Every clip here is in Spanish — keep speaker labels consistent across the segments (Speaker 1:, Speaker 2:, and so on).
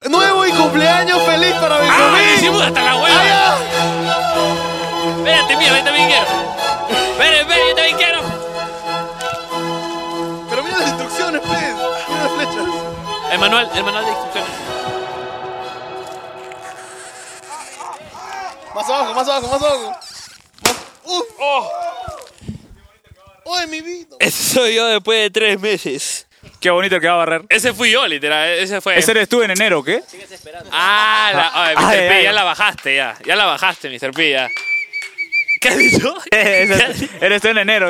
Speaker 1: ¡Ah!
Speaker 2: ¡Ah! pues.
Speaker 1: El manual, el manual de instrucciones.
Speaker 2: Más abajo, más abajo, más abajo. Más... ¡Uf! ¡Ay, mi vida!
Speaker 3: Ese soy yo después de tres meses.
Speaker 4: Qué bonito que va a barrer.
Speaker 1: Ese fui yo, literal. Ese fue.
Speaker 4: Ese eres tú en enero, ¿qué?
Speaker 1: Ah, la, ay, Mr.
Speaker 4: Ay,
Speaker 1: P,
Speaker 4: ay,
Speaker 1: ya
Speaker 4: ay.
Speaker 1: la bajaste, ya. Ya la bajaste, Mr. P, ya. ¿Qué has dicho?
Speaker 4: Ese- eres tú en enero.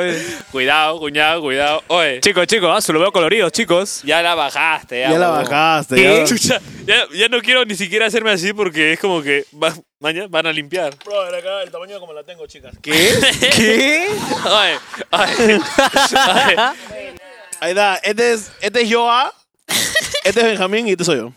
Speaker 1: cuidado, cuñado, cuidado. Oye,
Speaker 4: Chicos, chicos, ah, se lo veo colorido, chicos.
Speaker 1: ya la bajaste, ya.
Speaker 2: Ya la
Speaker 1: huevón.
Speaker 2: bajaste,
Speaker 1: ¿Qué?
Speaker 2: ya.
Speaker 1: Chucha, ya, ya no quiero ni siquiera hacerme así porque es como que va- mañana van a limpiar.
Speaker 5: Brother, acá el tamaño como la tengo, chicas.
Speaker 4: ¿Qué?
Speaker 1: Oye, oye, oye.
Speaker 2: Ahí está. Este es, este es Joa. Este es Benjamín y este soy yo.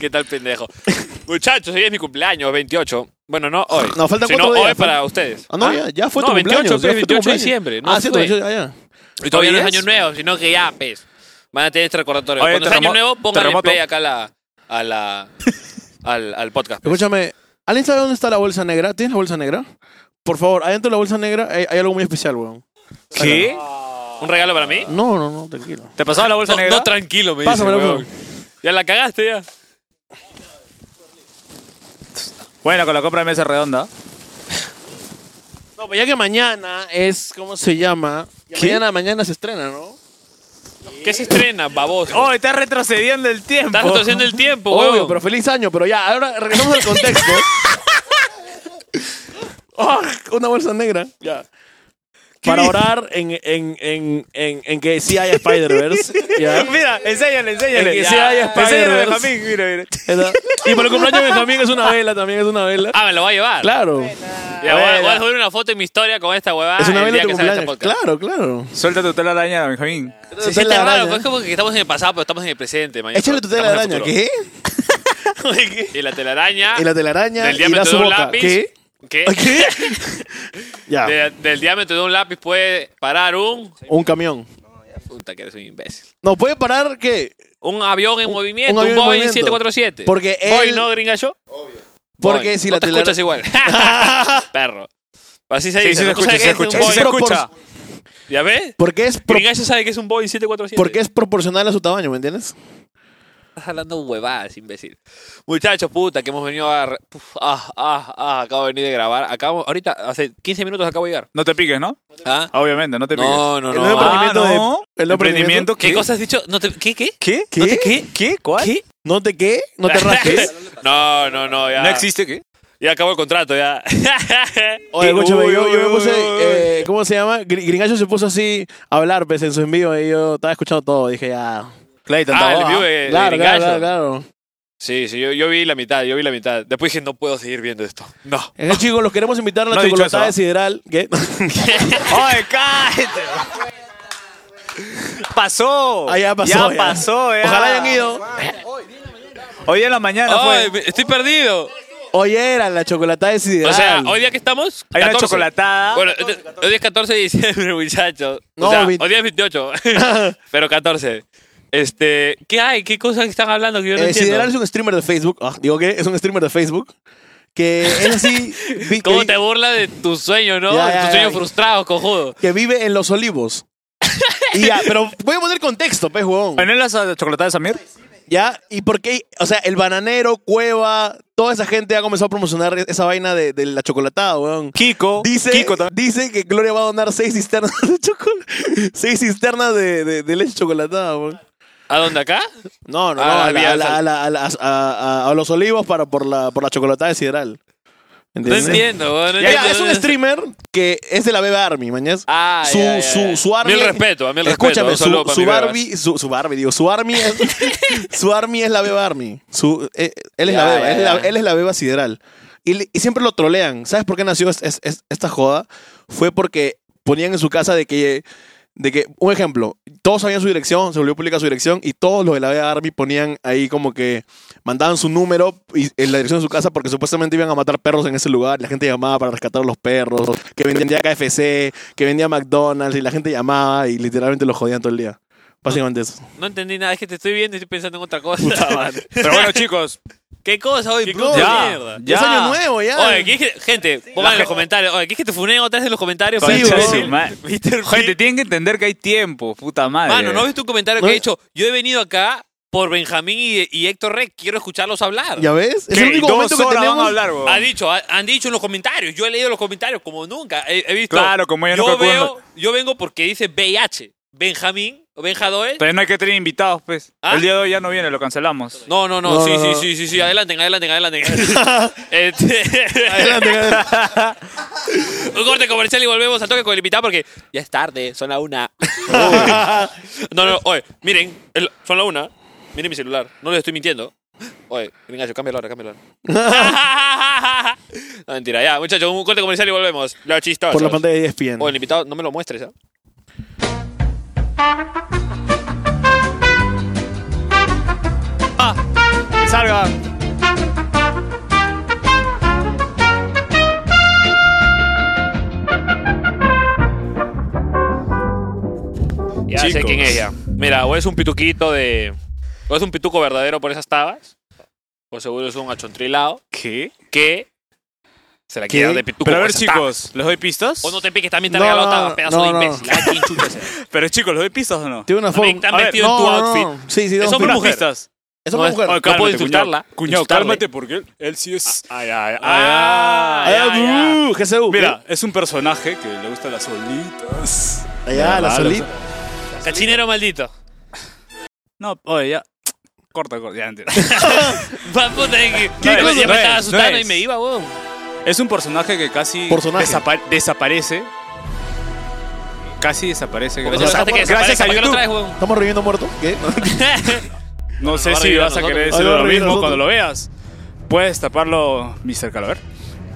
Speaker 1: ¿Qué tal, pendejo? Muchachos, hoy es mi cumpleaños, 28. Bueno, no hoy.
Speaker 2: No, faltan
Speaker 1: sino
Speaker 2: cuatro días,
Speaker 1: hoy
Speaker 2: falta-
Speaker 1: para ustedes.
Speaker 2: Ah, no, ya, ya fue
Speaker 1: No,
Speaker 2: tu
Speaker 1: 28,
Speaker 2: cumpleaños. ya
Speaker 1: pues,
Speaker 2: fue tu
Speaker 1: 28 de
Speaker 2: cumpleaños.
Speaker 1: diciembre, no
Speaker 2: ah, cierto,
Speaker 1: fue.
Speaker 2: ya, ya.
Speaker 1: Y todavía no es
Speaker 4: ¿Hoy es?
Speaker 1: año nuevo, sino que ya, pez. Van a tener este recordatorio.
Speaker 4: Oye,
Speaker 1: Cuando es año
Speaker 4: terremo-
Speaker 1: nuevo, pónganle
Speaker 4: terremoto.
Speaker 1: play acá a la, a la, al, al podcast. pues.
Speaker 2: Escúchame, ¿alguien sabe dónde está la bolsa negra? ¿Tienes la bolsa negra? Por favor, adentro de la bolsa negra hay, hay algo muy especial, weón.
Speaker 4: ¿Qué?
Speaker 1: ¿Un regalo para mí?
Speaker 2: No, no, no, tranquilo.
Speaker 4: ¿Te pasaba la bolsa
Speaker 1: No,
Speaker 4: negra?
Speaker 1: no, tranquilo, me dice,
Speaker 2: Pásamela,
Speaker 1: weón. Ya la cagaste, ya.
Speaker 4: bueno, con la compra de mesa redonda.
Speaker 2: No, pues ya que mañana es, ¿cómo se llama? Mañana, mañana se estrena, ¿no?
Speaker 1: ¿Qué se estrena, baboso?
Speaker 4: Oh, está retrocediendo el tiempo.
Speaker 1: Estás retrocediendo el tiempo,
Speaker 2: oh. Obvio,
Speaker 1: weón.
Speaker 2: pero feliz año, pero ya, ahora regresamos al contexto. Ah, una bolsa negra. Ya. Para orar en, en, en, en, en que sí haya Spider-Verse. ya.
Speaker 4: Mira, enséñale, enséñale.
Speaker 2: Es que
Speaker 4: Ya.
Speaker 2: sí hay
Speaker 4: Enséñale,
Speaker 2: Spider-Verse.
Speaker 4: Benjamín, mira, mira.
Speaker 2: Esa- Y por el cumpleaños de Benjamín es una vela, también es una vela.
Speaker 1: Ah, me lo va a llevar.
Speaker 2: Claro.
Speaker 1: Ya, voy, a-
Speaker 4: Buena.
Speaker 1: voy a subir una foto en mi historia con esta huevada.
Speaker 2: Es una
Speaker 1: el
Speaker 2: vela de
Speaker 1: día
Speaker 2: tu
Speaker 1: que salga este
Speaker 2: cumpleaños.
Speaker 1: podcast.
Speaker 2: Claro, claro.
Speaker 4: Suelta tu tela araña, Benjamín.
Speaker 1: Sí, sí, está raro, pues es como que estamos en el pasado, pero estamos en el presente, mañana.
Speaker 2: Échale tu telaraña.
Speaker 1: Estamos en el
Speaker 2: ¿Qué?
Speaker 1: futuro. Y la telaraña.
Speaker 2: Y la telaraña
Speaker 1: Del
Speaker 2: y la
Speaker 1: diámetro de
Speaker 2: su
Speaker 1: un
Speaker 2: boca.
Speaker 1: lápiz.
Speaker 2: ¿Qué?
Speaker 1: ¿Qué?
Speaker 2: ¿Qué? ya.
Speaker 1: De- del diámetro de un lápiz puede parar un.
Speaker 2: Un camión.
Speaker 1: Puta, que eres un imbécil.
Speaker 2: No, puede parar que.
Speaker 1: Un avión en movimiento, un,
Speaker 2: avión en
Speaker 1: Boeing
Speaker 2: movimiento.
Speaker 1: 747.
Speaker 2: Porque
Speaker 1: Boeing,
Speaker 2: él-
Speaker 1: ¿no, gringa yo?
Speaker 2: Porque
Speaker 1: Boeing.
Speaker 2: si
Speaker 1: no
Speaker 2: la
Speaker 1: te
Speaker 2: telaraña.
Speaker 1: escuchas igual. Perro. Así se
Speaker 4: Sí, sí,
Speaker 1: dice.
Speaker 4: se
Speaker 1: ¿no? ¿Tú
Speaker 4: escucha,
Speaker 1: sabes
Speaker 4: se
Speaker 1: que es un
Speaker 4: escucha. Sí, se
Speaker 1: Boeing?
Speaker 4: escucha.
Speaker 1: ¿Ya ves?
Speaker 2: Porque es, pro-
Speaker 1: Gringa yo sabe que es un Boeing 747.
Speaker 2: porque es proporcional a su tamaño, ¿me entiendes?
Speaker 1: Estás hablando huevadas, imbécil. Muchachos, puta, que hemos venido a... Uf, ah, ah, ah, acabo de venir de grabar. Acabo, ahorita, hace 15 minutos acabo de llegar.
Speaker 4: No te piques, ¿no?
Speaker 1: ¿Ah?
Speaker 4: Obviamente, no te piques.
Speaker 1: No, no,
Speaker 2: El
Speaker 1: no.
Speaker 2: nuevo
Speaker 1: Ah,
Speaker 2: emprendimiento
Speaker 4: ah,
Speaker 2: de-
Speaker 4: no.
Speaker 2: el emprendimiento-
Speaker 1: ¿Qué,
Speaker 4: ¿Qué?
Speaker 1: cosa has dicho? No te- ¿Qué, qué?
Speaker 4: ¿Qué?
Speaker 2: ¿Qué?
Speaker 4: ¿No te qué? ¿Qué? ¿Cuál?
Speaker 1: ¿Qué?
Speaker 2: ¿No te qué? ¿No te rajes?
Speaker 1: No, no, no, ya.
Speaker 4: ¿No existe qué?
Speaker 1: Ya acabó el contrato, ya.
Speaker 2: Oye, escúchame,
Speaker 4: Uy,
Speaker 2: yo,
Speaker 4: uy,
Speaker 2: yo me
Speaker 4: uy,
Speaker 2: puse,
Speaker 4: uy,
Speaker 2: eh, ¿cómo se llama? Gri- Gringacho se puso así a hablar, pues, en su envío, y yo estaba escuchando todo, dije, ya.
Speaker 4: Clayton,
Speaker 1: Ah, el
Speaker 4: Taboada.
Speaker 1: view de, de
Speaker 2: Claro, claro,
Speaker 1: Gringallo.
Speaker 2: claro, claro.
Speaker 1: Sí, sí, yo, yo vi la mitad, yo vi la mitad. Después dije, no puedo seguir viendo esto. No.
Speaker 2: Eh, chicos, los queremos invitar a la
Speaker 4: No he dicho
Speaker 2: chocolatada de
Speaker 4: eso,
Speaker 2: Sideral. ¿Qué?
Speaker 4: ¡Ay, cállate! pasó.
Speaker 2: Ah, ya pasó,
Speaker 4: Ya,
Speaker 2: ya.
Speaker 4: pasó, ya.
Speaker 2: Ojalá hayan ido.
Speaker 4: Hoy en la mañana
Speaker 1: Ay,
Speaker 4: fue.
Speaker 1: me- estoy perdido.
Speaker 2: Hoy era la chocolatada de Sideral.
Speaker 1: O sea, hoy día que estamos.
Speaker 4: Hay una
Speaker 1: 14.
Speaker 4: chocolatada.
Speaker 1: Bueno, este- hoy día es 14 de diciembre, muchachos.
Speaker 2: No,
Speaker 1: o sea,
Speaker 2: veinte-
Speaker 1: hoy día es 28. pero 14. Este, ¿qué hay? ¿Qué cosas están hablando que yo no
Speaker 2: Eh,
Speaker 1: entiendo?
Speaker 2: Sideral es un streamer de Facebook. Ah, digo que es un streamer de Facebook. Que es así. vi-
Speaker 1: ¿Cómo
Speaker 2: que,
Speaker 1: te burlas de tus sueños, no?
Speaker 2: Ya,
Speaker 1: De
Speaker 2: ya,
Speaker 1: tus
Speaker 2: ya.
Speaker 1: sueños frustrados, cojudo.
Speaker 2: que vive en Los Olivos. Y ya, pero voy a poner contexto, pues, huevón.
Speaker 4: ¿No es la chocolatada de Samir?
Speaker 2: ¿Ya? ¿Y por qué? O sea, el bananero, Cueva, toda esa gente ha comenzado a promocionar esa vaina de, de la chocolatada, weón.
Speaker 4: Kiko.
Speaker 2: Dice,
Speaker 4: Kiko también.
Speaker 2: dice que Gloria va a donar seis cisternas de chocolate. Seis cisternas de, de- de leche chocolatada, weón.
Speaker 1: ¿A dónde acá?
Speaker 2: No, no, no.
Speaker 1: Ah,
Speaker 2: a, la-
Speaker 1: bien,
Speaker 2: a la-
Speaker 1: sal-
Speaker 2: a la- a la- a- a- a los olivos para, por, la, por la chocolatada de Sideral.
Speaker 1: No
Speaker 2: ¿Entiendes?
Speaker 1: entiendo, weón,
Speaker 2: Ya,
Speaker 1: no
Speaker 2: ya,
Speaker 1: entiendo.
Speaker 2: es un streamer que es de la Bebe Army, mañas.
Speaker 1: Ah,
Speaker 2: su,
Speaker 1: ya, ya, ya.
Speaker 2: Su, su Army.
Speaker 1: Mil respeto, a mí el
Speaker 2: Escúchame,
Speaker 1: respeto. Un saludo
Speaker 2: su,
Speaker 1: para
Speaker 2: su
Speaker 1: mi bebas.
Speaker 2: Barbie, su, su Barbie, digo, su Army es, su Army es la Beba Army. Su, eh, él es
Speaker 1: Ya,
Speaker 2: la Beba,
Speaker 1: ya,
Speaker 2: él, es la-
Speaker 1: ya.
Speaker 2: él es la Beba Sideral. Y, le- y siempre lo trolean. ¿Sabes por qué nació es- es- es- esta joda? Fue porque ponían en su casa de que, de que, un ejemplo, todos sabían su dirección, se volvió pública su dirección y todos los de la Beba Army ponían ahí como que mandaban su número y en la dirección de su casa porque supuestamente iban a matar perros en ese lugar. La gente llamaba para rescatar a los perros, que vendían ya KFC, que vendía McDonald's y la gente llamaba y literalmente los jodían todo el día. Básicamente eso.
Speaker 1: No entendí nada, es que te estoy viendo y estoy pensando en otra cosa.
Speaker 4: Pero bueno, chicos,
Speaker 1: ¿Qué cosa hoy,
Speaker 2: ¿Qué
Speaker 1: bruto
Speaker 2: cosa?
Speaker 1: de
Speaker 4: Ya,
Speaker 1: mierda?
Speaker 4: ya.
Speaker 2: Es año nuevo, ya.
Speaker 1: Oye, ¿qué es que- gente, pongan en los comentarios. Oye, ¿qué es que te funeo atrás de los comentarios?
Speaker 4: Concha
Speaker 1: Peter
Speaker 4: de
Speaker 1: Pan?
Speaker 4: su madre.
Speaker 1: Peter Pan.
Speaker 4: Gente, tienen que entender que hay tiempo, puta madre.
Speaker 1: Mano, ¿no viste un comentario que
Speaker 2: No.
Speaker 1: he hecho? Yo he venido acá por Benjamín y, y Héctor Rec. Quiero escucharlos hablar.
Speaker 2: ¿Ya ves? Es
Speaker 4: ¿Qué?
Speaker 2: el único
Speaker 4: Dos
Speaker 2: momento que
Speaker 4: horas van a
Speaker 2: tenemos.
Speaker 4: hablar, weón.
Speaker 1: Ha dicho, ha- han dicho en los comentarios. Yo he leído los comentarios como nunca. He, he visto.
Speaker 4: Claro, como ellos no
Speaker 1: yo
Speaker 4: calculan
Speaker 1: veo, Yo vengo porque dice BH. Benjamín o Benjadoel.
Speaker 4: Pero no hay que tener invitados, pues.
Speaker 1: ¿Ah?
Speaker 4: El día de hoy ya no viene, lo cancelamos.
Speaker 1: No, no, no,
Speaker 2: No,
Speaker 1: sí,
Speaker 2: no,
Speaker 1: sí,
Speaker 2: no.
Speaker 1: sí, sí, sí, adelanten, adelanten, adelanten. Este-
Speaker 2: Adelante, adelante.
Speaker 1: Un corte comercial y volvemos al toque con el invitado porque ya es tarde, son la una. no, no, oye, miren, el- son la una. Miren mi celular, no les estoy mintiendo. Oye, venga, yo cambio la hora, cambio la hora. no, mentira, ya, muchachos, un corte comercial y volvemos. Los chistosos.
Speaker 2: Por la pantalla de E ESPN.
Speaker 1: Oye, el invitado, no me lo muestres, ¿ah? Ah,
Speaker 4: Que salga.
Speaker 1: Ya sé
Speaker 4: Chicos.
Speaker 1: quién es ya. Mira, o es un pituquito de. O es un pituco verdadero por esas tabas. O seguro es un achontrilado
Speaker 4: ¿Qué?
Speaker 1: que se la
Speaker 2: ¿Qué?
Speaker 1: quiere dar de pituco.
Speaker 4: Pero a
Speaker 1: por
Speaker 4: ver,
Speaker 1: esas
Speaker 4: chicos, ¿les doy pistas?
Speaker 1: tabas. O no te piques, también te
Speaker 2: No,
Speaker 1: han regalado
Speaker 2: no,
Speaker 1: tabas, pedazo
Speaker 2: no,
Speaker 1: de
Speaker 2: no.
Speaker 1: imbécil. Ay, qué chucha ese.
Speaker 4: Pero chicos, ¿les doy pistas o no?
Speaker 2: Tiene una forma.
Speaker 1: También te han
Speaker 4: A ver,
Speaker 1: metido en tu outfit.
Speaker 2: Sí, sí,
Speaker 1: Es
Speaker 2: dos formas.
Speaker 1: hombre o
Speaker 4: Unas
Speaker 1: mujer.
Speaker 4: pistas.
Speaker 2: Es hombre
Speaker 1: No oh,
Speaker 2: o
Speaker 1: es-
Speaker 2: mujer.
Speaker 1: Oye, No puedo insultarla.
Speaker 4: Cuñado,
Speaker 1: Insultarle.
Speaker 4: cálmate porque él, él sí es...
Speaker 1: Ay, ay, ay.
Speaker 4: Ah,
Speaker 1: ay, ay, ay.
Speaker 2: Ah, uh, GCU.
Speaker 4: Mira, es un personaje que le gustan las solitas.
Speaker 2: Allá, la
Speaker 4: Ah,
Speaker 2: solita.
Speaker 1: Cachinero maldito.
Speaker 4: No, oye, ya. Corta, corta, ya mentira.
Speaker 1: Va, puta, que-
Speaker 4: ¿Qué
Speaker 1: ya me-
Speaker 4: cosa?
Speaker 1: ya me
Speaker 4: No
Speaker 1: estaba
Speaker 4: es,
Speaker 1: asustando
Speaker 4: no
Speaker 1: y
Speaker 4: es.
Speaker 1: me iba, weón.
Speaker 4: Es un personaje que casi
Speaker 2: Personaje.
Speaker 4: desapa- desaparece. Casi desaparece.
Speaker 1: Porque
Speaker 4: gracias-
Speaker 1: pensaste que
Speaker 4: gracias
Speaker 1: desaparezca,
Speaker 4: a
Speaker 1: ¿por qué lo
Speaker 4: YouTube.
Speaker 1: traes, weón?
Speaker 2: ¿Estamos reviviendo muerto? ¿Qué?
Speaker 4: No sé
Speaker 1: va a
Speaker 4: si
Speaker 1: revivir a
Speaker 4: vas a querer
Speaker 1: nosotros.
Speaker 4: decir
Speaker 2: Ah, va a
Speaker 4: lo
Speaker 2: revivir a
Speaker 4: mismo
Speaker 2: nosotros.
Speaker 4: cuando lo veas. Puedes taparlo, Mr. Calaver.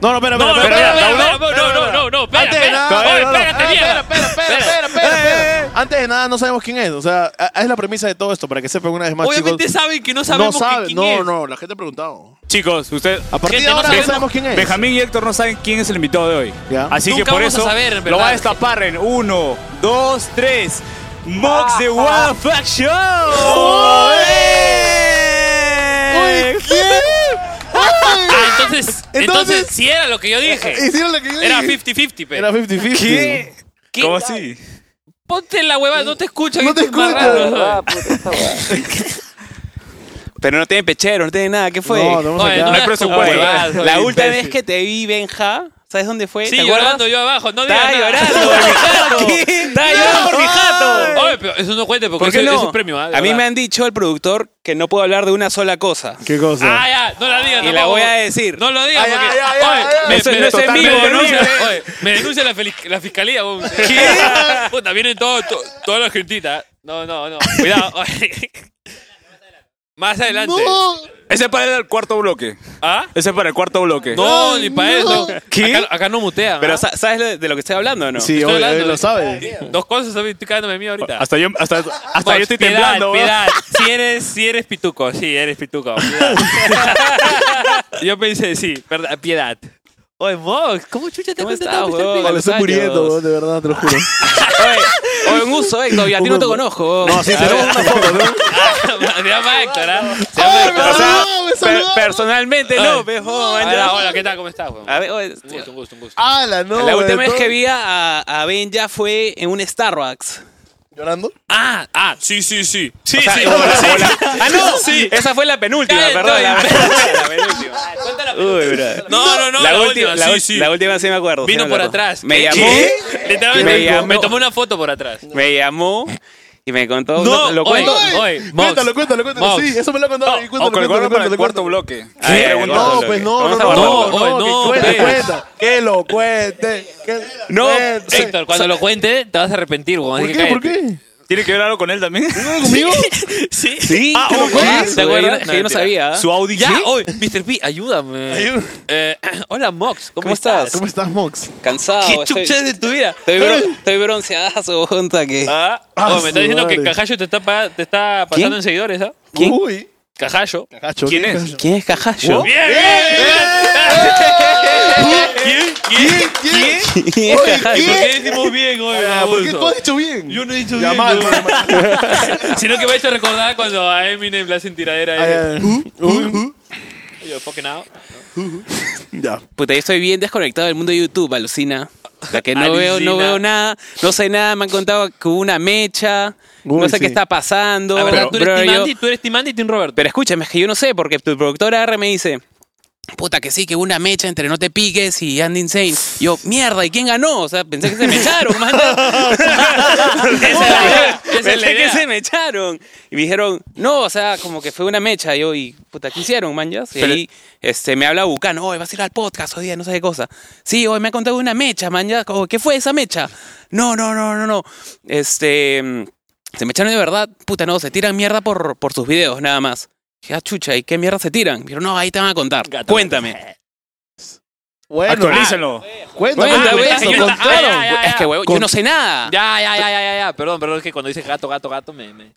Speaker 2: No, no, espera,
Speaker 1: No, no,
Speaker 2: espera,
Speaker 1: espera,
Speaker 2: espera.
Speaker 1: espera,
Speaker 4: ¿Tauro?
Speaker 1: espera, no, no, no, no, espera,
Speaker 2: Antes de
Speaker 1: espera.
Speaker 2: nada-
Speaker 1: Oye,
Speaker 4: Espera,
Speaker 1: espérate, mierda.
Speaker 2: espera, espera, espera, espera, espera. Antes de nada, no sabemos quién es. O sea, a- es la premisa de todo esto, para que sepan una vez más,
Speaker 1: Obviamente
Speaker 2: chicos.
Speaker 1: saben que no
Speaker 2: No
Speaker 1: sabemos que
Speaker 2: sabe,
Speaker 1: quién
Speaker 2: no,
Speaker 1: es.
Speaker 2: no, la gente ha preguntado.
Speaker 4: Chicos, usted.
Speaker 2: A partir
Speaker 1: Gente,
Speaker 2: de
Speaker 1: no
Speaker 2: ahora no
Speaker 1: sabemos.
Speaker 2: sabemos quién es.
Speaker 4: Benjamín y Héctor no saben quién es el invitado de hoy.
Speaker 2: Ya.
Speaker 4: Así
Speaker 1: Nunca
Speaker 4: que por
Speaker 1: vamos a
Speaker 4: eso
Speaker 1: saber, en
Speaker 4: lo va
Speaker 1: verdad.
Speaker 4: a destapar en 1, 2, 3. Mox
Speaker 1: Ah,
Speaker 4: de One Fact Show. ¡Oye!
Speaker 1: Ah, entonces, entonces
Speaker 2: Entonces-
Speaker 1: sí era lo que yo dije.
Speaker 2: Hicieron lo que yo
Speaker 1: Era
Speaker 2: dije.
Speaker 1: 50-50, pe.
Speaker 2: Era 50-50.
Speaker 4: ¿Qué?
Speaker 1: ¿Qué?
Speaker 4: ¿Cómo así?
Speaker 1: Ponte la hueva, no te escuchan.
Speaker 2: No
Speaker 1: estos
Speaker 2: te escuchan.
Speaker 1: marranos, oye.
Speaker 3: Pero no tiene pechero, no tiene nada. ¿Qué fue?
Speaker 2: No, tenemos
Speaker 1: Oye,
Speaker 2: acá.
Speaker 1: no
Speaker 4: hay
Speaker 1: hagas
Speaker 4: presupuesto.
Speaker 1: tus huevadas, oye,
Speaker 3: la última
Speaker 1: imbécil.
Speaker 3: vez que te vi, Benja, ¿sabes dónde fue?
Speaker 1: Sí,
Speaker 3: ¿Te acuerdas?
Speaker 1: llorando yo abajo. No digas
Speaker 3: Estaba
Speaker 1: nada.
Speaker 3: llorando por mi jato. Estaba llorando por mi jato.
Speaker 1: Oye, pero eso no cuenta porque
Speaker 3: ¿Por qué
Speaker 1: eso,
Speaker 3: no?
Speaker 1: eso es premio. ah, de
Speaker 3: a mí
Speaker 1: verdad.
Speaker 3: me han dicho el productor que no puedo hablar de una sola cosa.
Speaker 2: ¿Qué cosa?
Speaker 1: Ah, ya, no la digas.
Speaker 3: Y la
Speaker 1: tampoco.
Speaker 3: voy a decir.
Speaker 1: No lo digas
Speaker 2: Ay,
Speaker 1: porque.
Speaker 2: ay, ay, ay,
Speaker 1: oye,
Speaker 2: ay,
Speaker 1: me-
Speaker 3: eso
Speaker 1: me-
Speaker 3: no es en
Speaker 1: totalmente
Speaker 3: vivo, ¿no?
Speaker 1: denuncia, oye, me denuncia la, felic- la fiscalía. vos. Puta, vienen todo, to- toda la gentita. No, no, no. Cuidado. oye. Más adelante.
Speaker 4: Ese es para el cuarto bloque.
Speaker 1: ¿Ah?
Speaker 4: Ese es para el cuarto bloque.
Speaker 1: No, ni para eso.
Speaker 3: ¿Qué?
Speaker 1: Acá, acá no mutean.
Speaker 3: Pero
Speaker 1: ¿ah?
Speaker 3: sa- ¿sabes lo- de lo que estoy hablando o no?
Speaker 2: Sí,
Speaker 1: Estoy
Speaker 2: obvio,
Speaker 1: hablando,
Speaker 2: él lo
Speaker 1: eh.
Speaker 2: sabe.
Speaker 1: Dos cosas también estoy cagándome de mí ahorita.
Speaker 4: Hasta yo, hasta, hasta
Speaker 1: Mox,
Speaker 4: yo estoy
Speaker 1: piedad,
Speaker 4: temblando. ¿eh?
Speaker 1: Piedad, si eres, si eres pituco, sí, eres pituco. piedad. Yo pensé, sí, verdad, piedad. Oye, Mox, ¿cómo chucha te
Speaker 3: ¿Cómo
Speaker 1: cuenta
Speaker 3: estás,
Speaker 1: tanto, Mr.
Speaker 3: huevón?
Speaker 1: Pico?
Speaker 2: Vale, estoy
Speaker 3: años.
Speaker 2: muriendo, weón, de verdad, te lo juro.
Speaker 3: Oye, oye, un gusto, Héctor. Y a ti no te conozco.
Speaker 2: No, sí, tenemos una foto, ¿no?
Speaker 1: Se llama Héctor, ¿ah? Se
Speaker 2: Ay, me
Speaker 1: llama Héctor.
Speaker 2: saludó, me
Speaker 3: Per-
Speaker 2: saludó.
Speaker 3: personalmente
Speaker 1: Ay.
Speaker 3: no, pejo.
Speaker 1: Hola, hola, ¿qué tal? ¿Cómo estás, weón?
Speaker 3: A ver, oye,
Speaker 1: Un gusto, un gusto, un gusto.
Speaker 2: Ala, no.
Speaker 3: la
Speaker 2: weón,
Speaker 3: última vez
Speaker 2: todo-
Speaker 3: que vi a, a Ben ya fue en un Starbucks.
Speaker 2: ¿Llorando?
Speaker 1: Ah, ah, sí, sí, sí. Sí,
Speaker 3: O sea,
Speaker 1: sí.
Speaker 3: o la-
Speaker 1: sí.
Speaker 3: o la- Ah, no,
Speaker 1: Sí.
Speaker 3: esa fue la penúltima,
Speaker 1: Cállate,
Speaker 3: perdón. La,
Speaker 1: imbécil.
Speaker 3: la penúltima. Uy, bro.
Speaker 1: No, no, no, la, última,
Speaker 3: la,
Speaker 1: sí,
Speaker 3: ul-
Speaker 1: sí.
Speaker 3: la última sí me acuerdo. sí
Speaker 1: Vino
Speaker 3: me
Speaker 1: por
Speaker 3: acuerdo.
Speaker 1: atrás.
Speaker 3: Me
Speaker 1: ¿Qué?
Speaker 3: llamó,
Speaker 1: Literalmente,
Speaker 3: Me llamó.
Speaker 1: me tomó una foto por atrás.
Speaker 3: me llamó y me contó.
Speaker 1: No,
Speaker 3: lo
Speaker 1: oye.
Speaker 3: cuento.
Speaker 1: Oye,
Speaker 2: Mox.
Speaker 1: Mox.
Speaker 2: Cuéntalo, cuéntalo, cuéntalo.
Speaker 1: Mox.
Speaker 2: Sí, eso me lo ha contado.
Speaker 1: No,
Speaker 2: cuéntalo,
Speaker 4: o con
Speaker 2: cuéntalo,
Speaker 4: el cuarto, para
Speaker 2: cuéntalo,
Speaker 4: el cuarto
Speaker 2: cuéntalo.
Speaker 4: bloque.
Speaker 3: Ay, ay,
Speaker 4: Pregunta.
Speaker 3: guarda,
Speaker 2: No,
Speaker 3: bloque.
Speaker 2: pues no, no,
Speaker 3: Vamos a
Speaker 2: no,
Speaker 3: guardarlo.
Speaker 2: no,
Speaker 1: guardarlo.
Speaker 2: no,
Speaker 1: No,
Speaker 2: que
Speaker 1: no,
Speaker 2: cuente,
Speaker 1: pues.
Speaker 2: cuenta. Que lo cuente. que lo
Speaker 3: No, eh,
Speaker 2: cuente.
Speaker 1: Héctor, cuando lo cuente, te vas a arrepentir, weón.
Speaker 2: ¿Por
Speaker 1: así que
Speaker 2: qué? ¿Por
Speaker 1: cállate.
Speaker 2: qué?
Speaker 4: ¿Tiene que ver algo con él también?
Speaker 2: ¿Conmigo?
Speaker 1: Sí.
Speaker 3: Sí,
Speaker 1: Ah,
Speaker 3: ¿te
Speaker 1: oh,
Speaker 3: acuerdas?
Speaker 1: ¿sí?
Speaker 3: ¿Te acuerdas?
Speaker 1: No,
Speaker 3: Que yo no
Speaker 1: mentira.
Speaker 3: sabía.
Speaker 4: Su Audi
Speaker 1: Ya,
Speaker 4: Q?
Speaker 1: oye, Mr. P, ayúdame.
Speaker 2: Ayú-
Speaker 1: Eh, hola, Mox, ¿cómo,
Speaker 3: ¿Cómo
Speaker 1: estás?
Speaker 3: estás?
Speaker 2: ¿Cómo estás, Mox?
Speaker 3: Cansado.
Speaker 1: ¿Qué
Speaker 3: estoy-
Speaker 1: chucha de tu vida?
Speaker 3: Estoy, bron- estoy bronceadazo, jonta que.
Speaker 1: Ah,
Speaker 2: Ah,
Speaker 1: oh, me está
Speaker 2: su
Speaker 1: diciendo que
Speaker 2: madre.
Speaker 1: Cajayo te está, pa- te está pasando
Speaker 3: ¿Quién?
Speaker 1: en seguidores, ¿ah?
Speaker 3: ¿Quién?
Speaker 2: Uy.
Speaker 1: Cajayo.
Speaker 2: Cacho,
Speaker 4: ¿Quién
Speaker 2: ¿qué
Speaker 4: es?
Speaker 2: cacho?
Speaker 3: ¿Quién es Cajayo?
Speaker 1: ¡Bien! ¿Quién? ¿Quién?
Speaker 2: ¿Quién?
Speaker 3: ¿Quién es
Speaker 2: Oye,
Speaker 3: Cajayo?
Speaker 1: ¿Por qué decimos bien hoy?
Speaker 2: ¿Por qué
Speaker 1: Alfonso?
Speaker 2: tú has dicho bien?
Speaker 1: Yo no he dicho
Speaker 2: Ya
Speaker 1: bien.
Speaker 2: mal,
Speaker 1: ¿no?
Speaker 2: mal, mal. Ah, Eh,
Speaker 1: Sino que me ha hecho recordar cuando a Eminem le hacen tiradera. a él.
Speaker 2: Ay, ay. Uh, uh, uh.
Speaker 1: Yo, fucking out.
Speaker 2: Ya.
Speaker 3: Puta, yo estoy bien desconectado del mundo de YouTube, alucina. La que no veo, no
Speaker 1: Alucina.
Speaker 3: veo nada, no sé nada, me han contado que hubo una mecha,
Speaker 2: Uy,
Speaker 3: no sé
Speaker 2: sí.
Speaker 3: qué está pasando.
Speaker 1: La Ah, verdad, tú eres
Speaker 3: Bro,
Speaker 1: Team
Speaker 3: yo-
Speaker 1: Andy, tú eres Team Andy y Team Roberto.
Speaker 3: Pero escúchame, es que yo no sé, porque tu productora R me dice, puta que sí, que hubo una mecha entre No Te Piques y Andy Insane. Yo, mierda, ¿y quién ganó? O sea, pensé que se me echaron, man.
Speaker 1: idea, esa es la
Speaker 3: pensé que
Speaker 1: idea.
Speaker 3: se me echaron. Y me dijeron, no, o sea, como que fue una mecha. Yo, y puta, ¿qué hicieron, man? ya? Y
Speaker 1: Pero-
Speaker 3: ahí este, me habla Bucano, hoy vas a ir al podcast hoy día, no sé qué cosa. Sí, hoy me ha contado una mecha, man. ya. Como, ¿Qué fue esa mecha? No, no, no, no, no. Este... Se me echaron de verdad, puta, no, se tiran mierda por, por sus videos, nada más. Dije, ah, chucha, ¿y qué mierda se tiran? Pero no, ahí te van a contar. Cuéntame.
Speaker 2: Bueno,
Speaker 4: Actualízalo.
Speaker 2: Cuéntame.
Speaker 3: Cuéntame
Speaker 1: ah,
Speaker 3: eso,
Speaker 1: yo-
Speaker 3: contaron.
Speaker 1: ah, ya, ya, ya.
Speaker 3: Es que, huevo, yo
Speaker 2: Con-
Speaker 3: no sé nada.
Speaker 1: Ya, ya, ya, ya, ya, ya. Perdón, perdón, es que cuando dice gato, gato, gato, me. me-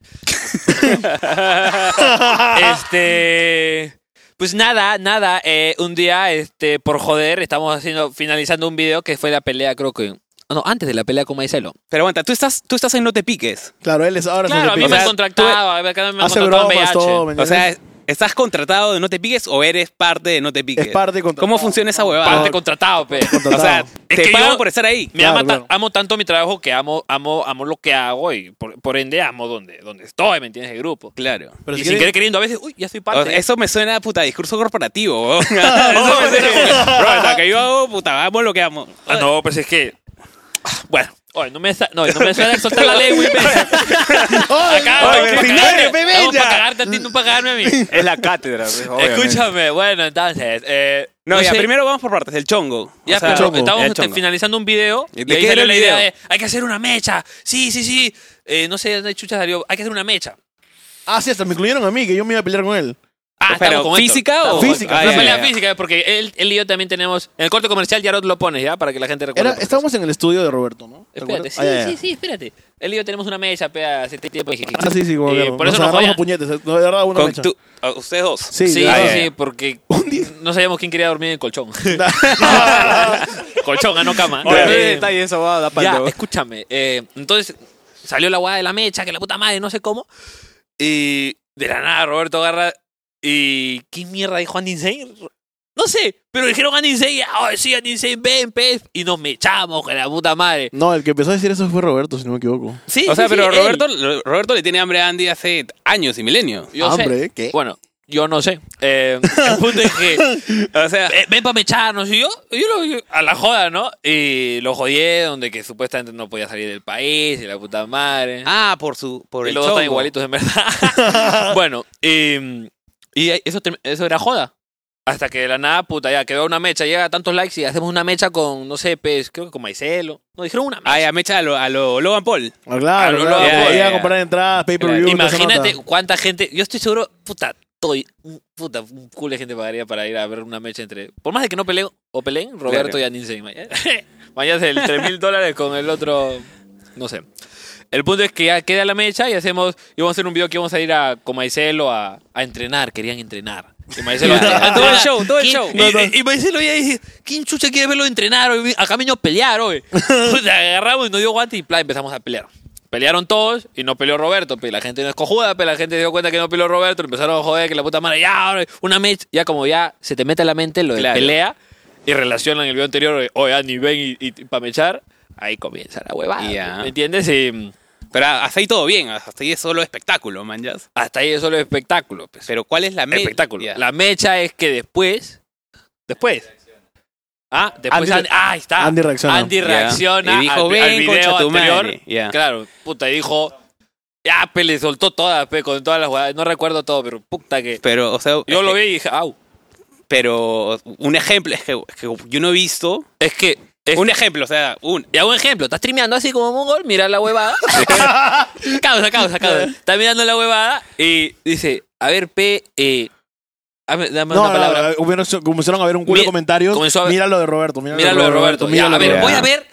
Speaker 1: este. Pues nada, nada. eh, un día, este, por joder, estamos haciendo, finalizando un video que fue la pelea, creo que. No, antes de la pelea con Maicelo.
Speaker 3: Pero aguanta, tú estás, tú estás en No Te Piques.
Speaker 2: Claro, él es ahora.
Speaker 1: Claro, a mí
Speaker 2: se
Speaker 1: me
Speaker 2: repite.
Speaker 1: han contratado, a mí acá me han
Speaker 2: hace
Speaker 1: contratado en
Speaker 2: bromas,
Speaker 1: VH.
Speaker 2: todo. ¿me
Speaker 3: O sea,
Speaker 2: entiendes?
Speaker 3: es- ¿estás contratado de No Te Piques o eres parte de No Te Piques?
Speaker 2: es parte contra.
Speaker 3: ¿Cómo funciona esa huevada?
Speaker 1: Parte Ah, contratado, pe.
Speaker 3: O sea,
Speaker 1: Es
Speaker 3: te
Speaker 1: que
Speaker 3: pagan
Speaker 1: yo-
Speaker 3: por estar ahí.
Speaker 1: Me
Speaker 2: Claro,
Speaker 1: ama ta-
Speaker 2: claro.
Speaker 1: amo tanto mi trabajo que amo, amo, amo lo que hago y por, por ende amo donde, donde estoy, ¿me entiendes? El grupo.
Speaker 3: Claro.
Speaker 2: Pero
Speaker 1: y
Speaker 2: si
Speaker 1: sin
Speaker 2: quieres-
Speaker 1: querer queriendo, a veces, uy, ya soy parte.
Speaker 3: O sea, eso me suena a puta discurso corporativo. huevón. Eso me suena como, Bro, hasta que yo hago puta, amo lo que amo.
Speaker 1: Ah, no, pues es que. Ah, Bueno, oye, no me, sa- no, no me suena soltar la lengua, imbécil. Acá,
Speaker 4: oye,
Speaker 1: oye,
Speaker 4: Filipe,
Speaker 1: cagarme,
Speaker 4: Filipe,
Speaker 1: vamos
Speaker 4: ya.
Speaker 1: para cagarte a ti, no para cagarme a mí.
Speaker 4: Es la cátedra. pues, obviamente.
Speaker 1: Escúchame, bueno, entonces. Eh,
Speaker 3: No,
Speaker 1: oye,
Speaker 3: ya, primero vamos por partes. El chongo.
Speaker 1: Ya,
Speaker 3: O sea,
Speaker 1: pero
Speaker 2: chongo,
Speaker 1: estábamos
Speaker 3: ya, chongo.
Speaker 1: finalizando un video
Speaker 3: ¿De
Speaker 1: y
Speaker 3: qué
Speaker 1: ahí
Speaker 3: era
Speaker 1: salió
Speaker 3: el
Speaker 1: la idea
Speaker 3: video?
Speaker 1: de hay que hacer una mecha. Sí, sí, sí. Eh, no sé dónde chucha salió. Hay que hacer una mecha.
Speaker 2: Ah, sí, hasta me incluyeron a mí, que yo me iba a pelear con él.
Speaker 1: Ah,
Speaker 3: Pero,
Speaker 1: estamos con esto.
Speaker 3: ¿física
Speaker 1: Estamos
Speaker 3: o- Ah,
Speaker 1: con esto.
Speaker 2: Física,
Speaker 1: Una
Speaker 2: ya,
Speaker 1: pelea
Speaker 3: ya, ya.
Speaker 1: física, porque él, él y yo también tenemos. En el corte comercial, Yarot lo pones, ¿ya? Para que la gente recuerde.
Speaker 2: Era, estábamos en el estudio de Roberto, ¿no? ¿Te
Speaker 1: Espérate,
Speaker 2: acuerdas?
Speaker 1: sí,
Speaker 2: Ah, ya, ya.
Speaker 1: sí, sí, espérate. Él y yo tenemos una mesa pea, hace este tiempo. dije,
Speaker 2: Ah, sí, sí, como
Speaker 1: Eh,
Speaker 2: que
Speaker 1: por
Speaker 2: nos
Speaker 1: eso nos
Speaker 2: agarramos
Speaker 1: jodan.
Speaker 2: a Ah, puñetes. eh, No, de verdad, una
Speaker 3: Con
Speaker 2: mecha.
Speaker 3: tú- ah, ustedes dos.
Speaker 2: Sí, de
Speaker 1: Sí, sí,
Speaker 2: verdad.
Speaker 1: sí, porque no sabíamos quién quería dormir en el colchón. colchón, ah, no cama.
Speaker 4: Oye,
Speaker 1: Eh,
Speaker 4: qué detalle eso va a dar
Speaker 1: ya,
Speaker 4: palo.
Speaker 1: escúchame. eh, entonces, salió la guada de la mecha, que la puta madre, no sé cómo. Y de la nada, Roberto agarra. ¿Y qué mierda dijo Andy Insane? No sé, pero dijeron Andy Insane. Ah, sí, Andy Insane, ven, pez. Y nos mechamos, que la puta madre.
Speaker 2: No, el que empezó a decir eso fue Roberto, si no me equivoco.
Speaker 1: Sí,
Speaker 3: O sea,
Speaker 1: sí, sí,
Speaker 3: pero
Speaker 1: él.
Speaker 3: Roberto, Roberto le tiene hambre a Andy hace años y milenios.
Speaker 1: Yo sé.
Speaker 2: Hambre, ¿eh?
Speaker 3: Eh,
Speaker 2: ¿qué?
Speaker 1: Bueno, yo no sé. Eh, el punto es que.
Speaker 3: O sea,
Speaker 1: eh, ven para mecharnos. Y yo, yo, lo- yo- a la joda, ¿no? Y lo jodí, donde que supuestamente no podía salir del país y la puta madre.
Speaker 3: ah, por su por
Speaker 1: y
Speaker 3: el
Speaker 1: los dos
Speaker 3: chongo.
Speaker 1: están igualitos, en verdad. bueno, y, y eso, term- eso era joda. Hasta que de la nada, puta, ya quedó una mecha, llega a tantos likes y hacemos una mecha con, no sé, pues, creo que con Maicelo. No, dijeron una mecha.
Speaker 3: Ah, ya, mecha a lo, a lo Logan Paul.
Speaker 2: Ah, claro,
Speaker 1: Ah,
Speaker 2: claro.
Speaker 1: no,
Speaker 2: que
Speaker 1: no,
Speaker 2: podía
Speaker 3: ya, ya.
Speaker 2: comprar entradas, pay-per-view.
Speaker 3: Claro,
Speaker 2: toda esa
Speaker 1: Imagínate
Speaker 2: nota.
Speaker 1: cuánta gente. Yo estoy seguro, puta, estoy. Puta, un culo de gente pagaría para ir a ver una mecha entre. Por más de que no peleen o peleen, Roberto
Speaker 3: Claro.
Speaker 1: y Aninse. Mañana es el 3 mil dólares con el otro. No sé. El punto es que ya queda la mecha y hacemos. Y vamos a hacer un video que vamos a ir a con Maicelo a, a entrenar. Querían entrenar. Y Maicelo.
Speaker 3: Ya. Todo el show, todo el
Speaker 1: ¿Quién-
Speaker 3: show.
Speaker 1: Y, y- y Maicelo ya dice: ¿Quién chucha quiere verlo entrenar? Hoy, a camino a pelear hoy. Puta, agarramos y nos dio guante y pla, empezamos a pelear. Pelearon todos y no peleó Roberto. pe, La gente no es cojuda, pero la gente se dio cuenta que no peleó Roberto. le Empezaron a joder que la puta madre, ya, ahora, una mecha. Ya como ya se te mete a la mente lo de
Speaker 3: Claro.
Speaker 1: pelea y relacionan el video anterior, eh, oye, Andy, ven y, y, pa' mechar. Ahí comienza la huevada.
Speaker 3: Ya.
Speaker 1: ¿Me entiendes? Y mm,
Speaker 3: Pero hasta ahí todo bien, hasta ahí es solo espectáculo, man. ya.
Speaker 1: hasta ahí es solo espectáculo. pues.
Speaker 3: Pero ¿cuál es la mecha?
Speaker 1: espectáculo. La mecha es que después. Después. Ah, después
Speaker 2: Andy-
Speaker 1: Andy, ah, ahí está.
Speaker 2: Andy reacciona.
Speaker 1: Andy
Speaker 3: Ya.
Speaker 1: reacciona
Speaker 3: Y dijo,
Speaker 1: al, al
Speaker 3: "Ven,
Speaker 1: video
Speaker 3: concha tu madre".
Speaker 1: anterior.
Speaker 3: Ya.
Speaker 1: Claro, puta, y dijo. Ya, pe, le soltó todas, pe, con todas las jugadas. No recuerdo todo, pero puta que.
Speaker 3: Pero, o sea, eh,
Speaker 1: Yo lo vi y dije, au.
Speaker 3: Pero un ejemplo es que, es que yo no he visto.
Speaker 1: Es que. es-
Speaker 3: Un ejemplo, o sea, un.
Speaker 1: Y hago un ejemplo, estás streameando así como mongol, mira la huevada. causa, causa, causa. Está mirando la huevada y dice, a ver, P, eh, dame, dame
Speaker 2: No,
Speaker 1: una
Speaker 2: no,
Speaker 1: palabra.
Speaker 2: no, hubieron- comenzaron a ver un culo
Speaker 1: Mi-
Speaker 2: de comentarios.
Speaker 1: comenzó a ver-
Speaker 2: Mira lo de Roberto. Mira,
Speaker 1: mira lo de Roberto.
Speaker 2: mira
Speaker 1: Ya,
Speaker 2: lo
Speaker 1: a
Speaker 2: de
Speaker 1: ver,
Speaker 2: Roberto.
Speaker 1: voy a ver.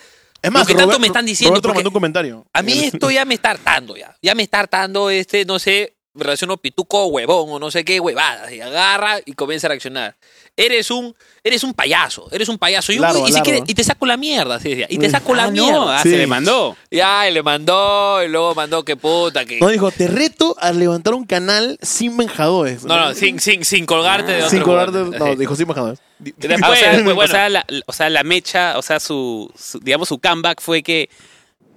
Speaker 2: Es más,
Speaker 1: lo que tanto
Speaker 2: Roberto-
Speaker 1: me están diciendo,
Speaker 2: Roberto
Speaker 1: porque-
Speaker 2: mandó un comentario.
Speaker 1: A mí esto ya me está hartando ya. Ya me está hartando este, no sé, relaciono pituco huevón o no sé qué huevadas. Y agarra y comienza a reaccionar. Eres un, eres un payaso, eres un payaso. Y,
Speaker 2: Largo,
Speaker 1: y si
Speaker 2: largo.
Speaker 1: quiere- y te saco la mierda, así decía. Y te saco la
Speaker 3: Ah,
Speaker 1: mierda.
Speaker 3: no, ah,
Speaker 2: Sí.
Speaker 3: se le mandó.
Speaker 1: Ya, y le mandó, y luego mandó que puta, que.
Speaker 2: No, dijo, te reto a levantar un canal sin manjadores.
Speaker 1: No, no, sin, sin, sin colgarte de otro.
Speaker 2: Ah. Sin cobrar de-
Speaker 1: huevón.
Speaker 2: No,
Speaker 1: Así.
Speaker 2: dijo sin manjadores.
Speaker 1: Y después,
Speaker 3: Ah, o, sea,
Speaker 1: después,
Speaker 3: o
Speaker 1: bueno,
Speaker 3: sea, la, la- o sea, la mecha, o sea, su, su- digamos, su comeback fue que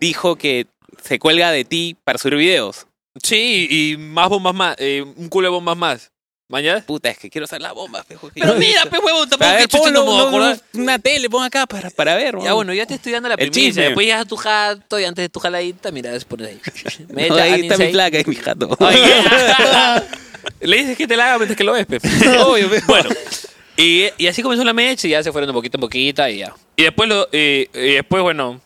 Speaker 3: dijo que se cuelga de ti para subir videos.
Speaker 1: sí, y más bombas más, eh, un culo de bombas más. ¿Mañas?
Speaker 3: Puta, es que quiero usar la bomba, pejo.
Speaker 1: Pero mira, pe huevón,
Speaker 3: A
Speaker 1: tampoco
Speaker 3: ver,
Speaker 1: que chucha
Speaker 3: ponlo,
Speaker 1: no me voy a
Speaker 3: lo- lo-
Speaker 1: acordar.
Speaker 3: una tele, pon acá para, para ver.
Speaker 1: Ya
Speaker 3: weón.
Speaker 1: bueno, ya te estoy dando la
Speaker 3: El
Speaker 1: primicia.
Speaker 3: chisme.
Speaker 1: Después llegas a tu jato y antes de tu jaladita, mira, es poner ahí. Meta,
Speaker 3: No, ahí
Speaker 1: Anin
Speaker 3: está mi
Speaker 1: Sei.
Speaker 3: placa y mi jato.
Speaker 1: Ay, ya. Le dices que te la haga mientras que lo ves, Pepe. Obvio, pe. Bueno. Y, y así comenzó la mecha y ya se fueron de poquito en poquita y ya. Y después, lo, y- y después bueno,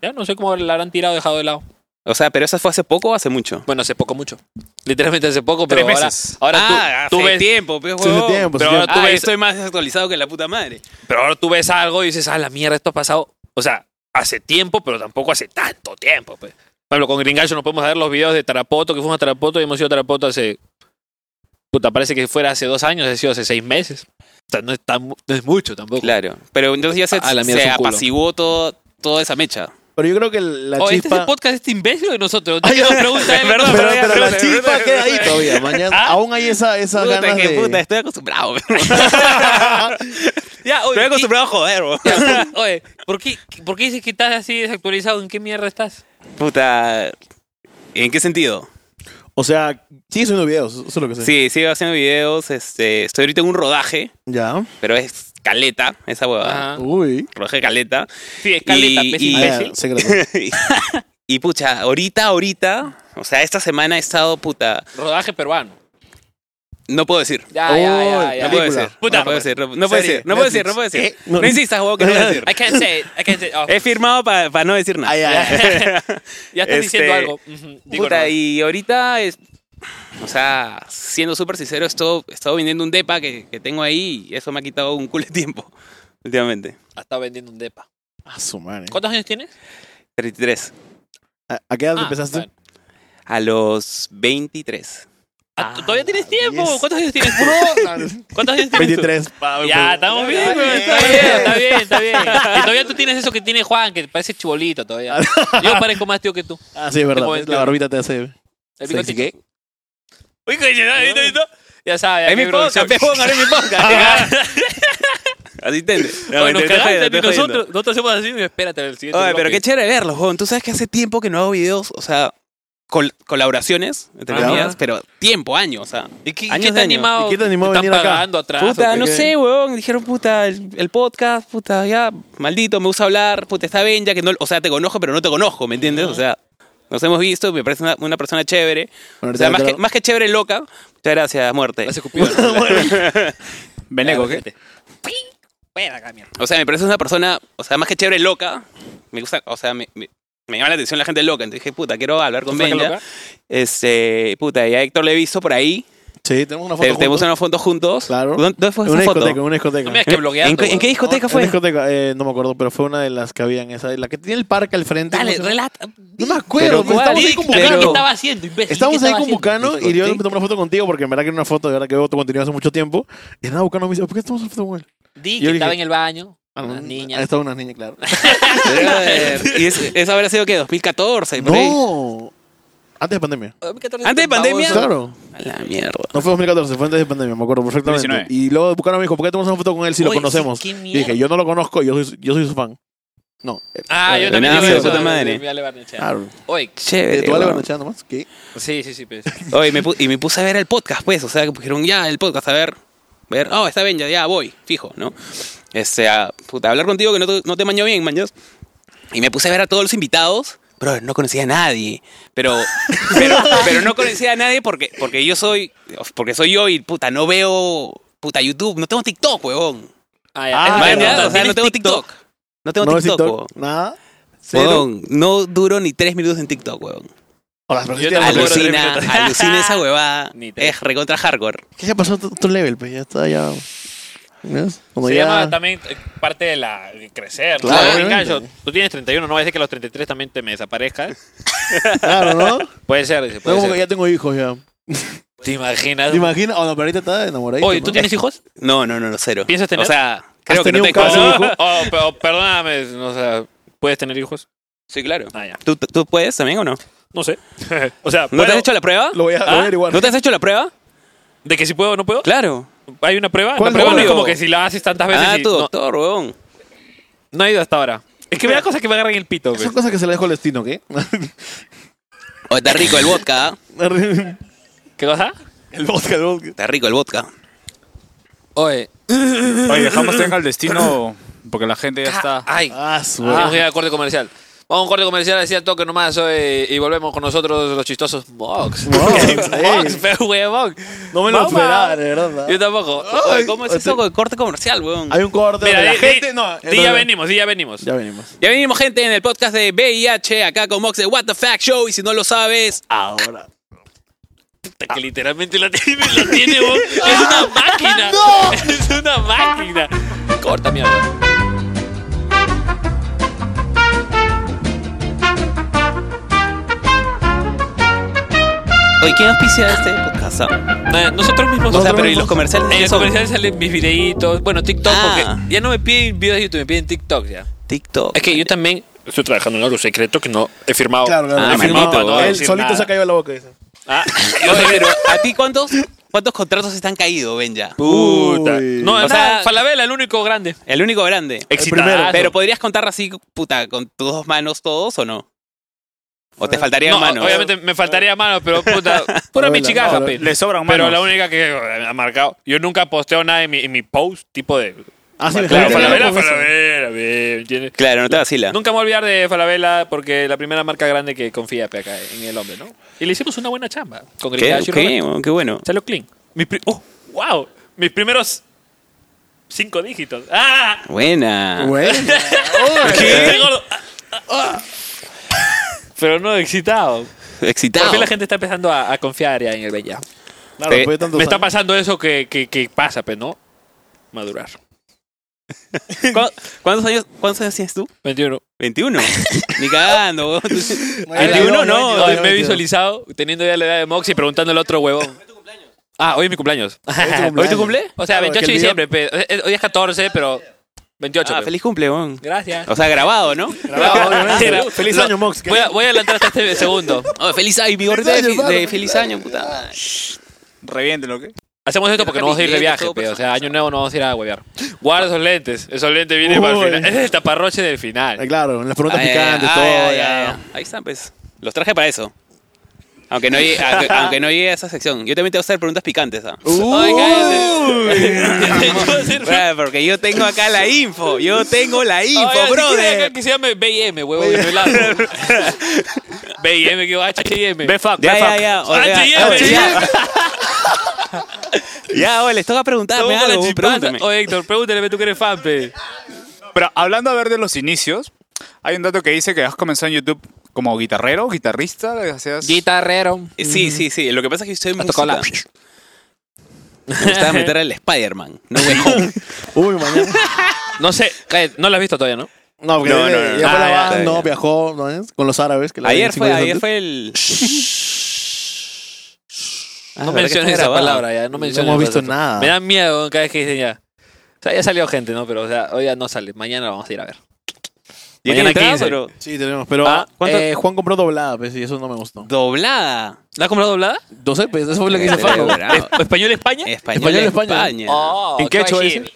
Speaker 1: ya no sé cómo la habrán tirado dejado de lado.
Speaker 3: O sea, pero eso fue hace poco o hace mucho.
Speaker 1: Bueno, hace poco mucho. Literalmente hace poco, pero
Speaker 4: Tres
Speaker 1: ahora,
Speaker 4: meses.
Speaker 1: ahora tú- tú,
Speaker 3: hace
Speaker 1: ves,
Speaker 3: tiempo, pejo.
Speaker 2: Sí, hace tiempo, hace
Speaker 1: pues, Pero ahora tú
Speaker 3: Ah, yo
Speaker 1: ves-
Speaker 3: estoy más desactualizado que la puta madre.
Speaker 1: pero ahora tú ves algo y dices, ah, la mierda, esto ha pasado. O sea, hace tiempo, pero tampoco hace tanto tiempo. Pues. Por ejemplo, con Gringacho nos podemos ver los videos de Tarapoto, que fuimos a Tarapoto y hemos ido a Tarapoto hace. Puta, parece que fuera hace dos años, ha sido hace seis meses. O sea, no es, tan- no es mucho tampoco.
Speaker 3: Claro. Pero entonces ya se,
Speaker 2: Ah,
Speaker 1: A la mierda,
Speaker 3: se
Speaker 1: es un culo.
Speaker 3: apaciguó todo, toda esa mecha.
Speaker 2: Pero yo creo que la
Speaker 1: Oh, este es
Speaker 2: chispa...
Speaker 1: el podcast, este imbécil de nosotros. No
Speaker 2: Ay,
Speaker 1: tenemos
Speaker 2: ay,
Speaker 1: preguntas de él,
Speaker 3: perdón,
Speaker 1: no,
Speaker 2: pero,
Speaker 1: ya,
Speaker 2: pero
Speaker 1: pero-
Speaker 2: la chispa queda ahí todavía. Mañana,
Speaker 1: Ah.
Speaker 2: aún hay esa, esas
Speaker 3: Puta,
Speaker 2: ganas
Speaker 3: que
Speaker 2: de...
Speaker 3: puta, estoy acostumbrado.
Speaker 1: Ya, oye,
Speaker 3: estoy
Speaker 1: ¿qué-
Speaker 3: acostumbrado a joder, weón.
Speaker 1: ya, por- oye, ¿por qué, ¿por qué dices que estás así desactualizado? ¿En qué mierda estás?
Speaker 3: Puta. ¿En qué sentido?
Speaker 2: O sea, sí, subiendo videos, eso es lo que sé.
Speaker 3: Sí, sigo haciendo videos. Este, estoy ahorita en un rodaje,
Speaker 2: Ya.
Speaker 3: pero es caleta, esa huevada.
Speaker 1: Ajá.
Speaker 2: Uy.
Speaker 3: Rodaje caleta.
Speaker 1: Sí, escaleta,
Speaker 3: Y-
Speaker 1: pez
Speaker 3: y-
Speaker 2: Ah, ya,
Speaker 1: imbécil.
Speaker 2: secreto.
Speaker 3: y pucha, ahorita, ahorita. O sea, esta semana he estado puta.
Speaker 1: Rodaje peruano.
Speaker 3: No puedo decir.
Speaker 1: Ya, ya,
Speaker 2: Oh,
Speaker 1: ya, ya.
Speaker 3: No
Speaker 2: Película.
Speaker 3: puedo decir. no puedo decir. No, no puedo
Speaker 2: Serie,
Speaker 3: decir. No puedo decir.
Speaker 2: Netflix.
Speaker 3: No puedo decir.
Speaker 2: ¿Eh?
Speaker 3: No,
Speaker 2: No.
Speaker 3: insistas, huevón, que no voy a decir.
Speaker 1: I can't say it. I can't say it. Oh,
Speaker 3: He firmado para no decir nada.
Speaker 2: Ay, ay, ay.
Speaker 1: ya estás
Speaker 3: Este,
Speaker 1: diciendo algo. Ujú, digo
Speaker 3: Puta,
Speaker 1: no.
Speaker 3: y ahorita es. O sea, siendo súper sincero, esto- he estado vendiendo un depa que, que tengo ahí y eso me ha quitado un culo de tiempo últimamente.
Speaker 1: Ha estado Ah, vendiendo un depa.
Speaker 2: A su madre.
Speaker 1: ¿Cuántos años tienes?
Speaker 3: 33.
Speaker 2: ¿A, a qué edad
Speaker 1: Ah,
Speaker 2: empezaste?
Speaker 1: bueno.
Speaker 3: A los 23.
Speaker 1: Ah, ¿tú- ¿Todavía tienes tiempo?
Speaker 2: yes.
Speaker 1: ¿Cuántos años tienes? tú? ¿Cuántos años tienes? tú?
Speaker 2: 23.
Speaker 1: Ya, estamos bien,
Speaker 2: Ya,
Speaker 1: güey,
Speaker 2: ya, ya.
Speaker 1: Está bien, está bien, está bien. Y todavía tú tienes eso que tiene Juan, que parece chibolito todavía.
Speaker 3: Ah,
Speaker 1: Yo parezco más tío que tú.
Speaker 2: Ah, sí, es verdad.
Speaker 1: Tengo 21.
Speaker 2: La barbita te hace...
Speaker 1: El
Speaker 2: Sí,
Speaker 1: bigote.
Speaker 2: sí, ¿qué?
Speaker 1: Uy, coño, ¿no? ¿Viste, viste? Ya sabes.
Speaker 3: Es mi podcast, pejón, ahora es mi podcast. Asistente. No,
Speaker 1: Bueno,
Speaker 3: te- te- te-
Speaker 1: cagaste,
Speaker 3: te-
Speaker 1: ni
Speaker 3: te- te-
Speaker 1: nosotros. Nosotros hacemos así, espérate el siguiente.
Speaker 3: Oye, pero
Speaker 1: bloque.
Speaker 3: qué chévere verlos, huevón. Tú sabes que hace tiempo que no hago videos, o sea, col- colaboraciones, entre
Speaker 1: Ajá.
Speaker 3: comillas, pero tiempo, años, o sea.
Speaker 1: ¿Y qué,
Speaker 3: Años
Speaker 1: qué te
Speaker 3: de
Speaker 1: ha
Speaker 3: año.
Speaker 1: animado?
Speaker 2: ¿Y qué te animó a
Speaker 1: están
Speaker 2: venir acá?
Speaker 1: pagando atrás?
Speaker 3: Puta,
Speaker 1: ¿o
Speaker 3: no
Speaker 1: qué?
Speaker 3: sé, huevón. Dijeron, puta, el, el podcast, puta, ya, maldito, me gusta hablar, puta, está bien, ya que no, o sea, te conozco, pero no te conozco, ¿me entiendes? O sea, nos hemos visto, me parece una, una persona chévere.
Speaker 2: Bueno,
Speaker 3: o sea,
Speaker 2: ahorita-
Speaker 3: más que, más que chévere, loca. Muchas gracias, muerte.
Speaker 1: Las escupidas.
Speaker 4: Veneco, ¿qué?
Speaker 3: O sea, me parece una persona, o sea, más que chévere, loca. Me gusta, o sea, me, me- me llama la atención la gente loca. Entonces dije, puta, quiero hablar con
Speaker 1: ¿Estás
Speaker 3: Benja.
Speaker 1: loca?
Speaker 3: Este, puta, y a Héctor le he visto por ahí.
Speaker 2: Sí, tenemos una
Speaker 3: Te-
Speaker 2: foto
Speaker 3: Tenemos
Speaker 2: juntos.
Speaker 3: una foto juntos.
Speaker 2: Claro.
Speaker 3: ¿Dó- ¿Dónde fue
Speaker 2: En una
Speaker 3: esa foto?
Speaker 2: discoteca, en una discoteca.
Speaker 1: No me digas que bloqueando.
Speaker 3: ¿En, qué- en qué
Speaker 1: huevón.
Speaker 3: discoteca
Speaker 2: No,
Speaker 3: fue?
Speaker 2: Una discoteca, eh, no me acuerdo, pero fue una de las que habían esa, la que tiene el parque al frente. ¿cómo
Speaker 1: Dale,
Speaker 2: se llama?
Speaker 1: relata.
Speaker 2: No me acuerdo,
Speaker 3: Pero
Speaker 2: pues, estamos ahí
Speaker 1: Dale,
Speaker 2: con
Speaker 3: pero-
Speaker 1: ¿Qué
Speaker 2: Bucano.
Speaker 1: estaba haciendo, imbécil?
Speaker 2: Estamos
Speaker 1: ¿Qué
Speaker 2: ahí
Speaker 1: estaba
Speaker 2: con
Speaker 1: haciendo?
Speaker 2: Bucano y yo me tomé una foto contigo porque en verdad que era una foto, de verdad que veo tu contenido hace mucho tiempo. Y nada, Bucano me dice, ¿por qué estamos en foto con él?
Speaker 1: Di
Speaker 2: Yo
Speaker 1: que
Speaker 2: dije-
Speaker 1: estaba en el baño.
Speaker 2: Ah,
Speaker 1: Las
Speaker 2: no,
Speaker 1: niñas.
Speaker 2: Ah, estaba una niña, claro.
Speaker 3: ¿Y es- eso habrá sido qué? 2014, por ahí.
Speaker 2: no. Antes de pandemia.
Speaker 1: este
Speaker 3: ¿Antes de pandemia?
Speaker 1: Baboso.
Speaker 2: Claro.
Speaker 3: A la mierda.
Speaker 2: No fue 2014, fue antes de pandemia, me acuerdo perfectamente.
Speaker 4: 2019.
Speaker 2: Y luego Bucano me dijo, ¿por qué tomamos una foto con él si lo
Speaker 1: Oye, sí,
Speaker 2: conocemos?
Speaker 1: qué
Speaker 2: Y dije, yo no lo conozco, yo soy, yo soy su fan. No. eh,
Speaker 1: Ah, yo
Speaker 2: eh,
Speaker 1: también.
Speaker 3: Ignacio,
Speaker 1: digo eso,
Speaker 3: puta
Speaker 1: de-
Speaker 3: madre.
Speaker 1: de- de Ale Barnechea.
Speaker 3: Ah, eh,
Speaker 2: Claro.
Speaker 1: Oye,
Speaker 2: ¿De
Speaker 3: Chévere.
Speaker 2: tu
Speaker 3: weón.
Speaker 2: Álvaro Echado eh, nomás? ¿Qué?
Speaker 1: sí, sí, sí. pues.
Speaker 3: Oye, me pu- y me puse a ver el podcast, pues. O sea, que pusieron ya el podcast, a ver. Ver, oh, está bien, ya, ya voy, fijo, ¿no? Este, a, puta, hablar contigo que no te, no te mañó bien, maños. Y me puse a ver a todos los invitados. Bro, no conocía a nadie. Pero, pero, pero no conocía a nadie porque, porque yo soy. Porque soy yo y puta, no veo. Puta, YouTube. No tengo TikTok, huevón.
Speaker 2: Ah,
Speaker 1: Ah, Es
Speaker 3: Mañas,
Speaker 1: verdad.
Speaker 2: ya,
Speaker 3: o sea, no
Speaker 1: ¿Tienes
Speaker 3: tengo
Speaker 1: TikTok?
Speaker 3: TikTok. No tengo
Speaker 2: no ves
Speaker 3: TikTok, huevón.
Speaker 2: TikTok, nada. Cero.
Speaker 3: Huevón, no duro ni tres minutos en TikTok, huevón.
Speaker 2: Hola, pero sí
Speaker 1: Yo
Speaker 2: tiene
Speaker 1: tampoco
Speaker 2: valor.
Speaker 1: duro tres
Speaker 3: Alucina,
Speaker 1: minutos.
Speaker 3: alucina esa huevada.
Speaker 1: Ni tres.
Speaker 3: Es recontra hardcore.
Speaker 2: ¿Qué ya pasó tu, tu level? Pues ya está, ya. ¿Ves? Cuando
Speaker 1: Se
Speaker 2: ya-
Speaker 1: llama también eh, parte de la de crecer.
Speaker 2: Claro,
Speaker 1: ¿no?
Speaker 2: obviamente.
Speaker 1: Gallo, tú tienes 31, no va a decir que a los 33 también te me desaparezcas.
Speaker 2: Claro, ¿no? No
Speaker 1: Puede ser, dice, puede
Speaker 2: como
Speaker 1: ser.
Speaker 2: que ya tengo hijos ya.
Speaker 1: ¿Te imaginas?
Speaker 2: ¿Te imaginas? Oh, no, pero ahorita está Este enamoradito.
Speaker 1: Oye,
Speaker 2: ¿no?
Speaker 1: ¿tú tienes hijos?
Speaker 3: No, no, no, no, cero.
Speaker 1: ¿Piensas tener?
Speaker 3: O sea, creo que no
Speaker 2: tenido
Speaker 3: te
Speaker 2: un caso?
Speaker 3: caso.
Speaker 2: hijo?
Speaker 1: Oh, pero perdóname, o sea, ¿puedes tener hijos?
Speaker 3: Sí, claro.
Speaker 1: Ah, ya.
Speaker 3: ¿Tú, tú- tú puedes también o no?
Speaker 1: No sé. o sea,
Speaker 3: ¿No te
Speaker 1: ¿puedo?
Speaker 3: has hecho la prueba?
Speaker 2: Lo voy a, lo voy a
Speaker 1: ¿Ah?
Speaker 2: averiguar.
Speaker 3: ¿No te has hecho la prueba?
Speaker 1: ¿De que si puedo o no puedo?
Speaker 3: Claro.
Speaker 1: ¿Hay una prueba? La
Speaker 2: ¿Cuál
Speaker 1: prueba no es
Speaker 3: prueba?
Speaker 1: como que si la haces tantas veces
Speaker 3: Ah,
Speaker 1: y-
Speaker 3: tu
Speaker 1: Pues no,
Speaker 3: doctor, huevón.
Speaker 1: no he ido hasta ahora. Es que me da cosa que me agarren el pito.
Speaker 2: Son
Speaker 1: pues.
Speaker 2: cosas que se le dejó el destino, ¿qué?
Speaker 3: Oh, está rico el vodka. ¿ah?
Speaker 1: ¿Qué cosa?
Speaker 2: el vodka, el vodka.
Speaker 3: Está rico el vodka.
Speaker 1: Oye.
Speaker 4: Oye, dejamos tenga el destino porque la gente ya está.
Speaker 1: Ay,
Speaker 2: Ah, su
Speaker 1: Vamos a ir al corte comercial. Vamos a un corte comercial, decía toque nomás oye, y volvemos con nosotros los chistosos Mox.
Speaker 2: Mox,
Speaker 1: Mox,
Speaker 2: ey.
Speaker 1: pero huevón.
Speaker 2: No me lo
Speaker 1: Vamos.
Speaker 2: esperaba, de verdad.
Speaker 1: Yo tampoco.
Speaker 2: Ay,
Speaker 3: ¿Cómo es eso de corte comercial, weón?
Speaker 2: Hay un corte
Speaker 1: Mira,
Speaker 2: de la
Speaker 1: di-
Speaker 2: gente.
Speaker 1: di-
Speaker 2: No,
Speaker 1: di ya venimos, di ya venimos.
Speaker 2: Ya venimos.
Speaker 3: Ya venimos, gente, en el podcast de VIH, acá con Mox de What the Fact Show. Y si no lo sabes,
Speaker 2: Ahora.
Speaker 1: Puta, Que literalmente la tiene, la tiene, huevón. Es una máquina. Es una máquina. Corta, mierda.
Speaker 3: oye, ¿quién auspicia este podcast? ah?
Speaker 1: Eh, Nosotros mismos.
Speaker 3: O sea,
Speaker 2: Nosotros
Speaker 3: pero ¿y
Speaker 2: mismos.
Speaker 3: los comerciales?
Speaker 1: en
Speaker 3: ¿Qué
Speaker 1: los
Speaker 3: son?
Speaker 1: comerciales salen mis videitos. Bueno, TikTok,
Speaker 3: Ah.
Speaker 1: porque ya no me piden videos de YouTube, me piden TikTok ya.
Speaker 3: TikTok.
Speaker 1: Es que yo también estoy trabajando en algo secreto que no he firmado.
Speaker 2: Claro, claro.
Speaker 3: Ah,
Speaker 1: he
Speaker 2: Sí,
Speaker 1: firmado
Speaker 3: manito,
Speaker 1: para no
Speaker 2: él
Speaker 1: decir
Speaker 2: solito
Speaker 1: nada.
Speaker 2: se ha caído la boca. dice.
Speaker 1: Ah, yo
Speaker 3: Oye,
Speaker 1: sé,
Speaker 3: pero ¿a ti cuántos, cuántos contratos están caídos, ven ya?
Speaker 1: Puta.
Speaker 2: Uy.
Speaker 1: No,
Speaker 3: O
Speaker 1: o
Speaker 3: sea-
Speaker 1: sea, Falabella, el único grande.
Speaker 3: El único grande.
Speaker 1: Exitadazo.
Speaker 3: Pero podrías contar así, puta, con tus dos manos todos o no? ¿O te faltaría
Speaker 1: No,
Speaker 3: mano?
Speaker 1: obviamente me faltaría mano, pero puta, pura mi
Speaker 2: Falabella,
Speaker 1: chicaja,
Speaker 2: no,
Speaker 1: pe.
Speaker 4: Le sobran manos.
Speaker 1: Pero la única que eh, ha marcado. Yo nunca posteo nada en mi, en mi post, tipo de.
Speaker 2: Ah, sí,
Speaker 1: Claro,
Speaker 2: me
Speaker 1: Falabella,
Speaker 2: acuerdo con eso.
Speaker 1: Falabella, bien, ¿entiendes?
Speaker 3: Claro, no te vacila.
Speaker 1: Nunca me voy a olvidar de Falabella porque la primera marca grande que confía pe, acá en el hombre, ¿no? Y le hicimos una buena chamba con
Speaker 3: ¿Qué?
Speaker 1: Gricash y
Speaker 3: ¿Qué?
Speaker 1: Roberto.
Speaker 3: Qué bueno.
Speaker 1: Salió clean. Mis pri- ¡Oh! ¡Wow! Mis primeros cinco dígitos. ¡Ah!
Speaker 3: Buena.
Speaker 2: Bueno.
Speaker 1: ¿Qué? Gordo. Ah, ah, ah. Pero no excitado. Por
Speaker 3: Excitado.
Speaker 1: fin la gente está empezando a, a confiar ya en el bella.
Speaker 2: Claro,
Speaker 3: Eh,
Speaker 2: después de tantos
Speaker 1: Me está
Speaker 2: años.
Speaker 1: pasando eso que, que, que pasa, pero no madurar.
Speaker 3: ¿Cu- ¿Cuántos años, ¿Cuántos años tienes tú?
Speaker 1: 21.
Speaker 3: 21. Ni cagando, weón.
Speaker 2: Ay,
Speaker 3: 21 no.
Speaker 1: Hoy me he
Speaker 2: 22.
Speaker 1: visualizado teniendo ya la edad de Mox y preguntando al otro huevón. Ah, hoy es mi cumpleaños.
Speaker 2: cumpleaños.
Speaker 1: ¿Hoy tu cumple? Ah, O sea,
Speaker 2: Claro,
Speaker 1: 28 de
Speaker 2: que el
Speaker 1: diciembre. pe- eh, Hoy es 14, pero 28.
Speaker 3: Ah,
Speaker 1: pe.
Speaker 3: feliz cumple, weón.
Speaker 1: Gracias.
Speaker 3: O sea, grabado, ¿no?
Speaker 1: Bravo,
Speaker 2: obviamente.
Speaker 1: bravo.
Speaker 2: Feliz
Speaker 1: Lo-
Speaker 2: año, Mox.
Speaker 1: Voy a, voy a adelantar hasta este segundo.
Speaker 3: Oh, feliz año, mi gordita de,
Speaker 2: año,
Speaker 3: fi- de
Speaker 2: hermano.
Speaker 3: feliz año, puta. madre.
Speaker 4: Reviéntelo, ¿qué?
Speaker 1: Hacemos esto porque no vamos a ir de viaje, pe, o sea, año nuevo no vamos a ir a huevear. Guarda esos lentes, esos lentes vienen para el
Speaker 2: Uy.
Speaker 1: final. Ese Es el taparroche del final.
Speaker 2: Ah, Claro, las preguntas
Speaker 3: Ay, ay,
Speaker 2: picantes,
Speaker 3: ay,
Speaker 2: todo.
Speaker 3: ay,
Speaker 2: ya.
Speaker 3: ay, ay. Ahí están, pues. Los traje para eso. Aunque no, llegue, aunque, aunque no llegue a esa sección. Yo también te voy a hacer preguntas picantes. ¿ah?
Speaker 1: Ay, cállate. Te voy a hacer-
Speaker 3: Bueno, Porque yo tengo acá la info. Yo tengo la info,
Speaker 1: Oigan, si quieren acá
Speaker 3: brother.
Speaker 1: que se llame BM, huevo, que me largo. BM, que va HM.
Speaker 4: Befac,
Speaker 3: Ya, ya,
Speaker 4: Befac.
Speaker 3: ya. o sea,
Speaker 1: H&M.
Speaker 3: oye, ya. Ya, oye, les toca preguntarme
Speaker 1: Toma la
Speaker 3: algo.
Speaker 1: chipata.
Speaker 3: Pregúntame.
Speaker 1: Oye, Héctor, pregúntale, ve, tú que eres fan, pe.
Speaker 4: Pero hablando a ver de los inicios, hay un dato que dice que has comenzado en YouTube como guitarrero, guitarrista, hacías...
Speaker 1: Guitarrero.
Speaker 3: Eh, Sí, sí, sí. Lo que pasa es que estoy muy.
Speaker 1: mm. tocado la-
Speaker 3: Me gustaba meter al Spider-Man. No Way Home.
Speaker 2: Uy, mañana.
Speaker 1: No sé, cállate, no lo has visto todavía, ¿no?
Speaker 2: No, porque
Speaker 3: No,
Speaker 2: él,
Speaker 3: no, no,
Speaker 2: ya
Speaker 3: no.
Speaker 2: fue
Speaker 3: Ah,
Speaker 2: la
Speaker 3: ya,
Speaker 2: banda,
Speaker 3: ya, ya.
Speaker 2: viajó, ¿no es? Con los árabes. Que la vieron
Speaker 3: Ayer
Speaker 2: cinco
Speaker 3: fue,
Speaker 2: días
Speaker 3: ayer
Speaker 2: antes.
Speaker 3: fue el. Ah,
Speaker 1: No
Speaker 3: ¿verdad que
Speaker 1: menciones
Speaker 3: está
Speaker 1: esa
Speaker 3: grabado?
Speaker 1: palabra ya, no menciones
Speaker 2: hemos visto
Speaker 1: esa palabra.
Speaker 2: nada.
Speaker 1: Me da miedo cada vez que dicen ya. O sea, ya salió gente, ¿no? Pero, o sea, hoy ya no sale. Mañana la vamos a ir a ver.
Speaker 3: ¿Ya
Speaker 1: Mañana
Speaker 3: tiene entrada,
Speaker 1: 15.
Speaker 3: pero
Speaker 2: Sí, tenemos. Pero
Speaker 1: Ah,
Speaker 3: ¿cuánto?
Speaker 2: eh, Juan compró doblada, pues, y eso no me gustó.
Speaker 3: doblada.
Speaker 1: ¿La has comprado doblada?
Speaker 2: No sé, pues, eso fue lo que hizo
Speaker 3: Eh,
Speaker 2: Juan.
Speaker 3: bravo.
Speaker 1: ¿O ¿Español España?
Speaker 3: Español,
Speaker 2: Español,
Speaker 3: España.
Speaker 2: España.
Speaker 1: Oh,
Speaker 2: ¿En qué ha hecho
Speaker 1: Kojima.
Speaker 2: ese?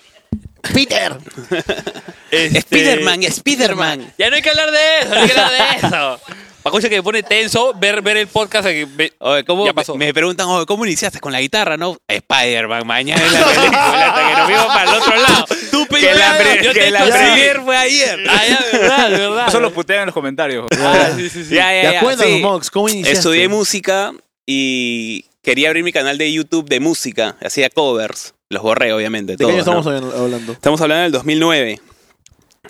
Speaker 2: ¡Peter!
Speaker 1: Este-
Speaker 3: Spider-Man, Spider-Man.
Speaker 1: Ya no hay que hablar de eso, no hay que hablar de eso. Pacucha que me pone tenso ver, ver el podcast. que ve-
Speaker 3: Oye, ¿cómo
Speaker 1: Ya pasó.
Speaker 3: Me me preguntan, oye, ¿cómo iniciaste con la guitarra, no? Spider-Man, mañana es la película, hasta que nos vimos para el otro lado.
Speaker 1: Tú, pe,
Speaker 3: que
Speaker 1: yo
Speaker 3: la,
Speaker 1: ya-
Speaker 3: pre-
Speaker 1: yo
Speaker 3: que
Speaker 1: te
Speaker 3: la
Speaker 1: conocí.
Speaker 3: premier fue ayer.
Speaker 1: Ah, ya, verdad, verdad.
Speaker 4: Eso lo putean en los comentarios.
Speaker 1: Ah, sí, sí, sí.
Speaker 3: Ya, ya,
Speaker 2: Ya
Speaker 3: ya.
Speaker 2: cuéntanos,
Speaker 3: Eh, sí.
Speaker 2: Mox, ¿cómo iniciaste?
Speaker 3: Estudié música y quería abrir mi canal de YouTube de música. Hacía covers. Los borré, obviamente.
Speaker 2: ¿De qué año
Speaker 3: todos, ¿no?
Speaker 2: estamos hablando?
Speaker 3: Estamos hablando del 2009.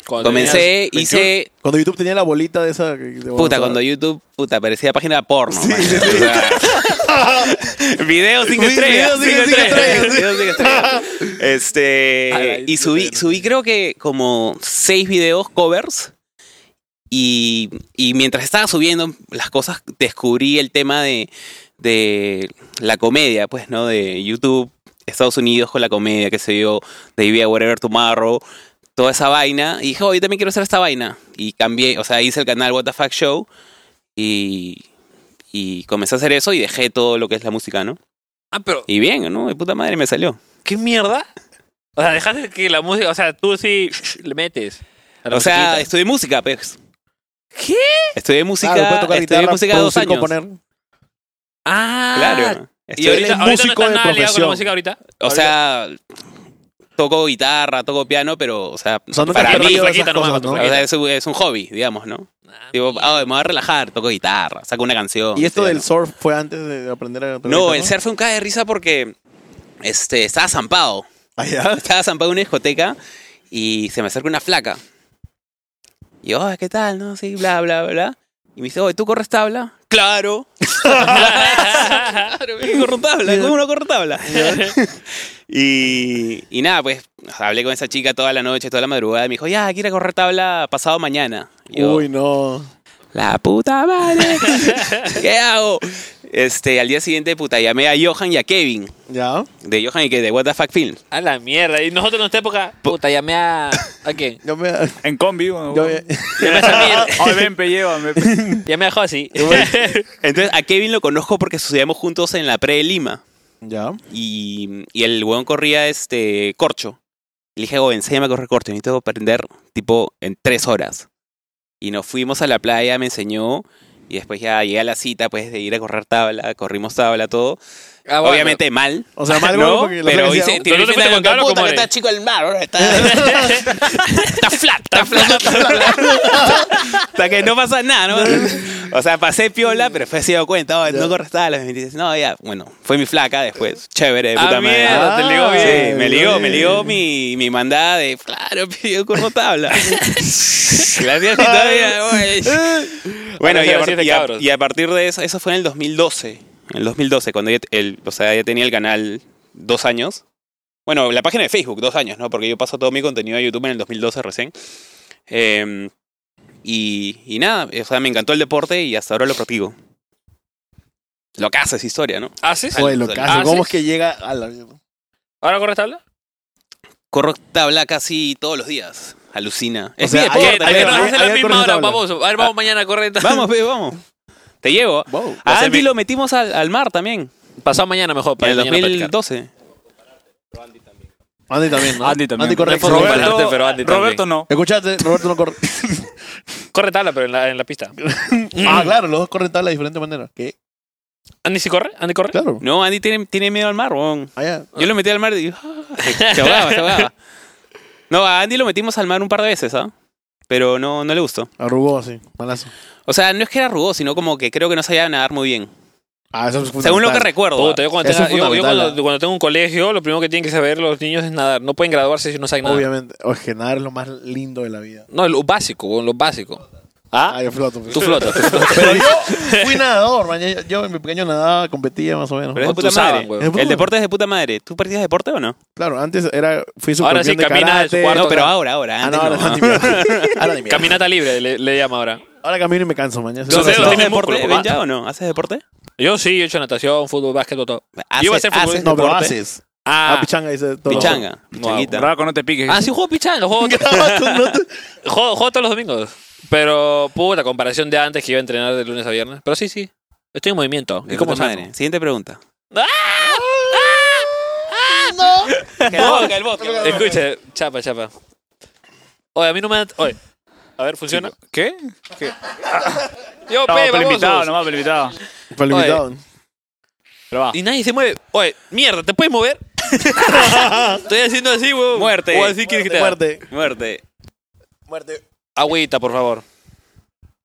Speaker 1: Cuando tenías-
Speaker 3: Comencé, hice...
Speaker 2: Cuando YouTube tenía la bolita de esa... que- de-
Speaker 3: Eh, Puta, cuando YouTube, puta, parecía página de porno. man. O sea, Videos sin
Speaker 2: Sí,
Speaker 3: estrellas.
Speaker 2: videos sin- sin estrellas.
Speaker 3: Videos sin estrellas. Este.
Speaker 1: Ay,
Speaker 3: Y subí, subí creo que como seis videos covers. Y, y mientras estaba subiendo las cosas, descubrí el tema de, de la comedia, pues, ¿no? De YouTube, Estados Unidos con la comedia, que se yo, de Via Whatever Tomorrow, toda esa vaina. Y dije, oh, yo también quiero hacer esta vaina. Y cambié, o sea, hice el canal What the Fuck Show y, y comencé a hacer eso y dejé todo lo que es la música, ¿no?
Speaker 1: Ah, pero,
Speaker 3: Y bien, ¿no? De puta madre me salió.
Speaker 1: ¿qué mierda? O sea, dejaste que la música. O sea, tú sí le metes. a la
Speaker 3: O sea,
Speaker 1: musiquita.
Speaker 3: estudié música, pues.
Speaker 1: ¿qué?
Speaker 3: Estudié
Speaker 2: ah,
Speaker 3: música, estudié música dos años.
Speaker 1: Ah,
Speaker 3: Claro.
Speaker 1: Y
Speaker 3: Estudié-
Speaker 2: es
Speaker 1: ahorita, ahorita no
Speaker 2: músico
Speaker 1: estás
Speaker 2: de
Speaker 1: nada aliado con la
Speaker 2: profesión.
Speaker 1: música ahorita.
Speaker 3: O sea, toco guitarra, toco piano, pero, o sea,
Speaker 2: O sea, no te has
Speaker 3: para
Speaker 1: con
Speaker 3: mí
Speaker 1: tu
Speaker 2: perdido
Speaker 1: flaquita
Speaker 2: esas
Speaker 1: nomás,
Speaker 2: cosas,
Speaker 1: con tu
Speaker 2: ¿no?
Speaker 3: o sea, es, un, es un hobby, digamos, ¿no? Digo, ah, me voy a relajar, toco guitarra, saco una canción.
Speaker 2: ¿Y esto
Speaker 3: o sea,
Speaker 2: del surf fue antes de aprender a tocar
Speaker 3: No, No,
Speaker 2: guitarra?
Speaker 3: el surf fue un cae de risa porque este, estaba zampado.
Speaker 2: Ah, ya.
Speaker 3: Estaba zampado en una discoteca y se me acerca una flaca. Y yo, "Ah, ¿qué tal? No, sí, bla, bla, bla. Y me dice, oye, ¿tú corres tabla? Claro. claro, yo corro tabla, ¿cómo no corro tabla? y, y nada, pues hablé con esa chica toda la noche, toda la madrugada. Y me dijo, ya, quiero correr tabla pasado mañana. Y yo,
Speaker 2: Uy, no.
Speaker 3: la puta madre. ¿Qué hago? Este, al día siguiente, puta, llamé a Johan y a Kevin.
Speaker 2: ¿Ya?
Speaker 3: De Johan y que de What the Fuck Film.
Speaker 1: A la mierda. Y nosotros en esta época. Puta, llamé a. ¿A quién?
Speaker 2: Yo me...
Speaker 4: En combi, bueno,
Speaker 2: Yo eh,
Speaker 4: bueno.
Speaker 2: me-
Speaker 1: Llamé a Samir.
Speaker 4: Ay, ven, pe, llévame. pe.
Speaker 1: llamé a Josi.
Speaker 3: Entonces, a Kevin lo conozco porque estudiamos juntos en la pre de Lima.
Speaker 2: ¿Ya?
Speaker 3: Y, y el weón corría este corcho. Y le dije, oh, enséñame a correr corcho. Necesito aprender, tipo, en tres horas. Y nos fuimos a la playa, me enseñó. Y después ya llegué a la cita, pues, de ir a correr tabla. Corrimos tabla, todo.
Speaker 1: Ah, bueno.
Speaker 3: Obviamente mal.
Speaker 2: O sea, mal,
Speaker 3: ¿no?
Speaker 2: bueno, porque la
Speaker 3: Pero
Speaker 2: flaca
Speaker 3: hice...
Speaker 2: decía,
Speaker 3: tiré
Speaker 1: ¿Pero no te
Speaker 3: el
Speaker 1: fuiste
Speaker 3: final,
Speaker 1: con tabla o
Speaker 3: puta,
Speaker 1: cómo
Speaker 3: que
Speaker 1: eres?
Speaker 3: está chico el mar, ahora está... está flat, está flat. o sea, que no pasa nada, ¿no? O sea, pasé piola, pero después se dio cuenta, oh, no correstaba las 26. No, ya, bueno, fue mi flaca después. Chévere, de
Speaker 1: Ah,
Speaker 3: puta madre.
Speaker 1: mierda, te ligó
Speaker 2: Ah,
Speaker 1: bien.
Speaker 3: Sí, me
Speaker 2: bien.
Speaker 3: ligó, me ligó mi, mi mandada de, claro, pidió corro tabla. Gracias y todavía, güey. Bueno,
Speaker 1: Ahora
Speaker 3: y
Speaker 1: se
Speaker 3: a,
Speaker 1: la
Speaker 3: par-
Speaker 1: siente
Speaker 3: y a-
Speaker 1: cabros.
Speaker 3: y a partir de eso, eso fue en el 2012. En el 2012, cuando ya, t- el, o sea, ya tenía el canal dos años. Bueno, la página de Facebook, dos años, ¿no? Porque yo paso todo mi contenido a YouTube en el 2012 recién. Eh, y, y nada, o sea, me encantó el deporte y hasta ahora lo practico. Lo que hace esa historia, ¿no?
Speaker 1: ¿Haces?
Speaker 2: Oye, lo que hace,
Speaker 1: Ah,
Speaker 2: ¿cómo
Speaker 1: ¿sí?
Speaker 2: es que llega a la...
Speaker 1: ¿Ahora corres tabla?
Speaker 3: Corro tabla casi todos los días. Alucina. Es
Speaker 2: sea,
Speaker 3: mi
Speaker 2: ayer-
Speaker 1: Que
Speaker 3: deporte,
Speaker 2: ayer-
Speaker 3: pero-
Speaker 1: no
Speaker 2: ayer-
Speaker 1: haces a la
Speaker 2: ayer
Speaker 1: misma
Speaker 2: corres
Speaker 1: hora,
Speaker 2: tabla.
Speaker 1: baboso. A ver,
Speaker 3: Ah.
Speaker 1: vamos mañana a correr tabla.
Speaker 3: Vamos, pe, vamos. Te llevo.
Speaker 2: Wow.
Speaker 3: A
Speaker 1: sea,
Speaker 3: Andy
Speaker 1: mi-
Speaker 3: lo metimos al, al mar también.
Speaker 1: Pasado mañana mejor.
Speaker 3: En
Speaker 1: Para
Speaker 3: el
Speaker 1: mañana practicar.
Speaker 3: 2012.
Speaker 2: Andy también, ¿no?
Speaker 4: Andy también.
Speaker 2: Andy corre.
Speaker 1: Reforma.
Speaker 2: Roberto.
Speaker 1: Roberto, pero Andy también.
Speaker 4: Roberto no.
Speaker 2: Escuchate, Roberto no corre.
Speaker 1: Corre tabla, pero en la, en la pista.
Speaker 2: ah, claro, los dos corren tabla de diferente manera. ¿Qué?
Speaker 1: ¿Andy sí corre? ¿Andy corre?
Speaker 2: Claro.
Speaker 3: No, Andy tiene, tiene miedo al mar, weón.
Speaker 2: Ah, ya.
Speaker 3: Yo lo metí al mar y ah, se ahogaba, se ahogaba. No, a Andy lo metimos al mar un par de veces, ¿ah? Pero no, no le gustó.
Speaker 2: Arrugó así, malazo.
Speaker 3: O sea, no es que era rugoso, sino como que creo que no sabía nadar muy bien.
Speaker 2: Ah, eso es
Speaker 3: Según lo que
Speaker 2: fundamental.
Speaker 3: recuerdo. ¿ah?
Speaker 1: Puta, yo cuando,
Speaker 2: Eso es
Speaker 1: tenga- yo- yo
Speaker 2: fundamental,
Speaker 1: cuando-
Speaker 2: ¿eh?
Speaker 1: cuando tengo un colegio, lo primero que tienen que saber los niños es nadar. No pueden graduarse si no saben nadar.
Speaker 2: Obviamente. O es que nadar es lo más lindo de la vida.
Speaker 1: No, lo básico, weón, lo básico.
Speaker 2: Ah, yo floto. pues.
Speaker 1: Tú flotas. tú flotas.
Speaker 2: Pero yo fui nadador, man. Yo, yo en mi pequeño nadaba, competía más o menos.
Speaker 3: Pero es de
Speaker 1: Con
Speaker 3: puta
Speaker 1: tu
Speaker 3: madre.
Speaker 1: sábana, weón.
Speaker 2: Es de puta
Speaker 3: el
Speaker 2: madre.
Speaker 3: deporte es de puta madre. ¿Tú practicas deporte o no?
Speaker 2: Claro, antes era, fui su
Speaker 1: Ahora sí,
Speaker 2: de
Speaker 1: camina de su
Speaker 2: karate.
Speaker 1: cuarto.
Speaker 3: No, pero
Speaker 1: acá.
Speaker 3: ahora, ahora.
Speaker 2: Ah, no,
Speaker 3: Antes
Speaker 2: ahora
Speaker 3: no, ¿ah?
Speaker 2: ni mierda. Ahora ni mierda.
Speaker 1: Caminata libre, le, le llama ahora.
Speaker 2: Ahora camino y me canso, man. Ya
Speaker 1: Los
Speaker 3: ¿Tú
Speaker 2: sé.
Speaker 1: dedos
Speaker 3: haces
Speaker 1: tienen
Speaker 3: deporte,
Speaker 1: músculo,
Speaker 3: Benja,
Speaker 1: ¿verdad?
Speaker 3: o no? ¿Haces deporte?
Speaker 1: Yo sí, he hecho natación, fútbol, básquet, todo, todo.
Speaker 3: ¿Haces,
Speaker 1: Yo iba a ser
Speaker 3: haces
Speaker 1: futbolista.
Speaker 2: No, pero
Speaker 3: deporte?
Speaker 2: haces. Ah,
Speaker 1: Ah,
Speaker 2: pichanga dice todo.
Speaker 3: Pichanga,
Speaker 1: No,
Speaker 3: pichanguita.
Speaker 4: Raco, no te piques.
Speaker 1: ah sí, juego pichanga, juego,
Speaker 2: No, tú no te-
Speaker 1: juego, juego todos los domingos. Pero, puta, comparación de antes que iba a entrenar de lunes a viernes. Pero sí, sí. Estoy en movimiento.
Speaker 3: De
Speaker 1: ¿Y cómo
Speaker 3: puta
Speaker 1: sano?
Speaker 3: madre. Siguiente pregunta.
Speaker 1: ¡Ah!
Speaker 3: El vodka, el vodka.
Speaker 1: Escuche, chapa, chapa. Oye, a mí no me... Oye, a ver, ¿funciona?
Speaker 4: ¿Qué? ¿Qué?
Speaker 1: Yo,
Speaker 4: No,
Speaker 1: pe,
Speaker 4: pero
Speaker 1: babosos.
Speaker 4: invitado, nomás, pero invitado.
Speaker 2: Para el
Speaker 1: Oye.
Speaker 2: invitado.
Speaker 4: Pero va.
Speaker 1: Y nadie se mueve. Oye, mierda, ¿te puedes mover? Estoy haciendo así, weón.
Speaker 3: Muerte.
Speaker 1: O así quieres que te haga.
Speaker 2: Muerte.
Speaker 3: Muerte.
Speaker 2: Muerte.
Speaker 1: Agüita, por favor.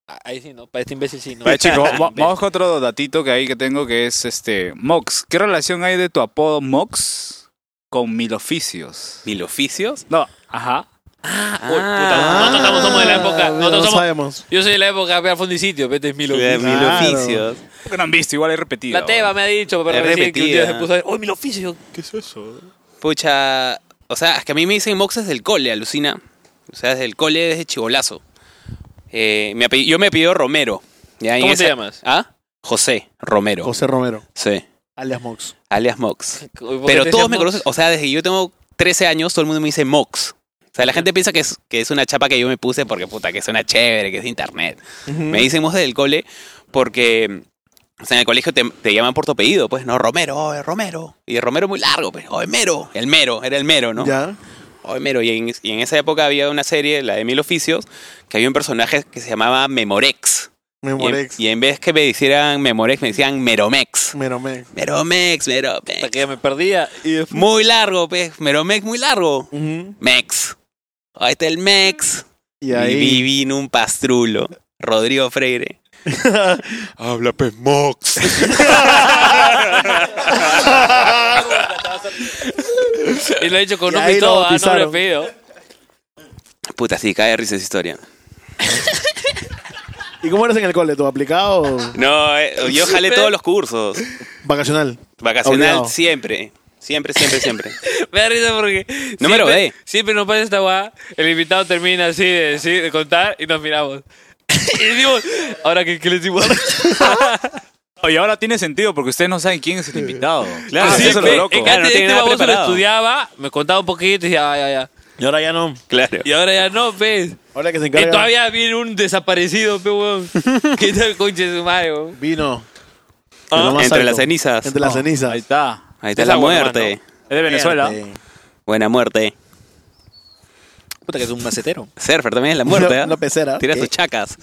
Speaker 1: Ah, Ahí sí, ¿no? Para este imbécil sí, ¿no?
Speaker 4: Oye, chicos, Eh, va- va- vamos con otro datito que ahí que tengo que es este Mox. ¿Qué relación hay de tu apodo Mox con Mil Oficios?
Speaker 3: ¿Mil oficios?
Speaker 4: No, ajá.
Speaker 1: Uy, puta, Ah, nosotros estamos- somos de la época. Nosotros
Speaker 2: Ah, no
Speaker 1: somos...
Speaker 2: sabemos.
Speaker 1: Yo soy de la época de Fundicitio, vete es mil
Speaker 3: Eh,
Speaker 1: oficios.
Speaker 3: Mil
Speaker 2: Claro.
Speaker 3: oficios.
Speaker 4: Que no han visto, igual he repetido.
Speaker 1: La Teba me ha dicho, pero
Speaker 3: Es
Speaker 1: recién que un día se
Speaker 3: repetida.
Speaker 1: puso... a- ¡Uy, mil oficios!
Speaker 3: Pucha, o sea, es que a mí me dicen Mox desde el cole, alucina. O sea, desde el cole, desde chivolazo. Eh, mi apellido- yo me apellido Romero. Ya, en
Speaker 1: ¿Cómo te llamas?
Speaker 3: ¿Ah? José Romero.
Speaker 2: José Romero,
Speaker 3: Sí,
Speaker 2: alias Mox.
Speaker 3: alias Mox.
Speaker 1: ¿Por qué
Speaker 3: Pero
Speaker 1: te
Speaker 3: todos
Speaker 1: decías
Speaker 3: me
Speaker 1: Mox?
Speaker 3: conocen, o sea, desde que yo tengo 13 años, todo el mundo me dice Mox. O sea, la gente piensa que es, que es una chapa que yo me puse porque, puta, que suena chévere, que es de internet. Me dicen Mox desde el cole porque, o sea, en el colegio te, te llaman por tu apellido, pues, ¿no? Romero, oye, Romero. Y Romero muy largo, pues, oye, Mero. El Mero, era el Mero, ¿no?
Speaker 2: Ya.
Speaker 3: Oye, Mero. Y en, y en esa época había una serie, la de Mil Oficios, que había un personaje que se llamaba Memorex. Y en-
Speaker 2: Memorex.
Speaker 3: Y en, vez que me hicieran Memorex, me decían Meromex.
Speaker 2: Meromex.
Speaker 3: Meromex, Meromex.
Speaker 1: Hasta que me perdía. Y después-
Speaker 3: Muy largo, pues. Meromex muy largo.
Speaker 2: Ujú.
Speaker 3: Mex. Ahí está el Mex.
Speaker 2: Y
Speaker 3: Y
Speaker 2: ahí.
Speaker 3: viví en un pastrulo. Rodrigo Freire.
Speaker 2: Habla pues Mox.
Speaker 1: y lo he dicho con
Speaker 2: Y
Speaker 1: un
Speaker 2: ahí
Speaker 1: y
Speaker 2: lo
Speaker 1: todo, ah, no
Speaker 2: bautizaron.
Speaker 1: me pido.
Speaker 3: Puta, sí, cae de risa esa historia.
Speaker 2: ¿Y cómo eres en el cole? ¿Tú aplicado o
Speaker 3: No, eh, yo jalé todos los cursos.
Speaker 2: vacacional?
Speaker 3: Vacacional
Speaker 2: Obligado.
Speaker 3: siempre. Siempre, siempre, siempre.
Speaker 1: Me da risa porque.
Speaker 3: Número
Speaker 1: siempre,
Speaker 3: B.
Speaker 1: Siempre nos pasa esta guada. El invitado termina así de, decir- de contar y nos miramos. y decimos, ¿ahora qué, qué le decimos?
Speaker 4: Y ahora tiene sentido porque ustedes no saben quién es el invitado.
Speaker 3: Claro,
Speaker 4: sí,
Speaker 1: Así,
Speaker 4: eso es
Speaker 1: pe-
Speaker 4: lo loco.
Speaker 1: Ah, Es que
Speaker 3: Claro, no
Speaker 1: antes
Speaker 3: tiene
Speaker 1: este
Speaker 3: nada
Speaker 1: baboso lo
Speaker 3: preparado.
Speaker 1: estudiaba, me contaba un poquito y decía, ah, ya, ya.
Speaker 2: Y ahora ya no.
Speaker 3: Claro.
Speaker 1: Y ahora ya no, pez.
Speaker 2: Ahora que se
Speaker 1: Y
Speaker 2: encarga.
Speaker 1: todavía viene un desaparecido, pe, weón. ¿Qué tal, conche de su madre, weón?
Speaker 2: Vino.
Speaker 3: Ah,
Speaker 2: De lo más
Speaker 3: entre
Speaker 2: alto.
Speaker 3: las cenizas.
Speaker 2: Entre las cenizas.
Speaker 4: Ahí está.
Speaker 3: Ahí está
Speaker 1: Esa
Speaker 3: la
Speaker 1: buena,
Speaker 3: muerte.
Speaker 4: Es de Venezuela.
Speaker 2: Eh,
Speaker 3: Buena muerte.
Speaker 6: Puta que es un macetero.
Speaker 3: Surfer también es la muerte.
Speaker 2: Una-
Speaker 3: ¿ah?
Speaker 2: una Eh. pecera.
Speaker 3: Tira
Speaker 2: ¿Qué?
Speaker 3: sus chacas.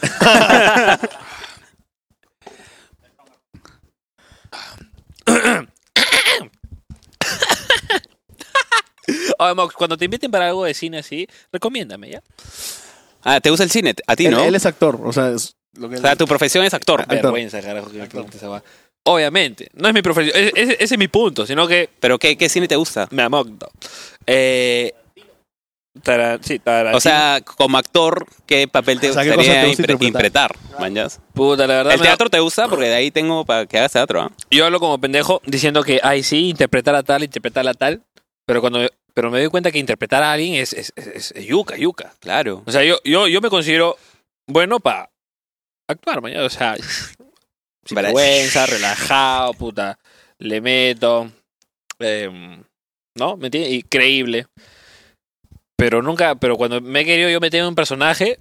Speaker 1: Oye, Mox, cuando te inviten para algo de cine así, recomiéndame, ¿ya?
Speaker 3: Ah, ¿te gusta el cine? A ti,
Speaker 2: él,
Speaker 3: ¿no?
Speaker 2: él es actor, o sea, es lo que
Speaker 3: O sea, tu profesión es actor.
Speaker 2: Actor.
Speaker 1: Vergüenza, carajo, que me preguntes esa guada. Obviamente, no es mi profesión, es- ese- ese es mi punto, sino que
Speaker 3: ¿Pero qué, qué cine te gusta?
Speaker 1: Me amogdo. Eh, Tara- sí, Tarantino.
Speaker 3: O sea, como actor, ¿qué papel te
Speaker 2: O sea, ¿qué
Speaker 3: gustaría
Speaker 2: cosa te gusta
Speaker 3: impre-
Speaker 2: interpretar?
Speaker 3: interpretar? manjas?
Speaker 1: puta, la verdad.
Speaker 3: ¿El
Speaker 1: me da-
Speaker 3: teatro te gusta? Porque de ahí tengo para que hagas teatro. ¿ah?
Speaker 1: Yo hablo como pendejo diciendo que, ay, sí, interpretar a tal, interpretar a tal. Pero cuando pero me doy cuenta que interpretar a alguien es, es, es- es yuca, yuca.
Speaker 3: Claro.
Speaker 1: O sea, yo, yo, yo me considero bueno para actuar, mañana. O sea, sin
Speaker 3: Para-
Speaker 1: vergüenza, relajado, puta. Le meto. em, ¿No? ¿Me entiendes? Y creíble. Pero nunca, pero cuando me he querido yo meter en un personaje.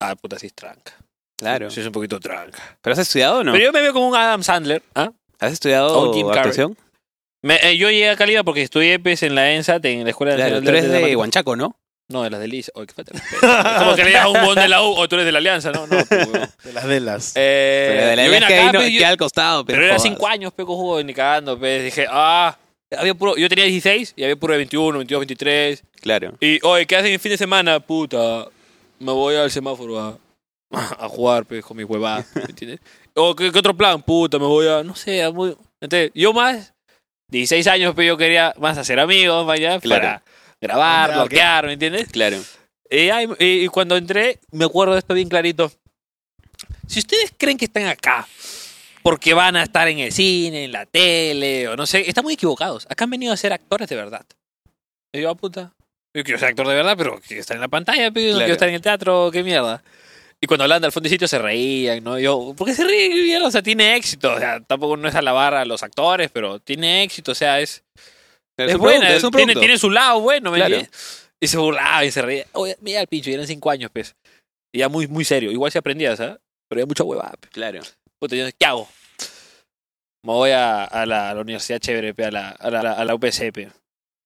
Speaker 1: Ah, puta, sí es tranca.
Speaker 3: Claro.
Speaker 1: Sí es un poquito tranca.
Speaker 3: ¿Pero has estudiado o no?
Speaker 1: Pero yo me veo como un Adam Sandler. ¿ah? O un
Speaker 3: ¿Has
Speaker 1: Jim
Speaker 3: estudiado
Speaker 1: Carrey.
Speaker 3: actuación?
Speaker 1: Me- eh, yo llegué a Calidad porque estudié pues, en la ENSAT, en la Eh, Escuela
Speaker 3: Claro,
Speaker 1: Nacional
Speaker 3: tú eres
Speaker 1: Artes
Speaker 3: de
Speaker 1: Dramáticas.
Speaker 3: Huanchaco, ¿no?
Speaker 1: No, de las de Liz. Oye, qué falta de respeto. Es como que le das a un bon de la U o tú eres de la Alianza, ¿no? No, pues, huevón.
Speaker 2: de las de las.
Speaker 1: Eh,
Speaker 3: Pero de la
Speaker 1: yo vine
Speaker 3: idea es que
Speaker 1: acá,
Speaker 3: ahí no,
Speaker 1: pues, yo-
Speaker 3: queda al costado.
Speaker 1: Pero era
Speaker 3: jodas.
Speaker 1: 5 años, peco jugo, ni cagando, pues. Dije, ah, había puro, yo tenía 16 y había puro de 21, 22, 23.
Speaker 3: Claro.
Speaker 1: Y, oye, ¿qué hacen el fin de semana? Puta, me voy al semáforo a, a jugar, pues, con mis huevadas, ¿me entiendes? O, ¿qué, qué otro plan? Puta, me voy a, no sé, a muy... Entonces, yo más, 16 años, pues, yo quería más hacer amigos, vaya,
Speaker 3: Claro.
Speaker 1: para grabar,
Speaker 2: Claro,
Speaker 1: bloquear, ¿me entiendes?
Speaker 3: Claro.
Speaker 1: Y, ahí- Eh, y- y cuando entré, me acuerdo de esto bien clarito. Si ustedes creen que están acá porque van a estar en el cine, en la tele, o no sé, están muy equivocados. Acá han venido a ser actores de verdad. Y yo, ah, puta. Yo quiero ser actor de verdad, pero quiero estar en la pantalla, pero no
Speaker 3: Claro.
Speaker 1: quiero estar en el teatro, qué mierda. Y cuando hablaban del fondo y sitio se reían, ¿no? Yo, ¿por qué se ríen? qué mierda? O sea, tiene éxito. O sea, tampoco no es alabar a los actores, pero tiene éxito. O sea, es,
Speaker 3: Es,
Speaker 1: es,
Speaker 3: un
Speaker 1: buena,
Speaker 3: producto, es un
Speaker 1: tiene,
Speaker 3: producto.
Speaker 1: tiene su lado bueno, ¿me
Speaker 3: Claro.
Speaker 1: entiendes? Y se burlaba y se reía. Oye, mira el pincho, y eran cinco años, pues. Y ya muy, muy serio. Igual se aprendía, ¿sabes? Pero ya mucha huevada, pe.
Speaker 3: Claro.
Speaker 1: Puta, yo, ¿qué hago? Me voy a, a la, a la universidad chévere, pe, a la, a la, a la UPC, pe.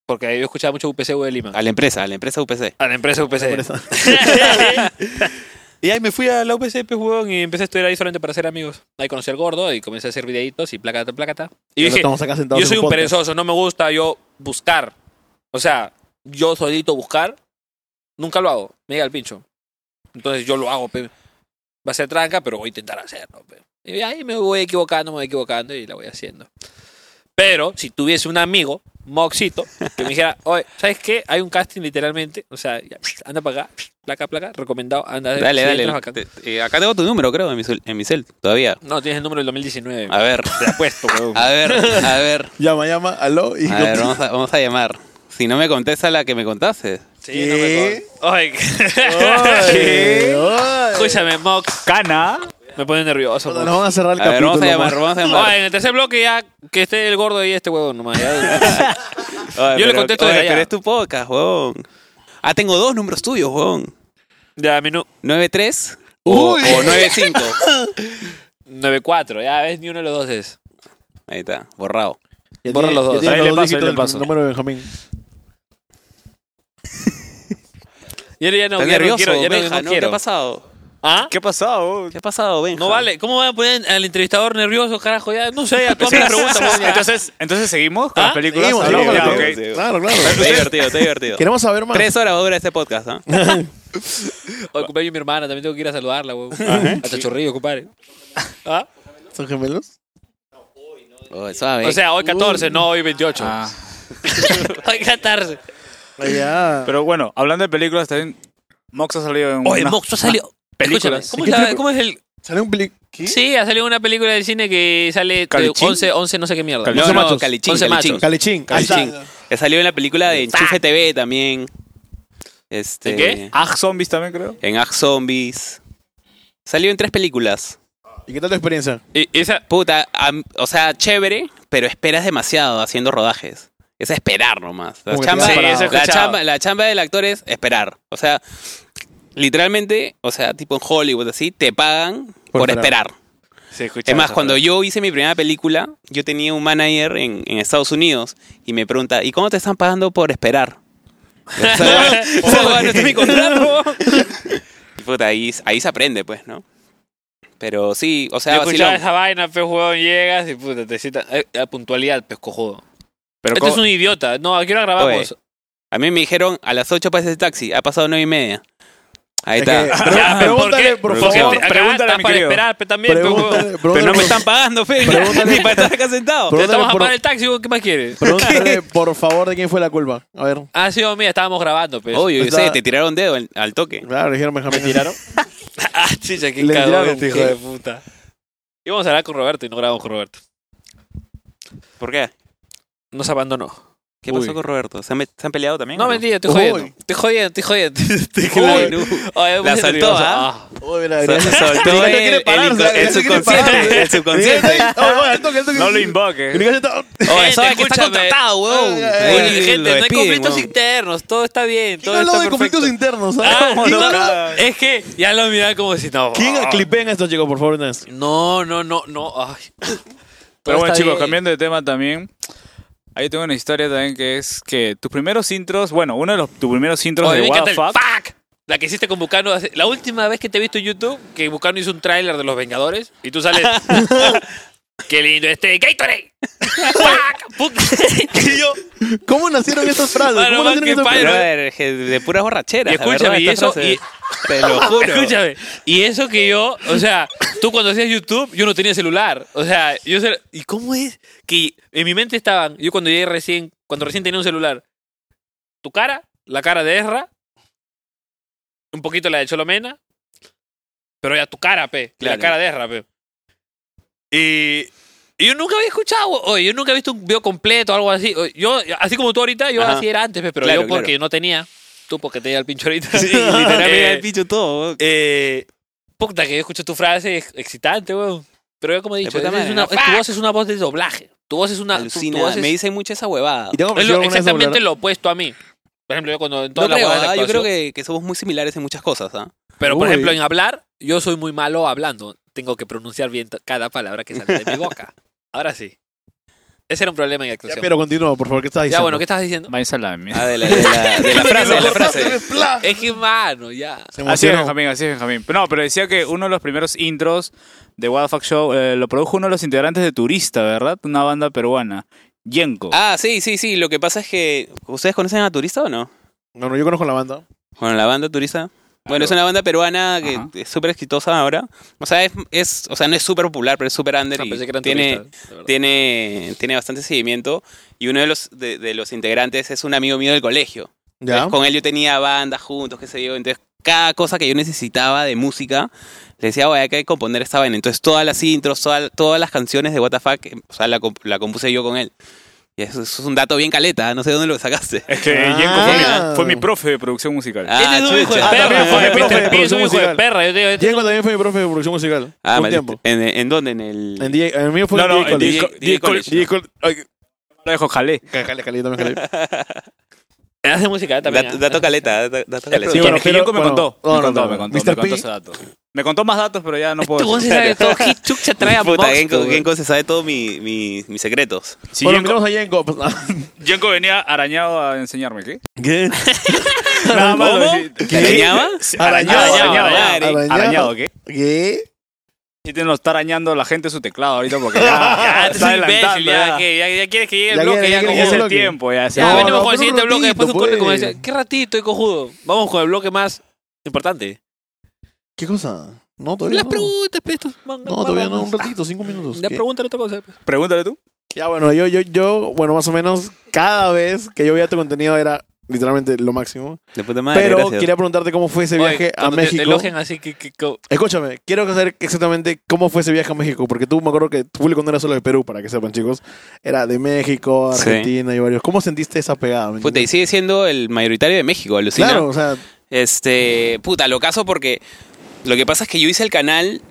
Speaker 1: Porque yo escuchaba mucho UPC de Lima.
Speaker 3: A la empresa, a la empresa UPC.
Speaker 1: A la empresa UPC.
Speaker 2: Por eso.
Speaker 1: y ahí me fui a la UPC, pues, huevón, y empecé a estudiar ahí solamente para ser amigos. Ahí conocí al gordo y comencé a hacer videitos y placata, placata. Y
Speaker 2: Pero
Speaker 1: dije,
Speaker 2: estamos acá sentados
Speaker 1: yo
Speaker 2: en
Speaker 1: soy un
Speaker 2: podcast.
Speaker 1: perezoso, no me gusta yo buscar. O sea, yo solito buscar, nunca lo hago, me llega el pincho. Entonces yo lo hago, pe. Va a ser tranca, pero voy a intentar hacerlo, pe. Y ahí me voy equivocando, me voy equivocando y la voy haciendo. Pero si tuviese un amigo, Moxito, que me dijera, oye, ¿sabes qué? Hay un casting literalmente, o sea, ya, anda para acá, placa, placa, recomendado, anda.
Speaker 3: Dale,
Speaker 1: sí,
Speaker 3: dale.
Speaker 1: entras acá.
Speaker 3: Te- eh, acá tengo tu número, creo, en mi, cel- en mi cel. Todavía.
Speaker 1: No, tienes el número del 2019.
Speaker 3: A ver.
Speaker 1: Te apuesto, weón.
Speaker 3: A ver, a ver.
Speaker 2: Llama, llama, aló y
Speaker 3: A ver, vamos a, vamos a llamar. Si no me contesta la que me contaste.
Speaker 1: Sí, no me acuerdo. Oye,
Speaker 2: Oye, oye.
Speaker 1: escúchame, Mox.
Speaker 4: Cana.
Speaker 1: Me pone nervioso.
Speaker 2: Nos van a cerrar el
Speaker 3: A ver,
Speaker 2: capítulo.
Speaker 3: vamos a llamar,
Speaker 2: man.
Speaker 3: vamos a
Speaker 1: Ah,
Speaker 3: llamar.
Speaker 1: en el tercer bloque ya que esté el gordo y este huevón nomás. ya.
Speaker 3: Oye,
Speaker 1: yo le
Speaker 3: pero-
Speaker 1: contesto
Speaker 3: oye,
Speaker 1: desde allá.
Speaker 3: Pero es tu podcast, huevón. Ah, tengo dos números tuyos, huevón.
Speaker 1: Ya, menú
Speaker 3: 9-3 o, o
Speaker 2: Uy.
Speaker 3: 9-5.
Speaker 1: 9-4, ya ves, ni uno de los dos es.
Speaker 3: Ahí está, borrado.
Speaker 2: Ya
Speaker 1: Borra
Speaker 2: tiene-
Speaker 1: los dos.
Speaker 2: ya tiene
Speaker 1: Ahí le paso,
Speaker 2: dígitos
Speaker 1: ahí le
Speaker 2: del
Speaker 1: paso.
Speaker 2: Número de Benjamín.
Speaker 1: Y él ya no,
Speaker 3: ¿Estás
Speaker 1: ya no
Speaker 3: nervioso,
Speaker 1: quiero, ya no-
Speaker 3: Benja,
Speaker 1: no,
Speaker 3: ¿no? ¿Qué
Speaker 1: quiero.
Speaker 3: ha pasado?
Speaker 1: ¿Ah?
Speaker 4: ¿Qué ha pasado?
Speaker 3: ¿Qué ha pasado, Benja?
Speaker 1: No vale. ¿Cómo van a poner al entrevistador nervioso, carajo? Ya, no sé, ya todas mis preguntas. pues, ya.
Speaker 4: Entonces, entonces seguimos con
Speaker 1: ¿Ah?
Speaker 4: las películas.
Speaker 2: Seguimos,
Speaker 4: Hablamos
Speaker 2: seguimos,
Speaker 4: de-
Speaker 2: seguimos.
Speaker 4: ok.
Speaker 3: ok.
Speaker 2: Claro, claro.
Speaker 3: Está divertido, está divertido.
Speaker 2: Queremos saber más.
Speaker 3: Tres horas va a durar este podcast, ¿ah?
Speaker 1: Hoy cumpleaños de mi hermana, también tengo que ir a saludarla, huevón.
Speaker 4: Ah, ¿eh?
Speaker 1: Hasta chorrillo, compadre. ¿Ah?
Speaker 2: ¿Son gemelos?
Speaker 3: Oye, Oh, suave.
Speaker 1: O sea, hoy 14, no hoy 28.
Speaker 4: Ah.
Speaker 1: hoy 14.
Speaker 2: Ya.
Speaker 4: Pero bueno, hablando de películas también, Mox ha salido en
Speaker 1: Oye,
Speaker 4: una-
Speaker 1: Mox, ha salido.
Speaker 4: películas.
Speaker 1: Escúchame, ¿Cómo, es la- cómo es el.?
Speaker 2: ¿Sale un peli?
Speaker 1: Sí, ha salido una película del cine que sale de
Speaker 4: ¿Calichín?
Speaker 1: 11, 11, no sé qué mierda.
Speaker 3: no,
Speaker 2: Once
Speaker 3: no,
Speaker 2: machos.
Speaker 3: Calichín,
Speaker 1: Once
Speaker 3: Calichín.
Speaker 1: machos.
Speaker 2: Calichín.
Speaker 3: Calichín. Que salió en la película de Enchufe TV también. Este,
Speaker 1: ¿En qué?
Speaker 4: Ag Ah, Zombies también, creo.
Speaker 3: En Ag Zombies. Salió en tres películas.
Speaker 2: ¿Y qué tal tu experiencia?
Speaker 1: Y esa.
Speaker 3: Puta, am- o sea, chévere, pero esperas demasiado haciendo rodajes. Es esperar nomás. La
Speaker 2: Como que
Speaker 3: chamba,
Speaker 2: te quedas
Speaker 3: la
Speaker 1: parado.
Speaker 3: chamba- la chamba del actor es esperar. O sea, literalmente, o sea, tipo en Hollywood, así, te pagan por,
Speaker 2: Por
Speaker 3: esperar.
Speaker 2: esperar.
Speaker 3: Es más, cuando yo hice mi primera película, yo tenía un manager en, en Estados Unidos y me pregunta, ¿y cómo te están pagando por esperar? O sea, o sea, bueno, este es mi contrato. y puta, ahí, ahí se aprende, pues, ¿no? Pero sí, o sea,
Speaker 1: Yo escuchaba
Speaker 3: vacilón.
Speaker 1: esa vaina, pe huevón, llegas y puta, te cita. eh, La puntualidad, pe cojudo.
Speaker 4: Pero
Speaker 1: Este
Speaker 4: ¿cómo-
Speaker 1: es un idiota. No, aquí lo grabamos.
Speaker 3: A mí me dijeron a las 8 pasa el taxi, ha pasado 9 y media. Ahí
Speaker 2: Es que-
Speaker 3: está.
Speaker 2: pre-
Speaker 1: Ya, pe,
Speaker 2: pregúntale,
Speaker 1: ¿por
Speaker 2: por
Speaker 1: qué?
Speaker 2: favor.
Speaker 1: Porque acá
Speaker 4: pregúntale a
Speaker 1: estás
Speaker 4: mi
Speaker 1: para
Speaker 4: querido.
Speaker 1: esperar, pe, también, pe, huevón.
Speaker 2: Pregúntale,
Speaker 3: Pero no
Speaker 2: pregúntale,
Speaker 3: me están pagando, fe.
Speaker 2: Pregúntale-
Speaker 3: Ni para estar acá sentado.
Speaker 1: Te estamos
Speaker 2: pregúntale
Speaker 1: a
Speaker 2: por-
Speaker 1: pagar el taxi, huevón, ¿qué más quieres?
Speaker 2: pregúntale, por favor, de quién fue la culpa. A ver.
Speaker 1: Ah, sí, oh, mira, estábamos grabando, pe.
Speaker 3: Oye, yo
Speaker 2: Está-
Speaker 3: sé, te tiraron dedo al, al toque.
Speaker 2: Claro, dijeron Benjamín.
Speaker 1: tiraron? ah, chicha, qué
Speaker 2: Le
Speaker 1: cagón,
Speaker 2: tiraron,
Speaker 1: hijo
Speaker 2: ¿qué?
Speaker 1: de puta. Íbamos a hablar con Roberto y no grabamos con Roberto.
Speaker 3: ¿Por qué?
Speaker 1: Nos abandonó.
Speaker 3: ¿Qué
Speaker 2: Uy.
Speaker 3: pasó con Roberto? ¿Se han, met- se han peleado también?
Speaker 1: No,
Speaker 3: o
Speaker 1: mentira, estoy
Speaker 2: Uy.
Speaker 1: jodiendo. Estoy jodiendo, estoy jodiendo. Estoy
Speaker 3: Uy,
Speaker 1: jodiendo.
Speaker 3: no.
Speaker 1: Oye, me
Speaker 3: La
Speaker 1: puse
Speaker 3: saltó,
Speaker 1: nervioso.
Speaker 3: ¿ah?
Speaker 2: Oye, mira,
Speaker 3: Sol-
Speaker 2: gracias.
Speaker 3: soltó
Speaker 2: Gringo
Speaker 3: el,
Speaker 2: quiere
Speaker 3: el
Speaker 2: pararse,
Speaker 3: inco-
Speaker 2: la
Speaker 3: el
Speaker 2: gente quiere
Speaker 3: subconsciente.
Speaker 2: pararse.
Speaker 3: El subconsciente.
Speaker 2: Oye, oye, al toque, al toque.
Speaker 4: No lo invoques.
Speaker 2: Gringo, ya está-
Speaker 3: Oye, ¿sabes
Speaker 1: Gente,
Speaker 3: que está
Speaker 1: escúchame.
Speaker 3: contratado, weón?
Speaker 2: Ay, ay,
Speaker 1: Oye,
Speaker 2: ay,
Speaker 3: Uy,
Speaker 1: gente,
Speaker 3: lo
Speaker 1: no hay
Speaker 3: despiden,
Speaker 1: conflictos
Speaker 3: weón.
Speaker 1: internos, todo está bien.
Speaker 2: ¿Quién
Speaker 1: Todo
Speaker 2: habló
Speaker 1: está
Speaker 2: de
Speaker 1: perfecto.
Speaker 2: conflictos internos?
Speaker 1: Ah,
Speaker 2: ¿sabes?
Speaker 1: no,
Speaker 2: ¿Quién
Speaker 1: no,
Speaker 2: habló?
Speaker 1: Es que ya lo miraba como si no.
Speaker 2: ¿Quién clipeen esto, chicos, por favor, una vez?
Speaker 1: No, no, no, no. Ay. Todo
Speaker 4: Pero bueno,
Speaker 1: está
Speaker 4: chicos,
Speaker 1: bien.
Speaker 4: cambiando de tema también. Ahí tengo una historia también que es que tus primeros intros, bueno, uno de los tus primeros intros
Speaker 1: Oye,
Speaker 4: de
Speaker 1: me
Speaker 4: What
Speaker 1: encanta
Speaker 4: the
Speaker 1: el
Speaker 4: Fuck.
Speaker 1: fuck. La que hiciste con Bucano. hace- La última vez que te he visto en YouTube, que Bucano hizo un tráiler de Los Vengadores y tú sales. ¡Qué lindo este Gatorade! ¡Fuck! Puta. y yo,
Speaker 2: ¿Cómo nacieron estas frases?
Speaker 1: Mano,
Speaker 2: ¿Cómo
Speaker 1: man,
Speaker 2: nacieron
Speaker 1: qué
Speaker 2: estas
Speaker 1: padre.
Speaker 2: frases?
Speaker 3: Brother, je- de puras borracheras.
Speaker 1: Y
Speaker 3: la
Speaker 1: escúchame,
Speaker 3: verdad,
Speaker 1: y
Speaker 3: esta
Speaker 1: eso-
Speaker 3: frase.
Speaker 1: y-
Speaker 3: Te lo juro.
Speaker 1: Escúchame, y eso que yo, o sea, tú cuando hacías YouTube, yo no tenía celular. O sea, yo ser- ¿Y cómo es? Que en mi mente estaban, yo cuando llegué recién, cuando recién tenía un celular, tu cara, la cara de Ezra, un poquito la de Cholomena, pero ya tu cara, pe, y
Speaker 3: Claro.
Speaker 1: la cara de Ezra, pe. Y, y yo nunca había escuchado, oye, yo nunca había visto un video completo o algo así. Oye, Yo, así como tú ahorita, yo
Speaker 3: Ajá.
Speaker 1: así era antes, pe, pero
Speaker 3: Claro,
Speaker 1: yo porque no tenía. Tú porque te el pincho ahorita. Eh, Sí,
Speaker 3: Literalmente el picho todo, weón.
Speaker 1: eh, puta, que yo escucho tu frase es excitante, weón. Pero yo como he
Speaker 3: De
Speaker 1: dicho,
Speaker 3: puta
Speaker 1: es
Speaker 3: madre,
Speaker 1: una-
Speaker 3: ¿no?
Speaker 1: es- tu voz es una voz de doblaje. Tu voz es una... tu- tu
Speaker 3: Alucina,
Speaker 1: voz es-
Speaker 3: me dicen mucho esa huevada.
Speaker 2: Y tengo
Speaker 1: es
Speaker 2: que
Speaker 1: lo-
Speaker 2: una vez
Speaker 1: exactamente
Speaker 2: hablar.
Speaker 1: lo opuesto a mí. Por ejemplo, yo cuando... En
Speaker 3: No
Speaker 1: todas las
Speaker 3: creo,
Speaker 1: huevadas de
Speaker 3: ah, yo creo
Speaker 1: actuación.
Speaker 3: que, que somos muy similares en muchas cosas. ¿ah?
Speaker 1: Pero, por
Speaker 2: Uy.
Speaker 1: ejemplo, en hablar, yo soy muy malo hablando. Tengo que pronunciar bien t- cada palabra que sale de mi boca. Ahora sí. Ese era un problema en
Speaker 2: Ya,
Speaker 1: actuación. Ya,
Speaker 2: pero continúa, por favor, ¿qué estás diciendo?
Speaker 1: bueno, ¿qué estabas diciendo?
Speaker 4: Váyanse a la mierda.
Speaker 3: Ah, de la, de la- de la frase, de la frase.
Speaker 2: frase. Eh,
Speaker 1: Es que, mano, ya.
Speaker 2: Se
Speaker 4: Así es,
Speaker 2: Ah, emocionó.
Speaker 4: Benjamín, así es, Benjamín. Pero no, pero decía que uno de los primeros intros de What the Fuck Show eh, lo produjo uno de los integrantes de Turista, ¿verdad? Una banda peruana. Yenko.
Speaker 3: Ah, sí, sí, sí. Lo que pasa es que. ¿Ustedes conocen a Turista o no?
Speaker 2: No, no, yo conozco la banda.
Speaker 3: Bueno, la banda Turista. Bueno, es una banda peruana que
Speaker 4: Ajá.
Speaker 3: es súper exitosa ahora. O sea, es, es- o sea, no es súper popular, pero es súper under.
Speaker 1: Ah,
Speaker 3: y
Speaker 1: pensé que eran
Speaker 3: tiene,
Speaker 1: turistas, de verdad.
Speaker 3: tiene, tiene bastante seguimiento. Y uno de los, de, de los integrantes es un amigo mío del colegio.
Speaker 1: Ah.
Speaker 2: ¿Ya?
Speaker 3: Entonces, con él yo tenía bandas juntos, qué sé yo. Entonces, cada cosa que yo necesitaba de música, le decía, oye, hay que componer esta vaina. Entonces, todas las intros, toda- todas las canciones de WTF, o sea, la, comp- la compuse yo con él. Y eso, eso es un dato bien caleta, no sé dónde lo sacaste.
Speaker 1: Este
Speaker 4: Es que
Speaker 2: Ah.
Speaker 4: Yenko fue, mi, fue mi profe de producción musical.
Speaker 3: Ah,
Speaker 6: Ese es un hijo de
Speaker 3: chucha.
Speaker 6: perra,
Speaker 2: también
Speaker 1: Perra,
Speaker 2: fue
Speaker 1: joder,
Speaker 2: mi profe de
Speaker 1: Mr. P es un
Speaker 2: producción
Speaker 1: hijo de
Speaker 2: musical.
Speaker 1: perra. Yo te digo, este,
Speaker 2: Yenko también fue mi profe de producción musical.
Speaker 3: Ah,
Speaker 2: un
Speaker 3: maldito.
Speaker 2: tiempo.
Speaker 3: ¿En, en dónde? En el...
Speaker 2: En DJ, el mío fue
Speaker 4: No,
Speaker 2: en
Speaker 4: no,
Speaker 2: DJ
Speaker 4: en
Speaker 2: College.
Speaker 4: DJ,
Speaker 3: DJ College.
Speaker 2: DJ College. Ay,
Speaker 4: Lo dejo, jalé.
Speaker 2: Calé, calé, también calé.
Speaker 1: hace música eh, también.
Speaker 3: Dat-
Speaker 1: ¿eh?
Speaker 3: dato caleta, dat- dato caleta.
Speaker 2: Sí,
Speaker 4: Sí,
Speaker 2: bueno,
Speaker 4: bueno, que Yenko me
Speaker 2: bueno,
Speaker 4: contó.
Speaker 2: no,
Speaker 4: Me
Speaker 2: no,
Speaker 4: contó,
Speaker 2: no,
Speaker 4: me
Speaker 2: no.
Speaker 4: contó,
Speaker 2: Mr.
Speaker 4: me contó
Speaker 2: P.
Speaker 4: ese dato. Me contó más datos, pero ya no
Speaker 1: Este
Speaker 4: puedo
Speaker 1: weón se
Speaker 4: decir.
Speaker 1: sabe todo. Hitchuk se trae a
Speaker 3: Puta,
Speaker 1: Vox,
Speaker 3: Genko,
Speaker 1: tú.
Speaker 3: Genko se sabe todos mi- mi- mis secretos.
Speaker 4: Sí,
Speaker 2: bueno,
Speaker 4: Yenko-
Speaker 2: miramos a Yenko. pues, ah.
Speaker 4: Yenko venía arañado a enseñarme, ¿qué?
Speaker 2: ¿Qué?
Speaker 4: Nada más. así.
Speaker 3: ¿Te arañaba?
Speaker 4: Arañado,
Speaker 1: Arañado,
Speaker 4: arañado,
Speaker 2: arañado.
Speaker 4: arañado. Arañado, ¿qué?
Speaker 2: ¿Qué?
Speaker 4: Sí, te- nos está arañando la gente su teclado ahorita porque ya,
Speaker 1: Ah,
Speaker 4: está
Speaker 1: este es un imbécil,
Speaker 4: adelantando.
Speaker 1: ya,
Speaker 4: Ya,
Speaker 1: que- ya, ya quieres que llegue el
Speaker 2: Ya
Speaker 1: bloque,
Speaker 2: quiere-
Speaker 1: ya
Speaker 2: ya quiere
Speaker 1: como-
Speaker 4: es el
Speaker 2: bloque.
Speaker 4: tiempo, ya. sí.
Speaker 1: Ya
Speaker 2: No,
Speaker 1: venimos
Speaker 2: no, pero
Speaker 1: con el
Speaker 2: un
Speaker 1: siguiente bloque, después un
Speaker 2: ratito,
Speaker 1: corte
Speaker 2: pues.
Speaker 1: comercial. Qué ratito, hijo cojudo. Vamos con el bloque más importante.
Speaker 2: ¿Qué cosa? No, todavía
Speaker 1: Las
Speaker 2: no.
Speaker 1: preguntas, pues, estos
Speaker 2: No, todavía no. Un ratito, cinco minutos.
Speaker 1: La
Speaker 2: ¿Qué?
Speaker 1: pregunta otra cosa. pues.
Speaker 4: Pregúntale tú.
Speaker 2: Ya, bueno, yo, yo, yo, bueno, más o menos cada vez que yo veía tu contenido era literalmente lo máximo.
Speaker 3: De puta madre,
Speaker 2: Pero
Speaker 3: gracias.
Speaker 2: quería preguntarte cómo fue ese
Speaker 1: Oye,
Speaker 2: viaje a
Speaker 1: cuando te- Te
Speaker 2: México.
Speaker 1: elogian así que... que- que-
Speaker 2: Escúchame, quiero saber exactamente cómo fue ese viaje a México, porque tú me acuerdo que tu público no era solo de Perú, para que sepan, chicos. Era de México,
Speaker 3: Sí.
Speaker 2: Argentina y varios. ¿Cómo sentiste esa pegada? me
Speaker 3: Puta, y
Speaker 2: entiendes?
Speaker 3: sigue siendo el mayoritario de México, alucina.
Speaker 2: claro, o sea,
Speaker 3: Este, puta, lo caso porque lo que pasa es que yo hice el canal,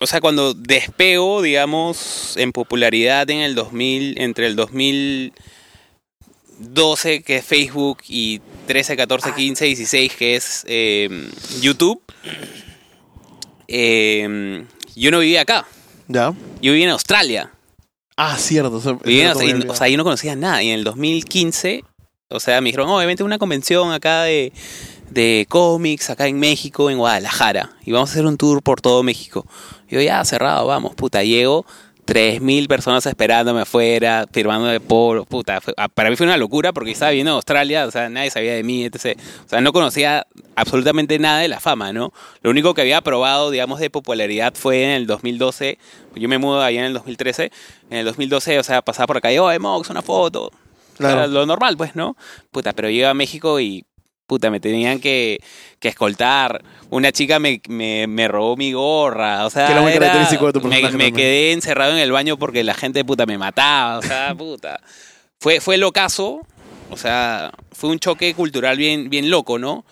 Speaker 3: o sea, cuando despego, digamos, en popularidad en el 2000, entre el 2012 que es Facebook y 13, 14, 15, 16 que es eh, YouTube, eh, yo no vivía acá,
Speaker 2: ya.
Speaker 3: yo vivía en Australia.
Speaker 2: Ah, cierto. O sea,
Speaker 3: Y,
Speaker 2: cierto,
Speaker 3: o,
Speaker 2: me
Speaker 3: sea, y-
Speaker 2: había
Speaker 3: o sea, yo no conocía nada. Y en el 2015, o sea, me dijeron, oh, vente a una convención acá de, de cómics, acá en México, en Guadalajara. Y vamos a hacer un tour por todo México. Y yo, ya, cerrado, vamos, puta, llego. 3.000 personas esperándome afuera, firmando de polo, puta. fue- ah, para mí fue una locura porque yo estaba viendo Australia, o sea, nadie sabía de mí, etc. O sea, no conocía absolutamente nada de la fama, ¿no? Lo único que había probado, digamos, de popularidad fue en el 2012. Yo me mudo allá en el 2013. En el 2012, o sea, pasaba por acá y, oh, Mox, una foto.
Speaker 2: Claro.
Speaker 3: Era lo normal, pues, ¿no? Puta, pero llego a México y, puta, me tenían que, que escoltar. Una chica me, me, me robó mi gorra, o sea.
Speaker 2: Que era muy característico de tu
Speaker 3: me,
Speaker 2: personaje
Speaker 3: me
Speaker 2: también.
Speaker 3: quedé encerrado en el baño porque la gente, puta, me mataba, o sea, puta. Fue, fue el ocaso, o sea, fue un choque cultural bien, bien loco, ¿no?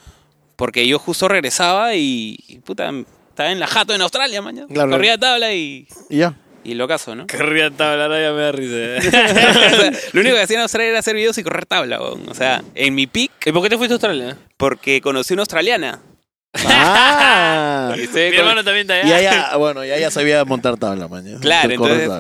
Speaker 3: Porque yo justo regresaba y, y, puta, estaba en la jato en Australia, mañana.
Speaker 2: Claro.
Speaker 3: Corría a tabla y,
Speaker 2: Y ya.
Speaker 3: y lo caso, ¿no?
Speaker 1: Qué riata hablar, ya me da risa. eh.
Speaker 3: O sea, lo único que hacía en Australia era hacer videos y correr tabla, weón. O sea, en mi pic,
Speaker 1: ¿Y por qué te fuiste a Australia?
Speaker 3: porque conocí una australiana.
Speaker 2: Ah.
Speaker 3: Y estoy
Speaker 1: Mi
Speaker 3: con-
Speaker 1: hermano también está allá.
Speaker 2: y ella, bueno, ya, ya sabía montar tabla, mañana.
Speaker 3: Claro, entonces-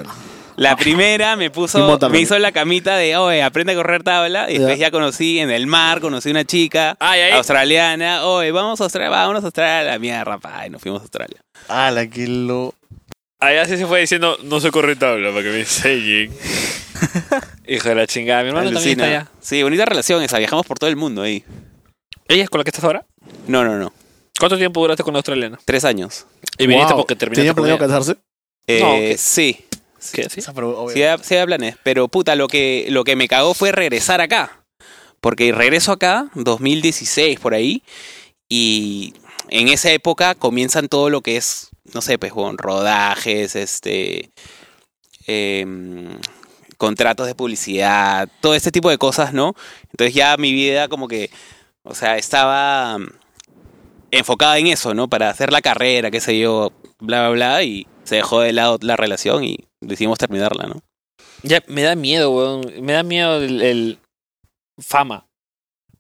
Speaker 3: La primera me
Speaker 2: Y
Speaker 3: puso,
Speaker 2: monta
Speaker 3: me
Speaker 2: también.
Speaker 3: hizo la camita de, oye, aprende a correr tabla. Y después
Speaker 2: Ya.
Speaker 3: ya conocí en el mar, conocí una chica
Speaker 1: Ay, ay.
Speaker 3: australiana. Oye, vamos a Australia, vámonos a Australia. La mierda, pa, y nos fuimos a Australia.
Speaker 2: Ah, la que lo.
Speaker 1: Allá sí se fue diciendo, no soy corretabla para que me enseñen. Hijo de la chingada, mi hermano también está
Speaker 3: Alucina.
Speaker 1: allá.
Speaker 3: Sí, bonita relación esa, viajamos por todo el mundo ahí.
Speaker 1: ¿Ella es con la que estás ahora?
Speaker 3: No, no, no,
Speaker 1: ¿Cuánto tiempo duraste con la australiana?
Speaker 3: tres años.
Speaker 1: Y viniste
Speaker 2: Wow.
Speaker 1: porque terminaste
Speaker 2: ¿Tenía
Speaker 1: con
Speaker 2: planeado
Speaker 1: ella.
Speaker 2: casarse?
Speaker 3: Eh,
Speaker 1: No, ¿qué?
Speaker 3: Sí,
Speaker 1: ¿Qué? ¿Sí?
Speaker 2: Esa, pero, obvio.
Speaker 3: Sí, da- sí da planes, pero puta, lo que, lo que me cagó fue regresar acá. Porque regreso acá, 2016 por ahí, y en esa época comienzan todo lo que es, no sé, pues, con rodajes, este, em, contratos de publicidad, todo este tipo de cosas, ¿no? Entonces ya mi vida como que, o sea, estaba mm, enfocada en eso, ¿no? Para hacer la carrera, qué sé yo, bla, bla, bla, y se dejó de lado la relación y decidimos terminarla, ¿no?
Speaker 1: Ya, me da miedo, weón. Me da miedo el, el fama.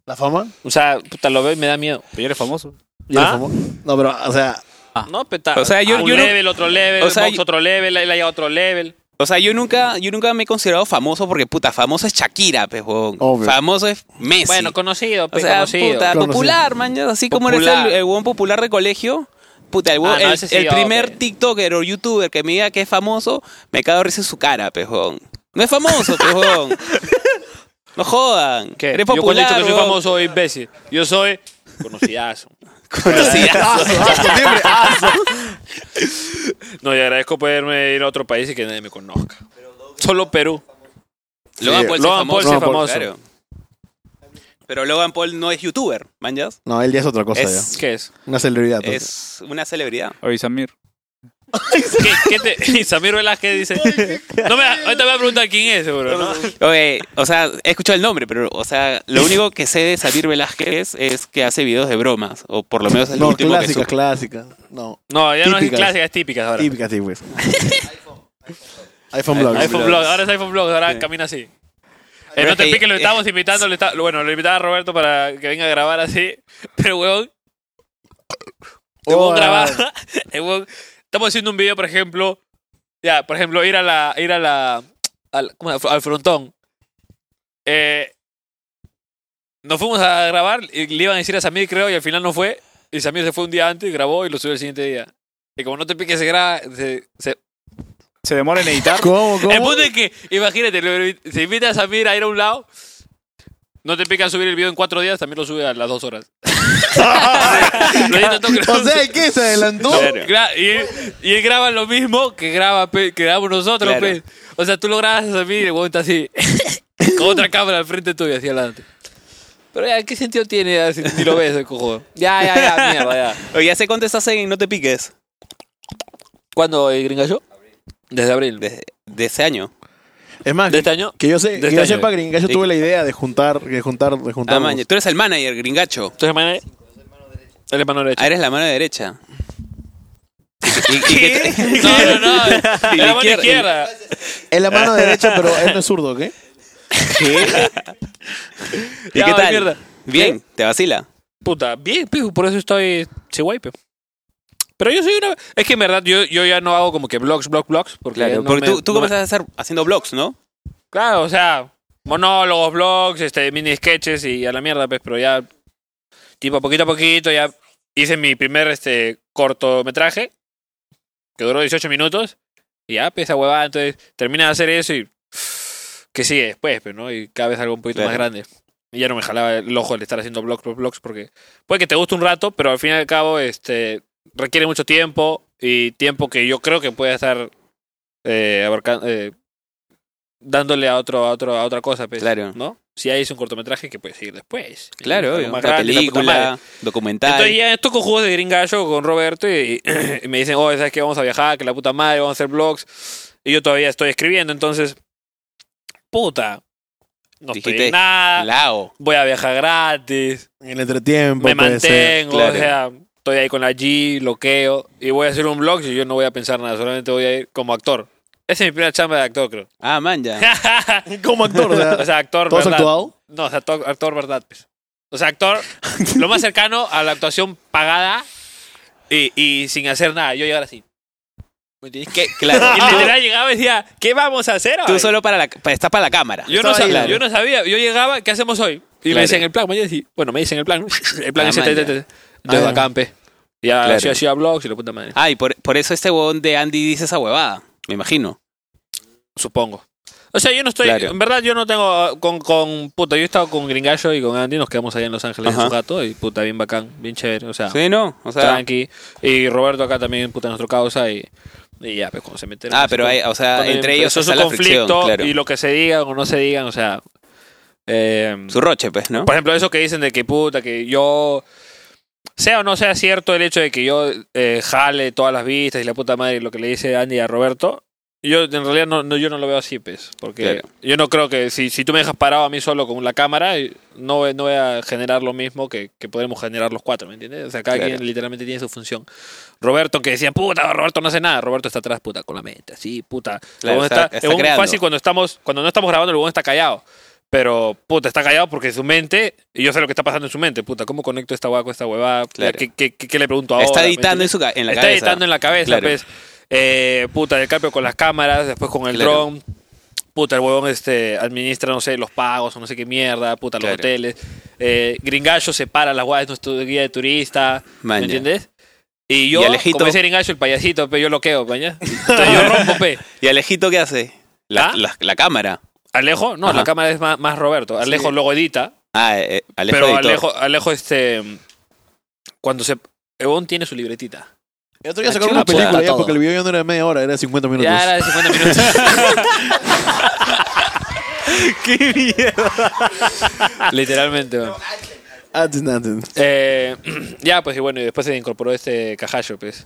Speaker 2: ¿La fama?
Speaker 1: O sea, puta, lo veo y me da miedo.
Speaker 4: Pero ya eres famoso.
Speaker 2: ¿Ya la
Speaker 1: ¿Ah?
Speaker 2: fama? No, pero, o sea,
Speaker 1: No, peta.
Speaker 3: O sea, yo-
Speaker 1: un
Speaker 3: yo no-
Speaker 1: level, otro level,
Speaker 3: O sea,
Speaker 1: Vox
Speaker 3: yo-
Speaker 1: otro level, él haya otro level.
Speaker 3: O sea, yo nunca, yo nunca me he considerado famoso porque, puta, famoso es Shakira, pues, huevón.
Speaker 2: Obvio.
Speaker 3: Famoso es Messi.
Speaker 1: Bueno, conocido,
Speaker 3: o
Speaker 1: pe,
Speaker 3: sea,
Speaker 1: conocido.
Speaker 3: puta,
Speaker 2: Conocido.
Speaker 3: popular, man. ya, Así como eres
Speaker 1: Popular.
Speaker 3: el, el huevón popular de colegio. Puta, el, huevón-
Speaker 1: Ah, no,
Speaker 3: el,
Speaker 1: ese sí,
Speaker 3: el
Speaker 1: yo,
Speaker 3: primer
Speaker 1: pe.
Speaker 3: TikToker o YouTuber que me diga que es famoso, me cago de risa en su cara, pejón. No es famoso, pejón. No jodan.
Speaker 1: ¿Qué? yo
Speaker 3: Eres
Speaker 1: cuando he
Speaker 3: popular,
Speaker 1: dicho que soy
Speaker 3: huevón.
Speaker 1: famoso soy imbécil. Yo soy conocidazo.
Speaker 3: Conocidazo.
Speaker 1: No, y agradezco poderme ir a otro país y que nadie me conozca. Solo Perú.
Speaker 3: Logan Paul sí es
Speaker 1: Logan Paul sí es
Speaker 3: famoso.
Speaker 1: famoso.
Speaker 3: claro. Pero Logan Paul no es YouTuber, man. ya.
Speaker 2: no, él ya es otra cosa,
Speaker 3: Es-
Speaker 2: ya.
Speaker 1: ¿Qué es?
Speaker 2: Una celebridad. pues.
Speaker 3: Es una celebridad.
Speaker 4: Oye, Samir.
Speaker 1: ¿Qué, qué te, y Samir Velázquez dice. No me, ahorita me va a preguntar quién es, seguro. ¿no?
Speaker 3: Oye, o sea, he escuchado el nombre, pero, o sea, lo único que sé de Samir Velázquez es que hace videos de bromas, o por lo menos el
Speaker 2: No,
Speaker 3: último que
Speaker 2: clásica,
Speaker 3: supe.
Speaker 2: clásica. No,
Speaker 1: No, ya no es
Speaker 2: Típicas.
Speaker 1: clásica, es típica ahora.
Speaker 2: típica, sí, pues. iPhone Blog.
Speaker 1: iPhone Blog, ahora es iPhone Blog, ahora camina así. Eh,
Speaker 3: Pero
Speaker 1: no
Speaker 3: es
Speaker 1: te
Speaker 3: que-
Speaker 1: piques, lo estábamos invitando, lo está- bueno, lo invitaba a Roberto para que venga a grabar así, pero weón, el weón grababa, el weón- estamos haciendo un video, por ejemplo, ya, por ejemplo, ir a la, ir a la, al, ¿cómo se llama? al frontón. Eh, nos fuimos a grabar y le iban a decir a Samir, creo, y al final no fue, y Samir se fue un día antes y grabó y lo subió el siguiente día. Y como no te piques, se graba, se- se,
Speaker 4: Se demora en editar.
Speaker 2: ¿Cómo, cómo?
Speaker 1: el punto es que, imagínate, lo- si invitas a Samir a ir a un lado, no te pican subir el video en cuatro días, también lo sube a las dos horas. Lo edita todo, creo.
Speaker 2: O sea, ¿qué? ¿Se adelantó?
Speaker 1: Gra- y, él, y él graba lo mismo que graba pe- que grabamos nosotros.
Speaker 3: Claro.
Speaker 1: pe. O sea, tú lo grabas a Samir y el huevón está así, con otra cámara al frente tuyo, así adelante. Pero ya, ¿qué sentido tiene ya, si ni lo ves, el cojón? Ya,
Speaker 3: Ah,
Speaker 1: ya, ya, mierda, ya.
Speaker 3: Oye, ¿hace cuánto estás en No Te Piques?
Speaker 1: ¿Cuándo el gringa yo? Desde abril.
Speaker 3: De, de ese año.
Speaker 2: Es más,
Speaker 1: ¿De este año?
Speaker 2: que yo, sé,
Speaker 1: De
Speaker 2: que
Speaker 1: este
Speaker 2: yo
Speaker 1: año.
Speaker 2: sepa, Gringa, yo
Speaker 1: Sí.
Speaker 2: tuve la idea de juntar, de juntar, de
Speaker 3: Ah,
Speaker 2: juntar.
Speaker 3: maña, tú eres el manager, gringacho.
Speaker 1: ¿Tú eres mano derecha? Él es mano derecha.
Speaker 3: Ah, eres la mano derecha. Y- y- y que-
Speaker 1: No, no, no.
Speaker 3: Y
Speaker 1: Era
Speaker 3: la
Speaker 1: mano
Speaker 3: izquierda.
Speaker 1: izquierda.
Speaker 2: es la mano derecha, pero él no es zurdo, ¿qué?
Speaker 3: ¿Y
Speaker 1: Ya,
Speaker 3: qué
Speaker 1: de
Speaker 3: tal?
Speaker 1: mierda.
Speaker 3: Bien, te vacila.
Speaker 1: Puta, bien, pijo, por eso estoy chihuahua. Pero yo soy una... Es que en verdad yo, yo ya no hago como que blogs, blogs, blogs. Porque, ya no
Speaker 3: Porque
Speaker 1: me-
Speaker 3: tú, tú
Speaker 1: no me-
Speaker 3: comenzaste a hacer haciendo blogs, ¿no?
Speaker 1: Claro, o sea, monólogos, blogs, este, mini sketches y a la mierda, pues, pero ya... Tipo, poquito a poquito ya hice mi primer este cortometraje que duró 18 minutos. Y ya, pues, esa huevada, entonces terminé de hacer eso y... Que sigue después, pero, ¿no? Y cada vez algo un poquito
Speaker 3: Claro.
Speaker 1: más grande. Y ya no me jalaba el ojo el estar haciendo blogs, blogs, blogs, porque puede que te guste un rato, pero al fin y al cabo este, requiere mucho tiempo y tiempo que yo creo que puede estar eh, abarca- eh, dándole a otro, a otro, a otra cosa, pues,
Speaker 3: Claro.
Speaker 1: ¿no? Si hay un cortometraje que puede seguir después.
Speaker 3: Claro,
Speaker 1: Algo
Speaker 3: obvio.
Speaker 1: más
Speaker 3: Una
Speaker 1: grande, la puta madre.
Speaker 3: película, documental.
Speaker 1: Entonces ya toco juegos de gringallo con Roberto y, y me dicen, oh, ¿sabes que Vamos a viajar, que la puta madre, vamos a hacer vlogs. Y yo todavía estoy escribiendo, entonces, puta, no estoy
Speaker 3: Dijiste,
Speaker 1: en nada,
Speaker 3: Lao.
Speaker 1: voy a viajar gratis,
Speaker 2: En el entretiempo.
Speaker 1: me
Speaker 2: puede ser.
Speaker 1: mantengo,
Speaker 3: claro.
Speaker 1: o sea, estoy ahí con la G, loqueo, y voy a hacer un vlog y yo no voy a pensar nada, solamente voy a ir como actor. Esa es mi primera chamba de actor, creo.
Speaker 3: Ah, man, ya.
Speaker 2: Como actor, o sea,
Speaker 1: o sea, actor,
Speaker 2: ¿Todo has
Speaker 1: ¿verdad?
Speaker 2: actuado?
Speaker 1: No, o sea, actor, actor verdad. pues. O sea, actor, lo más cercano a la actuación pagada y, y sin hacer nada. Yo llegar así. ¿Me entiendes? Que-
Speaker 3: Claro.
Speaker 1: Y literal llegaba y decía, ¿qué vamos a hacer
Speaker 3: Tú
Speaker 1: hoy?
Speaker 3: solo para la, para- estás para la cámara.
Speaker 1: yo, no
Speaker 3: Estaba ahí,
Speaker 1: sabía,
Speaker 3: claro.
Speaker 1: yo no sabía, yo llegaba, ¿qué hacemos hoy? Y
Speaker 3: Claro.
Speaker 1: me decían el plan, mañana sí. Bueno, me dicen el plan, el plan
Speaker 3: Ah,
Speaker 1: es este,
Speaker 3: man,
Speaker 1: este,
Speaker 3: ya.
Speaker 1: este. Entonces
Speaker 2: Ah, ya.
Speaker 1: acampe. Ya
Speaker 3: Claro.
Speaker 1: hacía, hacía blogs y la puta madre.
Speaker 3: Ah, y por, por eso este huevón de Andy dice esa huevada, me imagino.
Speaker 1: Supongo. O sea, yo no estoy.
Speaker 3: Claro.
Speaker 1: En verdad, yo no tengo. ah, Con, con. Puta, yo he estado con Gringallo y con Andy. Nos quedamos allá en Los Ángeles
Speaker 3: Ajá.
Speaker 1: en su gato. Y puta, bien bacán, bien chévere. O sea,
Speaker 3: Sí, ¿no? O sea,
Speaker 1: Ah. tranqui. Y Roberto acá también, puta, nuestro causa. Y, y ya, pues cuando se metieron.
Speaker 3: Ah, pero hay, o sea,
Speaker 1: Cuando
Speaker 3: entre ellos
Speaker 1: empezó
Speaker 3: está
Speaker 1: su
Speaker 3: la fricción,
Speaker 1: conflicto.
Speaker 3: claro.
Speaker 1: Y lo que se digan o no se digan, o sea. eh,
Speaker 3: Su roche, pues, ¿no?
Speaker 1: por ejemplo, eso que dicen de que puta, que yo. Sea o no sea cierto el hecho de que yo eh, jale todas las vistas y la puta madre lo que le dice Andy a Roberto. Yo en realidad no, no- yo no lo veo así, pues. Porque
Speaker 3: Claro.
Speaker 1: yo no creo que si, si tú me dejas parado a mí solo con la cámara, eh, no, voy- no voy a generar lo mismo que, que podemos generar los cuatro, ¿me entiendes? O sea, cada
Speaker 3: Claro.
Speaker 1: quien literalmente tiene su función. Roberto, que decía, puta, Roberto no hace nada. Roberto está atrás, puta, con la mente, así, puta.
Speaker 3: Claro,
Speaker 1: El huevón
Speaker 3: está-
Speaker 1: está-
Speaker 3: está
Speaker 1: el huevón
Speaker 3: creando.
Speaker 1: fácil cuando, estamos, cuando no estamos grabando, el huevón está callado. Pero, puta, está callado porque su mente, y yo sé lo que está pasando en su mente, puta, ¿cómo conecto esta hueá con esta huevada?
Speaker 3: Claro.
Speaker 1: ¿Qué, qué, qué- qué le pregunto ahora?
Speaker 3: está
Speaker 1: ¿Me
Speaker 3: editando
Speaker 1: entiendes?
Speaker 3: en, su ca- en la
Speaker 1: Está
Speaker 3: cabeza.
Speaker 1: editando en la cabeza,
Speaker 3: Claro.
Speaker 1: pues. Eh, puta, el cambio con las cámaras, después con el
Speaker 3: Claro.
Speaker 1: dron. Puta, el huevón este, administra, no sé, los pagos o no sé qué mierda, puta, los
Speaker 3: Claro.
Speaker 1: hoteles. Eh, Gringallo separa las huevas, nuestro guía de turista,
Speaker 3: Maña.
Speaker 1: ¿me entiendes? Y yo,
Speaker 3: Alejito?
Speaker 1: como ese Gringallo, el payasito, pe, yo loqueo, mañana. Entonces yo rompo, pues. pe.
Speaker 3: ¿Y Alejito qué hace? La,
Speaker 1: ¿Ah?
Speaker 3: la- la cámara.
Speaker 1: Alejo, no,
Speaker 3: Ajá.
Speaker 1: la cámara es más, más Roberto. Alejo luego edita,
Speaker 3: Ah, eh, eh, Alejo
Speaker 1: pero
Speaker 3: editor.
Speaker 1: Alejo, Alejo, este. Cuando se. Evon tiene su libretita.
Speaker 2: El otro día
Speaker 3: Ah,
Speaker 2: sacaron una
Speaker 3: chuta,
Speaker 2: película ya,
Speaker 3: todo.
Speaker 2: porque el video ya no era de media hora, era de 50 minutos.
Speaker 1: Ya era de 50 minutos.
Speaker 3: ¡Qué mierda!
Speaker 2: pues.
Speaker 1: Literalmente, man.
Speaker 2: Ah, Antes, antes.
Speaker 1: Eh, ya, pues y bueno, y después se incorporó este Cajallo, pues.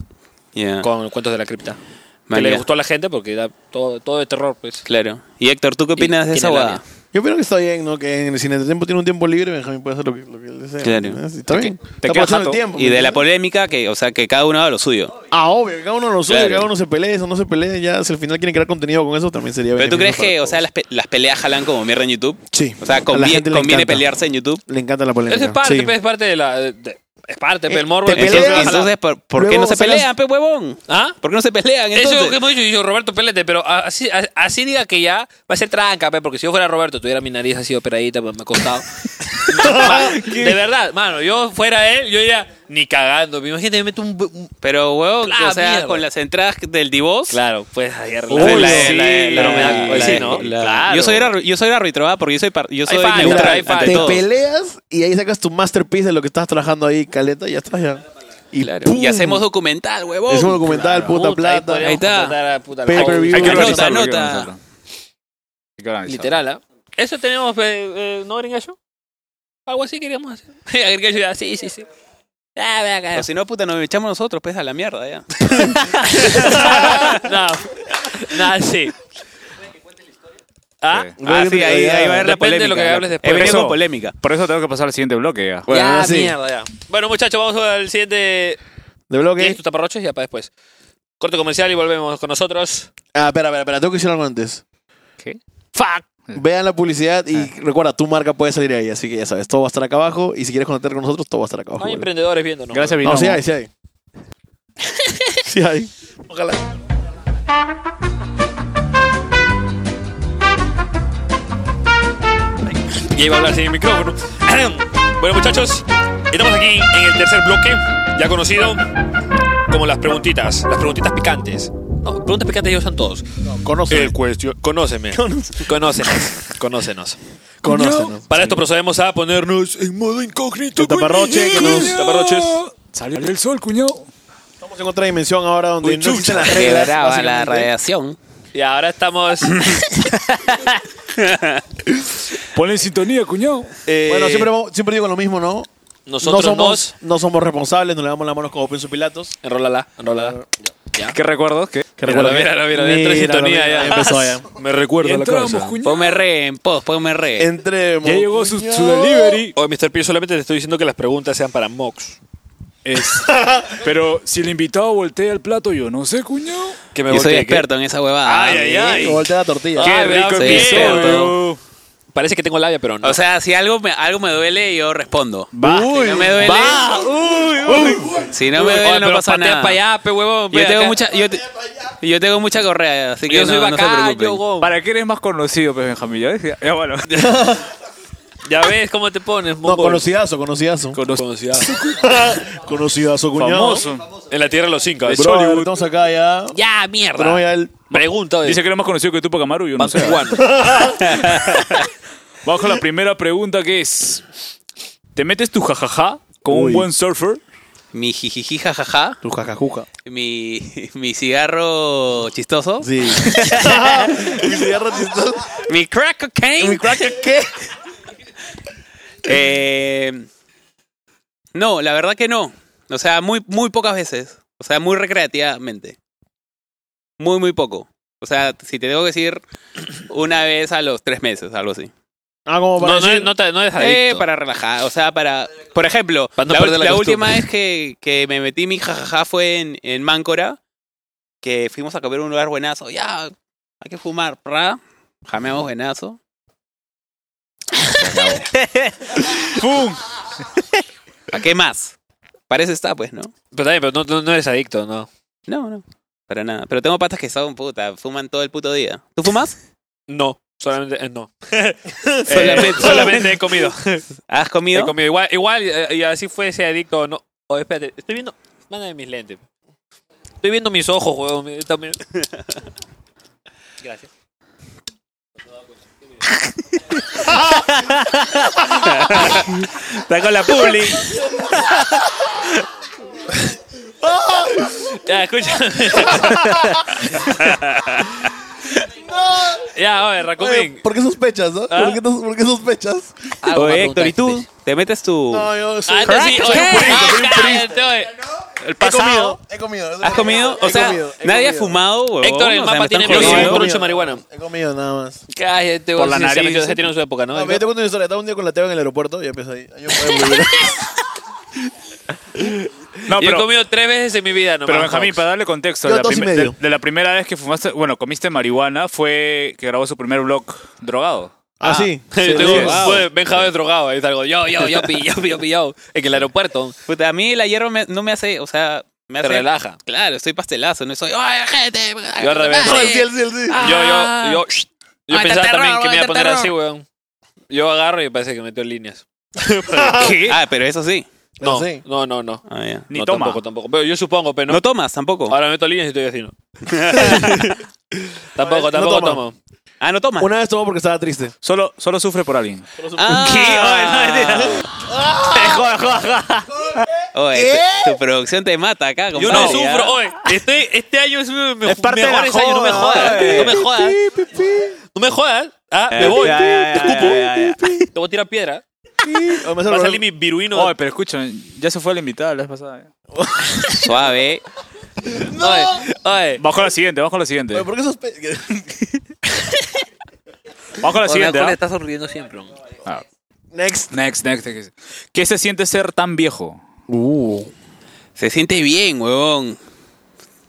Speaker 3: Ya.
Speaker 1: con Cuentos de la Cripta. Que
Speaker 3: Man,
Speaker 1: le
Speaker 3: Ah. ya.
Speaker 1: gustó a la gente porque da todo, todo de terror, pues.
Speaker 3: Claro. Y Héctor, ¿tú qué opinas de
Speaker 1: quién
Speaker 3: esa
Speaker 1: es la
Speaker 3: guada?
Speaker 1: mía?
Speaker 2: Yo creo que está bien, ¿no? Que en el cine de tiempo tiene un tiempo libre, Benjamín puede hacer lo que, lo que él desea.
Speaker 3: Claro.
Speaker 2: ¿no? Sí, Está bien.
Speaker 4: te
Speaker 2: está
Speaker 4: queda
Speaker 2: aprovechando
Speaker 4: jato.
Speaker 2: el tiempo.
Speaker 3: Y de la polémica, que, o sea, que cada uno haga lo suyo.
Speaker 2: Ah, obvio, que cada uno lo suyo,
Speaker 3: Claro.
Speaker 2: que cada uno se pelee, eso no se pelee, ya si al final quieren crear contenido con eso también sería
Speaker 3: Pero tú crees
Speaker 2: beneficioso
Speaker 3: que,
Speaker 2: para
Speaker 3: o sea, las, pe- las peleas jalan como mierda en YouTube?
Speaker 2: Sí.
Speaker 3: O sea,
Speaker 2: A la
Speaker 3: conviene,
Speaker 2: gente le
Speaker 3: conviene
Speaker 2: encanta.
Speaker 3: pelearse en YouTube.
Speaker 2: Le encanta la polémica.
Speaker 1: Eso es parte,
Speaker 2: Sí. Eh,
Speaker 1: pues, es parte de la. de- es parte, pues, el morbo.
Speaker 2: te
Speaker 1: entonces-
Speaker 2: peleas.
Speaker 1: ojalá-
Speaker 3: Entonces, entonces, ¿por, por qué
Speaker 2: Luego
Speaker 3: no se
Speaker 2: sacas-
Speaker 3: pelean, pe huevón?
Speaker 1: ¿Ah?
Speaker 3: ¿Por qué no se pelean
Speaker 1: Eso es
Speaker 3: entonces?
Speaker 1: lo que hemos dicho yo, Roberto, pélate, pero a- así, a- así diga que ya va a ser tranca, pe, porque si yo fuera Roberto, tuviera mi nariz así operadita, pues me ha costado. de verdad, mano, yo fuera él, yo ya ni cagando. Imagínate, me meto un. bu- un-
Speaker 3: Pero, huevón,
Speaker 1: Ah,
Speaker 3: o sea,
Speaker 1: mierda.
Speaker 3: con las entradas del divorcio.
Speaker 1: claro, pues ayer
Speaker 3: La-
Speaker 2: Uy,
Speaker 3: la-
Speaker 2: sí.
Speaker 3: la- la-
Speaker 1: Pero me da-
Speaker 3: la-
Speaker 1: oye, sí,
Speaker 3: la-
Speaker 1: ¿no?
Speaker 3: la-
Speaker 1: Claro.
Speaker 3: Yo soy el arbitro- yo soy el árbitro, ¿ah? porque yo soy, par- yo soy
Speaker 1: Ahí va, ahí
Speaker 2: Mira,
Speaker 3: neutral
Speaker 1: ahí va.
Speaker 3: ante
Speaker 2: te
Speaker 3: todo.
Speaker 2: peleas y ahí sacas tu masterpiece de lo que estás trabajando ahí, caleta, y ya estás ya. Y,
Speaker 3: Claro.
Speaker 2: ¡pum!
Speaker 3: Y hacemos documental, huevón.
Speaker 2: Es un documental, puta plata.
Speaker 1: Ahí,
Speaker 3: Ahí está.
Speaker 1: podríamos contratar a puta la-
Speaker 2: Pay-per-view.
Speaker 4: Hay que
Speaker 3: Nota,
Speaker 4: organizarlo. hay que
Speaker 3: nota.
Speaker 4: organizarlo. Hay que organizarlo.
Speaker 1: Literal, ¿ah? Eso tenemos, eh, eh, ¿no, Gringallo? Algo así queríamos hacer. Gringallo, ya, sí, sí, sí. Ah, ve acá.
Speaker 3: O si no, puta, nos echamos nosotros, pues, a la mierda, ya.
Speaker 1: no, no, sí. ¿Ah?
Speaker 4: Sí. Ah, sí, ahí, ahí va a haber la
Speaker 1: Depende
Speaker 4: polémica.
Speaker 1: de lo que hables después.
Speaker 4: He venido
Speaker 1: Empezó.
Speaker 4: con polémica. Por eso tengo que pasar al siguiente bloque ya.
Speaker 2: Bueno,
Speaker 1: ya,
Speaker 2: ahora sí.
Speaker 1: mierda, ya. Bueno, muchachos, vamos al siguiente.
Speaker 2: De bloque.
Speaker 1: ¿Tienes tus taparrochos? Ya para después. Corte comercial y volvemos con nosotros.
Speaker 2: Ah, espera, espera, espera, tengo que decir algo antes.
Speaker 4: ¿Qué?
Speaker 1: ¡Fuck!
Speaker 2: Vean la publicidad y recuerda, tu marca puede salir ahí, así que ya sabes, todo va a estar acá abajo y si quieres conectar con nosotros, todo va a estar acá
Speaker 1: No
Speaker 2: abajo.
Speaker 1: hay
Speaker 2: igual.
Speaker 1: emprendedores viéndonos.
Speaker 4: Gracias,
Speaker 2: no,
Speaker 4: Binomo.
Speaker 2: sí hay, sí hay. sí hay.
Speaker 1: Y ahí va a hablar sin el micrófono. bueno, muchachos, estamos aquí en el tercer bloque, ya conocido como las preguntitas, las preguntitas picantes. No, preguntas picantes ellos son todos.
Speaker 2: Conoce.
Speaker 1: El cuestión. Conóceme. Conócenos. Conócenos.
Speaker 2: Conócenos.
Speaker 1: Para esto procedemos a ponernos en modo incógnito.
Speaker 2: El taparroche, que nos-
Speaker 1: Taparroches.
Speaker 4: Salió el sol, cuñado.
Speaker 2: Estamos en otra dimensión ahora donde
Speaker 1: Uy,
Speaker 2: no existen
Speaker 1: chucha.
Speaker 2: las reglas.
Speaker 3: Quebraba la
Speaker 2: básicamente.
Speaker 3: radiación.
Speaker 1: Y ahora estamos.
Speaker 4: Ponle en sintonía, cuñado.
Speaker 1: eh,
Speaker 2: Bueno, siempre, vamos- siempre digo lo mismo, ¿no?
Speaker 1: Nosotros
Speaker 2: no
Speaker 1: nos.
Speaker 2: somos, no somos responsables, nos lavamos las manos como Penso Pilatos.
Speaker 1: Enrólala, enrólala.
Speaker 4: ¿Qué recuerdos? ¿Qué?
Speaker 2: Que
Speaker 1: Míralo,
Speaker 2: recuerda que-
Speaker 1: míralo, míralo, entra en
Speaker 2: Míralo,
Speaker 1: sintonía
Speaker 2: míralo,
Speaker 1: ya.
Speaker 2: Empezó ya.
Speaker 1: ¿eh?
Speaker 4: Me recuerdo la cosa.
Speaker 3: Ponme re en post, ponme re.
Speaker 2: Entremos.
Speaker 4: Ya llegó su, su delivery.
Speaker 1: Oye, Mr. Pío, Oh, solamente te estoy diciendo que las preguntas sean para Mox.
Speaker 4: Es- pero si el invitado voltea el plato, yo no sé, cuñado.
Speaker 1: Que me
Speaker 3: Yo soy
Speaker 1: voltee, que-
Speaker 3: experto en esa huevada.
Speaker 1: Ay, ay, ay.
Speaker 2: O Voltea la tortilla.
Speaker 1: Qué
Speaker 4: Qué
Speaker 1: rico
Speaker 4: rico
Speaker 3: Sí, episodio. cierto.
Speaker 1: Parece que tengo labia, pero no.
Speaker 3: O sea, si algo me, algo me duele, yo respondo. si no me duele, si no me
Speaker 1: Oye,
Speaker 3: duele, no
Speaker 1: pero
Speaker 3: pasa
Speaker 1: patea
Speaker 3: nada.
Speaker 1: pa' allá, pe, huevón,
Speaker 3: Yo
Speaker 1: pe,
Speaker 3: tengo
Speaker 1: acá.
Speaker 3: mucha, yo, te- yo tengo mucha correa, así que
Speaker 1: Yo
Speaker 3: no,
Speaker 1: soy
Speaker 3: no se
Speaker 1: bacán,
Speaker 3: preocupen.
Speaker 1: yo, huevón.
Speaker 4: ¿Para qué eres más conocido, pues, Benjamín? Ya, ves, ya, bueno.
Speaker 1: Ya ves cómo te pones,
Speaker 2: No,
Speaker 1: mongol.
Speaker 2: conocidazo, conocidazo.
Speaker 1: Conocida.
Speaker 2: Conocidazo, cuñado.
Speaker 4: Famoso.
Speaker 1: En la tierra de los cinco. ¿eh?
Speaker 2: Bro, estamos acá ya.
Speaker 1: Ya, mierda.
Speaker 2: Tenemos ya el...
Speaker 1: Pregunta de
Speaker 4: Dice que eres más conocido que tú, Pacamaru, yo no
Speaker 1: Banco
Speaker 4: sé.
Speaker 1: Cubano.
Speaker 4: Bajo la primera pregunta que es: ¿Te metes tu jajaja con
Speaker 2: Uy.
Speaker 4: un buen surfer?
Speaker 3: Mi jijiji jajaja,
Speaker 2: Tu jajajuca.
Speaker 3: mi, mi cigarro chistoso,
Speaker 2: Sí. Mi cigarro chistoso.
Speaker 3: mi crack cocaine.
Speaker 2: Mi crack, ¿qué?
Speaker 3: Eh, no, la verdad que no. O sea, muy, muy pocas veces. O sea, muy recreativamente. Muy, muy poco. O sea, si te tengo que decir una vez a los tres meses, algo así.
Speaker 2: Ah, como para
Speaker 1: No, no,
Speaker 2: decir-
Speaker 1: no, te- no eres
Speaker 3: Eh,
Speaker 1: adicto.
Speaker 3: para relajar. O sea, para. Por ejemplo,
Speaker 1: Para no
Speaker 3: la,
Speaker 1: perder
Speaker 3: ul-
Speaker 1: la
Speaker 3: la
Speaker 1: costumbre.
Speaker 3: última vez que, que me metí mi jajaja fue en, en Máncora. Que fuimos a comer a un lugar buenazo. Ya, hay que fumar, pra. Jameamos buenazo.
Speaker 4: ¡Pum!
Speaker 3: ¿Para qué más? Parece está, pues, ¿no?
Speaker 1: Pero también, pero no, no, no eres adicto, ¿no?
Speaker 3: No, no. Para nada. Pero tengo patas que son puta, fuman todo el puto día. ¿Tú fumas?
Speaker 1: No. Solamente, eh, no.
Speaker 3: Solamente-
Speaker 1: Eh, solamente he comido.
Speaker 3: ¿Has
Speaker 1: He
Speaker 3: comido?
Speaker 1: comido. Igual, igual eh, y así fuese adicto, no. Oye, espérate. Estoy viendo. Mándame mis lentes. Estoy viendo mis ojos, huevón. mira, también. Gracias.
Speaker 3: Está con la publi.
Speaker 1: Ya, escúchame. ya, oye,
Speaker 2: Oye,
Speaker 1: Racumín.
Speaker 2: ¿Por qué sospechas, no? ¿Por, qué, tos- por qué sospechas?
Speaker 1: este.
Speaker 3: Oye, Héctor, ¿y tú? ¿Te metes tu...?
Speaker 2: No, yo soy...
Speaker 1: Ah, entonces sí,
Speaker 3: Crack,
Speaker 1: oye,
Speaker 3: ¿qué?
Speaker 1: ah, cállate, oye.
Speaker 3: el pasado.
Speaker 2: He comido.
Speaker 3: ¿Has comido? O sea, nadie ha fumado, huevón.
Speaker 1: Héctor, el
Speaker 3: O sea,
Speaker 1: mapa
Speaker 3: me están
Speaker 1: tiene menos de
Speaker 3: jodiendo.
Speaker 1: un troncho de marihuana.
Speaker 2: He comido nada más. Ah,
Speaker 1: Cállate,
Speaker 4: Por
Speaker 1: güey,
Speaker 4: la
Speaker 1: sí, se
Speaker 4: nariz.
Speaker 1: metió- Se este tiene en su época, ¿no?
Speaker 2: No, pero yo te cuento una historia. Estaba un día con la Teo en el aeropuerto y empezó ahí. Yo puedo volver.
Speaker 4: No,
Speaker 1: Yo he
Speaker 4: pero,
Speaker 1: comido tres veces en mi vida, nomás.
Speaker 4: pero Benjamín, para darle contexto,
Speaker 2: Yo
Speaker 4: de la,
Speaker 2: dos y
Speaker 4: prim-
Speaker 2: medio.
Speaker 4: de, de la primera vez que fumaste, bueno, comiste marihuana fue que grabó su primer vlog drogado.
Speaker 2: Ah, sí.
Speaker 1: Yo tengo
Speaker 4: Sí,
Speaker 1: un
Speaker 4: wow.
Speaker 1: fue Benjamín es drogado. Ahí salgo, yo, yo, yo, pillo, pillo, pillo. En el aeropuerto.
Speaker 3: Puta, a mí la hierba me- no me hace, o sea, me
Speaker 1: Te
Speaker 3: hace...
Speaker 1: relaja.
Speaker 3: Claro, estoy pastelazo, no soy... ¡Ay, gente!
Speaker 1: Yo al revés.
Speaker 2: No, el Ah, sí, el sí, el sí.
Speaker 1: Yo,
Speaker 3: Ah.
Speaker 1: yo, yo, shh. yo
Speaker 3: Ay,
Speaker 1: pensaba
Speaker 3: te aterró,
Speaker 1: también que me iba a
Speaker 3: te
Speaker 1: poner
Speaker 3: aterró.
Speaker 1: así, weón. Yo agarro y parece que metió líneas.
Speaker 4: ¿Qué?
Speaker 3: Ah, pero eso sí.
Speaker 1: No,
Speaker 2: No sé.
Speaker 1: no, no, no.
Speaker 3: Ah, ya.
Speaker 4: Ni
Speaker 1: No,
Speaker 4: toma.
Speaker 1: Tampoco, tampoco. Pero yo supongo, pero
Speaker 3: ¿No?
Speaker 1: no. Ah.
Speaker 3: tomas tampoco?
Speaker 1: Ahora meto líneas y estoy así, no. tampoco,
Speaker 2: No
Speaker 1: tampoco
Speaker 2: toma.
Speaker 1: tomo.
Speaker 3: Ah, ¿no tomas?
Speaker 2: Una vez tomó porque estaba triste.
Speaker 4: Solo, solo sufre por alguien.
Speaker 3: Eh, Ah.
Speaker 4: Joder, joder, joder.
Speaker 3: Oye, tu, tu producción te mata acá,
Speaker 1: Yo
Speaker 3: compadre.
Speaker 1: no
Speaker 3: ¿ah?
Speaker 1: sufro, oye. Este, este año es uno de mis
Speaker 4: Es parte de la
Speaker 1: mejores años. No me
Speaker 4: joda,
Speaker 1: jodas,
Speaker 4: oye.
Speaker 1: no me jodas. No me jodas. Ah,
Speaker 3: Eh,
Speaker 1: me voy.
Speaker 3: ya, ya, ya,
Speaker 1: Te escupo.
Speaker 3: ya, ya,
Speaker 1: Te voy a tirar piedra.
Speaker 2: O me
Speaker 1: Va a
Speaker 2: saludó.
Speaker 1: salir mi viruino.
Speaker 4: Oye, pero escuchen, ya se fue la invitada la vez pasada. ¿eh?
Speaker 3: Suave.
Speaker 1: Oye, oye.
Speaker 4: Vamos con la siguiente, vamos con la siguiente.
Speaker 2: Oye, ¿Por qué sospe-
Speaker 4: Vamos con la siguiente. ¿ah?
Speaker 6: estás sonriendo siempre.
Speaker 4: Ah,
Speaker 2: Next.
Speaker 4: Next, next, next. ¿Qué se siente ser tan viejo?
Speaker 2: Uh.
Speaker 3: Se siente bien, huevón.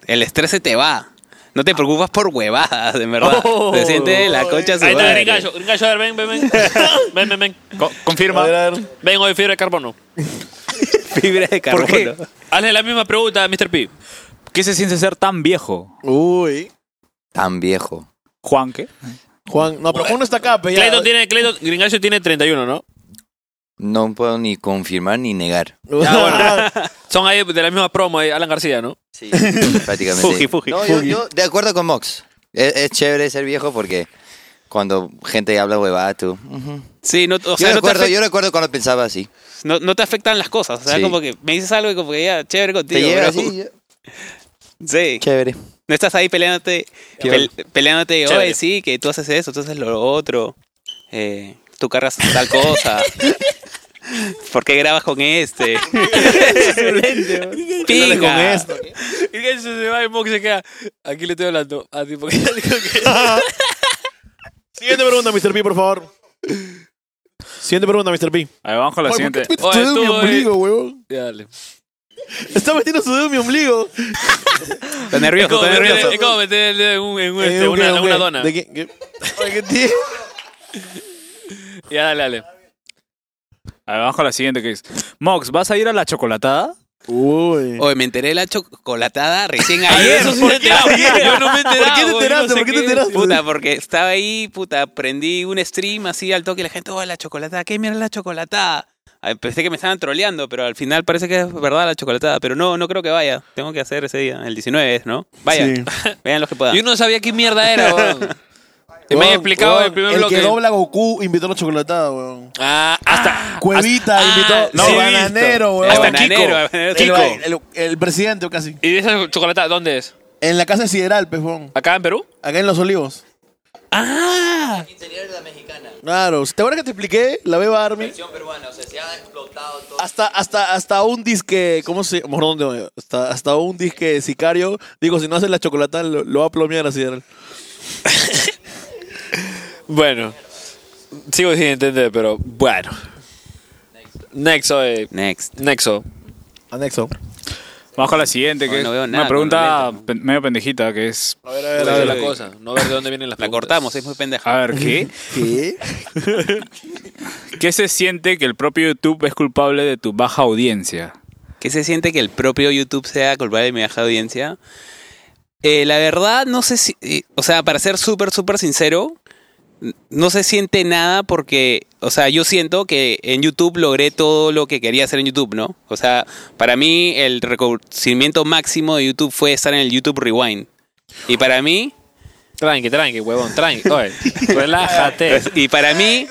Speaker 3: El estrés se te va. No te preocupas por huevadas, en verdad.
Speaker 4: Oh.
Speaker 3: se siente la concha su
Speaker 1: Ahí está,
Speaker 3: madre.
Speaker 1: gringallo. Gringallo, a ver, ven, ven, ven. Ven, ven, ven.
Speaker 4: Co-
Speaker 2: A ver,
Speaker 4: confirma.
Speaker 2: a ver.
Speaker 1: Ven, hoy fibra de carbono.
Speaker 3: Fibra de carbono.
Speaker 4: qué?
Speaker 1: Hazle la misma pregunta a Mr. P.
Speaker 4: ¿Qué se siente ser tan viejo?
Speaker 2: Uy.
Speaker 6: Tan viejo.
Speaker 4: Juan, ¿qué?
Speaker 2: Juan. No, pero Juan no está acá, pe, ya.
Speaker 1: Clayton tiene, Clayton, Gringallo tiene 31, ¿no?
Speaker 6: No puedo ni confirmar ni negar.
Speaker 1: Son ahí de la misma promo, ahí, Alan García, ¿no?
Speaker 6: Sí, prácticamente.
Speaker 3: Fuji, fuji,
Speaker 6: No, yo, yo de acuerdo con Mox. Es, es chévere ser viejo porque cuando gente habla huevada, tú. ujú.
Speaker 3: Sí, no, o
Speaker 6: yo,
Speaker 3: sea, no te,
Speaker 6: recuerdo,
Speaker 3: afect-
Speaker 6: yo recuerdo cuando pensaba así.
Speaker 3: no- no te afectan las cosas. O sea,
Speaker 6: Sí.
Speaker 3: como que me dices algo y como que ya, chévere
Speaker 6: Te
Speaker 3: contigo.
Speaker 6: llega
Speaker 3: bro.
Speaker 6: así, ya,
Speaker 3: Sí.
Speaker 6: chévere.
Speaker 3: No estás ahí peleándote, pel- peleándote,
Speaker 1: Chévere.
Speaker 3: oye, sí, que tú haces eso, tú haces lo otro, eh, tú cargas tal cosa. ¿Por qué grabas con este?
Speaker 2: Dale
Speaker 3: Pinga.
Speaker 2: con esto.
Speaker 1: Gringallo se va y Mox se queda. Aquí le estoy hablando. Ah, A ti, porque
Speaker 2: Siguiente pregunta, Mr. P, por favor. Siguiente pregunta, Mr. P.
Speaker 4: A ver, vamos con la
Speaker 2: Oye, ¿por
Speaker 4: siguiente.
Speaker 2: qué metes tu
Speaker 1: Oye,
Speaker 2: dedo en mi
Speaker 1: tú, eh.
Speaker 2: ombligo, huevón?
Speaker 1: Ya, dale.
Speaker 2: Está metiendo su dedo en mi ombligo.
Speaker 3: Está
Speaker 1: Es
Speaker 3: nervioso,
Speaker 1: como
Speaker 3: está
Speaker 1: meter-
Speaker 3: nervioso.
Speaker 1: es como meter el dedo en, un- en un,
Speaker 2: Eh,
Speaker 1: este,
Speaker 2: ok,
Speaker 1: una,
Speaker 2: ok.
Speaker 1: una dona.
Speaker 2: ¿De qué? qué? Oye, ¿qué tiene?
Speaker 1: Ya, dale, dale.
Speaker 4: A ver, vamos con la siguiente que es. Mox, ¿vas a ir a la chocolatada?
Speaker 2: Uy.
Speaker 3: Oye, me enteré de la chocolatada recién
Speaker 2: Ah,
Speaker 1: Ayer,
Speaker 3: ayer.
Speaker 1: eso sí me he enterado. Yo no me he enterado.
Speaker 2: ¿Por qué te
Speaker 1: güey,
Speaker 2: enteraste?
Speaker 1: no sé
Speaker 2: ¿Por qué te
Speaker 1: es.
Speaker 2: enteraste?
Speaker 3: Puta, porque estaba ahí, puta, prendí un stream así al toque y la gente, oh, la chocolatada, ¿qué mierda es la chocolatada? Ah, Pensé que me estaban troleando, pero al final parece que es verdad la chocolatada. Pero no, no creo que vaya. Tengo que hacer ese día, el 19 es, ¿no? Vaya,
Speaker 2: Sí.
Speaker 3: vean los que
Speaker 2: Ah.
Speaker 3: puedan.
Speaker 1: Yo no sabía qué mierda era, weón. Y me
Speaker 2: Huevón,
Speaker 1: han explicado
Speaker 2: huevón,
Speaker 1: el primer
Speaker 2: El
Speaker 1: bloque.
Speaker 2: que dobla a Goku invitó a la chocolatada, weón.
Speaker 1: Ah, hasta.
Speaker 2: Cuevita invitó.
Speaker 1: no,
Speaker 2: No,
Speaker 1: sí,
Speaker 2: bananero,
Speaker 1: listo.
Speaker 2: weón.
Speaker 1: Hasta
Speaker 3: Hasta
Speaker 1: Kiko.
Speaker 3: enero, enero,
Speaker 2: El,
Speaker 3: Kiko.
Speaker 2: el- el presidente, o casi.
Speaker 1: ¿Y esa chocolatada dónde es?
Speaker 2: En la casa de Sideral, pues, weón.
Speaker 1: ¿Acá en Perú?
Speaker 2: Acá en Los Olivos.
Speaker 3: Ah,
Speaker 2: Claro. ¿Te acuerdas que te expliqué? La Beba Army. Hasta, hasta, hasta un disque, ¿cómo se llama? Mejor no te- Hasta, hasta un disque sicario. Digo, si no haces la chocolatada, lo, lo va a plomear a Sideral.
Speaker 1: Bueno, sigo sin entender, pero bueno. Nexo, eh,
Speaker 3: next.
Speaker 1: Nexo.
Speaker 2: Anexo.
Speaker 4: Vamos con la siguiente que
Speaker 3: Ay,
Speaker 4: es.
Speaker 3: no veo nada
Speaker 4: una
Speaker 3: con
Speaker 4: pregunta
Speaker 3: los lentes.
Speaker 4: pen- medio pendejita que es.
Speaker 2: A ver, a
Speaker 1: Esa
Speaker 2: ver, a
Speaker 1: es
Speaker 2: ver. eh.
Speaker 1: la cosa, no ver de dónde vienen las
Speaker 3: La
Speaker 1: preguntas.
Speaker 3: cortamos, es muy pendeja.
Speaker 4: A ver, ¿qué?
Speaker 2: ¿Qué?
Speaker 4: ¿Qué se siente que el propio YouTube es culpable de tu baja audiencia?
Speaker 3: ¿Qué se siente que el propio YouTube sea culpable de mi baja audiencia? Eh, la verdad, no sé si. eh, O sea, para ser súper, súper sincero, n- no se siente nada porque. O sea, yo siento que en YouTube logré todo lo que quería hacer en YouTube, ¿no? O sea, para mí el reconocimiento máximo de YouTube fue estar en el YouTube Rewind. Y para mí.
Speaker 1: Tranqui, tranqui, huevón, tranqui. Oye, relájate.
Speaker 3: Y para mí.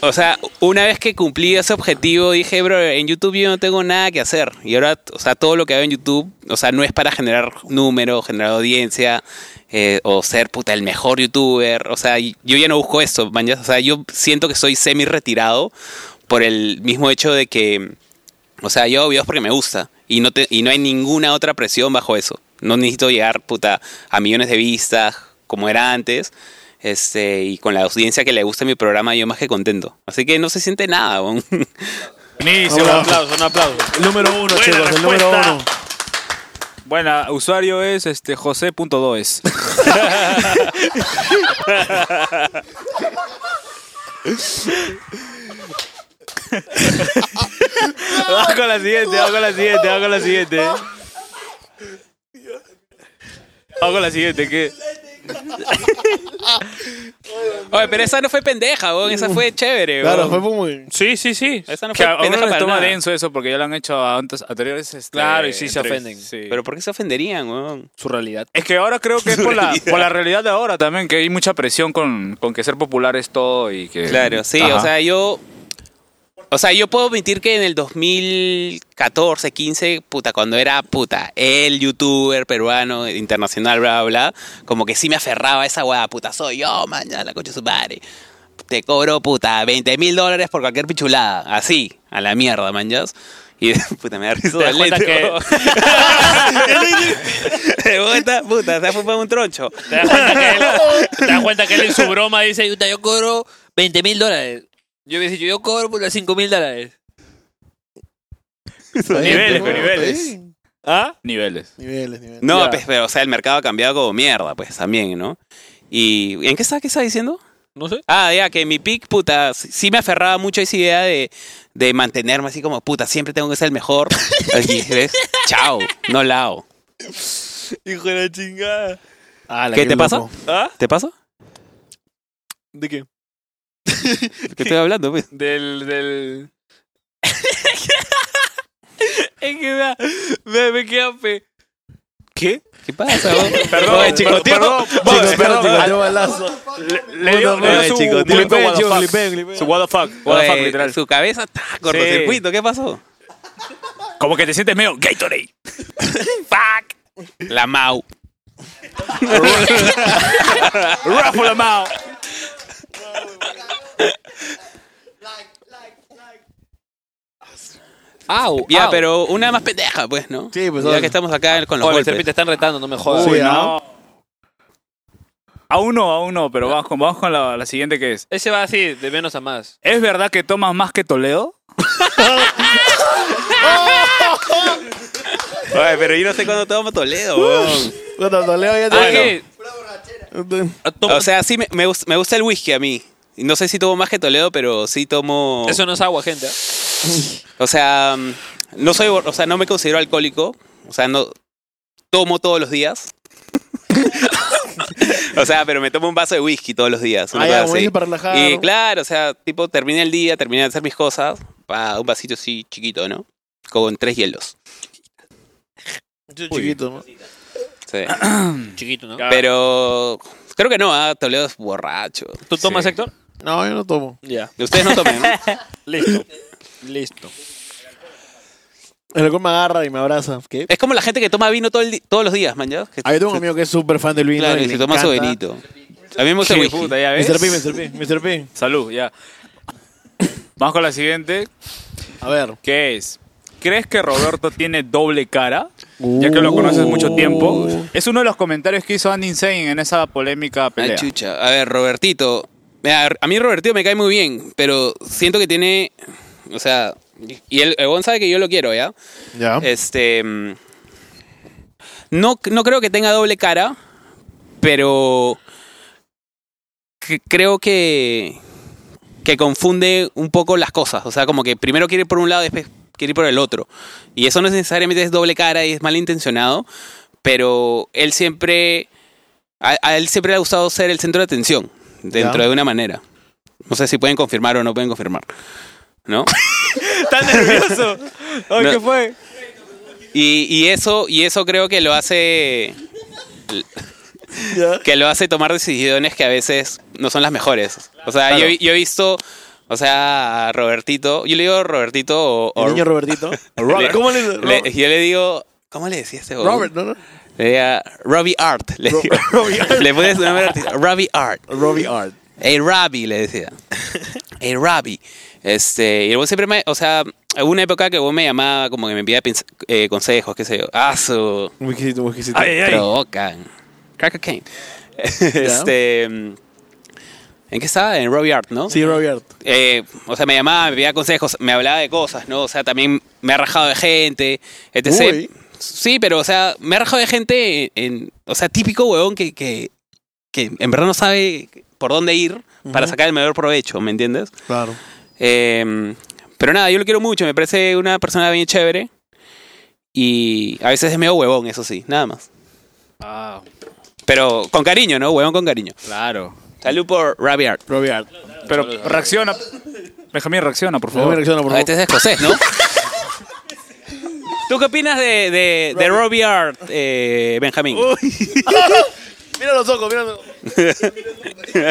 Speaker 3: O sea, una vez que cumplí ese objetivo, dije, bro, en YouTube yo no tengo nada que hacer. Y ahora, o sea, todo lo que hago en YouTube, o sea, no es para generar números, generar audiencia, eh, o ser, puta, el mejor youtuber. O sea, y- yo ya no busco eso, man, ya- O sea, yo siento que soy semi-retirado por el mismo hecho de que, o sea, yo hago videos porque me gusta. y no, te, y no hay ninguna otra presión bajo eso. No necesito llegar, puta, a millones de vistas como era antes. Este, y con la audiencia que le gusta mi programa, yo más que contento. Así que no se siente nada, weón.
Speaker 4: Buenísimo.
Speaker 1: Un aplauso, un aplauso.
Speaker 2: El número uno,
Speaker 5: Buena
Speaker 2: chicos, el número
Speaker 5: respuesta.
Speaker 2: uno.
Speaker 4: Bueno, usuario es este José.does. Vamos con la siguiente, vamos con la siguiente, vamos con la siguiente. Vamos con la siguiente, que
Speaker 3: Oye, pero esa no fue pendeja, weón. Esa fue chévere, weón.
Speaker 2: Claro, fue muy...
Speaker 1: Sí, sí, sí.
Speaker 3: Esa no
Speaker 4: que
Speaker 3: fue
Speaker 4: a uno
Speaker 3: pendeja
Speaker 4: les
Speaker 3: para
Speaker 4: toma
Speaker 3: nada.
Speaker 4: denso eso porque ya lo han hecho a antes- anteriores. este,
Speaker 1: Claro, y sí se
Speaker 4: entrevistas.
Speaker 1: ofenden.
Speaker 4: Sí.
Speaker 3: Pero ¿por qué se ofenderían, weón?
Speaker 1: Su realidad.
Speaker 4: Es que ahora creo que es por la, por la realidad de ahora también, que hay mucha presión con, con que ser popular es todo y que...
Speaker 3: Claro, sí,
Speaker 4: Ajá.
Speaker 3: o sea, yo. O sea, yo puedo admitir que en el 2014, 15, puta, cuando era puta, el youtuber peruano, internacional, bla, bla, bla, como que sí me aferraba a esa weá, puta, soy yo, mañana, la coche su madre. Te cobro, puta, 20 mil dólares por cualquier pichulada, así, a la mierda, manjas. Y puta, me da risa
Speaker 1: Te das cuenta
Speaker 3: Lete,
Speaker 1: que-
Speaker 3: weón. De vuelta, puta, se ha fumado un troncho.
Speaker 1: Te das cuenta que él, te das cuenta que él en su broma dice, "Puta, yo cobro 20 mil dólares. Yo hubiese dicho, yo cobro por 5 mil dólares.
Speaker 4: Niveles, pero niveles.
Speaker 2: Sí.
Speaker 1: ¿Ah?
Speaker 4: Niveles.
Speaker 2: Niveles, niveles.
Speaker 3: No,
Speaker 1: Ya.
Speaker 3: pues, pero, o sea, el mercado ha cambiado como mierda, pues, también, ¿no? ¿Y en qué está, qué está diciendo?
Speaker 1: No sé.
Speaker 3: Ah, ya, que mi pick, puta, sí- sí me aferraba mucho a esa idea de, de mantenerme así como, puta, siempre tengo que ser el mejor. Aquí, ¿ves? Chao, no lao.
Speaker 1: Hijo de la chingada.
Speaker 2: Ala,
Speaker 3: ¿Qué te pasa?
Speaker 2: loco.
Speaker 1: ¿Ah?
Speaker 3: ¿Te pasa?
Speaker 1: ¿De qué?
Speaker 3: ¿Qué estoy hablando, pues?
Speaker 1: Del, del...
Speaker 3: Es que me, me,
Speaker 1: ¿Qué?
Speaker 3: ¿Qué pasa, vos?
Speaker 4: Perdón,
Speaker 3: Oye, chico, tío.
Speaker 4: perdón,
Speaker 2: Chicos,
Speaker 4: perdón,
Speaker 2: espera,
Speaker 4: perdón.
Speaker 2: chicos, tengo balazo.
Speaker 4: Le dio, le dio
Speaker 2: Ay,
Speaker 4: su
Speaker 2: chicos,
Speaker 4: momento
Speaker 2: flipen,
Speaker 4: what the
Speaker 2: chicos,
Speaker 4: fuck.
Speaker 2: flipen, flipen.
Speaker 4: Su what the fuck, what the fuck,
Speaker 3: Oye,
Speaker 4: literal.
Speaker 3: Su cabeza está cortocircuito, ¿qué pasó?
Speaker 4: Como que te sientes medio Gatorade.
Speaker 3: ¡Fuck! La Mau.
Speaker 4: Ruffle the mouth.
Speaker 1: Au,
Speaker 3: Ya,
Speaker 1: au.
Speaker 3: pero una más pendeja, pues, Ah, ¿no?
Speaker 2: Sí, pues,
Speaker 3: Ya
Speaker 2: oye.
Speaker 3: que estamos acá con los
Speaker 1: Joder,
Speaker 3: golpes.
Speaker 1: Serpi, te están retando, no me jodas.
Speaker 2: Sí,
Speaker 4: Uy,
Speaker 2: ¿ah?
Speaker 4: no. Aún no, aún no, pero vamos con, vamos con la, la siguiente que es.
Speaker 1: Ese va así, de menos a más.
Speaker 4: ¿Es verdad que tomas más que Toledo?
Speaker 3: Oye, pero yo no sé cuándo tomo Toledo, weón.
Speaker 2: Bueno, Toledo ya
Speaker 1: Ah,
Speaker 2: te...
Speaker 1: ¿qué?
Speaker 3: O sea, sí, me, me gust- me gusta el whisky a mí. Y No sé si tomo más que Toledo, pero sí tomo...
Speaker 1: Eso no es agua, gente. ¿ah?
Speaker 3: O sea, mm, no soy... bor- O sea, no me considero alcohólico. O sea, no... Tomo todos los días. o sea, pero me tomo un vaso de whisky todos los días. una
Speaker 2: Ah, ya,
Speaker 3: cosa
Speaker 2: güey,
Speaker 3: así.
Speaker 2: para relajar.
Speaker 3: Y claro, o sea, tipo, terminé el día, terminé de hacer mis cosas. Pa, un vasito así chiquito, ¿no? Con tres hielos.
Speaker 2: Chiquito, ¿no?
Speaker 3: Sí.
Speaker 2: Ah.
Speaker 3: Mm.
Speaker 1: Chiquito, ¿no?
Speaker 3: Pero... Creo que no, ah, Toledo es borracho.
Speaker 1: ¿Tú tomas,
Speaker 4: Sí.
Speaker 1: Héctor?
Speaker 2: No, yo no tomo.
Speaker 1: Ya.
Speaker 3: Ustedes no tomen, ¿no?
Speaker 1: Listo. Listo.
Speaker 2: El alcohol me agarra y me abraza. ¿Qué?
Speaker 3: Es como la gente que toma vino todo el di- todos los días, man, ¿ya? Que-
Speaker 2: Ah, yo tengo un amigo que es súper fan del vino.
Speaker 3: claro,
Speaker 2: y
Speaker 3: y
Speaker 2: le
Speaker 3: se toma su
Speaker 2: encanta.
Speaker 3: vinito. A mí me gusta el
Speaker 4: Qué
Speaker 3: whisky.
Speaker 4: puta, ya ves.
Speaker 2: Mr. P, Mr. P, Mr. P.
Speaker 4: Salud, ya. Vamos con la siguiente,
Speaker 2: A ver.
Speaker 4: que es. ¿Crees que Roberto tiene doble cara? Ya que lo conoces mucho tiempo. Es uno de los comentarios que hizo Andy Insane en esa polémica
Speaker 3: Ah,
Speaker 4: pelea.
Speaker 3: chucha. A ver, Robertito. Mira, a mí Robertito me cae muy bien, pero siento que tiene... O sea, y el, el huevón sabe que yo lo quiero, ¿ya?
Speaker 2: Ya.
Speaker 3: Este... mm, No, no creo que tenga doble cara, pero... cre- creo que... Que confunde un poco las cosas. O sea, como que primero quiere ir por un lado y después quiere ir por el otro. Y eso no es necesariamente es doble cara y es malintencionado, pero él siempre... A, a él siempre le ha gustado ser el centro de atención, dentro
Speaker 2: Ya.
Speaker 3: de una manera. No sé si pueden confirmar o no pueden confirmar. ¿No?
Speaker 4: ¡Tan nervioso! Ay,
Speaker 3: No.
Speaker 4: ¿Qué fue?
Speaker 3: Y, y eso, y eso creo que lo hace. que lo hace tomar decisiones que a veces no son las mejores. O sea, yo, yo he visto. O sea, a Robertito. Yo le digo Robertito o. o-
Speaker 2: El niño Robertito.
Speaker 3: Robert.
Speaker 2: ¿Cómo le
Speaker 3: le- yo le digo. ¿Cómo le decía este huevón?
Speaker 2: Robert, ¿no? no?
Speaker 3: Le decía, Robbie Art. Le, digo. le puse su nombre artista, Robbie Art.
Speaker 2: Robbie Art.
Speaker 3: Hey, Robbie, le decía. Hey, Robbie. Este, y el buen siempre me, o sea, hubo una época que vos me llamaba como que me pedía pins- eh, consejos, qué sé yo. Ah, su
Speaker 2: Muy exquisito, muy exquisito.
Speaker 4: Ay, ay, ay.
Speaker 3: provocan. Crack cocaine. este, ¿en qué estaba? En Robbie Art, ¿no?
Speaker 2: Sí, Robert.
Speaker 3: Eh, o sea, me llamaba, me pedía consejos, me hablaba de cosas, ¿no? O sea, también me ha rajado de gente, etc.
Speaker 2: Uy.
Speaker 3: Sí, pero, o sea, me ha rajado de gente, en, o sea, típico huevón que, que, que en verdad no sabe por dónde ir para
Speaker 2: Ujú.
Speaker 3: sacar el mayor provecho, ¿me entiendes?
Speaker 2: Claro.
Speaker 3: Eh, pero nada, yo lo quiero mucho, me parece una persona bien chévere. Y a veces es medio huevón, eso sí, nada más.
Speaker 4: Ah,
Speaker 3: Pero con cariño, ¿no? Huevón con cariño.
Speaker 4: claro.
Speaker 3: Salud por Rabiart.
Speaker 2: Robert.
Speaker 4: Pero reacciona. Benjamín, reacciona, por
Speaker 2: No me
Speaker 4: favor.
Speaker 2: reacciona, por
Speaker 3: Ah, Este
Speaker 2: favor.
Speaker 3: es escocés, ¿no? ¿Tú qué opinas de, de, de Robbie Art, eh, Benjamín?
Speaker 5: Mira los ojos, mira los ojos.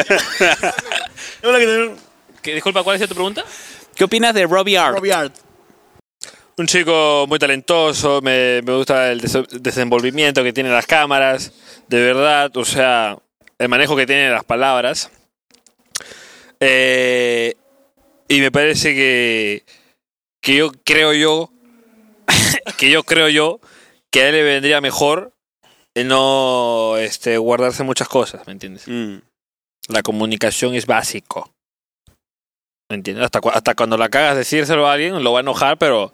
Speaker 5: Es verdad que tener-
Speaker 1: Que, disculpa, ¿cuál es tu pregunta?
Speaker 3: ¿Qué opinas de Robbie Art?
Speaker 2: Robert.
Speaker 1: Un chico muy talentoso, me, me gusta el des- desenvolvimiento que tiene las cámaras, de verdad, o sea, el manejo que tiene de las palabras. Eh, y me parece que, que yo creo yo, que yo creo yo, que a él le vendría mejor el no este, guardarse muchas cosas, ¿me entiendes?
Speaker 3: Mm.
Speaker 1: La comunicación es básico. ¿Me entiendes? Hasta, cu- hasta cuando la cagas decírselo a alguien, lo va a enojar, pero.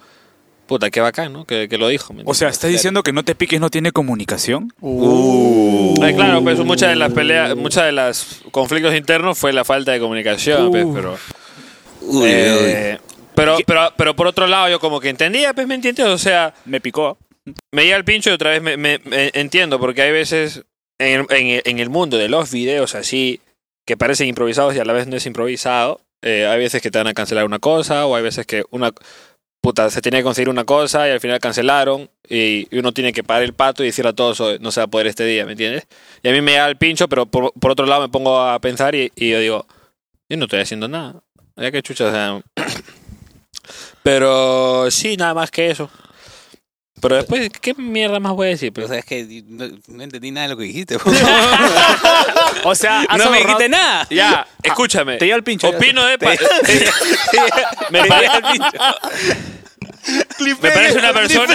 Speaker 1: Puta, qué bacán, ¿no? Que, que lo dijo. ¿me
Speaker 4: O sea,
Speaker 1: entiendes?
Speaker 4: ¿estás diciendo que no te piques no tiene comunicación?
Speaker 2: Uh.
Speaker 1: Ay, claro, pues muchas de las peleas, muchas de los conflictos internos fue la falta de comunicación, pues, pero.
Speaker 3: Uy,
Speaker 1: eh, Pero, pero, pero por otro lado, yo como que entendía, pues, ¿me entiendes? O sea,
Speaker 4: Me picó.
Speaker 1: me llega el pincho y otra vez me, me- me- entiendo, porque hay veces en el, en el- en el mundo de los videos así, que parecen improvisados y a la vez no es improvisado, eh, hay veces que te van a cancelar una cosa, o hay veces que una puta se tenía que conseguir una cosa y al final cancelaron, y, y uno tiene que parar el pato y decirle a todos, "Oye, no se va a poder este día, ¿me entiendes? Y a mí me llega el pincho, pero por, por otro lado me pongo a pensar y, y yo digo, yo no estoy haciendo nada, ya que chucha, o sea, Pero sí, nada más que eso. Pero después, ¿qué mierda más voy a decir?
Speaker 3: Pero sabes que no, no entendí nada de lo que dijiste.
Speaker 4: O sea, has
Speaker 3: no
Speaker 4: ahorrado-
Speaker 3: me dijiste nada.
Speaker 1: Ya, escúchame.
Speaker 4: Te dio el pincho.
Speaker 1: Opino de... pa- me, pare- me parece una persona...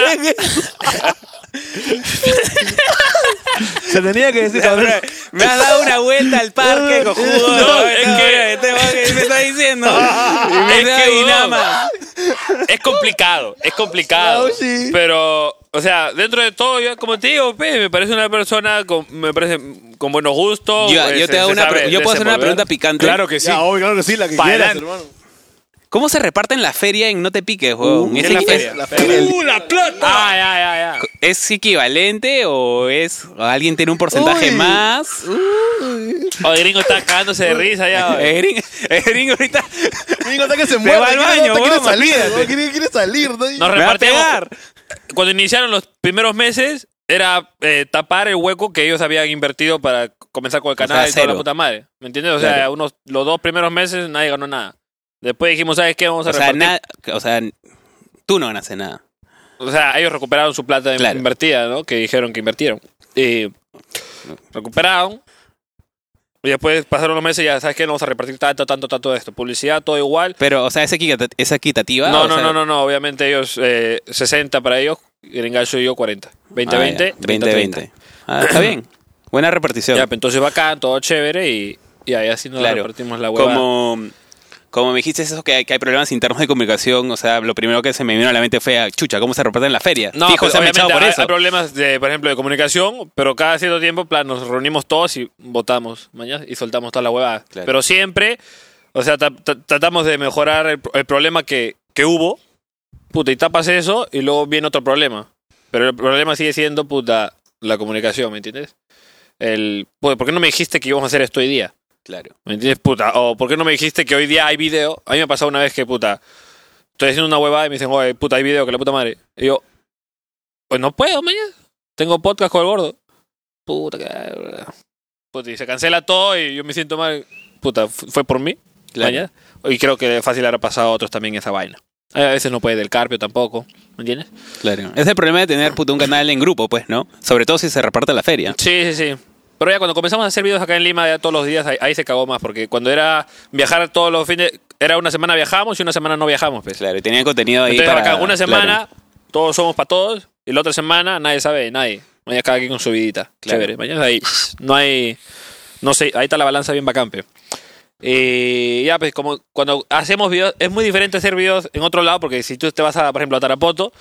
Speaker 2: Se tenía que decir también.
Speaker 3: me has dado una vuelta al parque, cojudo.
Speaker 1: No, es que-
Speaker 3: este man que me está diciendo.
Speaker 1: Es que,
Speaker 3: y nada
Speaker 1: huevón,
Speaker 3: más.
Speaker 1: Es complicado, es complicado.
Speaker 2: Claro, sí.
Speaker 1: Pero, o sea, dentro de todo, yo como te digo, pe, me parece una persona con, me parece con buenos gustos.
Speaker 3: Yo,
Speaker 1: pues,
Speaker 3: yo te
Speaker 1: se-
Speaker 3: hago
Speaker 1: se
Speaker 3: una
Speaker 1: sabe
Speaker 3: pre- yo puedo hacer una
Speaker 1: desenvolver.
Speaker 3: pregunta picante.
Speaker 4: Claro que sí.
Speaker 2: Ya, obvio, claro que sí, la que
Speaker 4: Pa'
Speaker 2: quieras,
Speaker 4: adelante.
Speaker 2: hermano.
Speaker 3: ¿Cómo se reparten la feria en No Te Piques, huevón?
Speaker 1: ¿Qué
Speaker 3: ¿Es,
Speaker 1: es la
Speaker 3: equi-
Speaker 1: feria?
Speaker 2: La feria.
Speaker 1: ¡Uh, la plata! Ah, ya, ya, ya.
Speaker 3: es- es equivalente o es o alguien tiene un porcentaje
Speaker 2: Uy.
Speaker 3: más?
Speaker 1: O gringo está cagándose de risa ya. oye.
Speaker 3: El gringo, el gringo ahorita
Speaker 2: Gringo, está que se muere.
Speaker 3: va al baño,
Speaker 2: quiere
Speaker 3: huevón,
Speaker 2: salir,
Speaker 3: olvídate.
Speaker 2: ¿no? quiere, quiere salir. ¿no?
Speaker 1: Nos
Speaker 3: me va a
Speaker 1: repartimos.
Speaker 3: pegar.
Speaker 1: Cuando iniciaron los primeros meses, era eh, tapar el hueco que ellos habían invertido para comenzar con el canal
Speaker 3: sea,
Speaker 1: y toda la
Speaker 3: cero.
Speaker 1: puta madre. ¿Me entiendes? O sea,
Speaker 3: Claro.
Speaker 1: unos, los dos primeros meses nadie ganó nada. Después dijimos, ¿sabes qué? Vamos a
Speaker 3: O sea,
Speaker 1: repartir.
Speaker 3: na- o sea, tú no ganaste nada.
Speaker 1: O sea, ellos recuperaron su plata
Speaker 3: Claro.
Speaker 1: invertida, ¿no? Que dijeron que invirtieron. Y recuperaron. Y después pasaron los meses y ya, ¿sabes qué? Vamos a repartir tanto, tanto, tanto de esto. Publicidad, todo igual.
Speaker 3: Pero, o sea, ¿es, equita- es equitativa?
Speaker 1: No,
Speaker 3: O
Speaker 1: no,
Speaker 3: sea,
Speaker 1: no, no, no. Obviamente ellos, eh, 60 para ellos, Gringacho y yo 40. 20,
Speaker 3: ah,
Speaker 1: 20,
Speaker 3: ya,
Speaker 1: 30, 30.
Speaker 3: 20. Ah, está bien. Buena repartición.
Speaker 1: Ya, pues, entonces bacán, todo chévere y, y ahí así nos
Speaker 3: Claro.
Speaker 1: repartimos la hueva.
Speaker 3: como, como me dijiste eso, que hay, que hay problemas internos de comunicación, o sea, lo primero que se me vino a la mente fue, ah, chucha, ¿cómo se reparten la feria?
Speaker 1: No,
Speaker 3: Fijo,
Speaker 1: pues,
Speaker 3: se han
Speaker 1: obviamente
Speaker 3: echado por
Speaker 1: hay,
Speaker 3: eso.
Speaker 1: hay problemas, de, por ejemplo, de comunicación, pero cada cierto tiempo, plan, nos reunimos todos y votamos mañana y soltamos toda la huevada.
Speaker 3: Claro.
Speaker 1: Pero siempre, o sea, tra- tra- tratamos de mejorar el, el problema que, que hubo, puta, y tapas eso y luego viene otro problema. Pero el problema sigue siendo, puta, la comunicación, ¿me entiendes? El, pues, ¿Por qué no me dijiste que íbamos a hacer esto hoy día?
Speaker 3: Claro.
Speaker 1: ¿Me entiendes, puta? O ¿por qué no me dijiste que hoy día hay video? A mí me ha pasado una vez que, puta, estoy haciendo una huevada y me dicen, oye, puta, hay video, que la puta madre. Y yo, pues no puedo, mañana. Tengo podcast con el gordo. Puta, que... Puta, y se cancela todo y yo me siento mal. Puta, fu- fue por mí,
Speaker 3: Claro.
Speaker 1: mañana. Y creo que fácil habrá pasado a otros también esa vaina. A veces no puede del carpio tampoco, ¿me entiendes?
Speaker 3: Claro. Es el problema de tener puto, un canal en grupo, pues, ¿no? Sobre todo si se reparte la feria.
Speaker 1: Sí, sí, sí. Pero ya cuando comenzamos a hacer videos acá en Lima, ya todos los días, ahí, ahí se cagó más, porque cuando era viajar todos los fines, Era una semana viajamos y una semana no viajamos, pues.
Speaker 3: Claro, y tenían contenido ahí.
Speaker 1: Entonces
Speaker 3: para,
Speaker 1: acá una
Speaker 3: claro.
Speaker 1: semana todos somos para todos y la otra semana nadie sabe de nadie. Mañana cada quien con su vidita. Chévere. Mañana ahí no hay... No sé, ahí está la balanza bien vacante. Y ya, pues como cuando hacemos videos, es muy diferente hacer videos en otro lado porque si tú te vas a, por ejemplo, a Tarapoto,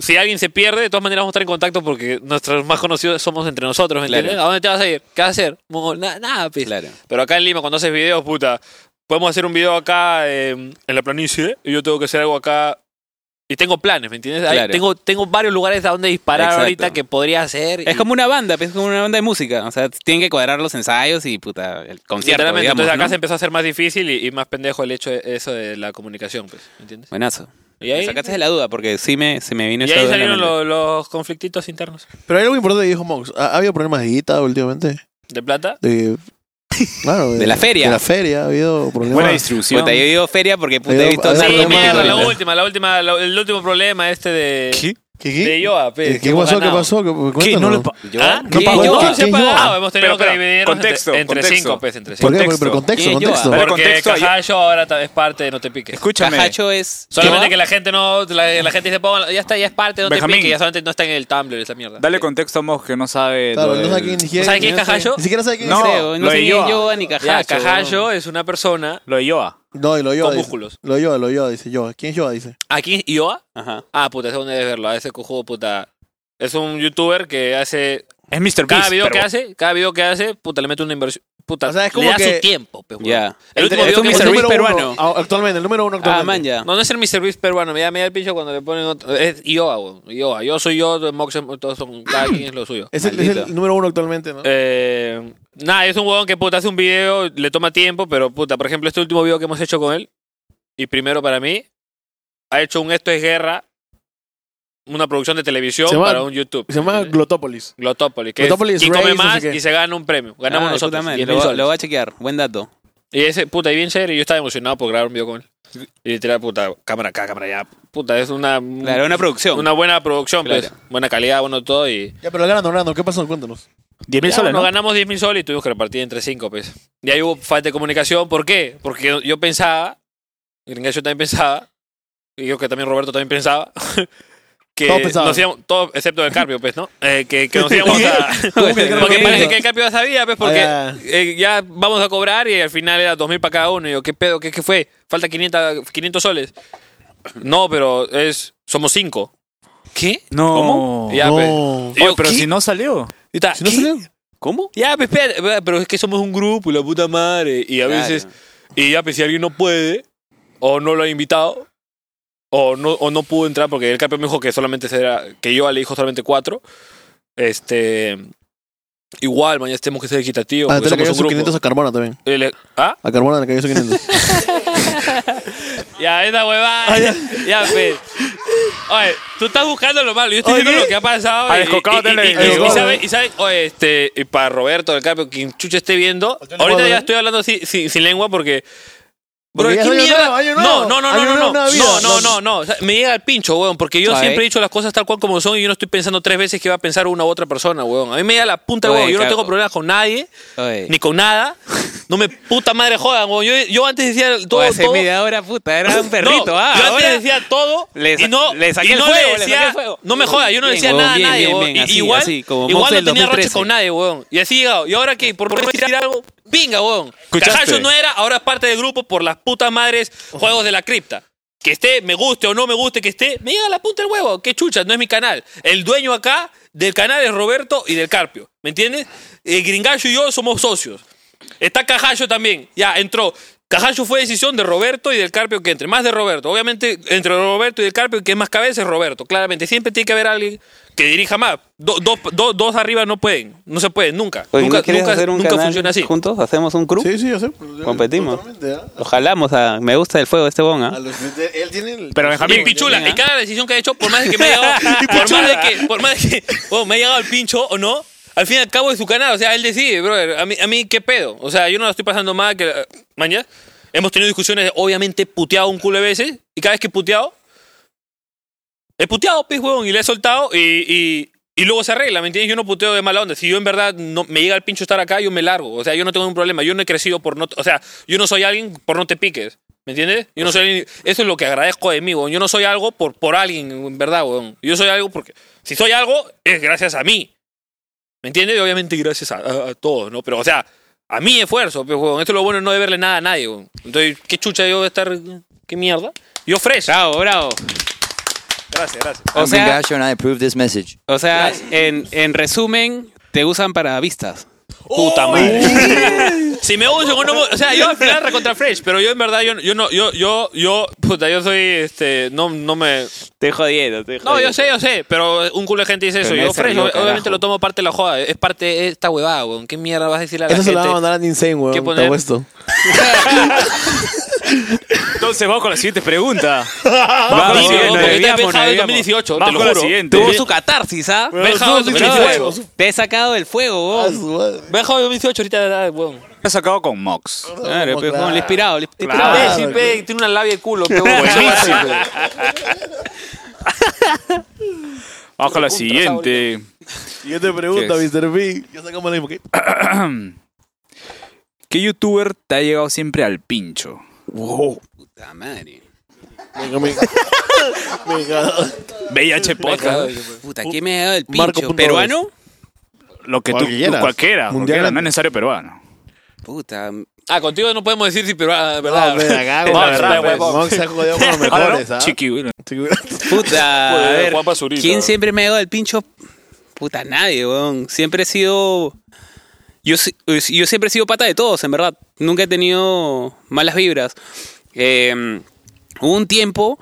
Speaker 1: si alguien se pierde, de todas maneras vamos a estar en contacto porque nuestros más conocidos somos entre nosotros, ¿me entiendes? ¿A dónde te vas a ir? ¿Qué vas a hacer? Mo- na- nada, pues.
Speaker 3: Claro.
Speaker 1: Pero acá en Lima, cuando haces videos, puta, podemos hacer un video acá eh, en la planicie y yo tengo que hacer algo acá. Y tengo planes, ¿me entiendes? Ahí
Speaker 3: Claro.
Speaker 1: tengo, tengo varios lugares a donde disparar
Speaker 3: Exacto.
Speaker 1: ahorita que podría hacer.
Speaker 3: Es
Speaker 1: y-
Speaker 3: como una banda, pues, es como una banda de música. O sea, tienen que cuadrar los ensayos y puta, el concierto.
Speaker 1: Literalmente,
Speaker 3: digamos,
Speaker 1: entonces acá
Speaker 3: ¿no?
Speaker 1: se empezó a hacer más difícil y, y más pendejo el hecho de eso de la comunicación, pues, ¿me entiendes?
Speaker 3: Buenazo.
Speaker 1: Y ahí,
Speaker 3: Me sacaste de la duda porque sí me, se me vino
Speaker 1: y
Speaker 3: esa
Speaker 1: ahí
Speaker 3: duda a la
Speaker 1: salieron
Speaker 3: mente.
Speaker 1: los, los conflictitos internos.
Speaker 2: Pero hay algo importante que dijo Mox. ¿Ha, ha habido problemas de guita últimamente?
Speaker 1: ¿De plata?
Speaker 2: De, claro,
Speaker 3: De la feria.
Speaker 2: De la feria ha habido problemas.
Speaker 4: Buena distribución.
Speaker 3: Puta, yo digo feria porque puta,
Speaker 2: Ahí
Speaker 3: he
Speaker 2: va-
Speaker 3: visto
Speaker 2: ahí va-
Speaker 1: Sí,
Speaker 3: Narcos
Speaker 2: problemas
Speaker 1: mierda,
Speaker 3: México
Speaker 1: la
Speaker 2: ahorita.
Speaker 3: ahorita.
Speaker 1: última, la última, la- el último problema este de...
Speaker 2: ¿Qué, qué?
Speaker 1: De Yoa,
Speaker 2: ¿Qué,
Speaker 1: pues,
Speaker 2: qué
Speaker 1: que hemos
Speaker 2: pasó? ¿Qué
Speaker 1: ganado.
Speaker 2: pasó? ¿Qué,
Speaker 4: ¿Qué? ¿No
Speaker 2: cuéntanos.
Speaker 4: le pa-
Speaker 1: ¿Ah?
Speaker 2: No pagó.
Speaker 1: Yo,
Speaker 2: ¿Quién?
Speaker 1: se ha
Speaker 2: ¿Quién?
Speaker 1: pagado.
Speaker 2: Yo.
Speaker 1: Hemos tenido
Speaker 4: Pero, pero,
Speaker 1: que dividirnos
Speaker 4: contexto,
Speaker 1: entre, entre
Speaker 4: contexto.
Speaker 1: cinco, pues,
Speaker 2: ¿Por
Speaker 1: entre cinco.
Speaker 2: qué?
Speaker 4: Contexto.
Speaker 2: Pero contexto,
Speaker 3: ¿Quién es Yoa?
Speaker 2: contexto.
Speaker 4: Pero-
Speaker 1: Porque
Speaker 4: contexto,
Speaker 1: Cajacho ahora ta- es parte de No Te Piques.
Speaker 4: Escúchame.
Speaker 3: Cajacho es.
Speaker 1: Solamente
Speaker 3: ¿Qué?
Speaker 1: que la gente no, la, la gente dice, "Pongan- ya está, ya es parte de No
Speaker 4: Benjamín.
Speaker 1: Te Piques, ya solamente no está en el Tumblr esa mierda.
Speaker 4: Dale contexto a Mox que no sabe.
Speaker 2: Claro,
Speaker 4: lo
Speaker 2: no
Speaker 4: del-
Speaker 2: sabe quién
Speaker 1: ¿No sabe quién es Cajayo?
Speaker 2: Ni siquiera sabe quién es.
Speaker 4: No.
Speaker 3: Creo,
Speaker 4: lo
Speaker 3: no sé
Speaker 4: de
Speaker 3: ni
Speaker 4: Yoa.
Speaker 3: Yoa ni
Speaker 1: Ya,
Speaker 3: Cajacho.
Speaker 1: Cajayo es una persona.
Speaker 4: Lo de Yoa.
Speaker 2: No, y lo Yoa
Speaker 1: Con
Speaker 2: dice.
Speaker 1: músculos.
Speaker 2: Lo Yoa, lo Yoa dice. Yoa. ¿Quién es Yoa? Dice.
Speaker 1: ¿Aquí es Ioa?
Speaker 3: Ajá.
Speaker 1: Ah, puta, ese es donde debes verlo. A ese cojudo, puta. Es un youtuber que hace.
Speaker 4: Es Mr. Beast.
Speaker 1: Cada video
Speaker 4: pero-
Speaker 1: que hace, cada video que hace, puta, le mete una inversión. Puta,
Speaker 2: O sea, es
Speaker 1: le
Speaker 2: como
Speaker 1: da
Speaker 2: que-
Speaker 1: su tiempo, pe, weón.
Speaker 3: Ya.
Speaker 1: El último
Speaker 3: Es
Speaker 1: video
Speaker 3: un
Speaker 1: que
Speaker 3: Mr.
Speaker 1: hemos-
Speaker 2: El
Speaker 3: Beast
Speaker 2: número
Speaker 3: peruano.
Speaker 2: uno, ah, actualmente, el número uno
Speaker 3: Ah,
Speaker 2: actualmente.
Speaker 3: man, ya.
Speaker 1: No, no es el Mr. Beast peruano, me da, me da el pincho cuando le ponen otro. Es Ioa, weón. Ioa. Yo soy yo, Mox, todos son. Cada quien es lo suyo.
Speaker 2: Es el, es el
Speaker 3: Maldito.
Speaker 2: número uno actualmente, ¿no?
Speaker 1: Eh, nada, es un huevón que puta hace un video, le toma tiempo, pero puta, por ejemplo, este último video que hemos hecho con él, y primero para mí, ha hecho un Esto es Guerra, una producción de televisión
Speaker 2: Se llama-
Speaker 1: para un YouTube.
Speaker 2: Se llama Glotópolis.
Speaker 1: Glotópolis, que
Speaker 2: Glotópolis
Speaker 1: es quien
Speaker 2: Race,
Speaker 1: come
Speaker 2: no sé
Speaker 1: más
Speaker 2: qué.
Speaker 1: y se gana un premio. Ganamos
Speaker 3: Ah,
Speaker 1: nosotros.
Speaker 3: puta madre,
Speaker 1: 10.000
Speaker 3: Lo, voy-
Speaker 1: soles.
Speaker 3: lo voy a chequear. Buen dato.
Speaker 1: Y ese, puta, y bien chévere, yo estaba emocionado por grabar un video con él. Y tirar, puta, cámara acá, cámara allá. Puta, es una,
Speaker 3: Claro, una producción.
Speaker 1: una buena producción,
Speaker 3: Claro.
Speaker 1: pues. Buena calidad, bueno todo y...
Speaker 2: Ya, pero ganando, ganando. ¿Qué pasó? Cuéntanos.
Speaker 4: 10.000
Speaker 1: Ya,
Speaker 4: soles,
Speaker 1: nos
Speaker 4: ¿no?
Speaker 1: ganamos 10.000 soles y tuvimos que repartir entre 5, pues. Y ahí hubo falta de comunicación. ¿Por qué? Porque yo pensaba, Gringas yo también pensaba, y creo que también Roberto también pensaba, que
Speaker 2: Todos pensaban.
Speaker 1: nos íbamos, todos, excepto el Carpio, pues, ¿no? Eh, que, que nos íbamos a...
Speaker 2: ¿Cómo que el Carpio
Speaker 1: Porque
Speaker 2: no
Speaker 1: parece
Speaker 2: pensaba?
Speaker 1: que el Carpio ya sabía, pues, porque
Speaker 2: Ah,
Speaker 1: eh, ya vamos a cobrar y al final era 2.000 para cada uno. Y yo, ¿qué pedo? ¿Qué, qué fue? Falta 500, 500 soles. No, pero es somos 5. ¿Qué?
Speaker 4: No.
Speaker 1: ¿Cómo? Ya, pues.
Speaker 2: No.
Speaker 1: Y yo,
Speaker 4: Oye, pero
Speaker 1: ¿qué?
Speaker 4: si no salió.
Speaker 1: Y está,
Speaker 2: Si no
Speaker 1: ¿qué?
Speaker 2: salió.
Speaker 3: ¿Cómo?
Speaker 1: Ya, pues, espérate, ve, pero es que somos un grupo, y la puta madre. Y a
Speaker 3: Claro.
Speaker 1: veces, y ya, pues, si alguien no puede, o no lo ha invitado, o no, o no pudo entrar, porque el campeón me dijo que solamente será, que yo le dijo solamente cuatro. Este. Igual, mañana tenemos que ser equitativos.
Speaker 2: Ah,
Speaker 1: porque
Speaker 2: entonces le cayó
Speaker 1: somos
Speaker 2: sus
Speaker 1: un
Speaker 2: 500
Speaker 1: grupo.
Speaker 2: a Carmona también.
Speaker 1: Y le- ¿Ah?
Speaker 2: A Carmona le cayó sus 500.
Speaker 1: Ya, esa huevada. ya, pues. Oye, tú estás buscando lo malo. Yo estoy diciendo lo que ha pasado.
Speaker 4: Ah,
Speaker 1: y-
Speaker 4: descocado
Speaker 1: y- y-
Speaker 4: del-
Speaker 1: y- y-
Speaker 4: del
Speaker 1: y
Speaker 4: gol,
Speaker 1: sabe- Y sabes, oye, este, y para Roberto, del Carpio, quien chucha esté viendo. Ahorita
Speaker 2: puedo,
Speaker 1: ya
Speaker 2: ¿eh?
Speaker 1: estoy hablando así, sin, sin lengua porque. Bro,
Speaker 2: Porque ya
Speaker 1: ¿qué
Speaker 2: es año
Speaker 1: mierda?
Speaker 2: nuevo, año
Speaker 1: no,
Speaker 2: nuevo.
Speaker 1: no, no,
Speaker 2: Año
Speaker 1: no, no,
Speaker 2: nuevo,
Speaker 1: no,
Speaker 2: nueva vida.
Speaker 1: no, no, no, no. O sea, me llega el pincho, weón, porque yo
Speaker 3: Suave.
Speaker 1: siempre he dicho las cosas tal cual como son y yo no estoy pensando tres veces que va a pensar una u otra persona, weón. A mí me llega la punta,
Speaker 3: Oye,
Speaker 1: weón. Yo no
Speaker 3: cago.
Speaker 1: tengo problemas con nadie,
Speaker 3: Oye.
Speaker 1: ni con nada. No me puta madre jodan, weón. Yo, yo antes decía todo,
Speaker 3: Oye, hace
Speaker 1: todo,
Speaker 3: media hora, puta. Era un perrito.
Speaker 1: no,
Speaker 3: ah,
Speaker 1: yo
Speaker 3: ahora-
Speaker 1: antes decía todo
Speaker 3: Le sa-
Speaker 1: y no
Speaker 3: le saqué
Speaker 1: y
Speaker 3: el
Speaker 1: no
Speaker 3: fuego, le
Speaker 1: decía-
Speaker 3: saqué el fuego.
Speaker 1: No me jodas, yo no
Speaker 3: Bien,
Speaker 1: decía
Speaker 3: huevón,
Speaker 1: nada a
Speaker 3: bien,
Speaker 1: nadie,
Speaker 3: bien,
Speaker 1: huevón.
Speaker 3: bien,
Speaker 1: Y-
Speaker 3: así,
Speaker 1: igual,
Speaker 3: así, como
Speaker 1: igual
Speaker 3: Monster
Speaker 1: no tenía roche
Speaker 3: 2013.
Speaker 1: con nadie, weón. Y así he llegado. Y ahora que por por decir algo, venga, weón.
Speaker 4: ¿Escuchaste?
Speaker 1: Cajayo no era, ahora es parte del grupo por las putas madres juegos de la cripta. Que esté, me guste o no me guste que esté, me llega a la punta del huevo. Qué chucha, no es mi canal. El dueño acá del canal es Roberto y del Carpio. ¿Me entiendes? El Gringallo y yo somos socios. Está Cajayo también. Ya, entró. Cajayo fue decisión de Roberto y del Carpio que entre. Más de Roberto. Obviamente, entre Roberto y del Carpio, que es más cabeza, es Roberto. Claramente, siempre tiene que haber alguien que dirija más. Do- do- do- dos arriba no pueden. No se pueden, nunca.
Speaker 3: Oye,
Speaker 1: nunca
Speaker 3: ¿no quieres
Speaker 1: nunca,
Speaker 3: hacer un
Speaker 1: nunca
Speaker 3: canal
Speaker 1: funciona así.
Speaker 3: Juntos hacemos un crew.
Speaker 2: Sí, sí, yo sé.
Speaker 3: Competimos.
Speaker 2: Totalmente, ¿ah?
Speaker 3: Lo jalamos a. Me gusta el fuego este bon,
Speaker 2: A
Speaker 3: ¿ah?
Speaker 2: los- Él tiene el.
Speaker 4: Pero
Speaker 1: Y
Speaker 4: Benjamín.
Speaker 1: pichula.
Speaker 3: Bien,
Speaker 1: Y
Speaker 3: ¿eh?
Speaker 1: cada decisión que ha hecho, por más de que me ha llegado, por más de que, por más de que bueno, me ha llegado el pincho o no, al fin y al cabo es su canal. O sea, él decide, brother. A mí, a mí qué pedo. O sea, yo no la estoy pasando mal. Que, la- maña. Hemos tenido discusiones, obviamente, puteado un culo de veces. pues, Y cada vez que he puteado, he puteado, pez, huevón, y le he soltado. Y, y, Y luego se arregla, ¿me entiendes? Yo no puteo de mala onda. Si yo en verdad no, me llega el pincho estar acá, yo me largo. O sea, yo no tengo un problema. Yo no he crecido por no... O sea, yo no soy alguien por no te piques. ¿Me entiendes? Yo no soy alguien- Eso es lo que agradezco de mí, weón. Yo no soy algo por, por alguien, en verdad, weón. Yo soy algo porque... Si soy algo, es gracias a mí. ¿Me entiendes? Y obviamente gracias a, a- a todos, ¿no? Pero, o sea, a mi esfuerzo, pues, weón. Esto es lo bueno de no deberle nada a nadie, weón. Entonces, ¿qué chucha yo voy a estar...? ¿Qué mierda? Yo fresh.
Speaker 3: Bravo, bravo.
Speaker 1: Gracias, gracias.
Speaker 3: O
Speaker 6: I'm
Speaker 3: sea-
Speaker 6: Gasher and I approve this message.
Speaker 3: O sea, en, en resumen, te usan para vistas.
Speaker 1: Puta madre. si me uso con O sea, yo al final recontra Fresh, pero yo en verdad, yo, yo no, yo, yo, yo, puta, yo soy, este, no, no me.
Speaker 3: Te jodiendo, te
Speaker 1: No, yo sé, yo sé, pero un culo de gente dice eso.
Speaker 3: Pero
Speaker 1: Yo
Speaker 3: nadie se
Speaker 1: Fresh,
Speaker 3: rió,
Speaker 1: ob- obviamente
Speaker 3: carajo.
Speaker 1: lo tomo parte de la joda. Es parte de esta huevada, weón. ¿Qué mierda vas a decirle a la
Speaker 2: Eso se lo
Speaker 1: gente?
Speaker 2: van a mandar a Insane, weón.
Speaker 1: ¿Qué
Speaker 2: Te
Speaker 1: poner?
Speaker 2: apuesto.
Speaker 4: Entonces vamos con la siguiente pregunta.
Speaker 1: Vamos, weón, Ah,
Speaker 4: Sí, nos
Speaker 1: porque te he
Speaker 4: debíamos, nos
Speaker 1: pensado en
Speaker 4: debíamos.
Speaker 1: 2018,
Speaker 4: Vamos
Speaker 1: te lo
Speaker 4: con la
Speaker 1: juro.
Speaker 4: siguiente.
Speaker 3: Tuvo su catarsis, ¿ah?
Speaker 1: Me he dejado en
Speaker 3: Brother,
Speaker 1: 2018.
Speaker 3: Te he sacado del fuego,
Speaker 2: Ah,
Speaker 3: vos.
Speaker 1: Me he dejado en 2018 ahorita, ah, weón.
Speaker 4: Has sacado con Mox.
Speaker 3: Claro, pues, bueno, le he inspirado, le he inspirado.
Speaker 1: Claro. Ah, Sí, pe, tiene una labia de culo, pe, weón.
Speaker 4: Vamos con la siguiente.
Speaker 2: Siguiente pregunta,
Speaker 4: ¿Qué es?
Speaker 2: Mr. P. Ya sacamos la info. ¿qué?
Speaker 4: ¿Qué youtuber te ha llegado siempre al pincho?
Speaker 3: Puta madre.
Speaker 2: Venga, me- Venga.
Speaker 4: VIH podcast.
Speaker 3: Puta, ¿qué me ha dado el
Speaker 2: Marco
Speaker 3: pincho?
Speaker 2: punto
Speaker 3: ¿Peruano?
Speaker 4: Lo que tú,
Speaker 2: Cualquiera.
Speaker 4: tú-
Speaker 2: Mundial.
Speaker 4: cualquiera. cualquiera, No es necesario peruano.
Speaker 3: Puta.
Speaker 1: Ah, contigo no podemos decir si, pero, ah,
Speaker 2: Ah,
Speaker 1: verdad.
Speaker 2: ven acá,
Speaker 1: Es la
Speaker 2: weón.
Speaker 1: verdad,
Speaker 2: Pues,
Speaker 1: weón.
Speaker 2: Monk se ha jodido con los mejores, ¿ah?
Speaker 4: Chiqui, bueno.
Speaker 3: Puta. a ver,
Speaker 1: Juanpa Zurita.
Speaker 3: ¿Quién siempre me ha dado el pincho? Puta, nadie, weón. Siempre he sido. Yo, si- pues, yo siempre he sido pata de todos, en verdad. Nunca he tenido malas vibras. Eh, hubo un tiempo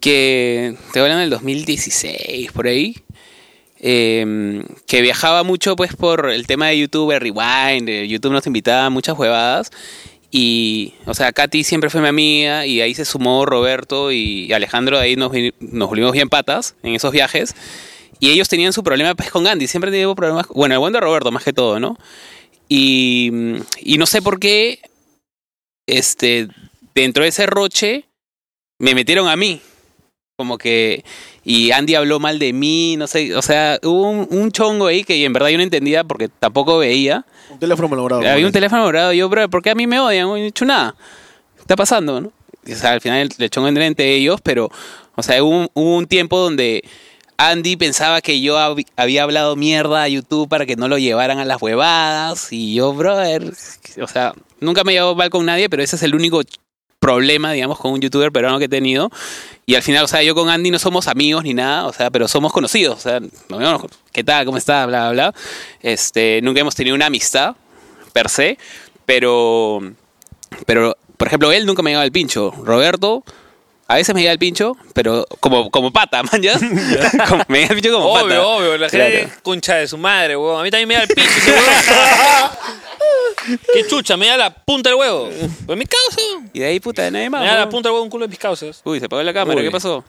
Speaker 3: que. Te hablan del 2016, por ahí. eh, que viajaba mucho pues por el tema de YouTube, el Rewind, eh, YouTube nos invitaba a muchas huevadas y, o sea, Katy siempre fue mi amiga y ahí se sumó Roberto y Alejandro, de ahí nos, vi- nos volvimos bien patas en esos viajes y ellos tenían su problema pues, con Gandhi, siempre tenían problemas, bueno, el buen de Roberto más que todo, ¿no? Y, y no sé por qué, este, dentro de ese roche me metieron a mí. Como que. Y Andy habló mal de mí, no sé. O sea, hubo un, un chongo ahí que en verdad yo no entendía porque tampoco veía.
Speaker 2: Un teléfono malogrado.
Speaker 3: Había un
Speaker 2: Monk.
Speaker 3: teléfono morado. Yo, bro, ¿por qué a mí me odian? Uy, No he hecho nada. ¿Qué Está pasando, ¿no? Y, O sea, al final el lechón entre entre ellos, pero. O sea, hubo un, hubo un tiempo donde Andy pensaba que yo hab- había hablado mierda a YouTube para que no lo llevaran a las huevadas. Y yo, brother. O sea, nunca me he llevado mal con nadie, pero ese es el único problema, digamos, con un youtuber peruano que he tenido. Y al final, o sea, yo con Andy no somos amigos ni nada, o sea, pero somos conocidos. O sea, nos vemos, ¿qué tal? ¿Cómo está? Bla, bla, bla. Este, nunca hemos tenido una amistad per se, pero, pero por ejemplo, él nunca me llegaba el pincho. Roberto, a veces me llega el pincho, pero como, como pata, man, ¿ya? Como- me llega el pincho como
Speaker 1: Obvio,
Speaker 3: pata.
Speaker 1: obvio. La gente
Speaker 3: Claro.
Speaker 1: concha de su madre, huevón. A mí también me da el pinche ese huevón. Qué chucha, me da la punta del huevo. Pues mis causas.
Speaker 3: Y de ahí, puta, de nadie más.
Speaker 1: Me da la
Speaker 3: weón.
Speaker 1: punta del huevo un culo de mis causas.
Speaker 3: Uy, se apagó la cámara,
Speaker 4: Uy.
Speaker 3: ¿qué pasó?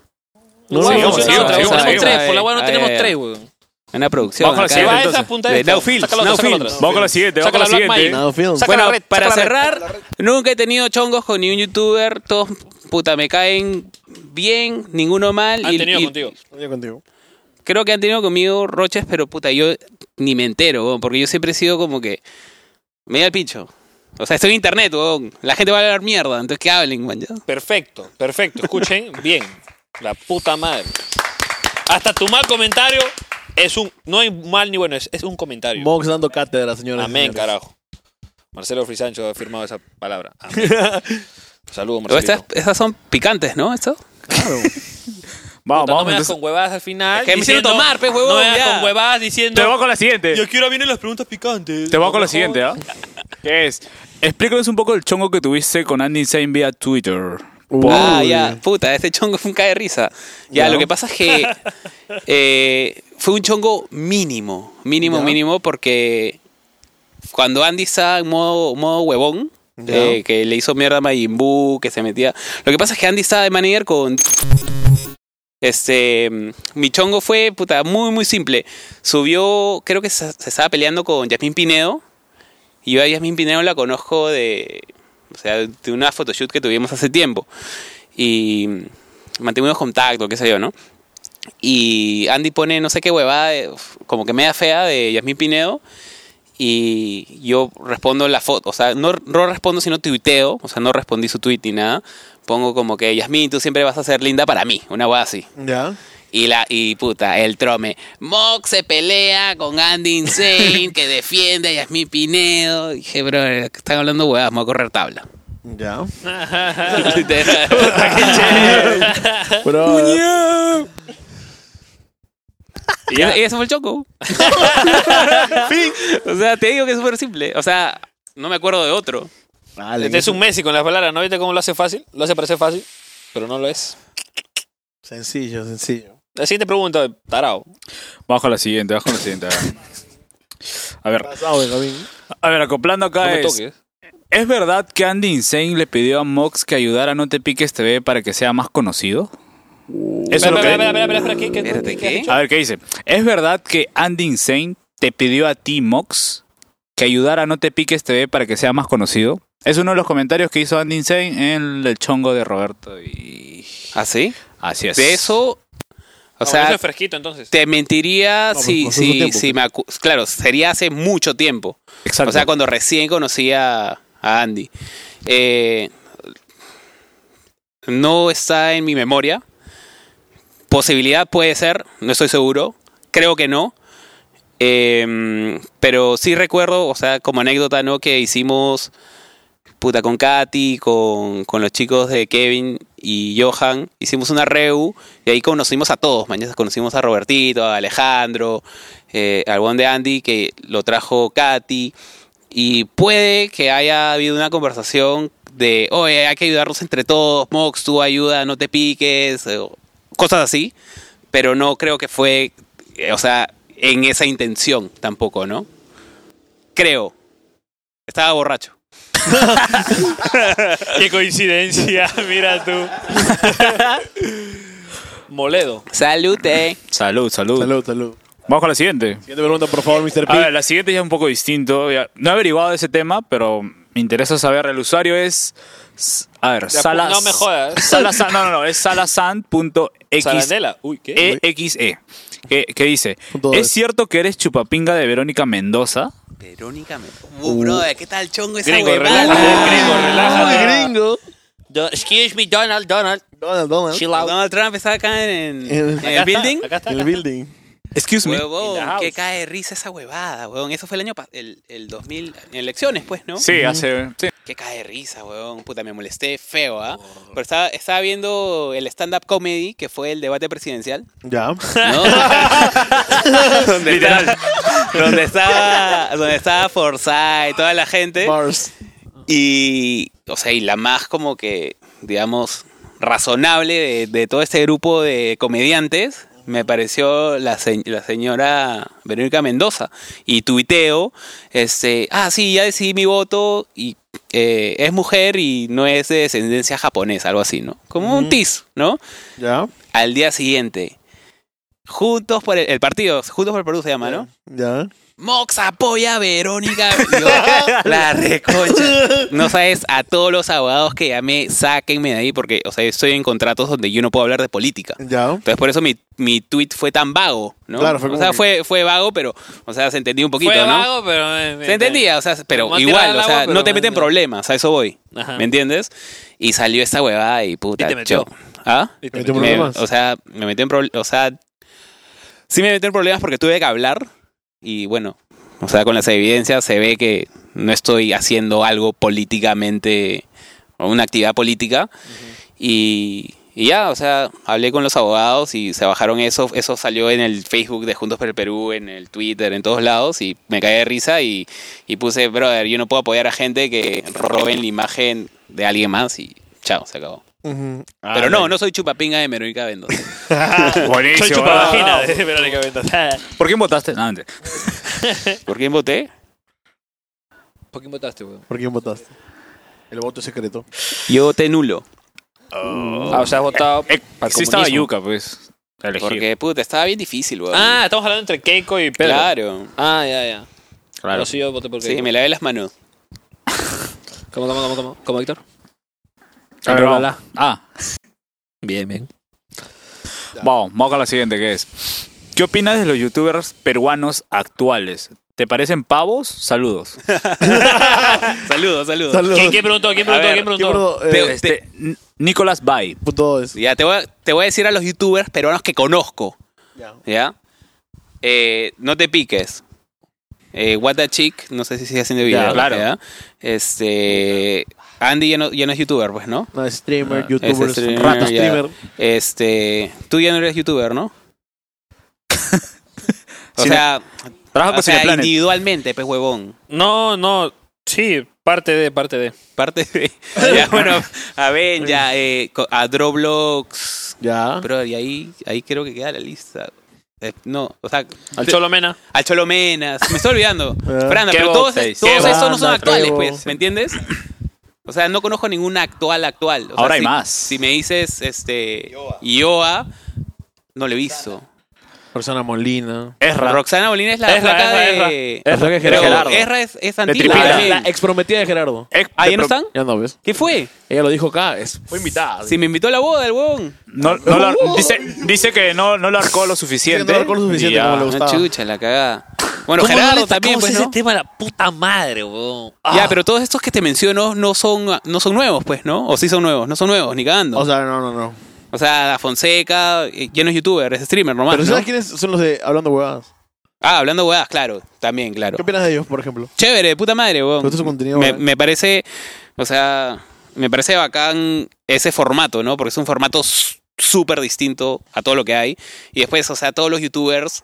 Speaker 2: No,
Speaker 1: Huevón,
Speaker 4: sigamos,
Speaker 1: funciona
Speaker 4: sigamos,
Speaker 1: otra,
Speaker 4: sigamos,
Speaker 1: tenemos
Speaker 3: sigamos.
Speaker 1: tres. Por la hueá no
Speaker 3: Ay,
Speaker 1: tenemos
Speaker 3: ay, ay.
Speaker 1: tres, huevón.
Speaker 3: Una producción.
Speaker 4: Vamos con la
Speaker 3: acá.
Speaker 1: Se
Speaker 4: Sí,
Speaker 1: va esa
Speaker 4: entonces,
Speaker 1: punta
Speaker 3: de
Speaker 1: de
Speaker 3: no films,
Speaker 1: Sácalo,
Speaker 3: no
Speaker 1: sácalo
Speaker 3: films.
Speaker 1: otra.
Speaker 4: Vamos con la siguiente,
Speaker 1: Saca
Speaker 4: vamos con la
Speaker 1: la Black
Speaker 4: siguiente.
Speaker 1: Mine.
Speaker 2: No, film.
Speaker 1: Saca-
Speaker 3: Bueno,
Speaker 1: la red,
Speaker 3: para
Speaker 1: saca la red.
Speaker 3: cerrar, nunca he tenido chongos con ningún youtuber. Todos, puta, me caen bien, ninguno mal.
Speaker 1: Han
Speaker 3: y-
Speaker 1: tenido
Speaker 3: y
Speaker 1: contigo.
Speaker 2: Yo contigo.
Speaker 3: Creo que han tenido conmigo roches, pero puta, yo ni me entero, weón, porque yo siempre he sido como que. Me da el pincho. O sea, estoy en internet, weón. La gente va a hablar mierda, entonces que hablen, man. ya.
Speaker 1: Perfecto, perfecto. Escuchen bien. La puta madre. Hasta tu mal comentario es un. No hay mal ni bueno, es, es un comentario.
Speaker 2: Monk dando cátedra, señoras. y
Speaker 1: Amén,
Speaker 2: señores.
Speaker 1: carajo. Marcelo Frisancho ha firmado esa palabra. Amén. Saludos,
Speaker 3: Pero
Speaker 1: Marcelo.
Speaker 3: estas, estas son picantes, ¿no? ¿Esto?
Speaker 4: Vamos,
Speaker 1: Puta, no
Speaker 4: vamos.
Speaker 1: me das
Speaker 4: entonces-
Speaker 1: con huevadas al final.
Speaker 3: Es que me hicieron
Speaker 1: diciendo-
Speaker 3: tomar, pues, huevón,
Speaker 1: No me das
Speaker 3: ya.
Speaker 1: con huevadas
Speaker 4: Te voy
Speaker 1: diciendo.
Speaker 4: con la siguiente.
Speaker 1: Y aquí ahora vienen las preguntas picantes.
Speaker 4: Te voy
Speaker 1: No
Speaker 4: con la
Speaker 1: me
Speaker 4: siguiente, ¿ah? Que es, explícanos un poco el chongo que tuviste con Andy Insane vía Twitter.
Speaker 3: Ah,
Speaker 2: Uy.
Speaker 3: ya, puta, este chongo fue un cae de risa. Ya,
Speaker 2: Ya.
Speaker 3: lo que pasa es que eh, fue un chongo mínimo, mínimo,
Speaker 2: Ya.
Speaker 3: mínimo, porque cuando Andy estaba en modo, modo huevón,
Speaker 2: Ya.
Speaker 3: eh, que le hizo mierda a Majin Buu, que se metía. Lo que pasa es que Andy estaba de manager con. Este. Mi chongo fue, puta, muy, muy simple. Subió, creo que se, se estaba peleando con Yasmín Pinedo. Y yo a Yasmín Pinedo la conozco de. O sea, de una mm, photoshoot que tuvimos hace tiempo. Y mantuvimos contacto, qué sé yo, ¿no? Y Andy pone no sé qué huevada, de- uf, como que media fea de Yasmín Pinedo. Y yo respondo la foto, o sea, no, no respondo sino tuiteo, o sea, no respondí su tweet ni nada. Pongo como que, Yasmín, tú siempre vas a ser linda para mí, una hueá así.
Speaker 2: Ya.
Speaker 3: Y la y puta, el trome. Mock se pelea con Andy Insane, que defiende a Yasmín Pinedo. Dije, bro, están hablando huevadas, me voy a correr tabla.
Speaker 2: Ya.
Speaker 3: y, ya- y eso fue el choco. O sea, te digo que es súper simple. O sea, no me acuerdo de otro.
Speaker 2: Vale.
Speaker 1: Este es un Messi con las palabras, ¿no viste cómo lo hace fácil? Lo hace parecer fácil, pero no lo es.
Speaker 2: Sencillo, sencillo.
Speaker 1: La siguiente pregunta, tarao.
Speaker 4: Bajo la siguiente, bajo la siguiente. a ver. A ver,
Speaker 2: Pasado, Benjamín.
Speaker 4: a ver,
Speaker 1: No
Speaker 4: acoplando acá
Speaker 1: me
Speaker 4: es,
Speaker 1: toques.
Speaker 4: ¿es verdad que Andy Insane le pidió a Mox que ayudara a No Te Piques TV para que sea más conocido? Eso es
Speaker 1: Espera,
Speaker 4: lo
Speaker 1: espera,
Speaker 4: que...
Speaker 1: espera, espera, espera, ¿qué- qué-
Speaker 3: Espérate,
Speaker 1: qué has
Speaker 3: ¿qué?
Speaker 1: dicho?
Speaker 4: A ver, ¿qué dice? ¿Es verdad que Andy Insane te pidió a ti, Mox, que ayudara a No Te Piques TV para que sea más conocido? Es uno de los comentarios que hizo Andy Insane en el chongo de Roberto y...
Speaker 3: ¿Ah, sí?
Speaker 4: Así es.
Speaker 3: De eso. O
Speaker 1: O sea,
Speaker 3: sea,
Speaker 1: es fresquito entonces.
Speaker 3: te mentiría
Speaker 2: pues,
Speaker 3: si,
Speaker 2: por su
Speaker 3: si,
Speaker 2: tiempo,
Speaker 3: si me acu- Claro, sería hace mucho tiempo.
Speaker 4: Exacto.
Speaker 3: O sea, cuando recién conocí a, a Andy. Eh, no está en mi memoria. Posibilidad puede ser, no estoy seguro. Creo que no. Eh, pero sí recuerdo, o sea, como anécdota, ¿no? Que hicimos puta con Katy, con, con los chicos de Kevin y Johan. Hicimos una reu y ahí conocimos a todos. Mañana conocimos a Robertito, a Alejandro, eh, al buen de Andy que lo trajo Katy. Y puede que haya habido una conversación de, oye, hay que ayudarnos entre todos, Mox, tú ayuda, no te piques, eh, o cosas así. Pero no creo que fue, eh, o sea, en esa intención tampoco, ¿no? Creo. Estaba borracho.
Speaker 1: Qué coincidencia, mira tú. Moledo.
Speaker 3: Salute.
Speaker 4: Salud, salud.
Speaker 2: Salud, salud.
Speaker 4: Vamos con la siguiente.
Speaker 2: Siguiente pregunta, por favor, Mr.
Speaker 4: A ver,
Speaker 2: P.
Speaker 4: la siguiente ya es un poco distinto. Ya- No he averiguado de ese tema, pero me interesa saber. El usuario es. s- A ver,
Speaker 1: Ya,
Speaker 4: Salas.
Speaker 1: no me jodas.
Speaker 4: Salasan- no, no, no, es salasan.exe.
Speaker 1: Sarandela. Uy, ¿qué?
Speaker 4: Eh, Que, que dice:
Speaker 2: Punto
Speaker 4: ¿Es
Speaker 2: es.
Speaker 4: cierto que eres chupapinga de Verónica Mendoza?
Speaker 3: Verónica me... Uh, brother, ¿qué tal chongo esa
Speaker 1: Gringo,
Speaker 3: huevada?
Speaker 1: relájate, gringo,
Speaker 2: Ay,
Speaker 1: relájate.
Speaker 2: gringo.
Speaker 1: Do- excuse me, Donald, Donald.
Speaker 2: Donald, Donald.
Speaker 1: Chill out.
Speaker 3: Donald Trump está acá en, en
Speaker 2: En-
Speaker 3: el building.
Speaker 1: Acá está.
Speaker 2: El building.
Speaker 4: Excuse
Speaker 1: In the
Speaker 3: Huevón,
Speaker 1: house.
Speaker 3: que cae de risa esa huevada, huevón. Eso fue el año pa- el, el 2000, en elecciones, pues, ¿no?
Speaker 4: Sí, hace. sí.
Speaker 3: Que cae de risa, huevón. Puta, me molesté feo, ¿ah? Pero estaba, estaba viendo el stand-up comedy, que fue el debate presidencial.
Speaker 2: Ya.
Speaker 3: ¿no? donde, estaba, donde estaba donde estaba Forsyth, toda la gente.
Speaker 2: Mars.
Speaker 3: Y, o sea, y la más como que, digamos, razonable de, de todo este grupo de comediantes, me pareció la, se- la señora Verónica Mendoza. Y tuiteo, este, ah, sí, ya decidí mi voto y eh, es mujer y no es de descendencia japonesa, algo así, ¿no? Como un tis, ¿no?
Speaker 2: Ya.
Speaker 3: Al día siguiente, juntos por el, el partido, juntos por el Perú se llama, ¿no?
Speaker 2: Ya.
Speaker 3: Mox apoya a Verónica. Yo, la reconcha. No sabes, a todos los abogados que llamé, sáquenme de ahí porque, o sea, estoy en contratos donde yo no puedo hablar de política.
Speaker 2: Ya.
Speaker 3: Entonces, por eso mi, mi tweet fue tan vago, ¿no?
Speaker 2: Claro, fue
Speaker 3: o
Speaker 2: como
Speaker 3: sea,
Speaker 2: que-
Speaker 3: fue, fue vago, pero, o sea, se entendía un poquito,
Speaker 1: Fue
Speaker 3: ¿no?
Speaker 1: vago, pero... eh,
Speaker 3: Se entendía, o sea, pero
Speaker 1: Como ha
Speaker 3: igual,
Speaker 1: tirado al
Speaker 3: o sea,
Speaker 1: agua,
Speaker 3: no
Speaker 1: pero
Speaker 3: te meten
Speaker 1: bueno.
Speaker 3: problemas, a eso voy.
Speaker 1: Ajá.
Speaker 3: ¿Me entiendes? Y salió esta huevada y puta.
Speaker 1: Y te metió.
Speaker 3: yo- ¿Ah?
Speaker 1: Y te
Speaker 2: Metió
Speaker 1: metió.
Speaker 3: Me-
Speaker 2: problemas.
Speaker 3: o sea, me metí en problemas. O sea, sí me metí en problemas porque tuve que hablar. Y bueno, o sea, con las evidencias se ve que no estoy haciendo algo políticamente, o una actividad política. y, y ya, o sea, hablé con los abogados y se bajaron eso. Eso salió en el Facebook de Juntos por el Perú, en el Twitter, en todos lados. Y me caí de risa y, y puse, brother, yo no puedo apoyar a gente que roben la imagen de alguien más. Y chao, se acabó.
Speaker 2: Ujú.
Speaker 3: Pero no, no soy chupapinga de Verónica Mendoza.
Speaker 4: Buenísimo.
Speaker 1: Soy chupavagina de Verónica Mendoza.
Speaker 4: ¿Por quién votaste? No, mentira.
Speaker 3: ¿Por quién voté?
Speaker 1: ¿Por quién votaste, weón?
Speaker 2: ¿Por quién votaste? El voto es secreto.
Speaker 3: Yo voté nulo.
Speaker 1: Ah, o sea, has votado...
Speaker 4: Eh,
Speaker 1: Para
Speaker 4: sí, estaba
Speaker 1: comunismo.
Speaker 4: Yuka, pues. elegido.
Speaker 3: Porque, puta, estaba bien difícil, weón.
Speaker 1: Ah, estamos hablando entre Keiko y Pedro.
Speaker 3: claro.
Speaker 1: Ah, ya, ya.
Speaker 4: Claro.
Speaker 1: Pero sí, yo voté por Keiko.
Speaker 3: Sí, me lavé las manos.
Speaker 1: ¿Cómo, cómo, cómo, cómo? ¿Cómo, Héctor?
Speaker 4: A ver,
Speaker 1: Enrola.
Speaker 4: vamos. Ah,
Speaker 1: Bien, bien.
Speaker 4: Vamos, vamos con la siguiente que es. ¿Qué opinas de los youtubers peruanos actuales? ¿Te parecen pavos? Saludos.
Speaker 3: Saludos, saludos.
Speaker 2: Saludos.
Speaker 1: ¿Quién, quién preguntó? ¿Quién preguntó?
Speaker 3: ver,
Speaker 1: ¿Quién
Speaker 2: ¿Qué
Speaker 1: preguntó?
Speaker 2: gordo? Eh,
Speaker 3: Pero-
Speaker 4: Este, N- Nicolás Bay.
Speaker 2: puto es.
Speaker 3: Ya, te voy, a, te voy a decir a los youtubers peruanos que conozco.
Speaker 2: Ya.
Speaker 3: ¿Ya? Eh, no te piques. Eh, What the Chick, no sé si sigue haciendo video.
Speaker 2: Ya,
Speaker 4: claro.
Speaker 3: ¿ya? Este. Andy ya no, ya no es youtuber, pues, ¿no?
Speaker 2: No, streamer,
Speaker 3: Es
Speaker 2: youtuber,
Speaker 3: streamer,
Speaker 2: rato
Speaker 3: ya.
Speaker 2: streamer.
Speaker 3: Este. Tú ya no eres youtuber, ¿no? o
Speaker 4: Sí,
Speaker 3: sea,
Speaker 4: Trabaja
Speaker 3: o
Speaker 4: con
Speaker 3: sea
Speaker 4: Cineplanet.
Speaker 3: individualmente, pues, huevón.
Speaker 1: No, no. Sí, parte de, parte de.
Speaker 3: Parte de. ya, bueno, a ver, ya, eh, co- a Droblox.
Speaker 2: Ya.
Speaker 3: Pero y ahí, ahí creo que queda la lista. Eh, no, o sea,
Speaker 1: Al Cholo Mena.
Speaker 3: Al Cholo Menas. Me estoy olvidando. Franda,
Speaker 4: Qué
Speaker 3: pero todos,
Speaker 4: botes.
Speaker 3: todos
Speaker 1: Qué
Speaker 3: esos no
Speaker 2: banda,
Speaker 3: son actuales,
Speaker 2: Trevo.
Speaker 3: pues. ¿Me entiendes? O sea, no conozco ningún actual actual. O sea,
Speaker 4: Ahora hay
Speaker 3: si-
Speaker 4: más.
Speaker 3: Si me dices, este, Ioa, no lo he visto.
Speaker 2: Roxana Molina.
Speaker 3: Eh,
Speaker 4: Es raro.
Speaker 3: Roxana Molina es la
Speaker 1: Ezra,
Speaker 3: flaca
Speaker 1: Ezra,
Speaker 3: de...
Speaker 2: Ezra. Ezra que
Speaker 3: Pero
Speaker 4: Gerardo.
Speaker 3: Ezra es, es antigua.
Speaker 4: Tripita.
Speaker 2: La,
Speaker 3: también.
Speaker 2: la ex prometida de Gerardo.
Speaker 4: Eh,
Speaker 3: ¿Ah, ya no están?
Speaker 2: Ya no ves.
Speaker 3: ¿Qué fue?
Speaker 2: Ella lo dijo acá. Es, fue invitada.
Speaker 3: Si me invitó a la boda, el huevón.
Speaker 4: No- no la- dice, dice que no, no la arcó lo suficiente.
Speaker 2: Sí, Uh. no la arcó lo suficiente
Speaker 4: Y ya.
Speaker 2: como le
Speaker 3: Una
Speaker 2: gustaba.
Speaker 3: chucha, la cagada. Bueno, Gerardo también, pues, ¿no?
Speaker 1: tema la puta madre, weón.
Speaker 2: Ah.
Speaker 3: Ya, pero todos estos que te menciono no son, no son nuevos, pues, ¿no? O sí son nuevos, no son nuevos, ni cagando.
Speaker 2: O sea, no, no, no.
Speaker 3: O sea, la Fonseca, eh, ya no es youtuber, es streamer nomás.
Speaker 2: Pero
Speaker 3: ¿no?
Speaker 2: ¿sabes quiénes son los de Hablando Huevadas?
Speaker 3: Ah, hablando huevadas, claro, también, claro.
Speaker 2: ¿Qué opinas de ellos, por ejemplo?
Speaker 3: Chévere, de puta madre, weón.
Speaker 2: Pero esto es un contenido,
Speaker 3: me,
Speaker 2: ¿verdad?
Speaker 3: me parece, o sea, me parece bacán ese formato, ¿no? Porque es un formato s- súper distinto a todo lo que hay. Y después, o sea, todos los youtubers,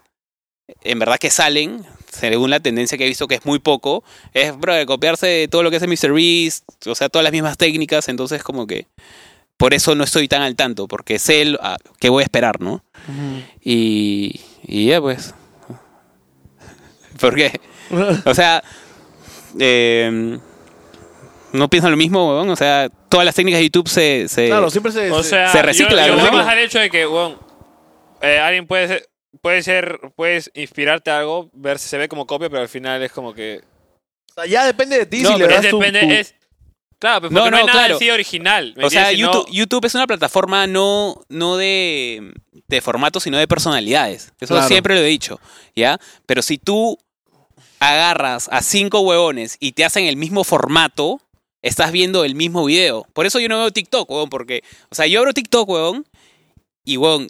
Speaker 3: en verdad que salen, según la tendencia que he visto que es muy poco, es, bro, de copiarse de todo lo que hace MrBeast, o sea, todas las mismas técnicas, entonces como que... Por eso no estoy tan al tanto, porque sé lo- a- qué voy a esperar, ¿no? Y, y ya pues. ¿Por qué? O sea, eh, no piensan lo mismo, weón. O sea, todas las técnicas de YouTube se. se-
Speaker 2: Claro, siempre se.
Speaker 1: O
Speaker 2: se-
Speaker 1: sea,
Speaker 3: se recicla,
Speaker 1: yo, yo
Speaker 3: ¿no?
Speaker 1: voy más al hecho de que, weón, eh, alguien puede ser, puede ser, puedes inspirarte a algo, ver si se ve como copia, pero al final es como que...
Speaker 2: o sea, ya depende de ti
Speaker 1: No,
Speaker 2: si le
Speaker 1: pero
Speaker 2: das
Speaker 1: es
Speaker 2: tu-
Speaker 1: depende,
Speaker 2: tu-
Speaker 1: es... Claro, pero
Speaker 3: No,
Speaker 1: porque no,
Speaker 3: no,
Speaker 1: hay nada
Speaker 3: claro.
Speaker 1: en sí original. ¿me
Speaker 3: o sea,
Speaker 1: entiendes? Si no-
Speaker 3: YouTube, YouTube es una plataforma no, no de, de formatos, sino de personalidades. Eso
Speaker 2: Claro.
Speaker 3: siempre lo he dicho, ¿ya? Pero si tú agarras a cinco huevones y te hacen el mismo formato, estás viendo el mismo video. Por eso yo no veo TikTok, huevón, porque... O sea, yo abro TikTok, huevón, y, huevón,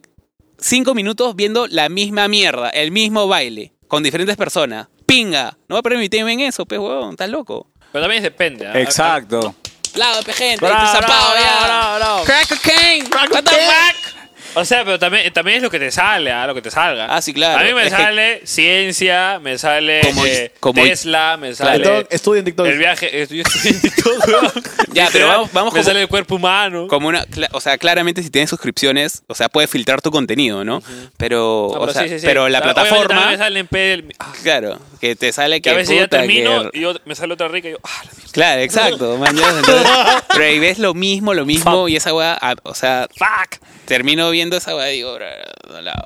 Speaker 3: cinco minutos viendo la misma mierda, el mismo baile, con diferentes personas. ¡Pinga! No voy a permitirme en eso, pues, huevón, estás loco.
Speaker 1: Pero también depende. ¿ah?
Speaker 4: Exacto.
Speaker 3: Lado, pe, gente,
Speaker 1: Bravo,
Speaker 3: tu zapado,
Speaker 1: bravo,
Speaker 3: ya.
Speaker 1: bravo, bravo.
Speaker 3: Crack cocaine. What the fuck?
Speaker 1: O sea, pero también, también es lo que te sale, ¿ah? lo que te salga.
Speaker 3: Ah, sí, claro.
Speaker 1: A mí me
Speaker 3: Es que-
Speaker 1: sale ciencia, me sale
Speaker 3: Como-
Speaker 1: eh,
Speaker 3: como-
Speaker 1: Tesla, me
Speaker 2: TikTok,
Speaker 1: sale...
Speaker 2: estudia en TikTok.
Speaker 1: El viaje, eh, yo estoy en TikTok, weón.
Speaker 3: Ya, pero vamos, vamos
Speaker 1: Me
Speaker 3: como,
Speaker 1: sale el cuerpo humano.
Speaker 3: como una. cla- O sea, claramente si tienes suscripciones, o sea, puedes filtrar tu contenido, ¿no? Pero.
Speaker 1: No,
Speaker 3: o
Speaker 1: Ah,
Speaker 3: sea,
Speaker 1: pues sí, sí, sí.
Speaker 3: pero la
Speaker 1: Obviamente también
Speaker 3: plataforma.
Speaker 1: me salen pel-
Speaker 3: Claro, que te sale que.
Speaker 1: que a veces ya
Speaker 3: puta,
Speaker 1: termino
Speaker 3: que-
Speaker 1: y yo, me sale otra rica y yo, ah, la mierda.
Speaker 3: Claro, exacto. man, ya, entonces, pero ahí ves lo mismo, lo mismo, y esa weá. ah, O sea,
Speaker 1: fuck.
Speaker 3: termino viendo esa weá y digo, "Bra, bra, bra, bra".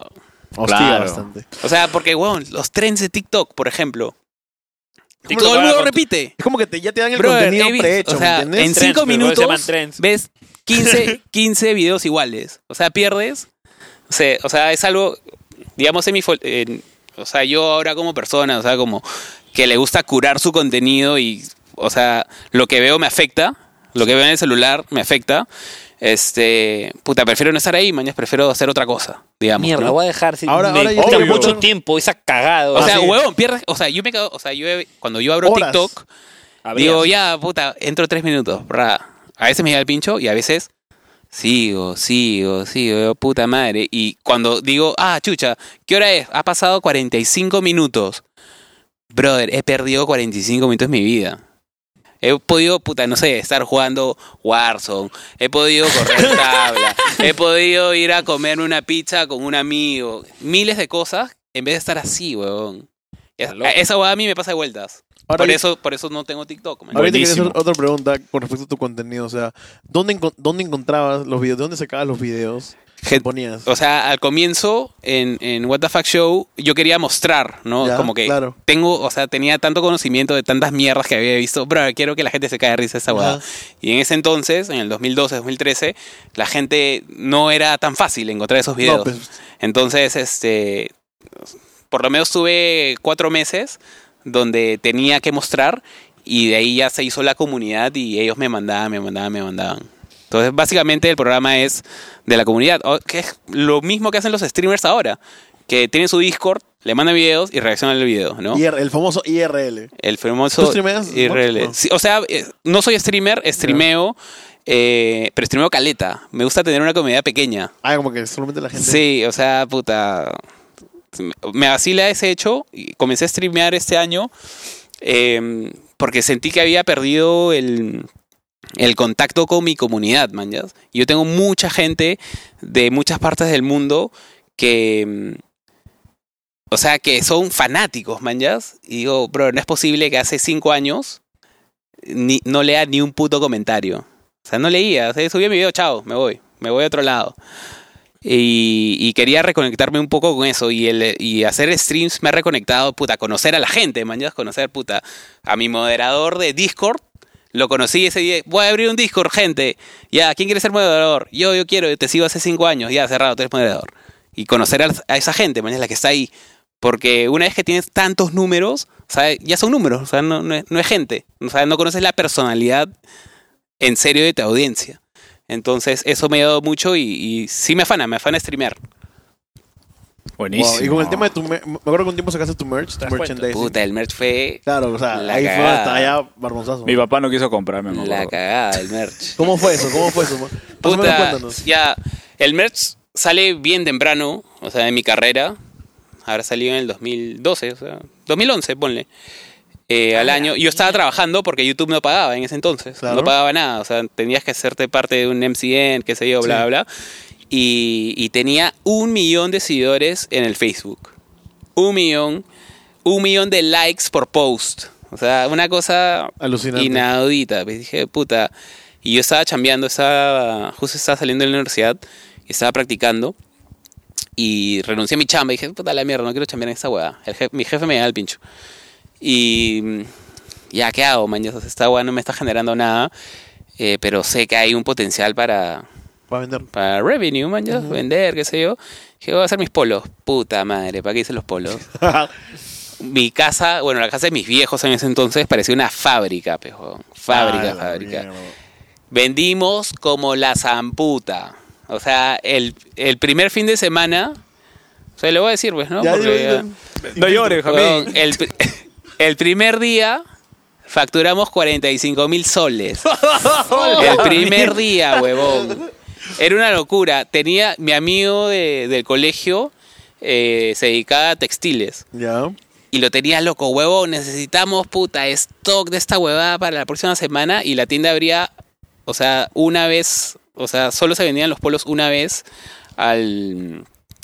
Speaker 2: Hostia,
Speaker 4: Claro.
Speaker 2: bastante.
Speaker 3: O sea, porque, weón, los trends de TikTok, por ejemplo.
Speaker 1: TikTok
Speaker 3: todo el
Speaker 1: ahora
Speaker 3: mundo
Speaker 1: con-
Speaker 3: repite.
Speaker 2: Es como que te, ya te dan el
Speaker 3: Brother,
Speaker 2: contenido
Speaker 3: he visto-
Speaker 2: prehecho,
Speaker 3: eh, o sea,
Speaker 2: ¿me entiendes?
Speaker 3: en cinco
Speaker 1: pero se llaman
Speaker 3: minutos
Speaker 1: trends.
Speaker 3: ves 15, 15 videos iguales. O sea, pierdes. O sea, o sea, es algo, digamos, en mi... fol- en- o sea, yo ahora como persona, o sea, como que le gusta curar su contenido y, o sea, lo que veo me afecta. Lo que veo en el celular me afecta. Este, puta, prefiero no estar ahí, mañana prefiero hacer otra cosa, digamos. ¿no?
Speaker 1: a dejar sin
Speaker 2: Ahora- ahora yo creo que mucho-
Speaker 1: tiempo esa cagada.
Speaker 3: O sea,
Speaker 2: sí.
Speaker 3: huevón, pierdes, o sea, yo me cago, o sea, yo he- cuando yo abro
Speaker 2: Horas.
Speaker 3: TikTok, Digo, ya, puta, entro tres minutos. ra. A veces me llega el pincho y a veces sigo, sigo, sigo, yo, puta madre. Y cuando digo, ah, chucha, ¿qué hora es? Ha pasado 45 minutos. Brother, he perdido 45 minutos de mi vida. He podido, puta, no sé, estar jugando Warzone. He podido correr tabla. he podido ir a comerme una pizza con un amigo. Miles de cosas en vez de estar así, weón. Esa-
Speaker 1: loco.
Speaker 3: Esa weá a mí me pasa de vueltas.
Speaker 2: Ahora
Speaker 3: Por
Speaker 2: vi-
Speaker 3: eso, por eso no tengo TikTok, man.
Speaker 2: Ahorita quería hacer
Speaker 4: Buenísimo.
Speaker 2: otra pregunta con respecto a tu contenido. O sea, ¿dónde, encon- dónde encontrabas los videos? ¿De dónde sacabas los videos? Head ponías.
Speaker 3: O sea, al comienzo en, en What the Fuck Show yo quería mostrar, ¿no?
Speaker 2: Ya,
Speaker 3: Como que
Speaker 2: claro.
Speaker 3: tengo, o sea, tenía tanto conocimiento de tantas mierdas que había visto, bro, quiero que la gente se caiga de risa de esa huevada.
Speaker 2: Ajá.
Speaker 3: Y en ese entonces, en el 2012, 2013, la gente no era tan fácil encontrar esos videos.
Speaker 2: No, pues,
Speaker 3: Entonces, este, por lo menos tuve cuatro meses donde tenía que mostrar y de ahí ya se hizo la comunidad y ellos me mandaban, me mandaban, me mandaban. Entonces, básicamente el programa es de la comunidad, o- que es lo mismo que hacen los streamers ahora, que tienen su Discord, le mandan videos y reaccionan al video, ¿no?
Speaker 2: IR el famoso IRL.
Speaker 3: El
Speaker 2: ¿Tú
Speaker 3: famoso
Speaker 2: streameas, Ah.
Speaker 3: IRL.
Speaker 2: Mox?
Speaker 3: Sí, o sea, eh, no soy streamer, streameo, eh, pero streameo caleta. Me gusta tener una comunidad pequeña.
Speaker 2: Ah, como que solamente la gente.
Speaker 3: Sí, o sea, puta. Me vacila ese hecho y comencé a streamear este año eh, porque sentí que había perdido el, el contacto con mi comunidad, man. ¿ya? Yo tengo mucha gente de muchas partes del mundo que. mm, O sea, que son fanáticos, man. ¿ya? Y digo, bro, no es posible que hace cinco años ni- no lea ni un puto comentario. O sea, no leía. O sea, subí mi video, chao, me voy. Me voy a otro lado. Y, y quería reconectarme un poco con eso. Y, el, y hacer streams me ha reconectado, puta, a conocer a la gente, man. ya, Conocer, puta, a mi moderador de Discord. Lo conocí ese día. Voy a abrir un Discord, gente. Ya, ¿quién quiere ser moderador? Yo, yo quiero. Te sigo hace cinco años. Ya, cerrado, tú eres moderador. Y conocer a, a esa gente, man, es la que está ahí. Porque una vez que tienes tantos números, o sea, ya son números. O sea, no, no es, no es gente. O sea, no conoces la personalidad en serio de tu audiencia. Entonces, eso me ha ayudado mucho y, y sí me afana, me afana streamear.
Speaker 4: Buenísimo.
Speaker 2: Wow, Y con el tema de tu. mer- Me acuerdo que un tiempo sacaste tu merch, tu
Speaker 1: das
Speaker 2: merchandising.
Speaker 3: Puta, el merch fue
Speaker 2: Claro, o sea,
Speaker 3: La
Speaker 2: ahí fue
Speaker 3: cagada.
Speaker 2: hasta allá barbonzazo.
Speaker 4: Mi papá no quiso comprarme, me
Speaker 3: la
Speaker 4: acuerdo.
Speaker 3: cagada, el merch.
Speaker 2: ¿Cómo fue eso? ¿Cómo fue eso? Más o menos
Speaker 3: Puta,
Speaker 2: cuéntanos.
Speaker 3: ya, el merch sale bien temprano, o sea, en mi carrera. Habrá salido en el 2012, o sea, 2011, ponle. eh, al año. Yo estaba trabajando porque YouTube no pagaba en ese entonces.
Speaker 2: Claro.
Speaker 3: No pagaba nada. O sea, tenías que hacerte parte de un MCN, qué sé yo, bla,
Speaker 2: Sí.
Speaker 3: bla, bla. Y, y tenía un millón de seguidores en el Facebook. Un millón. Un millón de likes por post. O sea, una cosa
Speaker 2: Alucinante.
Speaker 3: inaudita. Pues dije, puta. Y yo estaba chambeando, estaba, justo estaba saliendo de la universidad y estaba practicando. Y renuncié a mi chamba y dije, puta la mierda, no quiero chambear en esta hueá. El jef- mi jefe me da el pincho. Y mm, ya, ¿qué hago, man? Ya, o sea, Esta hueá no me está generando nada, eh, pero sé que hay un potencial para,
Speaker 2: Para vender.
Speaker 3: para revenue, man, ya, vender, qué sé yo. Dije, voy a hacer mis polos. Puta madre, ¿para qué hice los polos? Mi casa, bueno, la casa de mis viejos en ese entonces parecía una fábrica, pejo. Fábrica,
Speaker 2: Ah, la
Speaker 3: fábrica.
Speaker 2: mierda.
Speaker 3: Vendimos como la zamputa. O sea, el, el primer fin de semana. O sea, le voy a decir, pues, ¿no?
Speaker 2: Ya,
Speaker 3: Porque
Speaker 2: dilo,
Speaker 3: ya-
Speaker 2: dilo.
Speaker 4: No llores,
Speaker 3: Huevón,
Speaker 4: Jamín.
Speaker 3: el, pri- el primer día facturamos 45 mil soles. el primer día, huevón. Era una locura. Tenía mi amigo de- del colegio, eh, se dedicaba a textiles.
Speaker 2: Ya.
Speaker 3: Y lo tenía loco, huevón. Necesitamos, puta, stock de esta huevada para la próxima semana. Y la tienda abría, o sea, una vez, o sea, solo se vendían los polos una vez al,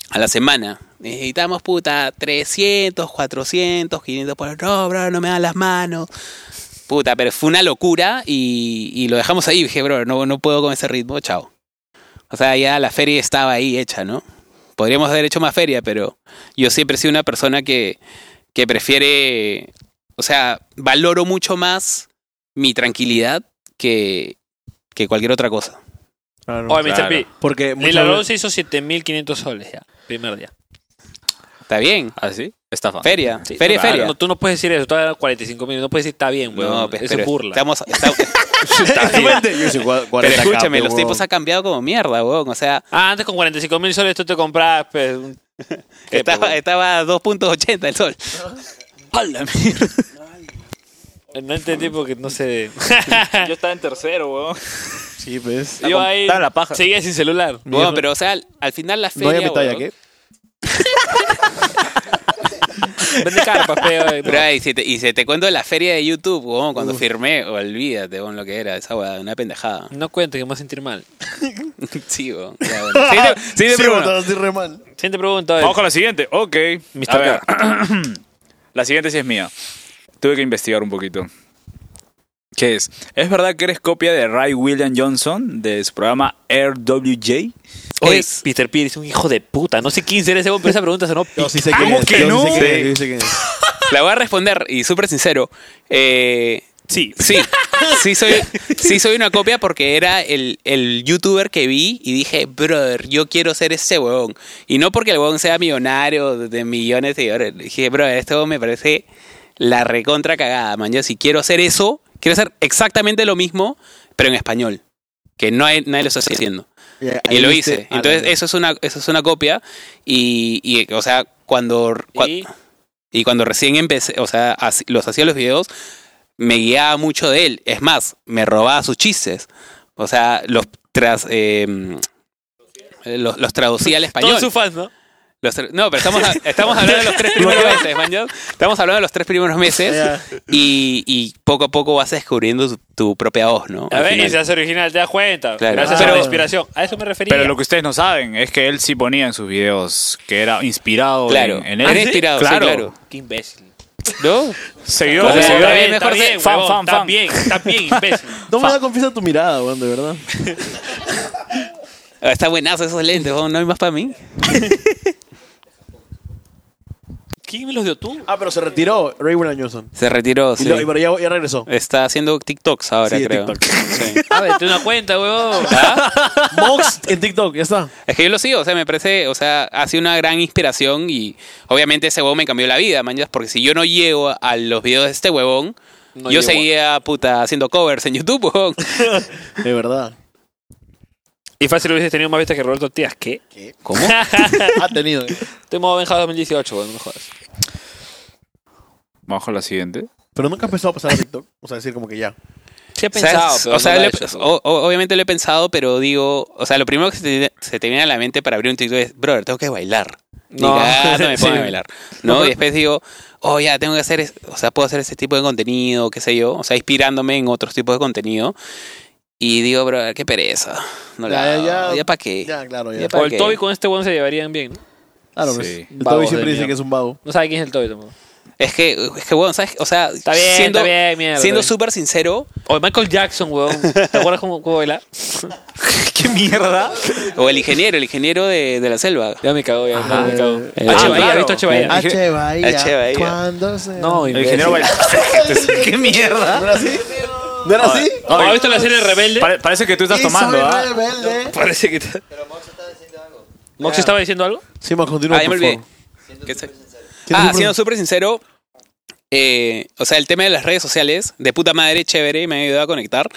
Speaker 3: a la semana. Necesitamos, puta, 300, 400, 500 polos. No, bro, no me dan las manos. Puta, pero fue una locura y, y lo dejamos ahí. Dije, bro, no, no puedo con ese ritmo, chao. O sea, ya la feria estaba ahí hecha, ¿no? Podríamos haber hecho más feria, pero yo siempre he sido una persona que, que prefiere, o sea, valoro mucho más mi tranquilidad que, que cualquier otra cosa.
Speaker 2: Claro.
Speaker 1: Oye, Mr.
Speaker 4: Claro.
Speaker 1: P.
Speaker 2: Porque
Speaker 1: Lila
Speaker 2: muchas
Speaker 1: Rose hizo 7.500 soles ya. Primer día.
Speaker 3: Está bien,
Speaker 4: ¿Ah, sí? Estafa.
Speaker 3: feria,
Speaker 1: Sí,
Speaker 3: feria,
Speaker 1: claro,
Speaker 3: feria.
Speaker 1: No, tú no puedes decir eso. Tú has 45 mil. No puedes decir está bien, weón.
Speaker 3: pues,
Speaker 1: eso es burla.
Speaker 3: Estamos, está-
Speaker 2: Exactamente. Yo hice cua- 40
Speaker 3: pero escúchame,
Speaker 2: cape,
Speaker 3: los
Speaker 2: huevón.
Speaker 3: tiempos han cambiado como mierda, weón. O sea,
Speaker 1: Ah, antes con 45 mil soles tú te comprabas. Pues, un- ¿Qué, pues,
Speaker 3: estaba, estaba a 2.80 el sol. ¡Hala, mierda!
Speaker 1: No entendí porque este no sé.
Speaker 4: Yo estaba en tercero, weón.
Speaker 2: Sí, pues.
Speaker 1: Yo ahí.
Speaker 4: Estaba en la paja.
Speaker 1: Seguía sin celular.
Speaker 3: Weón, pero o sea, al, al final la
Speaker 2: No
Speaker 3: feria.
Speaker 2: hay mitad ya,
Speaker 3: weón,
Speaker 2: ¿qué?
Speaker 1: Vende carpas, peo. eh,
Speaker 3: Bro, y, si te, y si te cuento de la feria de YouTube, weón, cuando firmé, olvídate, weón, lo que era, esa weá, una pendejada.
Speaker 1: No cuento que me vas a sentir mal.
Speaker 3: Sí, weón. ya, bueno. Sí, te- sí, te
Speaker 2: Sí,
Speaker 3: pregunto.
Speaker 2: botaron así re mal.
Speaker 1: Siguiente pregunta. eh.
Speaker 4: Vamos con la siguiente. Ok.
Speaker 1: Mr.
Speaker 4: A ver. la siguiente sí es mía. Tuve que investigar un poquito. que es, ¿es verdad que eres copia de Ray William Johnson de su programa RWJ?
Speaker 1: Oye,
Speaker 3: Es-
Speaker 1: Peter Peter es un hijo de puta. No sé quién será ese, weón, pero esa pregunta sonó
Speaker 2: Yo sí sé
Speaker 1: pica-
Speaker 2: quién
Speaker 4: ¿Cómo
Speaker 2: es,
Speaker 4: que
Speaker 2: yo sí
Speaker 4: no?
Speaker 2: sé quién es, yo sí sé quién es.
Speaker 3: La voy a responder y súper sincero. Eh,
Speaker 1: Sí.
Speaker 3: sí, sí soy, sí soy una copia porque era el, el youtuber que vi y dije, brother, yo quiero ser ese huevón. Y no porque el huevón sea millonario de millones de seguidores. Dije, brother, esto me parece la recontra cagada, man. Yo si quiero hacer eso, quiero hacer exactamente lo mismo, pero en español. Que no hay- nadie lo está haciendo. Y lo hice. Entonces,
Speaker 6: ah,
Speaker 3: eh, eso es una, eso es una copia. Y, y, o sea, cuando, cua-
Speaker 1: Y-
Speaker 3: y cuando recién empecé, o sea, así- los hacía los videos, me guiaba mucho de él. Es más, me robaba sus chistes. O sea, los tras eh, los, los traducía al español.
Speaker 1: Todos sus fans, ¿no?
Speaker 3: Los tra- no, pero estamos, a- estamos hablando de los tres primeros meses, man, ya. Estamos hablando de los tres primeros meses y, y poco a poco vas descubriendo tu, tu propia voz, ¿no?
Speaker 1: A
Speaker 3: Al
Speaker 1: ver, y
Speaker 3: final.
Speaker 1: se hace original, te das cuenta.
Speaker 3: Claro.
Speaker 1: Gracias a
Speaker 3: Pero-
Speaker 1: la inspiración. A eso me refería.
Speaker 4: Pero lo que ustedes no saben es que él sí ponía en sus videos que era inspirado
Speaker 3: Claro.
Speaker 4: en, en
Speaker 3: Era
Speaker 4: él.
Speaker 3: inspirado, sí, claro.
Speaker 1: Qué imbécil.
Speaker 3: ¿No?
Speaker 4: Seguidor,
Speaker 3: O
Speaker 4: seguidor.
Speaker 3: sea,
Speaker 1: está
Speaker 3: bien,
Speaker 1: bien,
Speaker 3: mejor
Speaker 1: está
Speaker 3: se-
Speaker 1: bien,
Speaker 4: fan,
Speaker 1: huevón,
Speaker 4: fan,
Speaker 1: está
Speaker 4: fan.
Speaker 1: bien, está bien, imbécil.
Speaker 2: No me da confianza tu mirada, weón, de verdad.
Speaker 3: Ah, Está buenazo esos lentes, ¿no? no hay más para mí.
Speaker 1: ¿Quién me los dio tú?
Speaker 2: Ah, pero se retiró Ray William Johnson.
Speaker 3: Se retiró,
Speaker 2: Y
Speaker 3: sí.
Speaker 2: lo- y pero ya, ya regresó.
Speaker 3: Está haciendo TikToks ahora,
Speaker 2: Sí, de
Speaker 3: creo.
Speaker 2: TikTok.
Speaker 3: Sí. Ah,
Speaker 1: Ábrete una cuenta, huevón.
Speaker 2: Mox en TikTok, ya está.
Speaker 3: Es que yo lo sigo, o sea, me parece, o sea, ha sido una gran inspiración y obviamente ese huevón me cambió la vida, manjas, porque si yo no llego a- a los videos de este huevón,
Speaker 1: No
Speaker 3: yo
Speaker 1: llego.
Speaker 3: seguía, puta, haciendo covers en YouTube, huevón.
Speaker 2: De verdad.
Speaker 1: Y fácil hubieses tenido más vistas que Roberto Tías, ¿qué?
Speaker 6: ¿Cómo?
Speaker 2: Ha tenido.
Speaker 1: Estoy modo Benja 2018, huevón, no me jodas.
Speaker 4: Bajo la siguiente.
Speaker 2: Pero nunca empezó a pasar a TikTok. O sea, decir como que ya.
Speaker 1: Sí he
Speaker 3: O sea,
Speaker 1: pensado,
Speaker 3: es-
Speaker 1: pero
Speaker 3: o sea,
Speaker 1: no lo he
Speaker 3: lo he-
Speaker 1: hecho, huevón.
Speaker 3: o- o- obviamente lo he pensado, pero digo, o sea, lo primero que se te, se te viene a la mente para abrir un TikTok es, brother, tengo que bailar. No,
Speaker 1: No.
Speaker 3: no me
Speaker 1: Sí.
Speaker 3: pongo a bailar. ¿no? Y después digo, oh, ya, tengo que hacer, es- o sea, puedo hacer ese tipo de contenido, qué sé yo, o sea, inspirándome en otros tipos de contenido. Y digo, brother, qué pereza. No la
Speaker 2: Ya,
Speaker 3: hago.
Speaker 2: ya,
Speaker 3: ya,
Speaker 2: ya.
Speaker 3: para qué.
Speaker 2: Ya, claro, ya.
Speaker 3: Ya
Speaker 1: O
Speaker 3: ¿para
Speaker 1: el
Speaker 3: qué?
Speaker 1: Toby con este huevón se llevarían bien. ¿no?
Speaker 2: Claro,
Speaker 4: Sí.
Speaker 2: pues. El
Speaker 1: Vago
Speaker 2: Toby siempre
Speaker 1: de
Speaker 2: dice
Speaker 1: mierda.
Speaker 2: que es un vago.
Speaker 1: No sabe quién es el Toby tampoco.
Speaker 3: Es que, es que, bueno, ¿sabes? O sea,
Speaker 1: Está bien,
Speaker 3: siendo,
Speaker 1: está bien, mierda.
Speaker 3: siendo
Speaker 1: está bien.
Speaker 3: súper sincero,
Speaker 1: O Michael Jackson, huevón. ¿Te acuerdas cómo, cómo baila?
Speaker 4: ¿Qué mierda?
Speaker 3: o el ingeniero, el ingeniero de, de la selva.
Speaker 1: Ya me cago, ya, ya me cago.
Speaker 3: Eh,
Speaker 1: Ah, Bahía,
Speaker 3: ah,
Speaker 1: ¿has
Speaker 4: claro.
Speaker 1: visto H. Bahía? Ah,
Speaker 4: Ah,
Speaker 2: H.
Speaker 3: H.
Speaker 2: Bahía.
Speaker 3: Bahía.
Speaker 2: ¿Cuándo se.?
Speaker 1: No,
Speaker 4: El ingeniero baila. ¿Qué mierda?
Speaker 2: ¿No era así? ¿No era así?
Speaker 1: ¿O ¿Has visto la serie Rebelde?
Speaker 4: Pare- parece que tú estás tomando, ¿ah?
Speaker 2: rebelde.
Speaker 1: Parece que. Pero Mox estaba diciendo algo. ¿Mox estaba diciendo algo?
Speaker 2: Sí, más continúa.
Speaker 3: Ah, ya me
Speaker 2: por
Speaker 3: olvidé.
Speaker 2: favor.
Speaker 3: ¿Qué sé?
Speaker 2: Siendo
Speaker 3: Ah,
Speaker 2: súper-
Speaker 3: siendo súper sincero, eh, o sea, el tema de las redes sociales, de puta madre, chévere, me ha ayudado a conectar.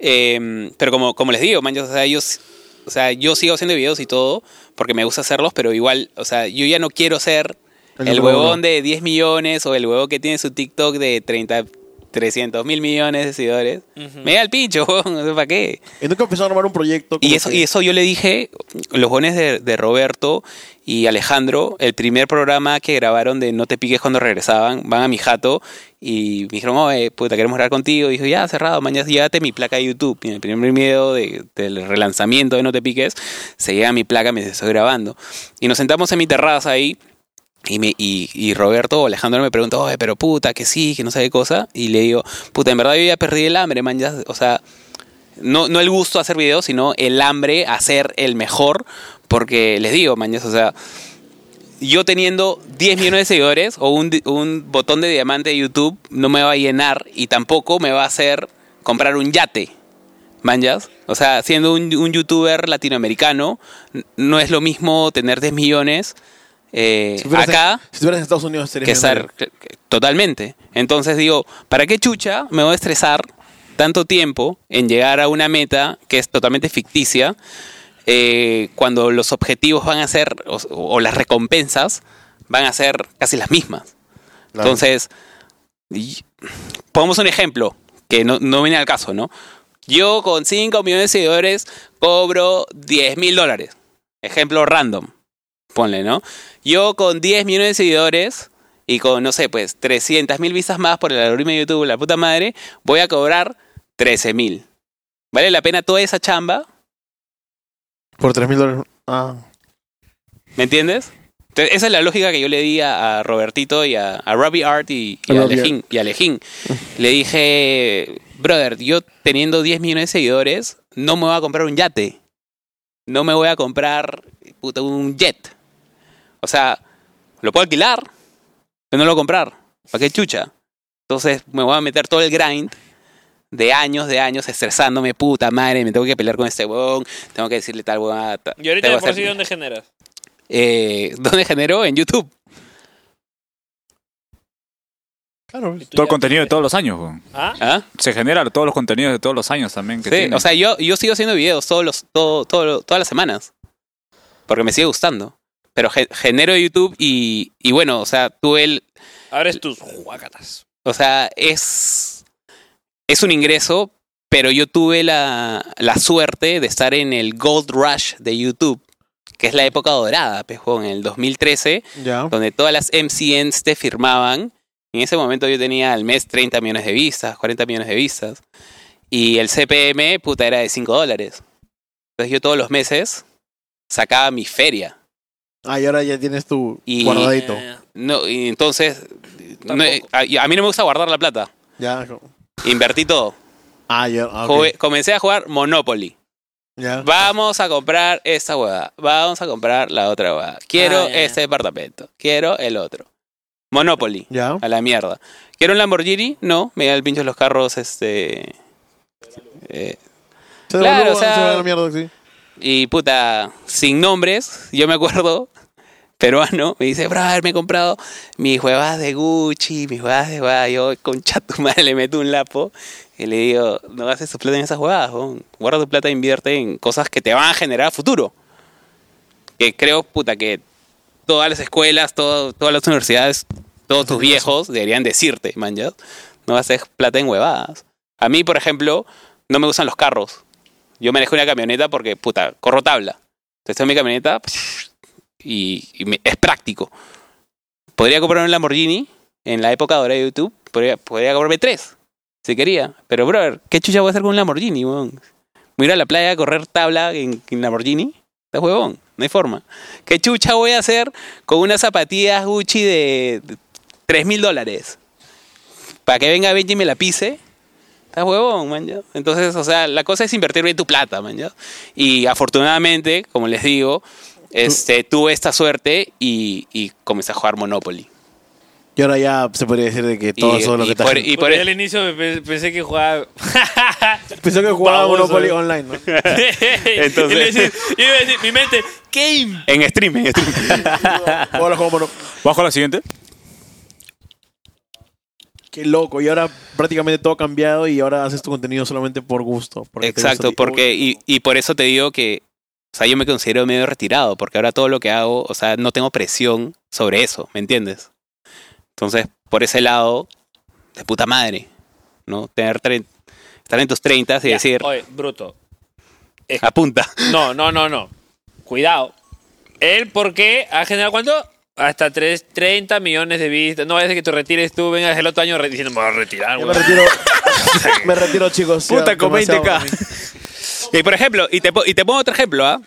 Speaker 3: Eh, pero como, como les digo, man, yo, o, sea, yo, s- o sea, yo sigo haciendo videos y todo, porque me gusta hacerlos, pero igual, o sea, yo ya no quiero ser
Speaker 2: El
Speaker 3: el,
Speaker 2: número
Speaker 3: huevón
Speaker 2: uno.
Speaker 3: de 10 millones o el huevón que tiene su TikTok de 30, 300 mil millones de seguidores. Me da el pincho, huevón, no sé para qué.
Speaker 2: Y nunca empezó a armar un proyecto.
Speaker 3: Y
Speaker 2: como
Speaker 3: eso,
Speaker 2: que-
Speaker 3: y eso yo le dije, los jóvenes de, de Roberto y Alejandro, el primer programa que grabaron de No te piques cuando regresaban, van a mi jato y me dijeron, oye, puta, queremos grabar contigo. Y dijo, ya, cerrado, mañana llévate mi placa de YouTube. Y en el primer video de- del relanzamiento de No te piques, se llega mi placa, me dice, estoy grabando. Y nos sentamos en mi terraza ahí. Y, me, y, y Roberto o Alejandro me preguntó, oye, pero puta, que sí, que no sé qué cosa. Y le digo, puta, en verdad yo ya perdí el hambre, man. ya, o sea, no, no el gusto de hacer videos, sino el hambre a ser el mejor. Porque les digo, mañas, o sea, yo teniendo 10 millones de seguidores o un, di- un botón de diamante de YouTube no me va a llenar y tampoco me va a hacer comprar un yate. Manjas, o sea, siendo un, un youtuber latinoamericano, n- no es lo mismo tener 10 millones eh,
Speaker 2: Si estuvieras en-
Speaker 3: acá
Speaker 2: Si estuvieras en Estados Unidos, serías
Speaker 3: que
Speaker 2: millonario.
Speaker 3: estar que- que- totalmente. Entonces digo, ¿para qué chucha me voy a estresar tanto tiempo en llegar a una meta que es totalmente ficticia eh, cuando los objetivos van a ser o, o las recompensas van a ser casi las mismas? Entonces, y- pongamos un ejemplo que no, no viene al caso, ¿no? Yo con 5 millones de seguidores cobro 10 mil dólares. Ejemplo random. Ponle, ¿no? Yo con 10 millones de seguidores y con, no sé, pues 300 mil vistas más por el algoritmo de YouTube, la puta madre, voy a cobrar 13 mil. ¿Vale la pena toda esa chamba?
Speaker 2: Por 3 mil dólares. Ah.
Speaker 3: ¿Me entiendes? Entonces, esa es la lógica que yo le di a, a Robertito y a, a Robbie Art y, y
Speaker 2: A
Speaker 3: a
Speaker 2: Robbie
Speaker 3: Alejín. y a Alejín. Le dije, brother, yo teniendo 10 millones de seguidores, no me voy a comprar un yate. No me voy a comprar, puta, un jet. O sea, lo puedo alquilar, pero no lo voy a comprar. ¿Para qué chucha? Entonces me voy a meter todo el grind de años, de años, estresándome, puta madre, me tengo que pelear con este huevón, tengo que decirle tal huevón.
Speaker 1: Y ahorita de por sí, ¿dónde generas?
Speaker 3: eh, ¿Dónde generó? En YouTube.
Speaker 2: Claro. pues.
Speaker 4: Todo el contenido de todos los años, weón.
Speaker 1: ¿Ah?
Speaker 3: ¿Ah?
Speaker 4: Se generan todos los contenidos de todos los años también. Que
Speaker 3: Sí,
Speaker 4: tiene.
Speaker 3: o sea, yo, yo sigo haciendo videos todos los, todo, todo- todas las semanas. Porque me sigue gustando. Pero ge- genero YouTube y, y bueno, o sea, tú el.
Speaker 1: Abres tus juácatas.
Speaker 3: O sea, es. Es un ingreso, pero yo tuve la, la suerte de estar en el Gold Rush de YouTube, que es la época dorada, pejón, en el 2013,
Speaker 2: Ya.
Speaker 3: donde todas las MCNs te firmaban. En ese momento yo tenía al mes 30 millones de vistas, 40 millones de vistas. Y el CPM, puta, era de 5 dólares. Entonces yo todos los meses sacaba mi feria.
Speaker 2: Ah, y ahora ya tienes tu
Speaker 3: Y-
Speaker 2: guardadito.
Speaker 1: Eh,
Speaker 3: No, y entonces, no, a, y a mí no me gusta guardar la plata.
Speaker 2: Ya.
Speaker 3: Invertí todo.
Speaker 2: Ah, ya. ah, ok.
Speaker 3: Jugué- comencé a jugar Monopoly.
Speaker 2: Ya.
Speaker 3: Vamos a comprar esta hueá. Vamos a comprar la otra hueá. Quiero
Speaker 1: Ah, ya, ya.
Speaker 3: este departamento. Quiero el otro. Monopoly.
Speaker 2: Ya.
Speaker 3: A la mierda. ¿Quiero un Lamborghini? No, me da el pincho los carros, este. eh,
Speaker 2: Se
Speaker 3: Claro,
Speaker 2: devolvió,
Speaker 3: o sea-
Speaker 2: se va a la mierda, sí.
Speaker 3: y puta, sin nombres, yo me acuerdo, peruano, me dice, brother, me he comprado mis huevas de Gucci, mis huevas de huevas. Yo con tu madre le meto un lapo y le digo, no gastes tu plata en esas huevas, huevón. guarda tu plata e invierte en cosas que te van a generar futuro. Que creo, puta, que todas las escuelas, todo- todas las universidades, todos tus viejos deberían decirte, man, ya, no gastes plata en huevadas. A mí, por ejemplo, no me gustan los carros. Yo manejo una camioneta porque, puta, corro tabla. Entonces tengo mi camioneta y, y me- es práctico. Podría comprar un Lamborghini en la época de ahora de YouTube. Podría, podría comprarme tres, si quería. Pero, brother, ¿qué chucha voy a hacer con un Lamborghini, weón? Voy a ir a la playa a correr tabla en, en Lamborghini. Está huevón, no hay forma. ¿Qué chucha voy a hacer con unas zapatillas Gucci de tres mil dólares? Para que venga Benji y me la pise. Estás Ah, huevón, man. ya. Entonces, o sea, la cosa es invertir bien tu plata, man. ya. Y afortunadamente, como les digo, este, tuve esta suerte y, y comencé a jugar Monopoly.
Speaker 2: Y ahora ya se podría decir de que
Speaker 3: Y-
Speaker 2: todo eso es lo
Speaker 3: y
Speaker 2: que está.
Speaker 3: por-
Speaker 2: haciendo.
Speaker 3: y
Speaker 1: Puta,
Speaker 3: por e
Speaker 1: yo al inicio me pe- pensé que jugaba.
Speaker 2: Pensó que jugaba
Speaker 1: Baboso,
Speaker 2: Monopoly
Speaker 1: eh.
Speaker 2: online, ¿no?
Speaker 1: Entonces. Y, le decía- y iba a decir, mi mente, game.
Speaker 3: En streaming, en streaming.
Speaker 2: Ahora juego Monopoly.
Speaker 4: Bajo la siguiente.
Speaker 2: Qué loco. Y ahora prácticamente todo ha cambiado y ahora haces tu contenido solamente por este gusto. porque te gusta a
Speaker 3: Exacto,
Speaker 2: ti.
Speaker 3: porque y, y por eso te digo que, o sea, yo me considero medio retirado, porque ahora todo lo que hago, o sea, no tengo presión sobre eso, ¿me entiendes? Entonces, por ese lado, de puta madre, ¿no? Tener tre- estar en tus 30 y
Speaker 1: Ya,
Speaker 3: decir,
Speaker 1: Oye, bruto.
Speaker 3: apunta.
Speaker 1: No, no, no, no. Cuidado. Él, ¿por qué? ¿Ha generado cuánto? Hasta tres- 30 millones de vistas. No vayas a que te retires tú, vengas el otro año re- diciendo, me voy a retirar,
Speaker 2: Yo me
Speaker 1: güey.
Speaker 2: retiro. me retiro, chicos. ya,
Speaker 4: Puta, con
Speaker 2: demasiado
Speaker 4: 20K.
Speaker 2: para mí.
Speaker 3: Y por ejemplo, y te, po- y te pongo otro ejemplo, ¿ah?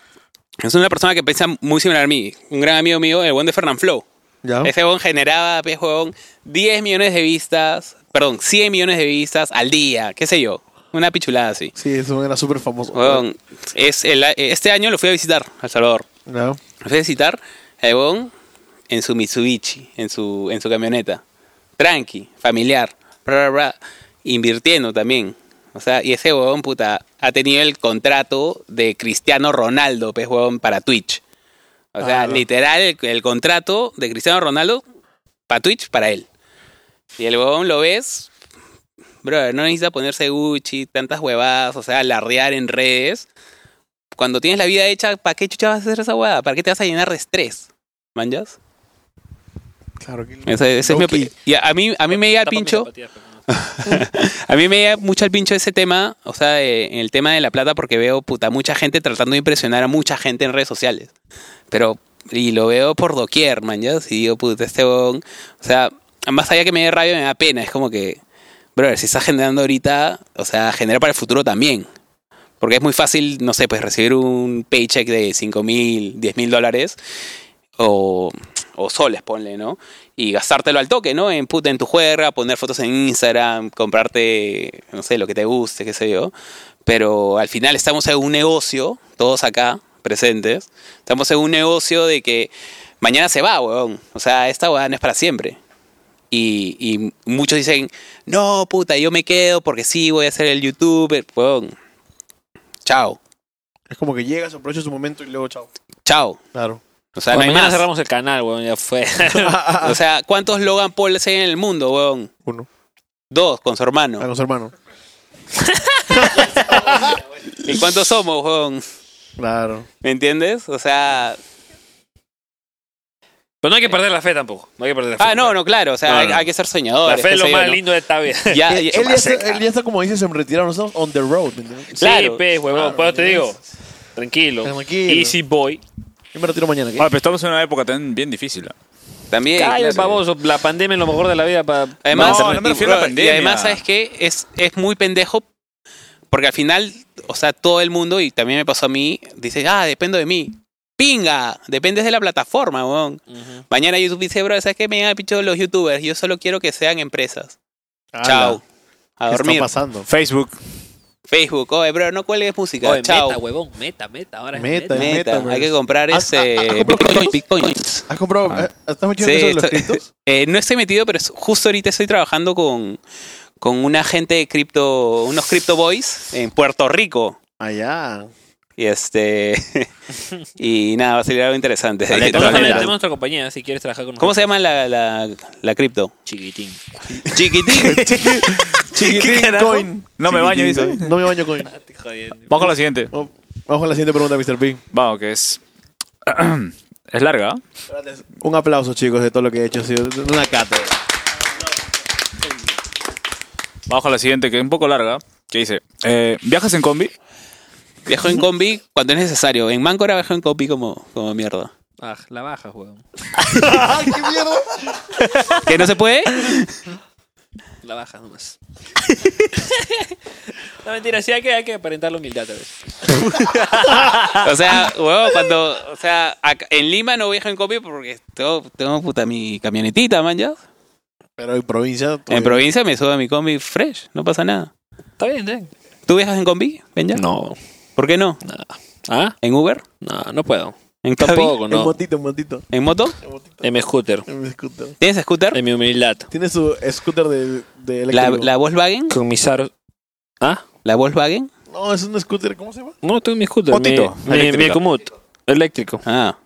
Speaker 3: Es una persona que piensa muy similar a mí, un gran amigo mío, el buen de Fernand Flow.
Speaker 2: Ya.
Speaker 3: Ese huevón generaba, pues, huevón, 10 millones de vistas, perdón, 100 millones de vistas al día, qué sé yo. Una pichulada así.
Speaker 2: Sí, eso era súper famoso.
Speaker 3: Huevón, es el- este año lo fui a visitar a El Salvador.
Speaker 2: Ya.
Speaker 3: Lo fui a visitar a huevón en su Mitsubishi, en su, en su camioneta. Tranqui, familiar, bra, bra, bra, invirtiendo también. O sea, y ese huevón, puta, ha tenido el contrato de Cristiano Ronaldo, pues, huevón, para Twitch. O sea,
Speaker 2: Ah, no.
Speaker 3: literal, el, el contrato de Cristiano Ronaldo para Twitch, para él. Y el huevón lo ves, bro, no necesita ponerse Gucci, tantas huevadas, o sea, larrear en redes. Cuando tienes la vida hecha, ¿para qué chucha vas a hacer esa huevada? ¿Para qué te vas a llenar de estrés? ¿Manjas?
Speaker 2: Claro, que
Speaker 3: Esa, esa es mi
Speaker 2: Loki.
Speaker 3: opinión. Y a, a mí, a mí me llega al
Speaker 1: Tapa mis
Speaker 3: pincho.
Speaker 1: zapatillas, pero no.
Speaker 3: A mí me llega mucho al pincho ese tema, o sea, de- en el tema de la plata, porque veo puta mucha gente tratando de impresionar a mucha gente en redes sociales. Pero, y lo veo por doquier, man, ya. Si digo, puta, este bon. O sea, más allá que me dé rabia, me da pena. Es como que, brother, si estás generando ahorita, o sea, genera para el futuro también. Porque es muy fácil, no sé, pues recibir un paycheck de 5 mil, 10 mil dólares. O o soles, ponle, ¿no? Y gastártelo al toque, ¿no? En puta, en tu juerga, poner fotos en Instagram, comprarte, no sé, lo que te guste, qué sé yo. Pero al final estamos en un negocio, todos acá presentes, estamos en un negocio de que mañana se va, weón. O sea, esta weá no es para siempre. Y, y muchos dicen, no, puta, yo me quedo porque sí, voy a ser el youtuber, weón. Chao,
Speaker 2: Es como que llegas, aprovechas su momento y luego chao.
Speaker 3: chao.
Speaker 2: Claro.
Speaker 3: O sea, no hay
Speaker 1: mañana
Speaker 3: más.
Speaker 1: cerramos el canal, weón, ya fue.
Speaker 3: O sea, ¿cuántos Logan Paul hay en el mundo, weón?
Speaker 2: Uno.
Speaker 3: Dos, con su hermano.
Speaker 2: A los hermanos.
Speaker 3: ¿Y cuántos somos, weón?
Speaker 2: Claro.
Speaker 3: ¿Me entiendes? O sea...
Speaker 1: Pero no hay que perder la fe tampoco. No hay que perder la fe.
Speaker 3: Ah, no, no, claro. O sea,
Speaker 1: No,
Speaker 3: hay,
Speaker 1: no.
Speaker 3: hay que ser
Speaker 1: La
Speaker 3: soñadores.
Speaker 1: fe
Speaker 3: qué
Speaker 1: es lo
Speaker 3: sé yo,
Speaker 1: más
Speaker 3: ¿no?
Speaker 1: lindo de esta vida.
Speaker 3: Ya,
Speaker 2: él,
Speaker 3: ya-
Speaker 2: ya está, él ya está, como dices, en retirado. Nosotros on the road. ¿me entiendes?
Speaker 1: Claro.
Speaker 3: Claro.
Speaker 1: Sí, pe, huevón. Pero te digo, tranquilo.
Speaker 2: Tranquilo.
Speaker 1: Easy boy.
Speaker 2: Yo me retiro mañana. ¿qué?
Speaker 4: Ah, pero estamos en una época también bien difícil. ¿ah?
Speaker 3: También.
Speaker 1: Calla,
Speaker 3: claro. Eh.
Speaker 1: baboso. La pandemia es lo mejor de la vida para...
Speaker 3: Además,
Speaker 4: No, no me
Speaker 3: y-
Speaker 4: refiero a la
Speaker 3: y
Speaker 4: pandemia.
Speaker 3: además, ¿sabes qué? Es, es muy pendejo porque al final, o sea, todo el mundo, y también me pasó a mí, dice, ah, dependo de mí. ¡Pinga! Dependes de la plataforma, weón. Mañana YouTube dice, bro, ¿sabes qué? Me llegan picho los youtubers. Yo solo quiero que sean empresas.
Speaker 2: Ala,
Speaker 3: Chao. A
Speaker 2: ¿Qué está
Speaker 3: dormir.
Speaker 2: pasando?
Speaker 4: Facebook.
Speaker 3: Facebook, oye, bro, no cuelgues música.
Speaker 1: Oye,
Speaker 3: Chao.
Speaker 1: meta, huevón. Meta, meta. Ahora es
Speaker 2: Meta,
Speaker 1: meta.
Speaker 3: Neta, pues. Ah,
Speaker 2: meta,
Speaker 3: hay que
Speaker 2: bro.
Speaker 3: comprar
Speaker 2: ¿Has-
Speaker 3: ese
Speaker 2: has- has comprado
Speaker 3: Bitcoin, bitcoins.
Speaker 2: ¿Has comprado?
Speaker 4: Ah.
Speaker 2: eh, ¿Estás metido
Speaker 3: Sí,
Speaker 2: en eso de los
Speaker 3: estoy-
Speaker 2: criptos?
Speaker 3: Eh, no estoy metido, pero es- justo ahorita estoy trabajando con, con una gente de cripto, unos crypto boys en Puerto Rico.
Speaker 2: Allá.
Speaker 3: Y este y nada, va a ser algo interesante.
Speaker 4: Dale,
Speaker 3: De
Speaker 1: Nosotros
Speaker 4: dale,
Speaker 3: todas
Speaker 1: también
Speaker 3: maneras.
Speaker 1: tenemos nuestra compañía, si quieres trabajar con
Speaker 3: ¿Cómo
Speaker 1: nosotros.
Speaker 3: se llama la, la, la cripto?
Speaker 1: Chiquitín.
Speaker 3: Chiquitín.
Speaker 2: Chiquitín
Speaker 3: carajo?
Speaker 2: coin.
Speaker 4: No me baño, dice.
Speaker 2: Coin. No me baño coin.
Speaker 1: Estoy jodiendo.
Speaker 4: Vamos con la siguiente.
Speaker 2: Oh, Vamos a la siguiente pregunta, Mr. P.
Speaker 4: Vamos, que es. es larga. ¿ah?
Speaker 2: Un aplauso, chicos, de todo lo que he hecho. ha sido Una cátedra.
Speaker 4: Vamos con la siguiente, que es un poco larga. Que dice: eh, ¿Viajas en combi?
Speaker 3: Viajo en combi cuando es necesario. En Máncora viajo en combi como, como mierda.
Speaker 1: Ah, la baja, huevón.
Speaker 3: ¿Que no se puede?
Speaker 1: La baja nomás. no, mentira. Sí, hay que, hay que aparentar la humildad a veces.
Speaker 3: O sea, huevón, cuando. O sea, acá- en Lima no viajo en combi porque tengo, tengo puta mi camionetita, man, ya.
Speaker 2: Pero en provincia.
Speaker 3: En
Speaker 2: pues,
Speaker 3: provincia me subo a mi combi fresh, no pasa nada.
Speaker 1: Está bien, ¿eh?
Speaker 3: ¿Tú viajas en combi, Benja?
Speaker 1: No,
Speaker 3: ¿Por qué no?
Speaker 1: nada. ¿Ah?
Speaker 3: ¿En Uber?
Speaker 1: No, no puedo.
Speaker 3: ¿En Cabify?
Speaker 1: Tampoco,
Speaker 2: En
Speaker 1: no.
Speaker 2: motito, en motito.
Speaker 3: ¿En moto?
Speaker 1: En mi scooter.
Speaker 2: En mi scooter.
Speaker 3: ¿Tienes scooter?
Speaker 1: En mi humildad.
Speaker 2: Tiene su scooter de, de
Speaker 3: ¿La,
Speaker 2: eléctrico.
Speaker 3: la Volkswagen?
Speaker 1: Con mis aros. ¿Ah?
Speaker 3: ¿La Volkswagen?
Speaker 2: No, es un scooter. ¿Cómo se llama?
Speaker 1: No, tengo mi scooter.
Speaker 4: Motito,
Speaker 1: Mi, mi,
Speaker 4: eléctrica.
Speaker 1: mi Komoot. Eléctrico.
Speaker 3: Ah.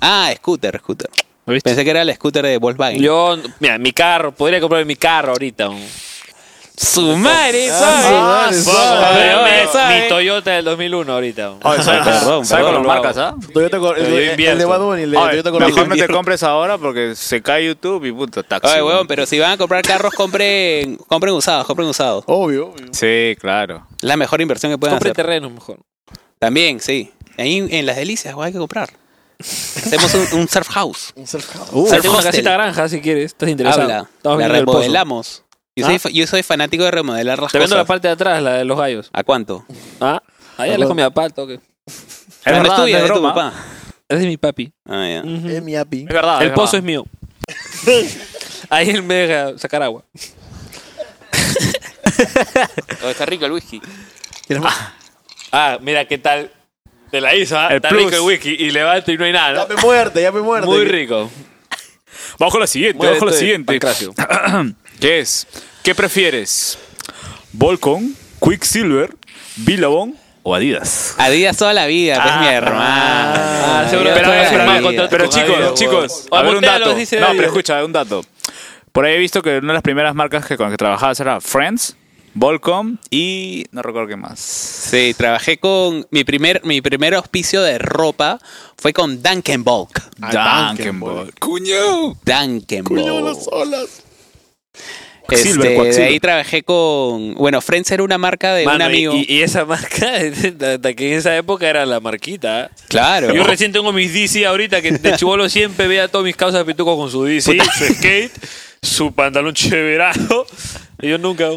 Speaker 3: Ah, scooter, scooter.
Speaker 1: ¿Lo viste?
Speaker 3: Pensé que era el scooter de Volkswagen.
Speaker 1: Yo, mira, mi carro, podría comprar mi carro ahorita. un-
Speaker 3: ¡Su madre!
Speaker 2: Ah,
Speaker 3: ¿sabes?
Speaker 2: su madre,
Speaker 3: Su
Speaker 2: suave.
Speaker 3: madre,
Speaker 1: mi-
Speaker 3: ¿sabes?
Speaker 1: mi Toyota del 2001 ahorita.
Speaker 2: Ah,
Speaker 1: un-
Speaker 3: sabe- perdón,
Speaker 4: sabe
Speaker 3: perdón,
Speaker 4: con las
Speaker 3: lo
Speaker 4: marcas, ¿ah?
Speaker 2: Toyota Cor-
Speaker 1: Pero
Speaker 2: el,
Speaker 1: yo
Speaker 2: el
Speaker 1: invierto.
Speaker 2: de Bad Bunny, el de
Speaker 4: Oye,
Speaker 2: Toyota Corolla.
Speaker 4: mejor no te compres ahora porque se cae YouTube y puta, taxi.
Speaker 3: Oye, huevón, pero si van a comprar carros, compren, compren usados, compren usados.
Speaker 2: Obvio, obvio.
Speaker 4: Sí, claro.
Speaker 3: La mejor inversión que pueden
Speaker 1: Compre
Speaker 3: hacer.
Speaker 1: terreno mejor.
Speaker 3: También, sí. Ahí en Las Delicias, güey, hay que comprar. Hacemos un, un surf house.
Speaker 2: Un surf house.
Speaker 1: O sea, tengo una
Speaker 3: hostel.
Speaker 1: casita granja si quieres. Estás interesado.
Speaker 3: Habla.
Speaker 1: Ah, Estamos
Speaker 3: La
Speaker 1: viendo el pozo.
Speaker 3: remodelamos. Yo, soy,
Speaker 1: ¿Ah?
Speaker 3: fa- yo soy fanático de remodelar las
Speaker 1: Te vendo la
Speaker 3: cosas.
Speaker 1: parte de atrás, la de los gallos.
Speaker 3: ¿A cuánto?
Speaker 1: Ah,
Speaker 3: Ah,
Speaker 1: ahí le
Speaker 2: Perdón.
Speaker 1: comí a pato. que
Speaker 4: Es
Speaker 3: No, no
Speaker 4: verdad,
Speaker 3: es tuya,
Speaker 4: no
Speaker 3: es de tu
Speaker 4: broma.
Speaker 3: papá.
Speaker 1: Ese es mi papi.
Speaker 3: Ah, ya.
Speaker 2: Es mi api.
Speaker 4: Es verdad.
Speaker 1: el pozo es mío. ahí él me deja sacar agua.
Speaker 3: Oh, está rico el whisky.
Speaker 1: Ah, mira qué tal. Te la hizo, ¿ah?
Speaker 4: El
Speaker 1: Está
Speaker 4: plus.
Speaker 1: rico el whisky. Y levanto y no hay
Speaker 2: Ya
Speaker 1: nada.
Speaker 2: me muerte, ya me
Speaker 1: ¿no?
Speaker 2: muerte.
Speaker 1: Muy rico.
Speaker 4: es. Bajo la siguiente, bajo la
Speaker 1: Muévete,
Speaker 4: siguiente.
Speaker 1: Pancracio.
Speaker 4: ¿Qué es? ¿Qué prefieres? ¿Volcom, Quicksilver, Billabong o Adidas?
Speaker 3: Adidas toda la vida, pues mi hermano.
Speaker 1: Ah, seguro
Speaker 3: Adidas
Speaker 1: que
Speaker 4: Pero,
Speaker 3: toda
Speaker 1: todavía
Speaker 3: la
Speaker 4: pero,
Speaker 1: firmado
Speaker 3: vida.
Speaker 1: contrato
Speaker 4: pero
Speaker 1: con
Speaker 4: chicos,
Speaker 1: Adidas,
Speaker 4: chicos,
Speaker 1: huevón.
Speaker 4: a ver un
Speaker 1: Apuntéalos,
Speaker 4: dato. No,
Speaker 1: dice
Speaker 4: pero
Speaker 1: Adidas.
Speaker 4: escucha, un dato. Por ahí he visto que una de las primeras marcas que con las que trabajabas era Friends, Volcom y no recuerdo qué más.
Speaker 3: Sí, trabajé con. Mi primer, mi primer auspicio de ropa fue con Dunkenbolk.
Speaker 2: Ah,
Speaker 4: Dunkenball.
Speaker 2: Cuño
Speaker 3: ¡Cuño! Dunkenbolk.
Speaker 2: las olas.
Speaker 4: Quacksilver,
Speaker 3: Este, de
Speaker 4: Quacksilver.
Speaker 3: ahí trabajé con. Bueno, Friends era una marca de un
Speaker 1: Mano, y-
Speaker 3: amigo.
Speaker 1: Y, y esa marca, hasta que en esa época era la marquita. ¿ah?
Speaker 3: claro.
Speaker 1: Yo recién tengo mis DC ahorita, que de chivolo siempre veía a todos mis causas de pituco con su DC, su skate, su pantalón cheverado. Y yo nunca.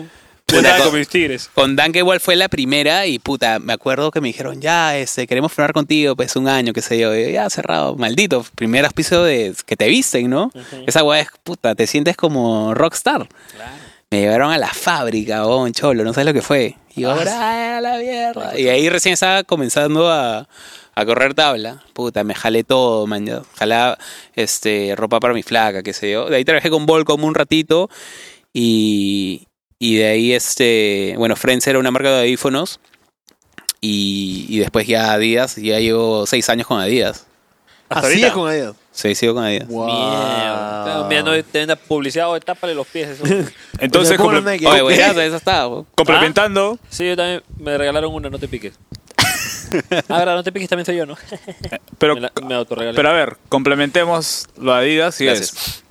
Speaker 1: Yo
Speaker 6: Una
Speaker 1: estaba
Speaker 6: co-
Speaker 1: con mis tigres.
Speaker 3: Pues, Con Danke igual fue la primera y puta, me acuerdo que me dijeron, ya, este, queremos firmar contigo, pues un año, qué sé yo. Y yo, ya, cerrado, maldito, primer auspicio de que te visten, ¿no? Esa weá es puta, te sientes como rockstar. Me llevaron a la fábrica, oh, cholo, no sabes lo que fue. Y ahora, a la mierda. Y ahí recién estaba comenzando a, a correr tabla. Puta, me jalé todo, man. ya. Jalaba este, ropa para mi flaca, qué sé yo. De ahí trabajé con Vol como un ratito. Y, y de ahí, este, bueno, Friends era una marca de audífonos. Y, y después ya Adidas, ya llevo seis años con Adidas.
Speaker 2: Así
Speaker 1: ahorita.
Speaker 2: es con ellos.
Speaker 3: Sí, sigo con Adidas.
Speaker 2: Wow.
Speaker 1: Mierda. Estaba mirando teniendo publicidad o tápale los pies. eso.
Speaker 4: Entonces,
Speaker 2: Ponle
Speaker 4: comple-
Speaker 2: Nike.
Speaker 3: Oye, güey, ya, esa estaba. po.
Speaker 4: complementando,
Speaker 1: Sí, yo también me regalaron una, no te piques. Ah, verdad, no te piques también soy yo, ¿no?
Speaker 4: pero,
Speaker 1: ¿Ah? me, la- me autorregalé.
Speaker 4: pero a ver, complementemos lo de Adidas y es.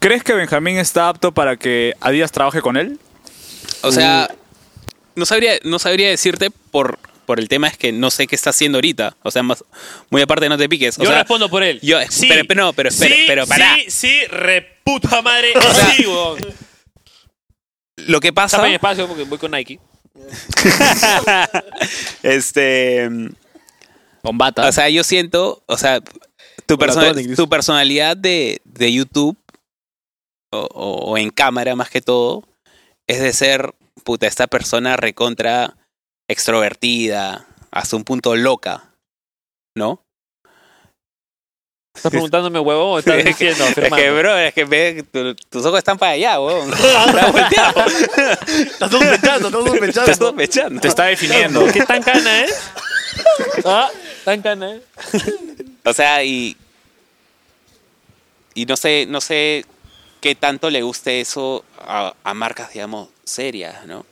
Speaker 4: ¿Crees que Benjamín está apto para que Adidas trabaje con él?
Speaker 3: O sea, no sabría, no sabría decirte por, por el tema es que no sé qué está haciendo ahorita. O sea, más, muy aparte no te piques. O
Speaker 1: yo
Speaker 3: sea,
Speaker 1: respondo por él.
Speaker 3: yo- pero- pero no, pero espera,
Speaker 1: sí,
Speaker 3: pero pará.
Speaker 1: Sí, sí, reputa madre.
Speaker 3: sea,
Speaker 1: sí, weón.
Speaker 3: Lo que pasa...
Speaker 1: Tapa mi espacio porque voy con Nike.
Speaker 3: este...
Speaker 4: Con bata.
Speaker 3: O sea, yo siento, o sea, tu,
Speaker 2: Hola,
Speaker 3: persona-
Speaker 2: Tony.
Speaker 3: tu personalidad de, de YouTube o, o- o en cámara más que todo es de ser, puta, esta persona recontra extrovertida, hasta un punto loca, ¿no?
Speaker 1: ¿Estás preguntándome, huevón, o estás diciendo,
Speaker 3: Es que,
Speaker 1: afirmando?
Speaker 3: bro, es que ve, tu- tus ojos están para allá, weón. Estás volteado.
Speaker 2: Estás sospechando, estás
Speaker 3: Estás
Speaker 2: sospechando.
Speaker 3: sospechando.
Speaker 4: Te está definiendo.
Speaker 1: ¿Qué tan cana es? ¿Ah? ¿Tan cana es?
Speaker 3: O sea, y. Y no sé, no sé qué tanto le guste eso a, a marcas, digamos, serias, ¿no?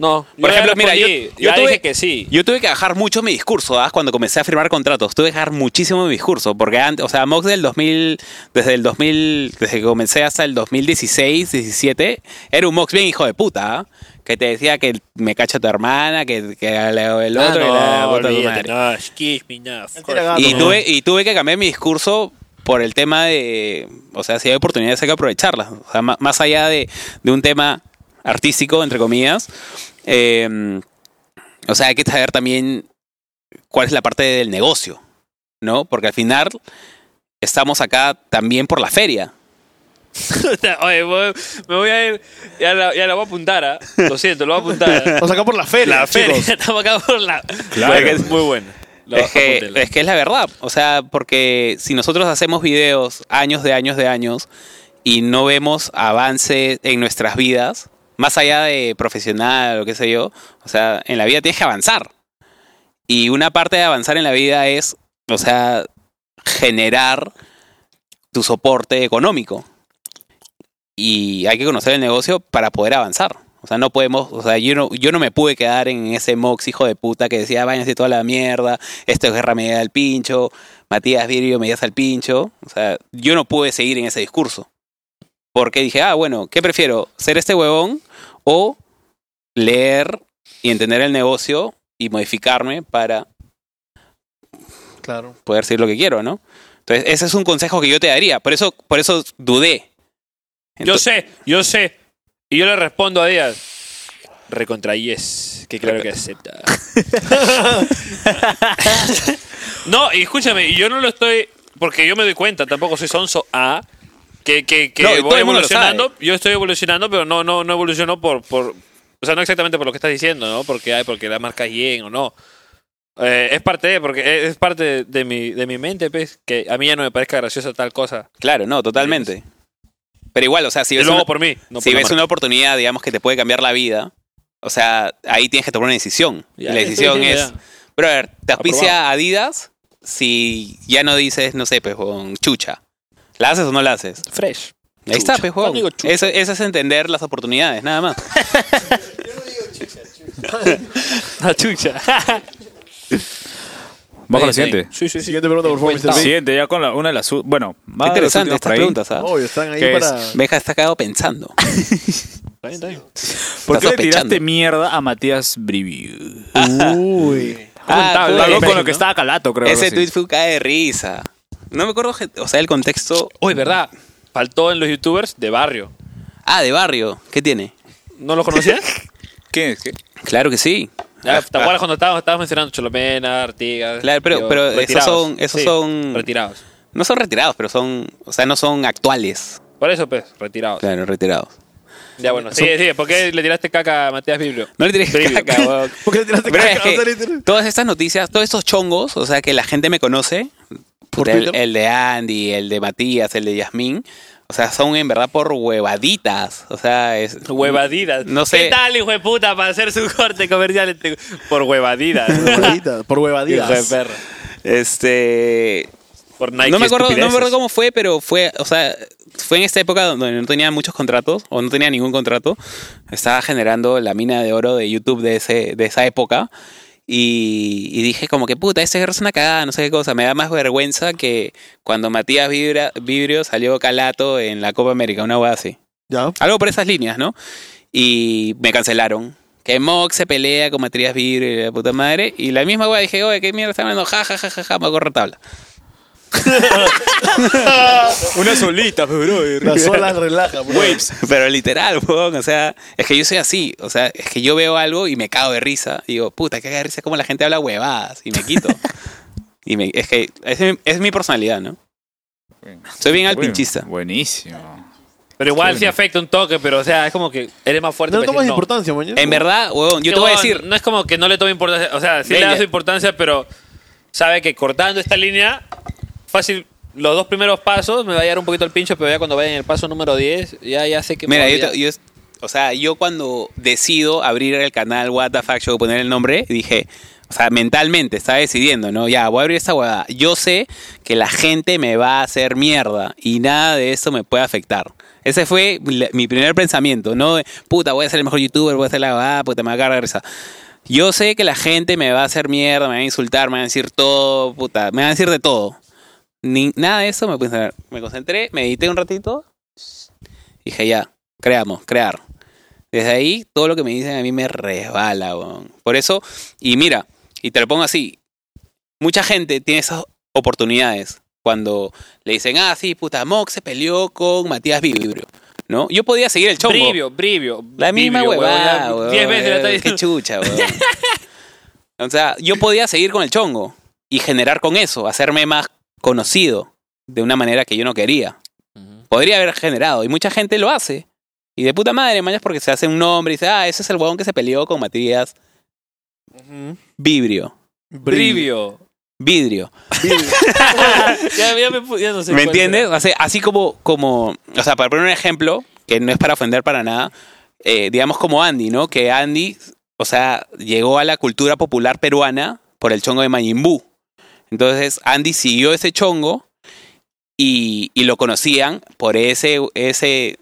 Speaker 1: No.
Speaker 3: Por ejemplo, mira, yo, yo
Speaker 1: pues, ya
Speaker 3: tuve,
Speaker 1: dije que sí.
Speaker 3: Yo tuve que bajar mucho mi discurso, ¿ah? Cuando comencé a firmar contratos, tuve que bajar muchísimo mi discurso, porque antes, o sea, Mox del 2000, desde el 2000, desde que comencé hasta el 2016, 17, era un Mox bien hijo de puta, ¿ah? Que te decía que me cacha tu hermana, que, que
Speaker 1: Ah,
Speaker 3: la- el otro, y la- puta tu madre.
Speaker 1: no, excuse me, no. of course.
Speaker 2: era gato.
Speaker 3: Y
Speaker 2: Ah,
Speaker 3: tuve, y tuve que cambiar mi discurso por el tema de, o sea, si hay oportunidades hay que aprovecharlas. O sea, ma- más allá de, de un tema artístico, entre comillas, eh, o sea, hay que saber también cuál es la parte del negocio, ¿no? Porque al final estamos acá también por la feria.
Speaker 1: Oye, voy- me voy a ir. Ya la, ya la voy a apuntar, ¿ah? Lo siento, lo voy a apuntar.
Speaker 2: O sea, acá por la feria.
Speaker 1: La feria,
Speaker 2: chicos.
Speaker 1: estamos acá por la.
Speaker 4: Claro.
Speaker 1: Porque es muy buena. Lo-
Speaker 3: es, que,
Speaker 1: apúntenla.
Speaker 3: es que es la verdad. O sea, porque si nosotros hacemos videos años de años de años y no vemos avance en nuestras vidas, más allá de profesional o qué sé yo, o sea, en la vida tienes que avanzar. Y una parte de avanzar en la vida es, o sea, generar tu soporte económico. Y hay que conocer el negocio para poder avanzar. O sea, no podemos, o sea, yo no, yo no me pude quedar en ese mox hijo de puta que decía, váyanse toda la mierda, esto es guerra media al pincho, Matías Virio medias al pincho. O sea, yo no pude seguir en ese discurso. Porque dije, ah, bueno, ¿qué prefiero? ¿Ser este huevón o leer y entender el negocio y modificarme para
Speaker 2: Claro.
Speaker 3: poder decir lo que quiero, ¿no? Entonces, ese es un consejo que yo te daría. Por eso, por eso dudé.
Speaker 1: Yo
Speaker 3: Entonces-
Speaker 1: sé, yo sé. Y yo le respondo a Díaz. Recontra yes, que claro que acepta. no, y escúchame, y yo no lo estoy. Porque yo me doy cuenta, tampoco soy sonso A. Que, que, que
Speaker 3: No, y todo
Speaker 1: voy
Speaker 3: el mundo lo
Speaker 1: evolucionando. Yo estoy evolucionando, pero no, no, no evoluciono por, por. O sea, no exactamente por lo que estás diciendo, ¿no? Porque hay, porque la marca es bien o no. Eh, es parte de, porque es- es parte de, de mi, de mi mente, pues, que a mí ya no me parezca graciosa tal cosa.
Speaker 3: Claro, no, totalmente. Pero igual, o sea, si
Speaker 1: Y
Speaker 3: ves,
Speaker 1: lo
Speaker 3: una,
Speaker 1: hago por mí. No
Speaker 3: si
Speaker 1: por la
Speaker 3: ves
Speaker 1: marca.
Speaker 3: una oportunidad, digamos, que te puede cambiar la vida, o sea, ahí tienes que tomar una decisión. Y
Speaker 1: Ya,
Speaker 3: la
Speaker 1: ya estoy
Speaker 3: decisión
Speaker 1: diciendo
Speaker 3: es,
Speaker 1: ya.
Speaker 3: brother, ¿te auspicia
Speaker 1: Aprobado.
Speaker 3: Adidas? Si ya no dices, no sé, pejón, chucha. ¿La haces o no la haces?
Speaker 1: Fresh.
Speaker 3: Ahí está,
Speaker 1: Chucha.
Speaker 3: pejón.
Speaker 1: No digo chucha.
Speaker 3: Eso, eso es entender las oportunidades, nada más.
Speaker 1: La chucha.
Speaker 4: Vamos con
Speaker 1: Ahí,
Speaker 4: la siguiente.
Speaker 2: Sí, sí, Siguiente pregunta, por favor, Mr. Big.
Speaker 4: Siguiente, ya con la, una de las. u- Bueno,
Speaker 3: Qué
Speaker 4: más
Speaker 3: interesante estas preguntas, ¿sabes?
Speaker 2: Obvio, están ahí
Speaker 4: ¿Qué es?
Speaker 2: para.
Speaker 3: Beja está quedado pensando.
Speaker 4: ¿Por qué
Speaker 3: Está
Speaker 4: le
Speaker 3: sospechando.
Speaker 4: tiraste mierda a Matías Briviu?
Speaker 2: Uy.
Speaker 3: Ah, tú-
Speaker 4: Algo con
Speaker 3: ese-
Speaker 4: lo que estaba calato, creo. algo
Speaker 3: Ese
Speaker 4: así.
Speaker 3: tweet fue un cae de risa. No me acuerdo, gen- o sea, el contexto.
Speaker 1: Oye, ¿verdad? Faltó en los youtubers de barrio.
Speaker 3: Ah, de barrio. ¿Qué tiene?
Speaker 1: ¿No los conocías?
Speaker 4: ¿Qué es? ¿Qué?
Speaker 3: Claro que sí.
Speaker 1: Ya, ¿Te acuerdas cuando estabas, estabas mencionando Cholomena, Artigas?
Speaker 3: Claro, pero-
Speaker 1: digo,
Speaker 3: pero esos
Speaker 1: retirados?
Speaker 3: son- esos son-
Speaker 1: Retirados.
Speaker 3: No son retirados, pero son. O sea, no son actuales.
Speaker 1: Por eso, pues, retirados.
Speaker 3: Claro, retirados.
Speaker 1: Ya, bueno. Sí, sí, ¿por qué le tiraste caca a Matías Biblio?
Speaker 3: No le tiré
Speaker 1: Biblio.
Speaker 3: caca, weón.
Speaker 2: ¿Por qué le tiraste
Speaker 3: Pero
Speaker 2: caca?
Speaker 3: es
Speaker 2: O sea, le
Speaker 3: que
Speaker 2: tiraste-
Speaker 3: todas estas noticias, todos estos chongos, o sea, que la gente me conoce, puta, el,
Speaker 2: Twitter?
Speaker 3: el de Andy, el de Matías, el de Yasmín, o sea, son en verdad por huevaditas, o sea, es...
Speaker 1: Huevadidas.
Speaker 3: No sé.
Speaker 1: ¿Qué tal, hijo de puta, para hacer su corte comercial? este- Por huevadidas.
Speaker 2: Huevaditas, Por
Speaker 1: hijo de
Speaker 2: huevaditas.
Speaker 1: perra.
Speaker 3: Este...
Speaker 1: Por Nike
Speaker 3: No me, acuerdo, no me
Speaker 1: estupideces.
Speaker 3: acuerdo cómo fue, pero fue, o sea, fue en esta época donde no tenía muchos contratos o no tenía ningún contrato. Estaba generando la mina de oro de YouTube de, ese, de esa época. Y, y dije como que puta, esta guerra es una cagada, no sé qué cosa. Me da más vergüenza que cuando Matías Vibra- Vibrio salió calato en la Copa América, una hueá así.
Speaker 2: Ya.
Speaker 3: Algo por esas líneas, ¿no? Y me cancelaron. Que Mox se pelea con Matías Vibrio y la puta madre. Y la misma hueá dije, oye, qué mierda están hablando, ja, ja, ja, ja, ja, me hago tabla.
Speaker 4: Una solita, bro.
Speaker 2: Las olas relaja, bro.
Speaker 3: Pero literal, weón. O sea, es que yo soy así. O sea, es que yo veo algo y me cago de risa. Y digo, puta, que caga de risa como la gente habla huevadas. Y me quito. y me, es que es, mi- es mi personalidad, ¿no? Soy bien alpinchista.
Speaker 4: Buenísimo.
Speaker 1: Pero igual sí afecta un toque, pero o sea, es como que eres más fuerte.
Speaker 2: No le
Speaker 1: para
Speaker 2: tomas
Speaker 1: decir no.
Speaker 2: importancia, mañana.
Speaker 3: En verdad, weón, yo
Speaker 1: Que,
Speaker 3: te voy a
Speaker 1: weón,
Speaker 3: decir.
Speaker 1: No es como que no le tome importancia. O sea, sí le
Speaker 3: Venga.
Speaker 1: da su importancia, pero sabe que cortando esta línea, fácil, los dos primeros pasos me va a llegar un poquito el pincho, pero ya cuando vaya en el paso número 10, ya, ya sé que. me
Speaker 3: Mira,
Speaker 1: voy
Speaker 3: yo,
Speaker 1: a-
Speaker 3: te- yo es- o sea, yo cuando decido abrir el canal What the Fuck Show, poner el nombre, dije, o sea, mentalmente estaba decidiendo, ¿no? Ya, voy a abrir esta huevada. Yo sé que la gente me va a hacer mierda y nada de eso me puede afectar. Ese fue la- mi primer pensamiento, ¿no? de, Puta, voy a ser el mejor youtuber, voy a ser la huevada, puta, me va a cagar de risa. Yo sé que la gente me va a hacer mierda, me va a insultar, me va a decir todo, puta, me va a decir de todo. Ni, nada de eso me puse- Me concentré, medité un ratito, Dije, ya, creamos, crear. Desde ahí, todo lo que me dicen a mí me resbala, weón. Por eso, y mira, y te lo pongo así. Mucha gente tiene esas oportunidades. Cuando le dicen, ah, sí, puta, Mox se peleó con Matías Vibrio, ¿no? Yo podía seguir el chongo.
Speaker 1: Brivio, brivio.
Speaker 3: La misma
Speaker 1: brivio,
Speaker 3: huevada,
Speaker 1: huevón,
Speaker 3: weón.
Speaker 1: ya Diez veces la está
Speaker 3: Qué
Speaker 1: diciendo.
Speaker 3: chucha, weón. o sea, yo podía seguir con el chongo y generar con eso, hacerme más conocido de una manera que yo no quería. Podría haber generado, y mucha gente lo hace. Y de puta madre, mañas porque se hace un nombre y dice, ah, ese es el huevón que se peleó con Matías Vibrio.
Speaker 1: Brivio.
Speaker 3: Vidrio.
Speaker 1: ya, ya me pu- ya no sé.
Speaker 3: ¿Me
Speaker 1: cuál será.
Speaker 3: entiendes? O sea, así como, como, o sea, para poner un ejemplo, que no es para ofender para nada, eh, digamos como Andy, ¿no? Que Andy, o sea, llegó a la cultura popular peruana por el chongo de Mayimbú. Entonces, Andy siguió ese chongo y, y lo conocían por ese, ese,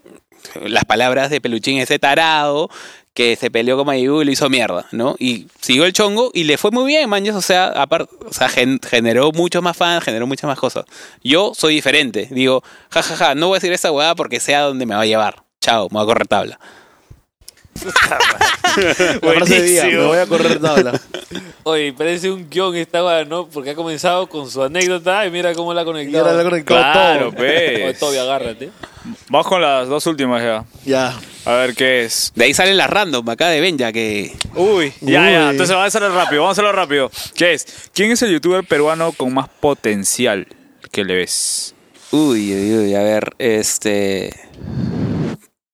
Speaker 3: las palabras de Peluchín, ese tarado que se peleó con Mayimbú y lo hizo mierda, ¿no? Y siguió el chongo y le fue muy bien, manches, o sea, aparte, o sea, gen- generó muchos más fans, generó muchas más cosas. Yo soy diferente. Digo, jajaja, ja, ja, no voy a decir esa huevada porque sea donde me va a llevar. Chao, me voy a correr tabla.
Speaker 2: La frase de día, me voy a correr tabla.
Speaker 1: Oye, parece un guión esta huevada, ¿no? Porque ha comenzado con su anécdota y mira cómo la ha conectado.
Speaker 2: ahora la ha conectado
Speaker 4: Claro,
Speaker 2: todo.
Speaker 4: pues.
Speaker 1: Oye, Toby, agárrate.
Speaker 4: Vamos con las dos últimas ya.
Speaker 2: Ya.
Speaker 4: A ver qué es.
Speaker 3: De ahí sale la random acá de Benja que.
Speaker 4: Uy, ya,
Speaker 2: Uy.
Speaker 4: ya. Entonces vamos a hacerlo rápido. Vamos a hacerlo rápido. ¿Qué es? ¿Quién es el youtuber peruano con más potencial que le ves?
Speaker 3: Uy, uy, uy, a ver, este.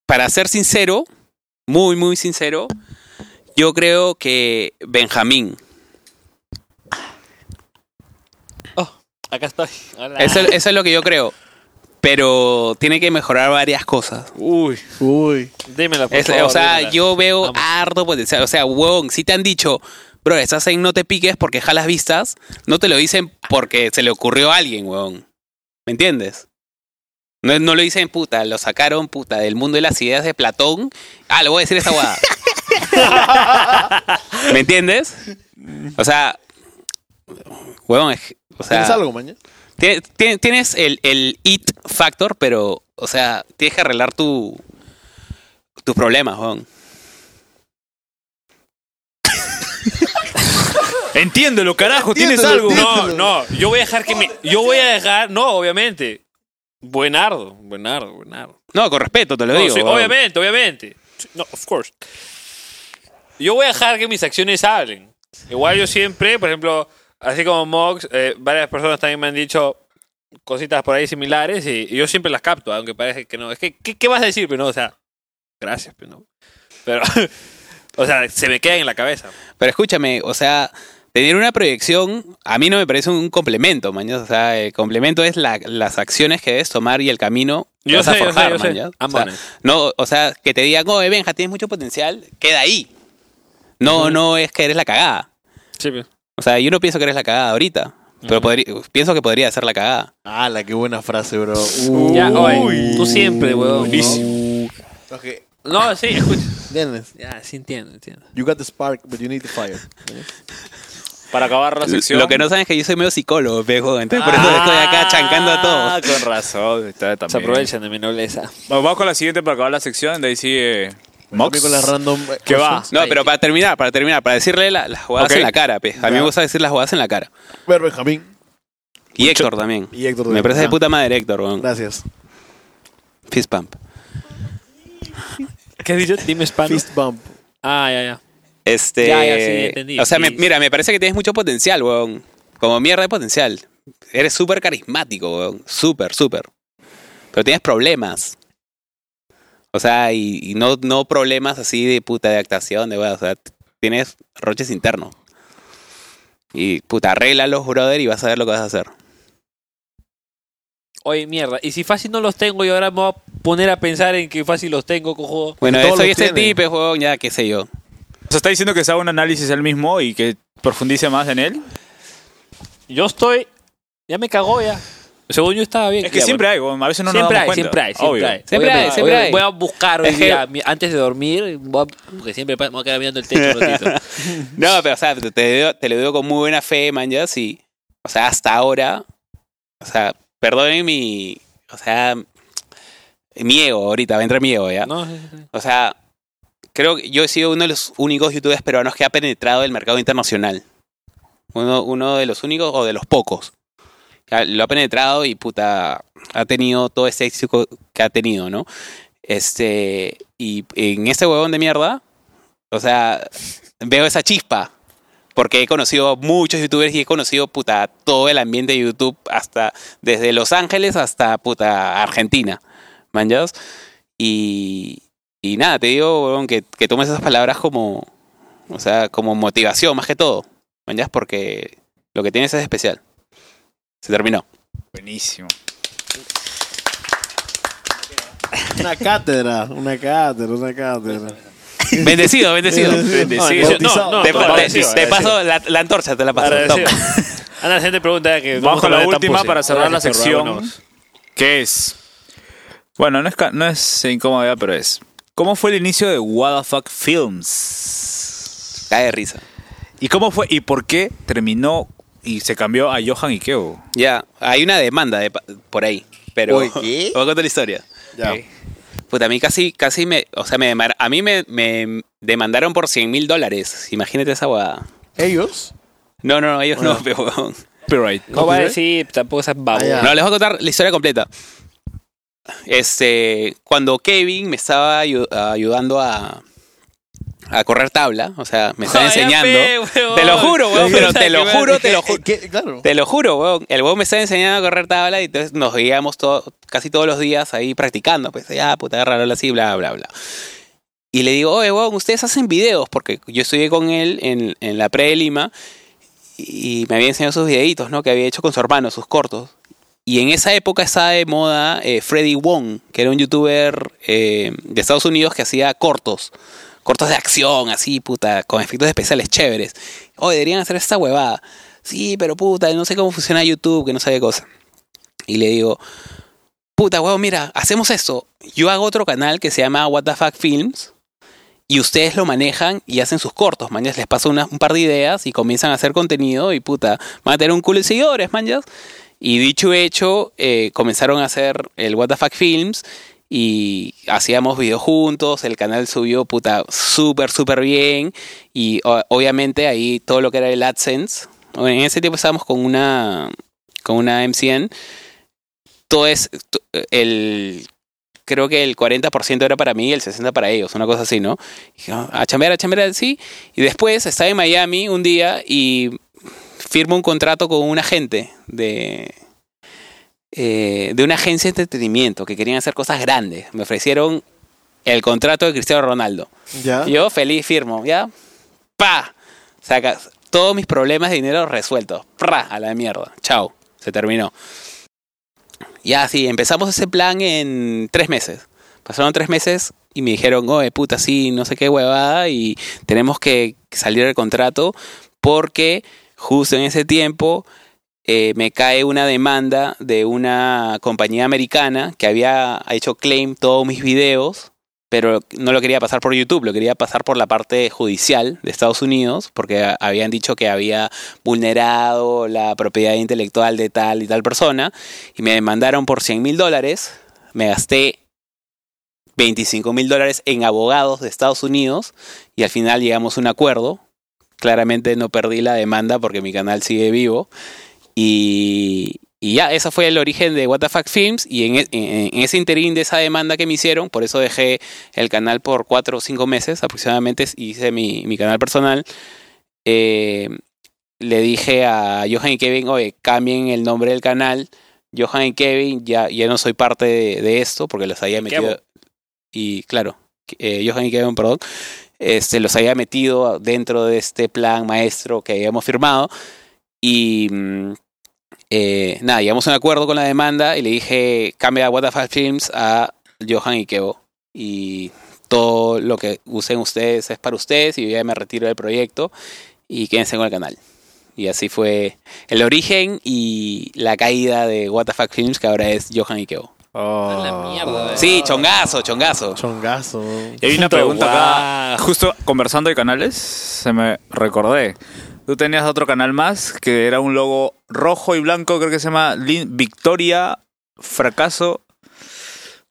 Speaker 3: Para ser sincero, muy, muy sincero, yo creo que Benjamín.
Speaker 1: Acá estoy. Hola.
Speaker 3: Eso, eso es lo que yo creo. Pero tiene que mejorar varias cosas.
Speaker 4: Uy.
Speaker 2: Uy.
Speaker 1: Dímela, por
Speaker 3: Es-
Speaker 1: favor,
Speaker 3: o sea,
Speaker 1: dímela.
Speaker 3: yo veo
Speaker 1: Vamos.
Speaker 3: harto potencial. O sea, huevón, si te han dicho, bro, estás en no te piques porque jalas vistas, no te lo dicen porque se le ocurrió a alguien, huevón. ¿Me entiendes? No, no lo dicen, puta, lo sacaron, puta, del mundo de las ideas de Platón. Ah, le voy a decir esta guada. ¿Me entiendes? O sea, huevón, es- o sea,
Speaker 2: ¿Tienes algo, mañana?
Speaker 3: Tien- tien- Tienes el, el it factor, pero, o sea, tienes que arreglar tu, tus problemas, Juan.
Speaker 4: Entiéndelo, carajo. Tienes
Speaker 2: Entiéndelo,
Speaker 4: algo.
Speaker 2: entiéndelo.
Speaker 1: No, no, yo voy a dejar que me. Yo voy a dejar. No, obviamente. Buenardo, buenardo, buenardo.
Speaker 3: No, con respeto te lo
Speaker 1: No,
Speaker 3: digo.
Speaker 1: sí,
Speaker 3: huevón.
Speaker 1: obviamente, obviamente. Sí, Sí, No, of course. Yo voy a dejar que mis acciones hablen. Igual yo siempre, por ejemplo, así como Mox, eh, varias personas también me han dicho cositas por ahí similares y, y yo siempre las capto, aunque parece que no. Es que, ¿qué, qué vas a decir? Pero no, o sea, gracias, pero no. Pero, o sea, se me queda en la cabeza.
Speaker 3: Pero escúchame, o sea, tener una proyección a mí no me parece un complemento, mañas. O sea, el complemento es la- las acciones que debes tomar y el camino que
Speaker 1: Yo
Speaker 3: vas
Speaker 1: sé,
Speaker 3: a
Speaker 1: yo
Speaker 3: forjar,
Speaker 1: sé, yo sé.
Speaker 3: mañas. O sea,
Speaker 1: Ambas.
Speaker 3: no, o sea, que te digan, oye, Benja, tienes mucho potencial, queda ahí. No, no es que eres la cagada.
Speaker 1: Sí, pero-
Speaker 3: O sea, yo no pienso que eres la cagada ahorita, pero podri- pienso que podría ser la cagada.
Speaker 2: ¡Hala, qué buena frase, bro!
Speaker 1: Ya, oye, tú siempre, weón. Buenísimo.
Speaker 2: Okay.
Speaker 1: No, sí, escucha.
Speaker 2: ¿Entiendes?
Speaker 1: Ya, sí entiendo, entiendo.
Speaker 2: You got the spark, but you need the fire.
Speaker 4: Para acabar la sección.
Speaker 3: Lo que no saben es que yo soy medio psicólogo, pejo. Entonces
Speaker 2: Ah.
Speaker 3: por eso estoy acá chancando a todos.
Speaker 4: Ah, con razón. está
Speaker 1: Se
Speaker 4: también.
Speaker 1: aprovechan de mi nobleza.
Speaker 4: Bueno, vamos con la siguiente para acabar la sección. De ahí sigue Mox.
Speaker 2: Mox. Con las random
Speaker 4: ¿Qué va?
Speaker 2: questions.
Speaker 3: No, pero para terminar, para terminar, para decirle la- las jugadas
Speaker 4: Ok.
Speaker 3: en la cara, pe. A mí me
Speaker 4: Ya.
Speaker 3: gusta decir las jugadas en la cara.
Speaker 2: Ver, Benjamín.
Speaker 3: Y Héctor también.
Speaker 2: Y Héctor
Speaker 3: Me
Speaker 2: también.
Speaker 3: parece de
Speaker 2: Ah.
Speaker 3: puta madre Héctor, weón.
Speaker 2: Gracias.
Speaker 3: Fist pump.
Speaker 1: ¿Qué has dicho? Dime Spano.
Speaker 2: Fist bump.
Speaker 1: Ah, ya, ya.
Speaker 3: Este.
Speaker 1: Ya, ya, sí, ya entendí.
Speaker 3: O sea, me-
Speaker 1: Sí.
Speaker 3: mira, me parece que tienes mucho potencial, weón. Como mierda de potencial. Eres súper carismático, weón. Súper, súper. Pero tienes problemas. O sea, y, y no, no problemas así de puta de actuación, de weón. O sea, t- tienes roches internos. Y puta, arréglalos, brother, y vas a ver lo que vas a hacer.
Speaker 1: Oye, mierda. Y si fácil no los tengo y ahora me voy a poner a pensar en que fácil los tengo, cojo.
Speaker 3: Bueno,
Speaker 2: todos
Speaker 3: eso y
Speaker 2: los
Speaker 3: este
Speaker 2: tienen.
Speaker 3: tipo, weón, ya qué sé yo.
Speaker 4: Se está diciendo que se haga un análisis él mismo y que profundice más en él.
Speaker 1: Yo estoy. Ya me cagó ya. Según yo estaba bien.
Speaker 4: Es que
Speaker 1: Ya,
Speaker 4: siempre hay, weón, a veces no
Speaker 1: bueno.
Speaker 4: nos
Speaker 1: siempre,
Speaker 4: damos
Speaker 1: hay,
Speaker 4: cuenta.
Speaker 1: siempre hay,
Speaker 4: Obvio.
Speaker 1: siempre hay,
Speaker 3: Siempre hay,
Speaker 1: Voy a-
Speaker 3: siempre
Speaker 1: voy a-
Speaker 3: hay.
Speaker 1: Voy a buscar hoy
Speaker 3: Es que-
Speaker 1: día, mi- antes de dormir, voy a- porque siempre pa- me voy a quedar mirando el techo un ratito.
Speaker 3: No, pero o sea, te, te digo- te lo digo con muy buena fe, man, ya sí. O sea, hasta ahora, o sea, perdonen mi, o sea, mi ego ahorita, va a entrar mi ego, ¿ya?
Speaker 1: No, sí, sí, sí.
Speaker 3: O sea, creo que yo he sido uno de los únicos youtubers peruanos que ha penetrado el mercado internacional. Uno, uno de los únicos o de los pocos. Ya, Lo ha penetrado y puta, ha tenido todo ese éxito que ha tenido, ¿no? Este, y en este huevón de mierda, o sea, veo esa chispa. Porque he conocido a muchos youtubers y he conocido, puta, todo el ambiente de YouTube, hasta desde Los Ángeles hasta, puta, Argentina. ¿Manjas? Y, y nada, te digo, huevón, que, que tomes esas palabras como, o sea, como motivación más que todo. ¿Manjas? Porque lo que tienes es especial. Se terminó.
Speaker 4: Buenísimo.
Speaker 2: Una cátedra, una cátedra, una cátedra.
Speaker 3: Bendecido, bendecido.
Speaker 1: Bendecido.
Speaker 2: Bautizado.
Speaker 1: No, no,
Speaker 3: Te,
Speaker 1: no,
Speaker 3: te-
Speaker 1: agradecido,
Speaker 3: te paso la, la antorcha, te la paso.
Speaker 1: Agradecido.
Speaker 3: Toma.
Speaker 1: Ana, la siguiente pregunta que
Speaker 4: Vamos con
Speaker 1: a
Speaker 4: la
Speaker 1: hablar de
Speaker 4: última
Speaker 1: Tampuse.
Speaker 4: para cerrar la
Speaker 1: Gracias,
Speaker 4: sección.
Speaker 1: vámonos.
Speaker 4: ¿Qué es? Bueno, no es, ca- no es incómoda, pero es. ¿Cómo fue el inicio de What the Fuck Films?
Speaker 3: Cae de risa.
Speaker 4: ¿Y cómo fue y por qué terminó y se cambió a Johan Ikeo?
Speaker 3: Ya, hay una demanda de pa- por ahí. Pero
Speaker 2: Uy, ¿qué?
Speaker 3: te voy a contar la historia.
Speaker 2: Ya.
Speaker 3: Puta, a mí casi, casi me, o sea, me demar- a mí me, me demandaron por 100 mil dólares. Imagínate esa guada.
Speaker 2: ¿Ellos?
Speaker 3: No, no, no, ellos no, pero huevón.
Speaker 4: Copyright.
Speaker 1: No va a decir tampoco esas babosas.
Speaker 2: Ah, ya.
Speaker 3: No, les voy a contar la historia completa. Este, cuando Kevin me estaba ayu- ayudando a, a correr tabla, o sea, me estaba enseñando. te lo juro, weón, pero te lo juro, te lo juro.
Speaker 2: Eh, ¿Qué? Claro.
Speaker 3: Te lo juro, weón. El weón me estaba enseñando a correr tabla y entonces nos veíamos todo- casi todos los días ahí practicando. Pues, ya, puta, agárralo así, bla, bla, bla. Y le digo, oye, weón, ustedes hacen videos, porque yo estudié con él en, en la pre de Lima y me había enseñado sus videitos, ¿no? Que había hecho con su hermano, sus cortos. Y en esa época estaba de moda eh, Freddy Wong, que era un youtuber eh, de Estados Unidos que hacía cortos. Cortos de acción, así, puta, con efectos especiales chéveres. Oye, deberían hacer esta huevada. Sí, pero puta, no sé cómo funciona YouTube, que no sé qué cosa. Y le digo, puta, huevón, mira, hacemos esto. Yo hago otro canal que se llama What the Fuck Films. Y ustedes lo manejan y hacen sus cortos, manjas. Les paso una- un par de ideas y comienzan a hacer contenido y puta, van a tener un culo de seguidores, manjas. Y dicho y hecho, eh, comenzaron a hacer el What the Fuck Films y hacíamos videos juntos, el canal subió puta súper, súper bien y o- obviamente ahí todo lo que era el AdSense, en ese tiempo estábamos con una, con una MCN, todo es, t- el, creo que el 40% era para mí y el 60% para ellos, una cosa así, ¿no? Y dije, "Ah, a chambear, a chambear, sí. Y después estaba en Miami un día y firmo un contrato con un agente de, eh, de una agencia de entretenimiento que querían hacer cosas grandes. Me ofrecieron el contrato de Cristiano Ronaldo.
Speaker 2: Ya.
Speaker 3: Yo feliz firmo, ¿ya? ¡Pa! Saca todos mis problemas de dinero resueltos. ¡Pra! A la mierda. Chao. Se terminó. Ya, sí, empezamos ese plan en tres meses. Pasaron tres meses y me dijeron, oye, puta, sí, no sé qué huevada y tenemos que salir del contrato porque justo en ese tiempo eh, me cae una demanda de una compañía americana que había hecho claim todos mis videos pero no lo quería pasar por YouTube, lo quería pasar por la parte judicial de Estados Unidos, porque a- habían dicho que había vulnerado la propiedad intelectual de tal y tal persona, y me demandaron por 100 mil dólares, me gasté 25 mil dólares en abogados de Estados Unidos, y al final llegamos a un acuerdo, claramente no perdí la demanda porque mi canal sigue vivo, y... y ya, ese fue el origen de What the Fuck Films. Y en, e- en- en ese interín de esa demanda que me hicieron, por eso dejé el canal por cuatro o cinco meses aproximadamente, hice mi, mi canal personal. Eh, le dije a Johan y Kevin, oye, cambien el nombre del canal. Johan y Kevin, ya, ya no soy parte de, de esto porque los había metido.
Speaker 1: Kevo.
Speaker 3: Y claro, eh, Johan y Kevin, perdón, este, los había metido dentro de este plan maestro que habíamos firmado. Y mm, eh, nada, llegamos a un acuerdo con la demanda y le dije, cambia What the Fuck Films a Johan y Kevo y todo lo que usen ustedes es para ustedes y yo ya me retiro del proyecto y quédense con el canal. Y así fue el origen y la caída de WTF Films, que ahora es Johan Ikeo.
Speaker 1: la mierda. eh.
Speaker 3: Sí, chongazo, chongazo.
Speaker 2: Chongazo.
Speaker 4: Y hay una pregunta acá, justo conversando de canales, se me recordé. Tú tenías otro canal más que era un logo rojo y blanco, creo que se llama Lin- Victoria Fracaso,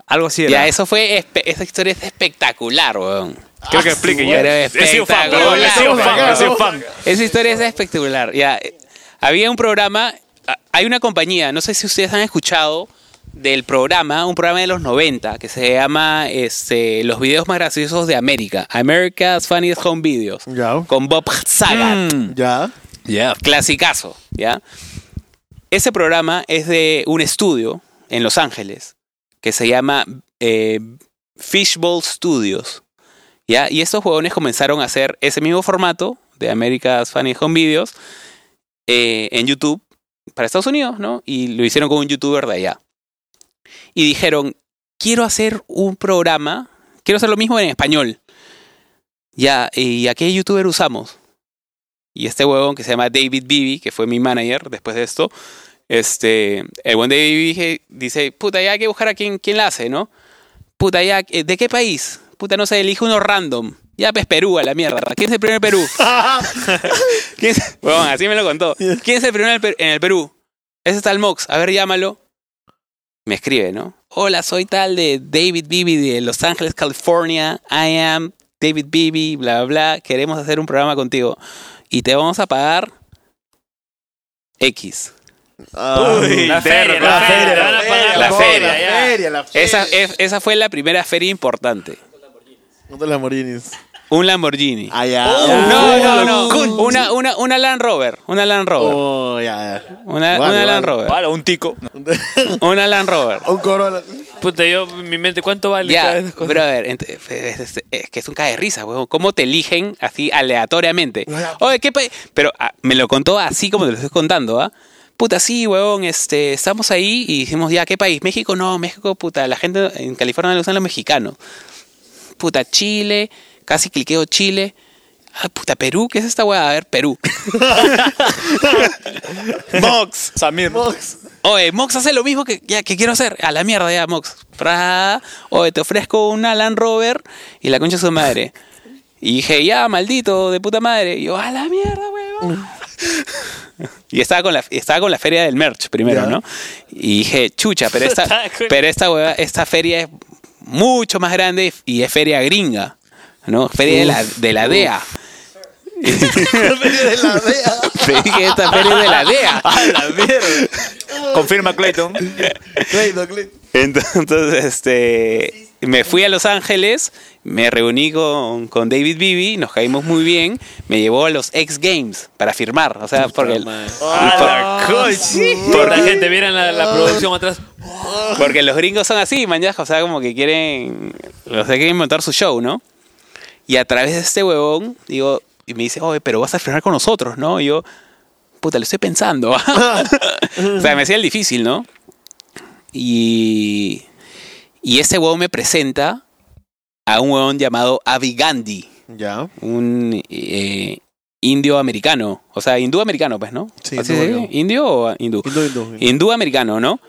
Speaker 4: algo así. Era.
Speaker 3: Ya, eso fue, espe- esa historia es espectacular, weón.
Speaker 4: Creo que explique ya.
Speaker 3: Pero
Speaker 4: He sido fan, perdón, he sido fan, he sido fan.
Speaker 3: Esa historia es espectacular. Ya, eh, había un programa, a- hay una compañía, no sé si ustedes han escuchado del programa, un programa de los 90 que se llama este, Los videos más graciosos de América, America's Funniest Home Videos,
Speaker 2: Ya.
Speaker 3: con Bob Sagat,
Speaker 1: Mm.
Speaker 2: Ya.
Speaker 3: clasicazo, ¿ya? Ese programa es de un estudio en Los Ángeles que se llama eh, Fishbowl Studios. ¿ya? Y estos huevones comenzaron a hacer ese mismo formato de America's Funny Home Videos eh, en YouTube para Estados Unidos, ¿no? Y lo hicieron con un youtuber de allá. Y dijeron, quiero hacer un programa, quiero hacer lo mismo en español. Ya, ¿y a qué youtuber usamos? Y este huevón que se llama David Bibi, que fue mi manager después de esto, este, el buen David Bibi dije- dice, puta, ya hay que buscar a quién, quién la hace, ¿no? Puta, ya, eh, ¿de qué país? Puta, no sé, elige uno random. Ya, pues Perú a la mierda. ¿Quién es el primer Perú? ¿Quién es- Huevón, así me lo contó. ¿Quién es el primero en el Per- en el Perú? Ese está el Mox. A ver, llámalo. Me escribe, ¿no? Hola, soy tal de David Bibi de Los Ángeles, California. I am David Bibi, bla, bla, bla. Queremos hacer un programa contigo. Y te vamos a pagar X.
Speaker 1: Uy, la feria, la feria, la feria,
Speaker 3: la
Speaker 1: la
Speaker 3: feria,
Speaker 1: feria, ya.
Speaker 3: Esa, es- esa fue la primera feria importante.
Speaker 2: No te las morinis.
Speaker 3: Un Lamborghini.
Speaker 2: Ah, ya.
Speaker 3: no, no, no. Una, una, una Land Rover. Una Land Rover.
Speaker 2: Oh, ya, ya. Vale,
Speaker 3: Una, una Land
Speaker 2: vale.
Speaker 3: Rover.
Speaker 4: Para, un tico.
Speaker 3: Una Land Rover.
Speaker 2: Un Corolla.
Speaker 1: Puta, yo, en mi mente, ¿cuánto vale cada
Speaker 3: Ya,
Speaker 1: esas cosas?
Speaker 3: brother, ent- es, es- es que es un cae de risa, huevón. ¿Cómo te eligen así aleatoriamente? Oye, ¿qué pa-? Pero ah, me lo contó así como te lo estoy contando, ¿ah? Puta, sí, huevón, este, estamos ahí y dijimos, ya, ¿qué país? México, no, México, puta, la gente en California le usan los mexicanos. Puta, Chile, casi cliqueo Chile. Ah, puta, Perú, ¿qué es esta hueá? A ver, Perú.
Speaker 4: Mox, Samir.
Speaker 3: Oye, Mox hace lo mismo que, ya, que quiero hacer. A la mierda ya, Mox. Fra. Oye, te ofrezco una Land Rover y la concha de su madre. Y dije, ya, maldito, de puta madre. Y yo, a la mierda, weón. Y estaba con, la, estaba con la feria del merch primero,
Speaker 2: Ya.
Speaker 3: ¿no? Y dije, chucha, pero esta,
Speaker 1: Estaba con-
Speaker 3: pero esta, hueva- esta feria es mucho más grande y es feria gringa, ¿no? Feria de la, de la DEA.
Speaker 2: de la DEA.
Speaker 3: Dije, esta feria es de la DEA.
Speaker 4: Confirma Clayton.
Speaker 2: Clayton, Clayton.
Speaker 3: Entonces, este, me fui a Los Ángeles, me reuní con, con David Bibi, nos caímos muy bien, me llevó a los X Games para firmar, o sea, porque, el-
Speaker 1: ¡Ah, Por la gente, vieran la, la producción atrás.
Speaker 3: porque los gringos son así, manjas, o sea, como que quieren, o sea, quieren montar su show, ¿no? Y a través de este huevón, digo, y me dice, oye, pero vas a firmar con nosotros, ¿no? Y yo, puta, lo estoy pensando. o sea, me hacía el difícil, ¿no? Y, y este huevón me presenta a un huevón llamado Avi Gandhi,
Speaker 2: Ya.
Speaker 3: un eh, indio americano, o sea, hindú americano, pues, ¿no?
Speaker 2: Sí, hindú
Speaker 3: ¿Así se dice?
Speaker 2: americano.
Speaker 3: ¿Indio o hindú?
Speaker 2: Hindú, hindú, hindú.
Speaker 3: Hindú americano, ¿no?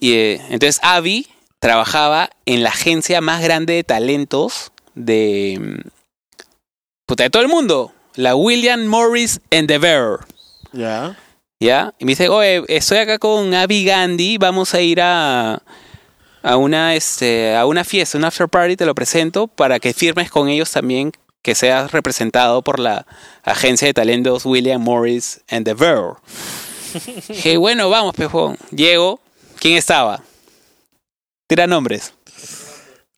Speaker 3: Y eh, entonces Avi trabajaba en la agencia más grande de talentos de. mm, Puta, de todo el mundo. La William Morris Endeavor.
Speaker 2: Ya.
Speaker 3: ¿Ya? Y me dice, oye, estoy acá con Avi Gandhi, vamos a ir a. A una, este, a una fiesta, una after party, te lo presento para que firmes con ellos también, que seas representado por la agencia de talentos William Morris Endeavor. Dije, bueno, vamos, pejón. Llego. ¿Quién estaba? Tira nombres.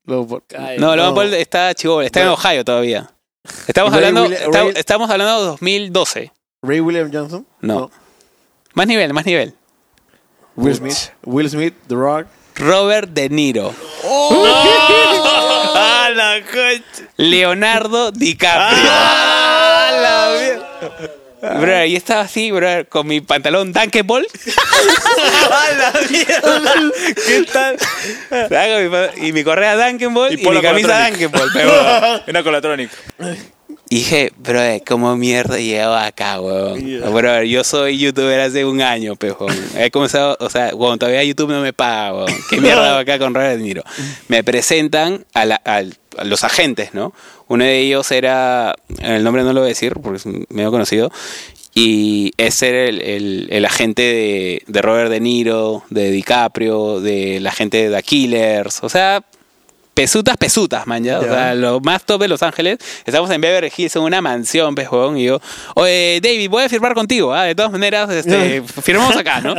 Speaker 2: Luego por-
Speaker 1: Ay,
Speaker 3: No, Logan
Speaker 2: Eh, no.
Speaker 3: Paul está chivo, está en
Speaker 2: Bueno.
Speaker 3: Ohio todavía. Estamos
Speaker 2: Ray
Speaker 3: hablando,
Speaker 2: Willi-
Speaker 3: esta-
Speaker 2: Ray-
Speaker 3: estamos hablando de 2012.
Speaker 2: Ray William Johnson.
Speaker 3: No. Más nivel, más nivel.
Speaker 2: Will Smith. Will Smith, The Rock.
Speaker 3: Robert De Niro.
Speaker 1: ¡Ah, la coche!
Speaker 3: Leonardo DiCaprio. Ah. Bro, y estaba así, bro, con mi pantalón Dunkeball. ¿Qué tal? Estaba con mi pa- Y mi correa Dunkeball y, mi
Speaker 4: polo
Speaker 3: camisa
Speaker 4: Colatronic.
Speaker 3: Dunkeball. pero-
Speaker 4: Ah, Una colatronic.
Speaker 3: Y dije, bro, ¿cómo mierda llego acá, weón? Bro, yo soy youtuber hace un año, pejón. He comenzado, o sea, cuando todavía YouTube no me paga, weón. ¿Qué mierda hago acá con Robert De Niro? Me presentan a, la- al- a los agentes, ¿no? Uno de ellos era, el nombre no lo voy a decir porque es medio conocido, y ese era el, el- el agente de, de Robert De Niro, de DiCaprio, del agente de The Killers, o sea, pesutas, pesutas, man, ya. O
Speaker 2: Ya.
Speaker 3: sea, lo más top de Los Ángeles. Estamos en Beverly Hills, en una mansión, pues, huevón, Y yo, oye, David, voy a firmar contigo. ah, De todas maneras, este, firmamos acá, ¿no?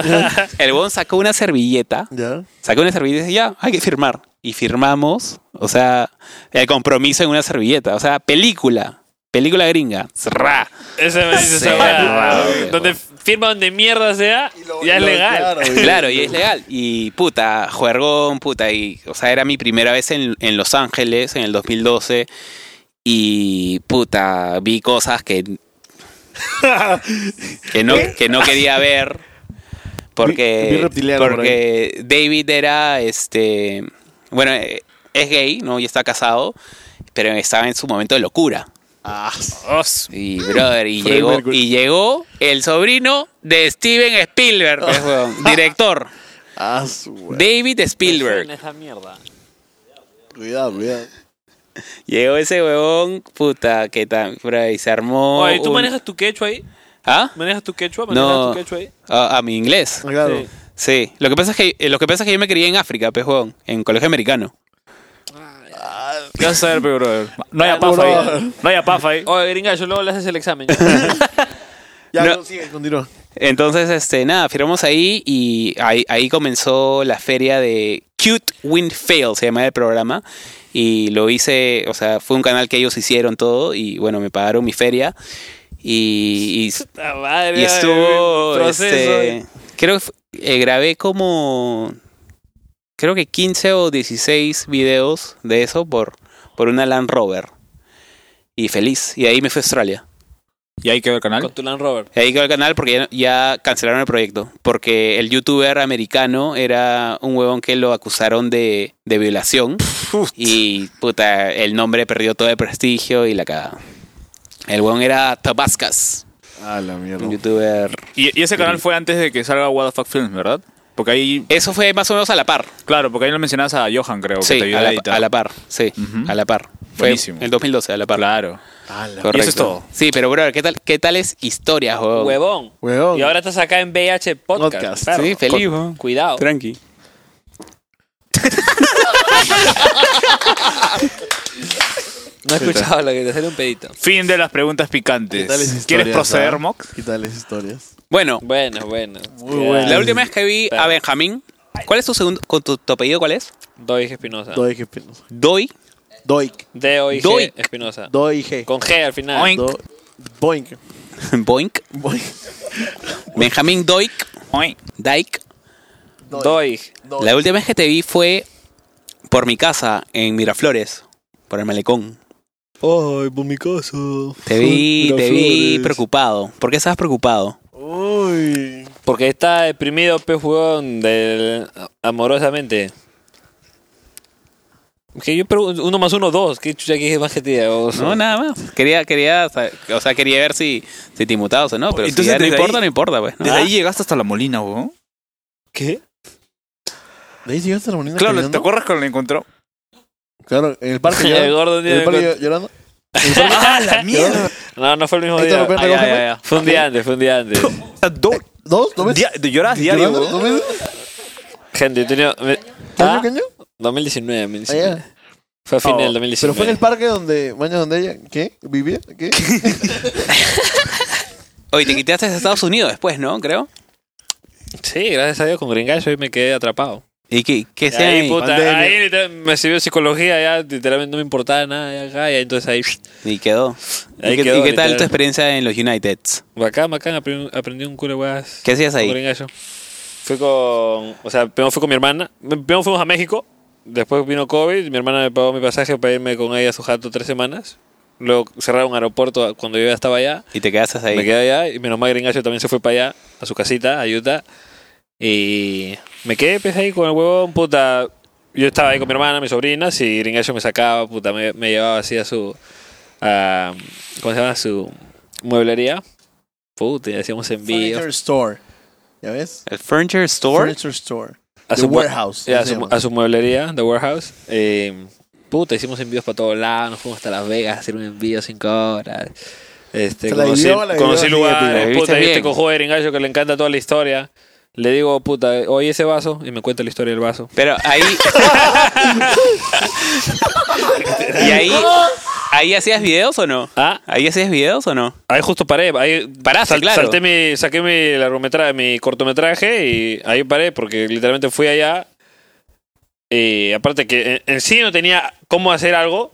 Speaker 3: El huevón sacó una servilleta.
Speaker 2: Ya.
Speaker 3: Sacó una servilleta y dice, ya, hay que firmar. Y firmamos, o sea, el compromiso en una servilleta. O sea, película. Película gringa. Zrra.
Speaker 1: Ese me dice esa
Speaker 6: Sí,
Speaker 1: weá.
Speaker 6: weón.
Speaker 1: Donde firma donde mierda sea, ya es legal.
Speaker 3: Claro, y es legal. Y puta, juergón, puta. Y, o sea, era mi primera vez en, en Los Ángeles en el 2012. Y puta, vi cosas que, que, no, que no quería ver.
Speaker 2: Vi-
Speaker 3: Porque,
Speaker 2: vi reptiliano por
Speaker 3: porque David era este. Bueno, eh, es gay, ¿no? Y está casado. Pero estaba en su momento de locura.
Speaker 2: Ah,
Speaker 3: Y brother, y
Speaker 2: Freddie
Speaker 3: llegó,
Speaker 2: Mercury.
Speaker 3: y llegó el sobrino de Steven Spielberg, pues, huevón, director.
Speaker 2: ah, su wea.
Speaker 3: David Spielberg.
Speaker 1: Esa mierda.
Speaker 2: Cuidado, cuidado.
Speaker 3: Llegó ese huevón, puta, que tan. bro, Y se armó.
Speaker 1: Oye, ¿tú
Speaker 3: un-
Speaker 1: manejas tu quechua ahí?
Speaker 3: ¿Ah?
Speaker 1: ¿Manejas tu quechua? ¿Manejas
Speaker 3: No.
Speaker 1: tu quechua ahí?
Speaker 3: A, a mi inglés.
Speaker 2: Claro.
Speaker 1: Sí.
Speaker 3: Sí. Lo que pasa es que, eh, lo que, pasa es que yo me crié en África, pues, huevón, en colegio americano.
Speaker 4: ¿Qué vas a saber, pe, brother? No hay apafa
Speaker 2: Bro.
Speaker 4: ahí. No hay apafa ahí.
Speaker 1: Oye, gringa, yo luego le haces el examen.
Speaker 2: Ya,
Speaker 3: No.
Speaker 2: no, sigue, continúa.
Speaker 3: Entonces, este, nada, firmamos ahí y ahí, ahí comenzó la feria de Cute Wind Fail, se llama el programa. Y lo hice, o sea, fue un canal que ellos hicieron todo y bueno, me pagaron mi feria. Y, y
Speaker 1: La madre.
Speaker 3: Y estuvo.
Speaker 1: proceso.
Speaker 3: Este, creo que fu- eh, grabé como. Creo que 15 o 16 videos de eso por, por una Land Rover. Y feliz. Y de ahí me fui a Australia.
Speaker 4: Y ahí quedó el canal.
Speaker 1: Con tu Land Rover.
Speaker 3: Y ahí quedó el canal porque ya, ya cancelaron el proyecto. Porque el youtuber americano era un huevón que lo acusaron de, de violación. Y puta, el nombre perdió todo el prestigio y la cagada. El huevón era Tabascas,
Speaker 2: Ah, la mierda.
Speaker 3: un youtuber.
Speaker 4: Y, y ese canal fue antes de que salga What the Fuck Films, ¿verdad? Porque ahí,
Speaker 3: Eso fue más o menos a la par.
Speaker 4: claro, porque ahí lo mencionabas a Johan, creo, que
Speaker 3: Sí,
Speaker 4: te ayudó
Speaker 3: a la,
Speaker 4: a editar.
Speaker 3: a la par, sí,
Speaker 4: Ujú.
Speaker 3: a la par.
Speaker 4: Buenísimo.
Speaker 3: Fue en 2012, a la par.
Speaker 4: Claro.
Speaker 3: Correcto.
Speaker 4: Y eso es todo.
Speaker 3: Sí, pero brother, ¿qué tal, qué tales historias, huevón?
Speaker 1: Huevón.
Speaker 2: Huevón.
Speaker 1: Y ahora estás acá en VH Podcast.
Speaker 2: Podcast,
Speaker 1: perro.
Speaker 3: Sí, feliz, huevón.
Speaker 1: Cuidado.
Speaker 3: Tranqui.
Speaker 1: No he escuchado lo que te sale un pedito.
Speaker 4: Fin de las preguntas
Speaker 2: ¿Qué tal esas
Speaker 4: picantes.
Speaker 2: historias,
Speaker 4: ¿Quieres proceder,
Speaker 2: ah?
Speaker 4: Mox?
Speaker 2: ¿Qué tal esas historias?
Speaker 3: Bueno,
Speaker 1: Bueno, bueno. Muy
Speaker 2: bueno.
Speaker 3: la última vez que vi a Benjamín ¿Cuál es tu segundo, con tu, tu apellido cuál es?
Speaker 1: Doig
Speaker 4: Ah.
Speaker 1: Espinosa.
Speaker 2: Doig Espinosa.
Speaker 3: Doy.
Speaker 2: Doig.
Speaker 1: D-O-I-G
Speaker 3: Doig.
Speaker 1: Espinosa.
Speaker 2: Doig.
Speaker 1: Con G al final.
Speaker 4: Oink.
Speaker 2: Do- Boink.
Speaker 3: Boink.
Speaker 2: Boink.
Speaker 3: Benjamín Doik.
Speaker 4: Oink.
Speaker 3: Dyke.
Speaker 1: Doig.
Speaker 3: La última vez que te vi fue por mi casa en Miraflores, por el malecón.
Speaker 2: Ay, por mi casa.
Speaker 3: Te vi, te vi
Speaker 2: Miraflores.
Speaker 3: preocupado. ¿Por qué estabas preocupado?
Speaker 5: Uy.
Speaker 1: Porque está deprimido, pez huevón, del, amorosamente. Que yo pregunto, uno más uno, dos. ¿Qué chucha que es más que te diga, vos?
Speaker 3: No, nada más. Quería, quería, sa- o sea, quería ver si, si te inmutabas o no, pero
Speaker 4: Entonces,
Speaker 3: si ya no
Speaker 4: desde
Speaker 3: importa,
Speaker 4: ahí-
Speaker 3: no importa, pues. ¿no?
Speaker 2: Ah.
Speaker 4: Desde ahí llegaste hasta la molina, weón.
Speaker 1: ¿Qué?
Speaker 2: ¿De ahí llegaste a la moneda?
Speaker 4: Claro, ¿te
Speaker 2: caminando?
Speaker 4: acuerdas cuando la encontró?
Speaker 2: Claro, en el parque.
Speaker 1: El
Speaker 2: llorando.
Speaker 1: gordo
Speaker 2: En el parque llorando.
Speaker 4: ¡Ah, la mierda!
Speaker 1: No, no fue el mismo
Speaker 2: Ahí te
Speaker 1: día.
Speaker 2: lo pego.
Speaker 1: Ah, ya, ya, ya. Fue un día antes, fue un día antes.
Speaker 4: O sea, do-
Speaker 2: ¿Dos? ¿Dos meses?
Speaker 4: Eh, dia- llorabas diario,
Speaker 2: ¿Llorando? ¿Dos
Speaker 4: weón.
Speaker 2: meses?
Speaker 1: Gente, yo tenía... me-
Speaker 2: ¿Tan
Speaker 1: Ah,
Speaker 2: pequeño?
Speaker 1: 2019, 2019.
Speaker 2: Allá.
Speaker 1: Fue a fin del
Speaker 2: Ah, Pero
Speaker 1: 2019.
Speaker 2: fue en el parque donde, mañana donde ella, ¿qué? ¿Vivía? ¿Qué?
Speaker 3: Oye, te quitaste de Estados Unidos después, ¿no? Creo.
Speaker 1: Sí, gracias a Dios con Gringallo y me quedé atrapado.
Speaker 3: ¿Y qué, qué
Speaker 1: Y
Speaker 3: sea
Speaker 1: ahí, puta,
Speaker 2: pandemia.
Speaker 1: ahí literal- me sirvió psicología, ya literalmente no me importaba nada, ya acá, y entonces ahí...
Speaker 3: Y quedó.
Speaker 1: Ahí
Speaker 3: ¿Y, qué,
Speaker 1: quedó,
Speaker 3: y qué tal
Speaker 1: literal.
Speaker 3: tu experiencia en los Uniteds?
Speaker 1: Bacán, bacán, aprendí, aprendí un culo de weas.
Speaker 3: ¿Qué hacías
Speaker 1: Con
Speaker 3: ahí?
Speaker 1: Gringallo. Fui con... O sea, primero fui con mi hermana. Primero fuimos a México. Después vino COVID. Mi hermana me pagó mi pasaje para irme con ella a su jato tres semanas. Luego cerraron un aeropuerto cuando yo ya estaba allá.
Speaker 3: Y te quedaste
Speaker 1: Me
Speaker 3: ahí.
Speaker 1: quedé allá y menos mal Gringacho también se fue para allá, a su casita, a Utah. Y me quedé pues, ahí con el huevón, puta. Yo estaba ahí con mi hermana, mis sobrinas, y Gringacho me sacaba, puta, me, me llevaba así a su. a- ¿Cómo se llama? A su mueblería. Puta, y hacíamos envíos.
Speaker 2: Furniture store. ¿Ya ves?
Speaker 3: ¿El Furniture Store?
Speaker 2: Furniture store.
Speaker 1: A
Speaker 2: The
Speaker 1: su, mue-
Speaker 2: warehouse,
Speaker 1: ya, a,
Speaker 2: se
Speaker 1: su,
Speaker 2: llama.
Speaker 1: a su mueblería, The Warehouse. Eh, puta, hicimos envíos para todos lados, nos fuimos hasta Las Vegas a hacer un envío cinco horas. Este,
Speaker 2: Se la
Speaker 1: conocí
Speaker 2: vivió, la vivió
Speaker 1: conocí
Speaker 2: así,
Speaker 1: lugares,
Speaker 3: épica.
Speaker 1: puta, yo
Speaker 3: Viviste
Speaker 1: este
Speaker 3: bien.
Speaker 1: cojo de Gringallo que le encanta toda la historia. Le digo, puta, oye ese vaso, y me cuenta la historia del vaso.
Speaker 3: Pero ahí. ¿Y ahí, ahí hacías videos o no?
Speaker 1: Ah,
Speaker 3: ¿Ahí hacías videos o no?
Speaker 1: ahí justo paré, ahí
Speaker 3: Paraste, claro.
Speaker 1: salté mi, saqué mi largometraje, mi cortometraje y ahí paré porque literalmente fui allá. Y aparte que en, en sí no tenía cómo hacer algo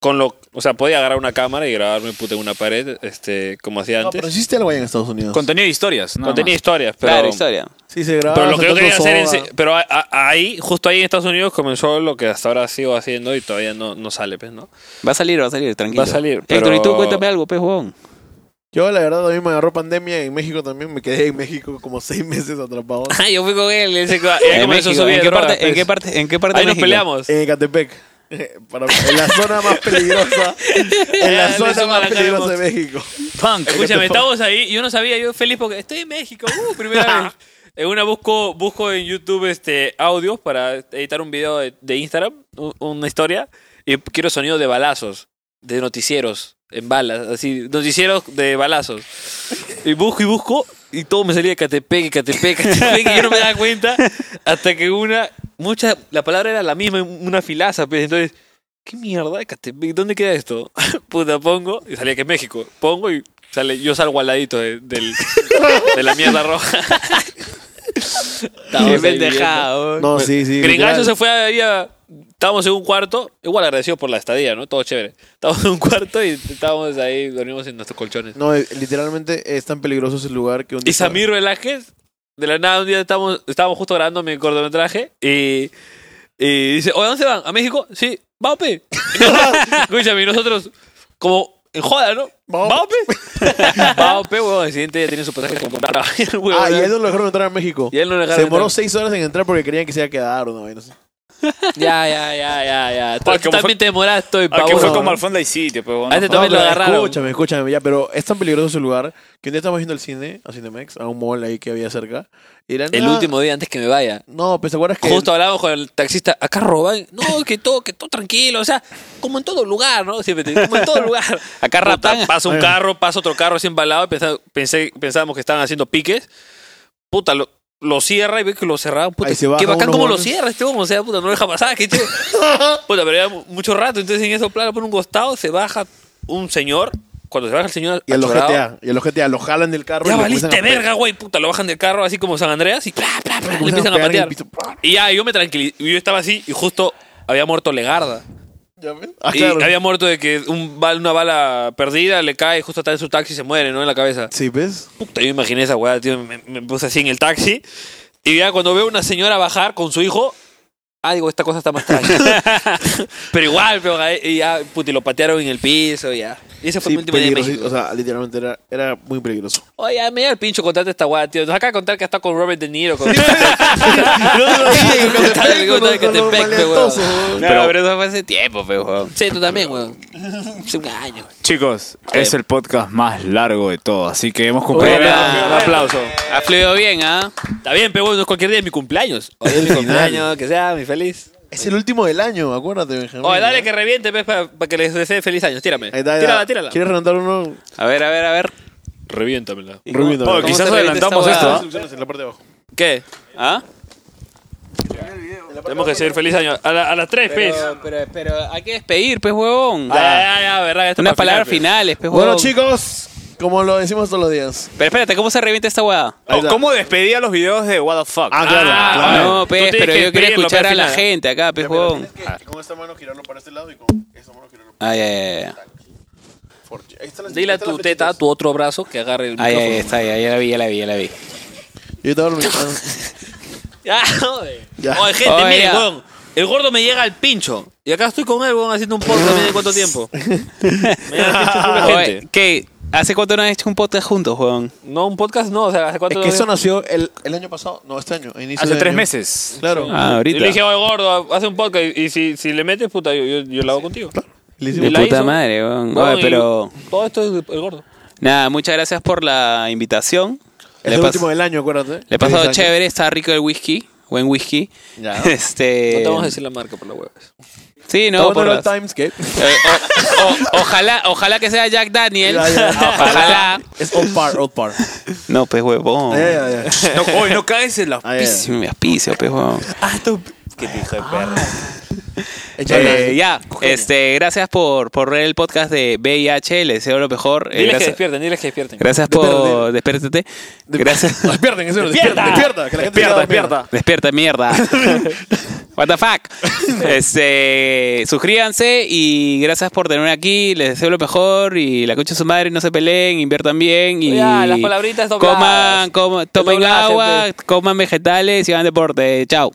Speaker 1: con lo, o sea, podía agarrar una cámara y grabarme puta en una pared, este, como hacía
Speaker 2: No,
Speaker 1: antes.
Speaker 2: pero hiciste algo allá en Estados Unidos.
Speaker 4: Contenido de historias, nada
Speaker 1: no tenía
Speaker 4: más.
Speaker 1: historias, pero
Speaker 3: claro, historia.
Speaker 2: Sí, se grababa.
Speaker 1: Pero lo que yo
Speaker 2: sacando
Speaker 1: quería hacer en
Speaker 2: soda.
Speaker 1: sí- pero a- a- ahí, justo ahí en Estados Unidos comenzó lo que hasta ahora sigo haciendo y todavía no, no sale, pues, ¿no?
Speaker 3: Va a salir, va a salir, tranquilo.
Speaker 1: Va a salir,
Speaker 3: Héctor, ¿y tú
Speaker 1: pero-
Speaker 3: cuéntame algo, pez huevón?
Speaker 2: Yo, la verdad, a mí me agarró pandemia en México también. Me quedé en México como seis meses atrapado.
Speaker 1: Ah, yo fui con él, él se
Speaker 3: En México, ¿En qué parte? ¿En qué parte? ¿En qué parte?
Speaker 1: pues. Ahí
Speaker 3: de
Speaker 1: nos
Speaker 3: México?
Speaker 1: peleamos.
Speaker 2: En Ecatepec. Para- en la zona más peligrosa. En
Speaker 1: Le
Speaker 2: la
Speaker 1: hizo
Speaker 2: zona
Speaker 1: mala
Speaker 2: más
Speaker 1: cara
Speaker 2: peligrosa de
Speaker 1: Mox.
Speaker 2: México.
Speaker 4: Punk.
Speaker 1: Escúchame, estábamos ahí, yo no sabía, yo feliz porque estoy en México, uh, primera vez. En una busco, busco en YouTube este audios para editar un video de, de Instagram, un- una historia, y quiero sonido de balazos, de noticieros, en balas, así, noticieros de balazos. Y busco y busco, y todo me salía Catepec, Catepec, Catepec, y yo no me daba cuenta, hasta que una, mucha, la palabra era la misma, en una filaza, pues, entonces, ¿qué mierda? Catepec, ¿dónde queda esto? Puta, pongo, y salía que es México, pongo y sale, yo salgo al ladito de, del- de la mierda roja. Estábamos
Speaker 3: Qué
Speaker 1: ahí viviendo.
Speaker 3: pendejada, huevón.
Speaker 2: No, sí, sí.
Speaker 1: Gringallo
Speaker 2: literal.
Speaker 1: se fue ahí a... Estábamos en un cuarto, igual agradecidos por la estadía, ¿no? Todo chévere. Estábamos en un cuarto y estábamos ahí, dormimos en nuestros colchones.
Speaker 2: No, eh, literalmente es tan peligroso ese lugar que un día-
Speaker 1: Y Samir Velázquez, de la nada, un día estábamos, estábamos justo grabando mi cortometraje y, y dice, oye, ¿dónde se van? ¿A México? Sí, vamos, pe. Escúchame, y nosotros, como en joda, ¿no?
Speaker 2: Vamos.
Speaker 1: Vamos, pe. Vamos, pe, huevón. El siguiente día tiene su pasaje comprado. Huevón,
Speaker 2: Ah, y a él no lo dejaron entrar a México.
Speaker 1: y él no le
Speaker 2: Se demoró
Speaker 1: dejaron
Speaker 2: seis horas en entrar porque creían que se iba a quedar o no. y no sé.
Speaker 1: entrar. Ya, ya, ya, ya, ya. Tú,
Speaker 4: Ah,
Speaker 1: tú
Speaker 4: como
Speaker 1: también te demoraste, hoy,
Speaker 4: Ah, que
Speaker 1: pavo.
Speaker 4: fue como al fondo del sitio, pues, weón.
Speaker 1: A este
Speaker 2: No,
Speaker 1: también lo
Speaker 2: pero
Speaker 1: agarraron.
Speaker 2: Escúchame, escúchame, ya, pero es tan peligroso ese lugar que un día estamos yendo al cine, a Cinemex, a un mall ahí que había cerca. y de la
Speaker 1: El
Speaker 2: nada-
Speaker 1: último día antes que me vaya.
Speaker 2: No, pues te acuerdas que.
Speaker 1: Justo hablábamos con el taxista, acá roban. No, que todo, que todo tranquilo. O sea, como en todo lugar, ¿no? Siempre te- como en todo lugar.
Speaker 3: Acá
Speaker 1: Puta,
Speaker 3: raptan.
Speaker 1: Pasa
Speaker 2: Eh.
Speaker 1: un carro, pasa otro carro así embalado. y pensa- pensé, pensábamos que estaban haciendo piques. Puta, lo, lo cierra y ve que lo cerraron. Puta,
Speaker 2: Ahí se baja
Speaker 1: qué bacán
Speaker 2: unos
Speaker 1: cómo lo
Speaker 2: huevones.
Speaker 1: cierra este hombre. O sea, puta, no lo deja pasar. Que este- puta, pero ya mu- mucho rato. Entonces en eso, plano, por un costado, se baja un señor cuando se baja el señor
Speaker 2: Y a los
Speaker 1: achorado,
Speaker 2: GTA, y a los GTA, lo jalan del carro.
Speaker 1: Ya
Speaker 2: y lo
Speaker 1: valiste
Speaker 2: comienzan a pe-
Speaker 1: verga, güey, puta. Lo bajan del carro así como San Andreas y pla, pla, pla,
Speaker 2: lo
Speaker 1: le
Speaker 2: comienzan
Speaker 1: empiezan a
Speaker 2: pegar en el
Speaker 1: patear.
Speaker 2: piso.
Speaker 1: Y ya, yo me tranquilí. Yo estaba así y justo había muerto Legarda.
Speaker 2: Ya ves. Ah,
Speaker 1: y
Speaker 2: claro.
Speaker 1: había muerto de que un bal- una bala perdida le cae justo está en su taxi y se muere, ¿no? En la cabeza.
Speaker 2: Sí, ¿ves?
Speaker 1: Puta, yo imaginé esa weá, tío. Me, me puse así en el taxi. Y ya cuando veo una señora bajar con su hijo. Ah, digo, esta cosa está más tranquila. pero igual, pero ahí- y ya, puta, y lo patearon en el piso, ya. Y ese fue
Speaker 2: Sí,
Speaker 1: mi último día en
Speaker 2: peligroso,
Speaker 1: México.
Speaker 2: O sea, literalmente era, era muy peligroso.
Speaker 1: Oye, me da el pincho contarte esta weá, tío. Nos acaba de contar que ha estado con Robert De Niro. Con...
Speaker 3: Pero, pero eso fue hace tiempo, pe, weón.
Speaker 1: Sí, tú también, weón. Hace un año.
Speaker 4: Chicos, es el podcast más largo de todo, así que hemos
Speaker 1: Oye,
Speaker 4: cumplido.
Speaker 1: un aplauso.
Speaker 3: Ha fluido bien, ¿ah?
Speaker 1: Está bien, pero bueno, es cualquier día de mi cumpleaños. Hoy es mi cumpleaños, que sea, mi feliz.
Speaker 2: Es el último del año, acuérdate, Benjamín.
Speaker 1: Oye, dale que reviente, pues, para que les desee feliz año. Tírame.
Speaker 2: Ahí está, ahí
Speaker 1: Tírala,
Speaker 2: está.
Speaker 1: tírala.
Speaker 2: ¿Quieres reventar uno?
Speaker 3: A ver, a ver, a ver.
Speaker 1: Reviéntamela.
Speaker 2: Rubino.
Speaker 4: Oh,
Speaker 3: se
Speaker 4: quizás
Speaker 3: revienta
Speaker 4: adelantamos
Speaker 3: esta
Speaker 4: esto.
Speaker 3: huevada?
Speaker 4: ¿ah?
Speaker 2: en la parte de abajo.
Speaker 1: ¿Qué?
Speaker 3: ¿Ah?
Speaker 1: Tenemos que decir feliz año. A, la- a las tres, pues.
Speaker 3: Pero, pero, pero hay que despedir, pez huevón.
Speaker 1: Ya, ya, ya, verdad. esto
Speaker 3: Unas
Speaker 1: es para
Speaker 3: palabras
Speaker 1: final, pues.
Speaker 3: finales, pez huevón.
Speaker 2: Bueno, chicos, como lo decimos todos los días.
Speaker 3: Pero espérate, ¿cómo se revienta esta huevada?
Speaker 2: Ahí está.
Speaker 4: ¿Cómo despedía los videos de What the fuck?
Speaker 2: Ah, claro.
Speaker 1: Ah,
Speaker 2: claro.
Speaker 1: vale.
Speaker 3: No,
Speaker 1: Tú
Speaker 3: pez,
Speaker 1: tienes
Speaker 3: pero
Speaker 1: que
Speaker 3: yo quería
Speaker 1: escribirlo,
Speaker 3: escuchar
Speaker 1: pe,
Speaker 3: a la
Speaker 1: final.
Speaker 3: gente acá, pez huevón.
Speaker 2: Con esta mano girarlo para este lado y con esta mano girarlo
Speaker 3: Ay, ay, ay, ay.
Speaker 2: para este Ahí está la
Speaker 1: Dile a tu teta, a tu otro brazo, que agarre el
Speaker 3: Ay, ay,
Speaker 1: micrófono.
Speaker 3: está, ahí, ahí, ya la vi, ya la vi, ya la vi.
Speaker 2: Yo te hablo
Speaker 1: Ya, joder.
Speaker 2: Ya.
Speaker 1: Oye, gente,
Speaker 3: Oye,
Speaker 1: miren,
Speaker 3: ya.
Speaker 1: weón. El gordo me llega al pincho. Y acá estoy con él, weón, haciendo un podcast. ¿Miren cuánto tiempo? Me llega al pincho pura gente.
Speaker 3: Oye, ¿Qué? ¿Hace cuánto no han hecho un podcast juntos, huevón?
Speaker 1: No, un podcast no. O sea, ¿hace
Speaker 2: Es
Speaker 1: cuánto?
Speaker 2: que eso nació el, el año pasado. No, este año. a inicio
Speaker 4: Hace
Speaker 2: de
Speaker 4: tres
Speaker 2: año.
Speaker 4: meses.
Speaker 2: Claro.
Speaker 3: Ah,
Speaker 1: Y
Speaker 3: ahorita.
Speaker 1: le dije, oye, gordo, hace un podcast. Y, y si, si le metes, puta, yo, yo, yo lo hago contigo.
Speaker 2: Le
Speaker 1: Y
Speaker 2: hicimos-
Speaker 3: De
Speaker 1: la
Speaker 3: puta
Speaker 1: hizo.
Speaker 3: madre, weón.
Speaker 1: Weón,
Speaker 3: Oye,
Speaker 1: y
Speaker 3: pero-
Speaker 1: Todo esto es el gordo.
Speaker 3: Nada, muchas gracias por la invitación.
Speaker 2: Es
Speaker 3: Le
Speaker 2: el
Speaker 3: pas-
Speaker 2: último del año, acuérdate.
Speaker 3: Le he
Speaker 2: Feliz
Speaker 3: pasado
Speaker 2: año.
Speaker 3: chévere, está rico el whisky, buen whisky.
Speaker 2: Ya.
Speaker 3: Este.
Speaker 1: No te vamos a decir la marca por la web.
Speaker 3: Sí,
Speaker 2: Está
Speaker 3: no, por
Speaker 2: bueno el
Speaker 3: las-
Speaker 2: Timescape.
Speaker 3: Eh, o- o- ojalá, ojalá que sea Jack Daniel.
Speaker 2: Ya, ya.
Speaker 3: Ojalá.
Speaker 2: Es Old Par, Old Par.
Speaker 3: No, pues huevón.
Speaker 2: Ya, ya, ya.
Speaker 4: No, hoy no caes en la.
Speaker 2: Ah, ya, ya.
Speaker 3: Sí, me aspicio, pues huevón.
Speaker 2: Échale.
Speaker 3: Eh, ya, este, gracias por, por ver el podcast de VIH, le deseo lo mejor. Eh,
Speaker 1: Diles que
Speaker 3: gracias,
Speaker 1: despierten, diles que despierten.
Speaker 3: gracias por. Despiértate. Gracias.
Speaker 2: Despierten, en serio, despierta, despierta, que la gente
Speaker 4: Despierta,
Speaker 2: se queda dormida.
Speaker 4: despierta.
Speaker 3: Despierta mierda. What the fuck. Este, suscríbanse y gracias por tenerme aquí. Les deseo lo mejor y la concha de su madre no se peleen, inviertan bien y
Speaker 1: Ya, las palabritas dobladas.
Speaker 3: coman, coman- tomen
Speaker 1: Dobladas,
Speaker 3: agua,
Speaker 1: gente.
Speaker 3: coman vegetales y hagan deporte. Chao.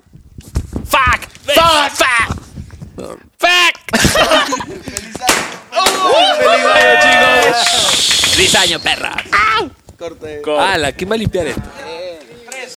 Speaker 1: ¡Fuck! ¡Fuck! ¡Fuck! ¡Fuck!
Speaker 2: ¡Feliz año, chicos!
Speaker 1: ¡Feliz año, perra! ¡Ah! ¡Hala! ¿Quién va a limpiar esto?